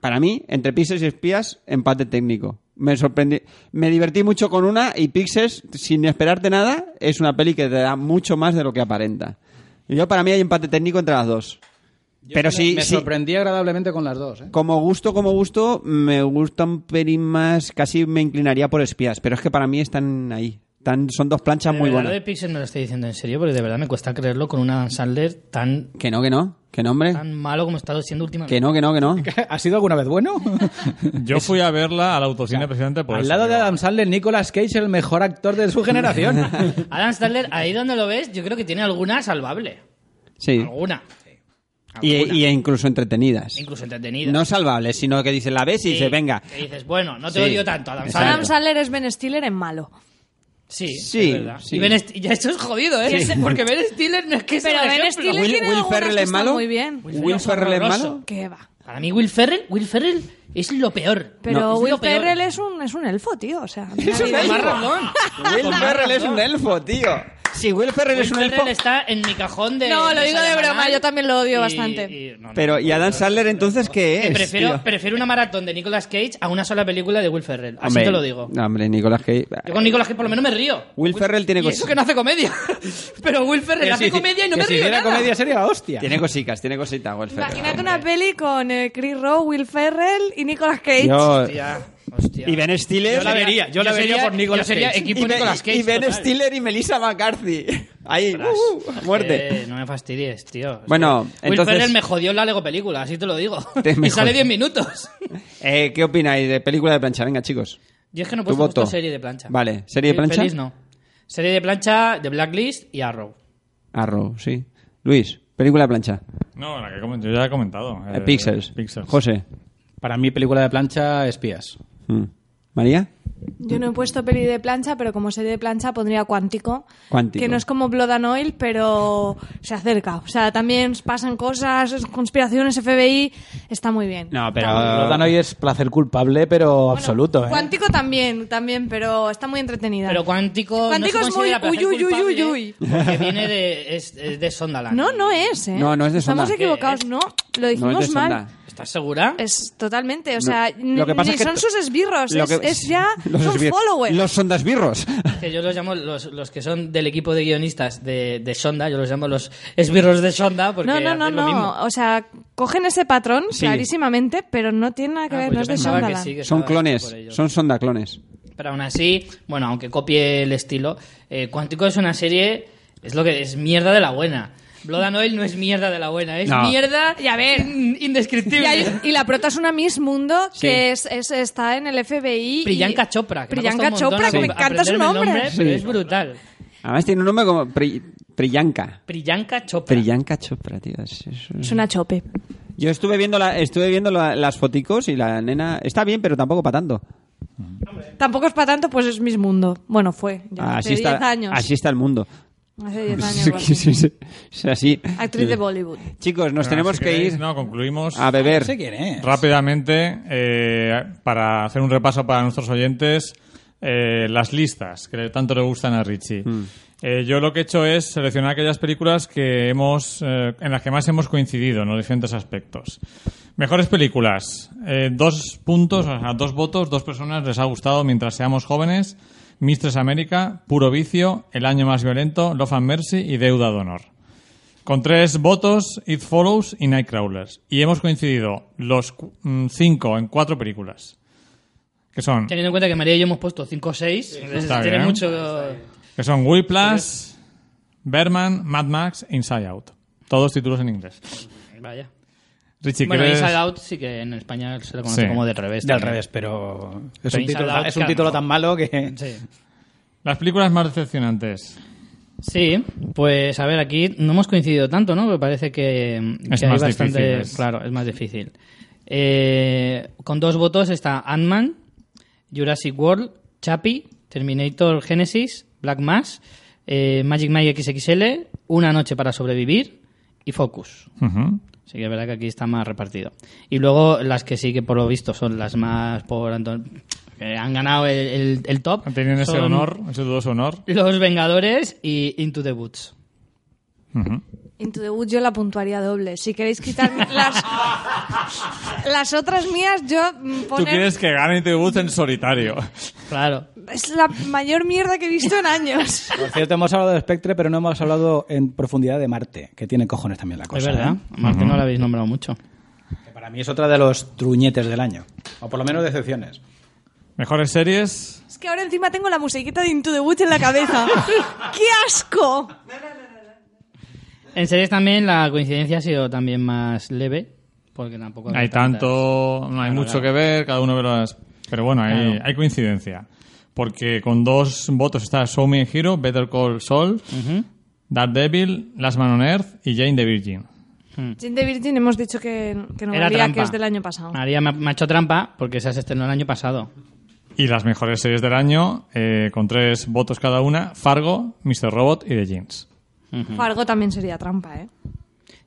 Speaker 1: para mí, entre Pixels y espías, empate técnico. Me sorprendí. Me divertí mucho con una y Pixels, sin esperarte nada, es una peli que te da mucho más de lo que aparenta. Y yo, para mí, hay empate técnico entre las dos. Pero sí,
Speaker 5: me
Speaker 1: sí,
Speaker 5: sorprendí agradablemente con las dos. ¿eh?
Speaker 1: como gusto, como gusto, me gusta un pelín más. Casi me inclinaría por espías, pero es que para mí están ahí. Tan, son dos planchas muy
Speaker 4: Lo de
Speaker 1: buenas.
Speaker 4: Pixel me lo estoy diciendo en serio porque de verdad me cuesta creerlo con un Adam Sandler tan,
Speaker 1: Que no, que no. Que no, hombre.
Speaker 4: tan malo como está siendo últimamente.
Speaker 1: Que no, que no, que no.
Speaker 5: ¿Ha sido alguna vez bueno?
Speaker 3: Yo fui a verla al autocine presidente por
Speaker 5: Al
Speaker 3: eso,
Speaker 5: lado de
Speaker 3: digo,
Speaker 5: Adam Sandler, Nicolas Cage es el mejor actor de su generación.
Speaker 4: Adam Sandler, ahí donde lo ves, yo creo que tiene alguna salvable.
Speaker 1: Sí.
Speaker 4: Alguna.
Speaker 1: Y,
Speaker 4: Alguna.
Speaker 1: y e incluso entretenidas.
Speaker 4: Incluso entretenida.
Speaker 1: No salvables, sino que dices la ves y
Speaker 4: Sí,
Speaker 1: dices, venga.
Speaker 4: Que dices, bueno, no te
Speaker 1: Sí,
Speaker 4: odio tanto, Adam
Speaker 1: exacto.
Speaker 4: Sandler.
Speaker 2: Adam Sandler es Ben Stiller en malo.
Speaker 4: Sí,
Speaker 1: Sí,
Speaker 4: es verdad.
Speaker 1: sí.
Speaker 4: Y Ben St- ya esto es jodido, ¿eh? Porque Ben Stiller no es que sea
Speaker 2: Pero
Speaker 4: un
Speaker 2: Ben
Speaker 4: ejemplo.
Speaker 2: Stiller
Speaker 1: Will-
Speaker 2: tiene
Speaker 1: Will
Speaker 2: algunas
Speaker 1: Ferrell
Speaker 2: que
Speaker 1: es
Speaker 2: están
Speaker 1: malo.
Speaker 2: muy bien.
Speaker 1: Will Ferrell es
Speaker 4: horroroso.
Speaker 1: malo.
Speaker 2: ¿Qué va?
Speaker 4: Para mí Will Ferrell, Will Ferrell es lo peor.
Speaker 2: Pero
Speaker 4: Es
Speaker 2: Will
Speaker 4: lo peor.
Speaker 2: Ferrell es un, es un elfo, tío. O sea,
Speaker 1: Es un elfo.
Speaker 2: nadie-
Speaker 4: Con más razón.
Speaker 1: Will
Speaker 4: Con más
Speaker 1: Ferrell es
Speaker 4: razón.
Speaker 1: un elfo, tío. Si Will Ferrell
Speaker 4: Will
Speaker 1: es un
Speaker 4: Ferrell
Speaker 1: elfo.
Speaker 4: está en mi cajón de...
Speaker 2: No, lo digo de
Speaker 4: Salamanca.
Speaker 2: broma, yo también lo odio
Speaker 4: Y-
Speaker 2: bastante.
Speaker 4: y- no, no,
Speaker 1: Pero, ¿y Adam Sandler entonces qué
Speaker 4: Que
Speaker 1: es?
Speaker 4: prefiero,
Speaker 1: tío?
Speaker 4: prefiero una maratón de Nicolas Cage a una sola película de Will Ferrell. Así
Speaker 1: Hombre,
Speaker 4: te lo digo.
Speaker 1: no, hombre, Nicolás Cage.
Speaker 4: Yo con Nicolas Cage por lo menos me río.
Speaker 1: Will Ferrell tiene
Speaker 4: y
Speaker 1: cos-
Speaker 4: eso que no hace comedia. Pero Will Ferrell hace comedia y no
Speaker 5: que
Speaker 4: me
Speaker 5: si
Speaker 4: río
Speaker 5: hiciera
Speaker 4: nada.
Speaker 5: comedia sería la hostia.
Speaker 1: Tiene cositas, tiene cositas, Will Ferrell.
Speaker 2: Imagínate una peli con eh, Chris Rowe, Will Ferrell y Nicolas Cage.
Speaker 1: Yo-
Speaker 4: Hostia, hostia.
Speaker 1: Y Ben Stiller.
Speaker 4: Yo la vería. yo la vería por Nicolas Cage.
Speaker 1: Y,
Speaker 4: equipo
Speaker 1: Ben-
Speaker 4: Nicolas Cage,
Speaker 1: y Ben
Speaker 4: total.
Speaker 1: Stiller y Melissa McCarthy. Ahí, uh, uh, muerte.
Speaker 4: Eh, no me fastidies, tío. Es
Speaker 1: Bueno,
Speaker 4: que Will
Speaker 1: entonces-
Speaker 4: Ferrell me jodió la Lego película, así te lo digo.
Speaker 1: Te me
Speaker 4: y sale
Speaker 1: jodió.
Speaker 4: 10 minutos.
Speaker 1: Eh, ¿Qué opináis de película de plancha? Venga, chicos.
Speaker 4: Yo es que no
Speaker 1: Tu
Speaker 4: puedo
Speaker 1: voto.
Speaker 4: puesto serie de plancha.
Speaker 1: Vale, ¿serie de
Speaker 4: Pe-
Speaker 1: plancha?
Speaker 4: pelis no. Serie de plancha, de Blacklist y Arrow.
Speaker 1: Arrow, sí. Luis, película de plancha.
Speaker 3: No, la que comen- yo ya he comentado.
Speaker 1: Eh,
Speaker 3: eh,
Speaker 1: Pixels.
Speaker 3: Pixels.
Speaker 1: José.
Speaker 5: Para mí, película de plancha, espías.
Speaker 1: Mm. María.
Speaker 2: Yo no he puesto peli de plancha, pero como serie de plancha pondría Cuántico.
Speaker 1: Cuántico.
Speaker 2: Que no es como Blood and Oil, pero se acerca. O sea, también pasan cosas, conspiraciones, FBI. Está muy bien.
Speaker 1: No,
Speaker 5: Lo
Speaker 1: Ah.
Speaker 5: dan hoy es placer culpable, pero
Speaker 2: Bueno,
Speaker 5: absoluto. ¿eh?
Speaker 2: Cuántico también, también, pero está muy entretenida.
Speaker 4: Pero Cuántico,
Speaker 2: Cuántico
Speaker 4: no se
Speaker 2: es muy
Speaker 4: considera placer
Speaker 2: uy, uy, uy,
Speaker 4: culpable
Speaker 2: uy, uy.
Speaker 4: Porque viene de, es, es de Sondaland.
Speaker 2: No, no es, ¿eh?
Speaker 1: No, no es de
Speaker 2: Estamos
Speaker 1: Sonda.
Speaker 2: equivocados,
Speaker 4: ¿Qué
Speaker 2: no. Lo
Speaker 1: No
Speaker 2: dijimos
Speaker 1: es de
Speaker 2: mal.
Speaker 1: Sonda.
Speaker 4: ¿Estás segura?
Speaker 2: Es totalmente, o sea, ni-
Speaker 1: Lo que pasa
Speaker 2: ni
Speaker 1: es que
Speaker 2: son
Speaker 1: t-
Speaker 2: sus esbirros,
Speaker 1: lo
Speaker 2: es,
Speaker 1: que-
Speaker 2: es ya
Speaker 1: Los
Speaker 2: son
Speaker 1: esbir-
Speaker 2: followers.
Speaker 1: Los sondasbirros.
Speaker 4: Que yo los llamo los, los que son del equipo de guionistas de, de Sonda, yo los llamo los esbirros de Sonda porque
Speaker 2: no, no, no,
Speaker 4: hacen lo
Speaker 2: no.
Speaker 4: mismo.
Speaker 2: O sea, cogen ese patrón
Speaker 1: Sí.
Speaker 2: clarísimamente, pero no tiene nada que
Speaker 4: Ah,
Speaker 2: ver, no
Speaker 4: pues yo
Speaker 2: es de
Speaker 4: pensaba que
Speaker 2: Sondaland.
Speaker 4: sí, que
Speaker 1: Son
Speaker 4: estaba
Speaker 1: clones.
Speaker 4: por ello.
Speaker 1: Son sondaclones.
Speaker 4: Pero aún así, bueno, aunque copie el estilo, eh, Cuántico es una serie, es lo que es mierda de la buena. Blood and Oil no es mierda de la buena, es
Speaker 1: No.
Speaker 4: mierda
Speaker 2: Y a ver.
Speaker 4: in-
Speaker 2: Y,
Speaker 4: indescriptible.
Speaker 2: hay- y la prota es una Miss Mundo
Speaker 1: Sí.
Speaker 2: que es, es- está en el FBI. y-
Speaker 4: Priyanka Chopra. Que me ha
Speaker 2: Priyanka
Speaker 4: costado un montón
Speaker 2: Chopra, que me
Speaker 4: apre-
Speaker 2: encanta su
Speaker 4: aprenderme el
Speaker 2: nombre.
Speaker 4: Pero es brutal.
Speaker 1: Además tiene un nombre como Pri- Priyanka.
Speaker 4: Priyanka Chopra.
Speaker 1: Priyanka Chopra, tío. Es- es-
Speaker 2: Es una chope.
Speaker 1: Yo estuve viendo, la, estuve viendo la- las foticos y la nena está bien, pero tampoco para tanto.
Speaker 2: Tampoco es para tanto, pues es Miss Mundo. Bueno, fue.
Speaker 1: así,
Speaker 2: Ya,
Speaker 4: Ah,
Speaker 2: hace 10
Speaker 1: está,
Speaker 2: años.
Speaker 1: así está el mundo.
Speaker 2: Hace 10 años.
Speaker 1: Sí,
Speaker 2: o
Speaker 1: sí,
Speaker 2: así.
Speaker 1: sí, sí. Es así.
Speaker 2: Actriz de Bollywood.
Speaker 1: Chicos, nos
Speaker 3: Bueno,
Speaker 1: tenemos
Speaker 3: Ah, si
Speaker 1: que
Speaker 3: queréis,
Speaker 1: ir Ah,
Speaker 3: No, concluimos
Speaker 1: a beber.
Speaker 5: No sé quién es.
Speaker 3: rápidamente eh, para hacer un repaso para nuestros oyentes eh, las listas que tanto le gustan a Richie. Eh, yo lo que he hecho es seleccionar aquellas películas que hemos, eh, en las que más hemos coincidido en los diferentes aspectos. Mejores películas. Eh, dos puntos, o sea, dos votos, dos personas les ha gustado mientras seamos jóvenes. Mistress América, Puro Vicio, El Año Más Violento, Love and Mercy y Deuda de Honor. Con tres votos, It Follows y Nightcrawlers. Y hemos coincidido los cu- mm, cinco en cuatro películas. Que son,
Speaker 4: Teniendo en cuenta que María y yo hemos puesto 5 o 6,
Speaker 3: Está
Speaker 4: tiene
Speaker 3: bien.
Speaker 4: mucho...
Speaker 3: que son Whiplash, Berman, Mad Max, Inside Out. Todos títulos en inglés.
Speaker 4: Vaya.
Speaker 3: Richie,
Speaker 4: bueno,
Speaker 3: ¿quieres-
Speaker 4: Inside Out sí que en España se le conoce
Speaker 3: Sí.
Speaker 4: como del revés.
Speaker 5: Del
Speaker 4: también.
Speaker 5: revés, pero es
Speaker 4: Pero
Speaker 5: un
Speaker 4: Inside
Speaker 5: título,
Speaker 4: Out,
Speaker 5: es un
Speaker 4: claro.
Speaker 5: título tan malo que...
Speaker 4: Sí.
Speaker 3: Las películas más decepcionantes.
Speaker 4: Sí, pues a ver, aquí no hemos coincidido tanto, ¿no? Me parece que,
Speaker 3: Es
Speaker 4: que
Speaker 3: más
Speaker 4: hay bastante.
Speaker 3: difícil, es-
Speaker 4: Claro, es más difícil. Eh, con dos votos está Ant-Man, Jurassic World, Chappie, Terminator Genesis, Black Mass, eh, Magic Mike XXL, Una Noche para Sobrevivir y Focus.
Speaker 3: Ujú.
Speaker 4: Así que es verdad que aquí está más repartido. Y luego las que sí que por lo visto son las más por Anton- que han ganado el, el- el top.
Speaker 3: Teniendo ese
Speaker 4: son
Speaker 3: honor, ese dudoso honor.
Speaker 4: Los Vengadores y Into the Woods.
Speaker 3: Ujú.
Speaker 2: Into the Woods yo la puntuaría doble. Si queréis quitar las, las otras mías, yo mm,
Speaker 3: Tú
Speaker 2: poner...
Speaker 3: quieres que gane Into the Woods en solitario.
Speaker 4: Claro.
Speaker 2: Es la mayor mierda que he visto en años.
Speaker 5: Por cierto, hemos hablado de Spectre, pero no hemos hablado en profundidad de Marte, que tiene cojones también la cosa.
Speaker 4: Es verdad.
Speaker 5: ¿eh?
Speaker 4: Marte no la habéis nombrado mucho.
Speaker 5: Que para mí es otra de los truñetes del año. O por lo menos decepciones.
Speaker 3: Mejores series.
Speaker 2: Es que ahora encima tengo la musiquita de Into the Woods en la cabeza. ¡Qué asco!
Speaker 4: En series también la coincidencia ha sido también más leve. Porque tampoco.
Speaker 3: Hay
Speaker 4: tantas.
Speaker 3: tanto, no hay mucho que ver, cada uno ve las... Pero bueno, hay,
Speaker 4: Claro.
Speaker 3: hay coincidencia. Porque con dos votos está Show Me a Hero, Better Call Saul, Dark Devil, Last Man on Earth y Jane the Virgin.
Speaker 2: Jane the Virgin hemos dicho que, que no
Speaker 4: Era
Speaker 2: valía, que
Speaker 4: trampa.
Speaker 2: es del año pasado.
Speaker 1: Ah,
Speaker 4: María me ha- me ha hecho trampa porque esa se estrenó el año pasado.
Speaker 3: Y las mejores series del año, eh, con tres votos cada una, Fargo, Mr. Robot y The Jeans.
Speaker 2: Fargo también sería trampa, ¿eh?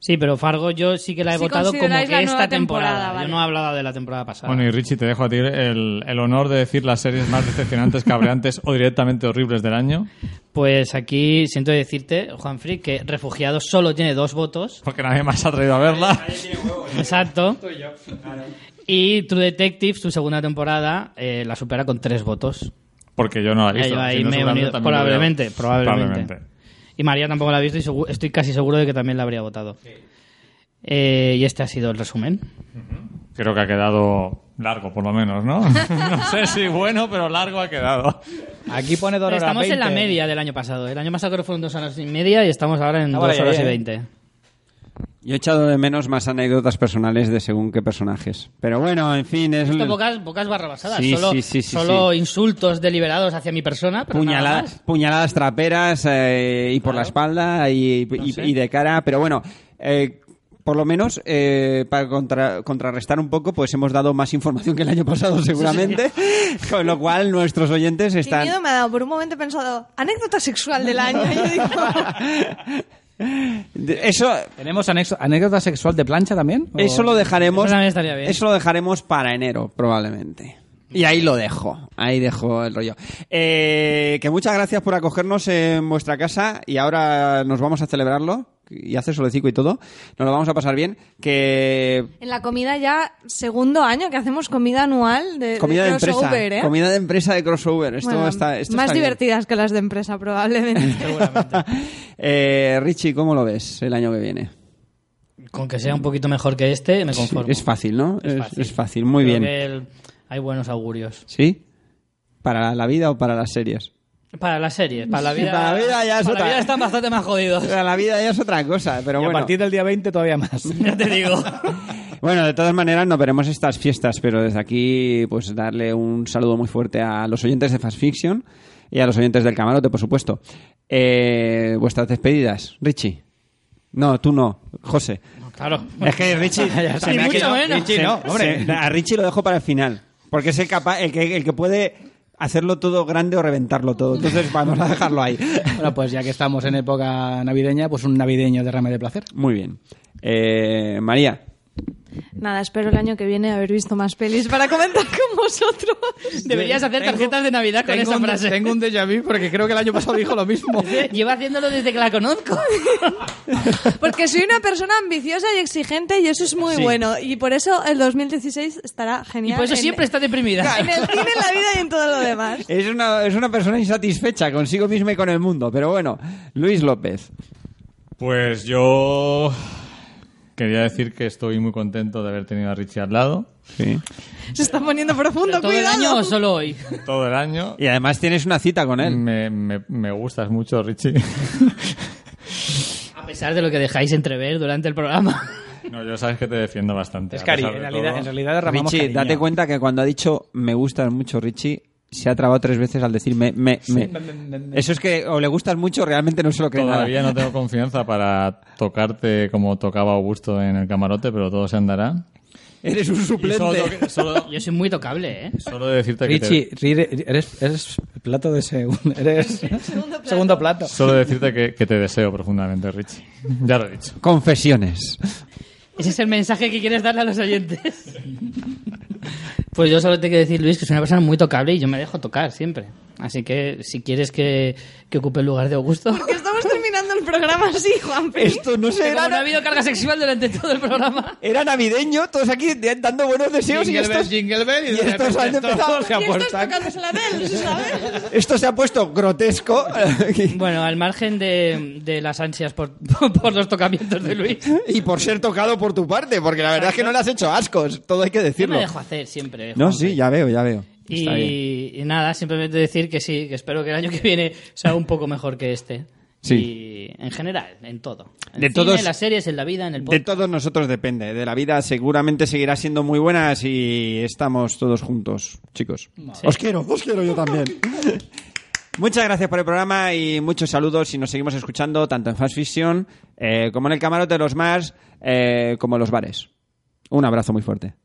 Speaker 4: Sí, pero Fargo yo sí que la he
Speaker 2: Si
Speaker 4: votado como que
Speaker 2: consideráis la
Speaker 4: esta
Speaker 2: nueva
Speaker 4: temporada.
Speaker 2: temporada,
Speaker 4: Yo
Speaker 2: vale.
Speaker 4: no he hablado de la temporada pasada.
Speaker 3: Bueno, y Richie, te dejo a ti el, el honor de decir las series más decepcionantes, cabreantes o directamente horribles del año.
Speaker 4: Pues aquí siento decirte, Juanfri, que Refugiados solo tiene dos votos.
Speaker 3: Porque nadie más se ha atrevido a verla.
Speaker 4: Exacto. Y True Detective, su segunda temporada, eh, la supera con tres votos.
Speaker 3: Porque yo no la he
Speaker 4: Ahí
Speaker 3: visto.
Speaker 4: va,
Speaker 3: Si
Speaker 4: ahí
Speaker 3: no,
Speaker 4: me he
Speaker 3: seguramente
Speaker 4: unido.
Speaker 3: también lo hubiera-
Speaker 4: Probablemente, probablemente, Y María tampoco la ha visto y segu- estoy casi seguro de que también la habría votado. Eh, y este ha sido el resumen.
Speaker 3: Creo que ha quedado largo, por lo menos, ¿no? no sé si bueno, pero largo ha quedado.
Speaker 5: Aquí pone dos horas
Speaker 4: Estamos en la
Speaker 5: 20.
Speaker 4: media del año pasado. ¿eh? El año pasado creo que fueron dos horas y media y estamos ¿eh? ahora en
Speaker 5: Ah,
Speaker 4: dos
Speaker 5: vale,
Speaker 4: horas y
Speaker 5: bien.
Speaker 4: veinte.
Speaker 1: Yo he echado de menos más anécdotas personales de según qué personajes. Pero bueno, en fin, es...
Speaker 4: Esto pocas, pocas barrabasadas,
Speaker 1: Sí,
Speaker 4: solo,
Speaker 1: sí, sí, sí,
Speaker 4: solo insultos deliberados hacia mi persona. Pero nada
Speaker 1: Puñaladas,
Speaker 4: más.
Speaker 1: puñaladas traperas eh, y por la espalda y, y-
Speaker 4: sé.
Speaker 1: y de cara, pero bueno, eh, por lo menos eh, para contra- contrarrestar un poco, pues hemos dado más información que el año pasado seguramente, con lo cual nuestros oyentes
Speaker 2: Qué
Speaker 1: están...
Speaker 2: miedo me ha dado. Por un momento he pensado, anécdota sexual del año. Y yo digo,
Speaker 1: De- Eso,
Speaker 5: ¿Tenemos anexo- anécdota sexual de plancha también? ¿O-
Speaker 1: eso lo dejaremos...
Speaker 4: Eso también estaría bien.
Speaker 1: Eso lo dejaremos para enero, probablemente. Y ahí lo dejo, ahí dejo el rollo. Eh, que muchas gracias por acogernos en vuestra casa y ahora nos vamos a celebrarlo y hace solecito y todo. Nos lo vamos a pasar bien. Que
Speaker 2: en la comida ya, segundo año que hacemos comida anual de, de
Speaker 1: comida de, empresa,
Speaker 2: crossover, ¿eh?
Speaker 1: comida de empresa de crossover. Esto
Speaker 2: Bueno,
Speaker 1: está, esto
Speaker 2: más
Speaker 1: está bien.
Speaker 2: divertidas que las de empresa, probablemente.
Speaker 1: Eh, Richie, ¿cómo lo ves el año que viene?
Speaker 4: Con que sea un poquito mejor que este, me conformo.
Speaker 1: Es fácil, ¿no?
Speaker 4: Es fácil.
Speaker 1: es fácil, muy
Speaker 4: Creo
Speaker 1: bien.
Speaker 4: que el- hay buenos augurios.
Speaker 1: ¿Sí? ¿Para la vida o para las series?
Speaker 4: Para las series, para la vida.
Speaker 1: Para la vida ya es
Speaker 4: para la
Speaker 1: otra.
Speaker 4: vida están bastante más jodidos.
Speaker 1: Para la vida ya es otra cosa, pero
Speaker 5: Y
Speaker 1: bueno.
Speaker 5: A partir del día 20 todavía más.
Speaker 4: Ya te digo.
Speaker 1: Bueno, de todas maneras nos veremos estas fiestas, pero desde aquí pues darle un saludo muy fuerte a los oyentes de Fast Fiction y a los oyentes del camarote, por supuesto. Eh, vuestras despedidas, Richie. No, tú no, José.
Speaker 4: Claro.
Speaker 1: Es que Richie, se
Speaker 4: Ni
Speaker 1: me ha
Speaker 4: mucho
Speaker 1: quedado-
Speaker 4: menos.
Speaker 1: Richie, no, hombre. Se- a Richie lo dejo para el final, porque es el, capa- el, que, el que puede hacerlo todo grande o reventarlo todo. Entonces vamos a dejarlo ahí.
Speaker 5: bueno, pues ya que estamos en época navideña, pues un navideño derrame de placer.
Speaker 1: Muy bien. Eh, María,
Speaker 2: Nada, espero el año que viene haber visto más pelis para comentar con vosotros.
Speaker 4: Deberías hacer tarjetas de Navidad con esa frase.
Speaker 5: tengo un déjà vu porque creo que el año pasado dijo lo mismo.
Speaker 4: Llevo haciéndolo desde que la conozco.
Speaker 2: Porque soy una persona ambiciosa y exigente y eso es muy bueno. Y por eso el 2016 estará
Speaker 4: Y
Speaker 2: genial.
Speaker 4: por eso
Speaker 2: en-
Speaker 4: siempre está deprimida.
Speaker 2: En el cine, en la vida y en todo lo demás.
Speaker 1: Es una, es una persona insatisfecha consigo misma y con el mundo. Pero bueno, Luis López.
Speaker 3: Pues yo quería decir que estoy muy contento de haber tenido a Richie al lado
Speaker 2: Se está poniendo profundo,
Speaker 4: ¿Todo el
Speaker 2: cuidado.
Speaker 4: año o solo hoy?
Speaker 3: todo el año.
Speaker 1: Y además tienes una cita con él.
Speaker 3: Me, me- me gustas mucho, Richie.
Speaker 4: A pesar de lo que dejáis entrever durante el programa.
Speaker 3: No, yo sabes que te defiendo bastante.
Speaker 5: Es
Speaker 3: a
Speaker 5: cari,
Speaker 3: pesar
Speaker 5: en
Speaker 3: de
Speaker 5: realidad,
Speaker 3: todo.
Speaker 5: en realidad derramamos
Speaker 1: Richie,
Speaker 5: cariño.
Speaker 1: date cuenta que cuando ha dicho me gustas mucho, Richie, se ha trabado tres veces al decir me, me, me. Eso es que o le gustas mucho o realmente no se lo cree
Speaker 3: Todavía
Speaker 1: nada.
Speaker 3: no tengo confianza para tocarte como tocaba Augusto en el camarote, pero todo se andará.
Speaker 1: Eres un
Speaker 3: Y solo,
Speaker 1: suplente.
Speaker 3: que- solo-
Speaker 4: Yo soy muy tocable, ¿eh?
Speaker 3: solo de decirte que te-
Speaker 5: Richie, ri- eres, eres plato de segundo. Eres segundo plato.
Speaker 3: solo decirte que, que te deseo profundamente, Richie. Ya lo he dicho.
Speaker 1: Confesiones.
Speaker 4: Ese es el mensaje que quieres darle a los oyentes. Pues yo solo tengo que decir, Luis, que soy una persona muy tocable y yo me dejo tocar siempre. Así que si quieres que, que ocupe el lugar de Augusto.
Speaker 7: Que estamos terminando el programa así, Juanpi.
Speaker 1: Esto no
Speaker 4: Que
Speaker 1: se
Speaker 4: como
Speaker 1: era,
Speaker 4: no ha habido carga sexual durante todo el programa.
Speaker 1: era navideño, todos aquí dando buenos deseos y
Speaker 8: Jingle bell,
Speaker 1: estos,
Speaker 8: jingle bell, y,
Speaker 1: y
Speaker 8: de
Speaker 1: estos
Speaker 8: repente
Speaker 1: han
Speaker 8: esto-
Speaker 1: empezado-
Speaker 8: se ha
Speaker 7: Y estás
Speaker 8: puesto aquí.
Speaker 7: tocándose la del, ¿sabes?
Speaker 1: esto se ha puesto grotesco.
Speaker 4: Bueno, al margen de, de las ansias por, por los tocamientos de Luis.
Speaker 1: Y por ser tocado por tu parte, porque la verdad es que no le has hecho ascos, todo hay que
Speaker 4: Yo
Speaker 1: decirlo.
Speaker 4: me dejo hacer siempre.
Speaker 1: No,
Speaker 4: Juanfe.
Speaker 1: sí, ya veo, ya veo. Está bien.
Speaker 4: Y, y nada, simplemente decir que sí, que espero que el año que viene sea un poco mejor que este.
Speaker 1: Sí.
Speaker 4: Y en general, en todo. En
Speaker 1: De
Speaker 4: el cine,
Speaker 1: todos-
Speaker 4: en las series, en la vida, en el
Speaker 1: De
Speaker 4: podcast.
Speaker 1: todos nosotros depende, de la vida seguramente seguirá siendo muy buena si estamos todos juntos, chicos. Os quiero, os quiero yo también. Muchas gracias por el programa y muchos saludos y nos seguimos escuchando tanto en Fast Fiction eh, como en el camarote de los Mars, eh, como en los bares. Un abrazo muy fuerte.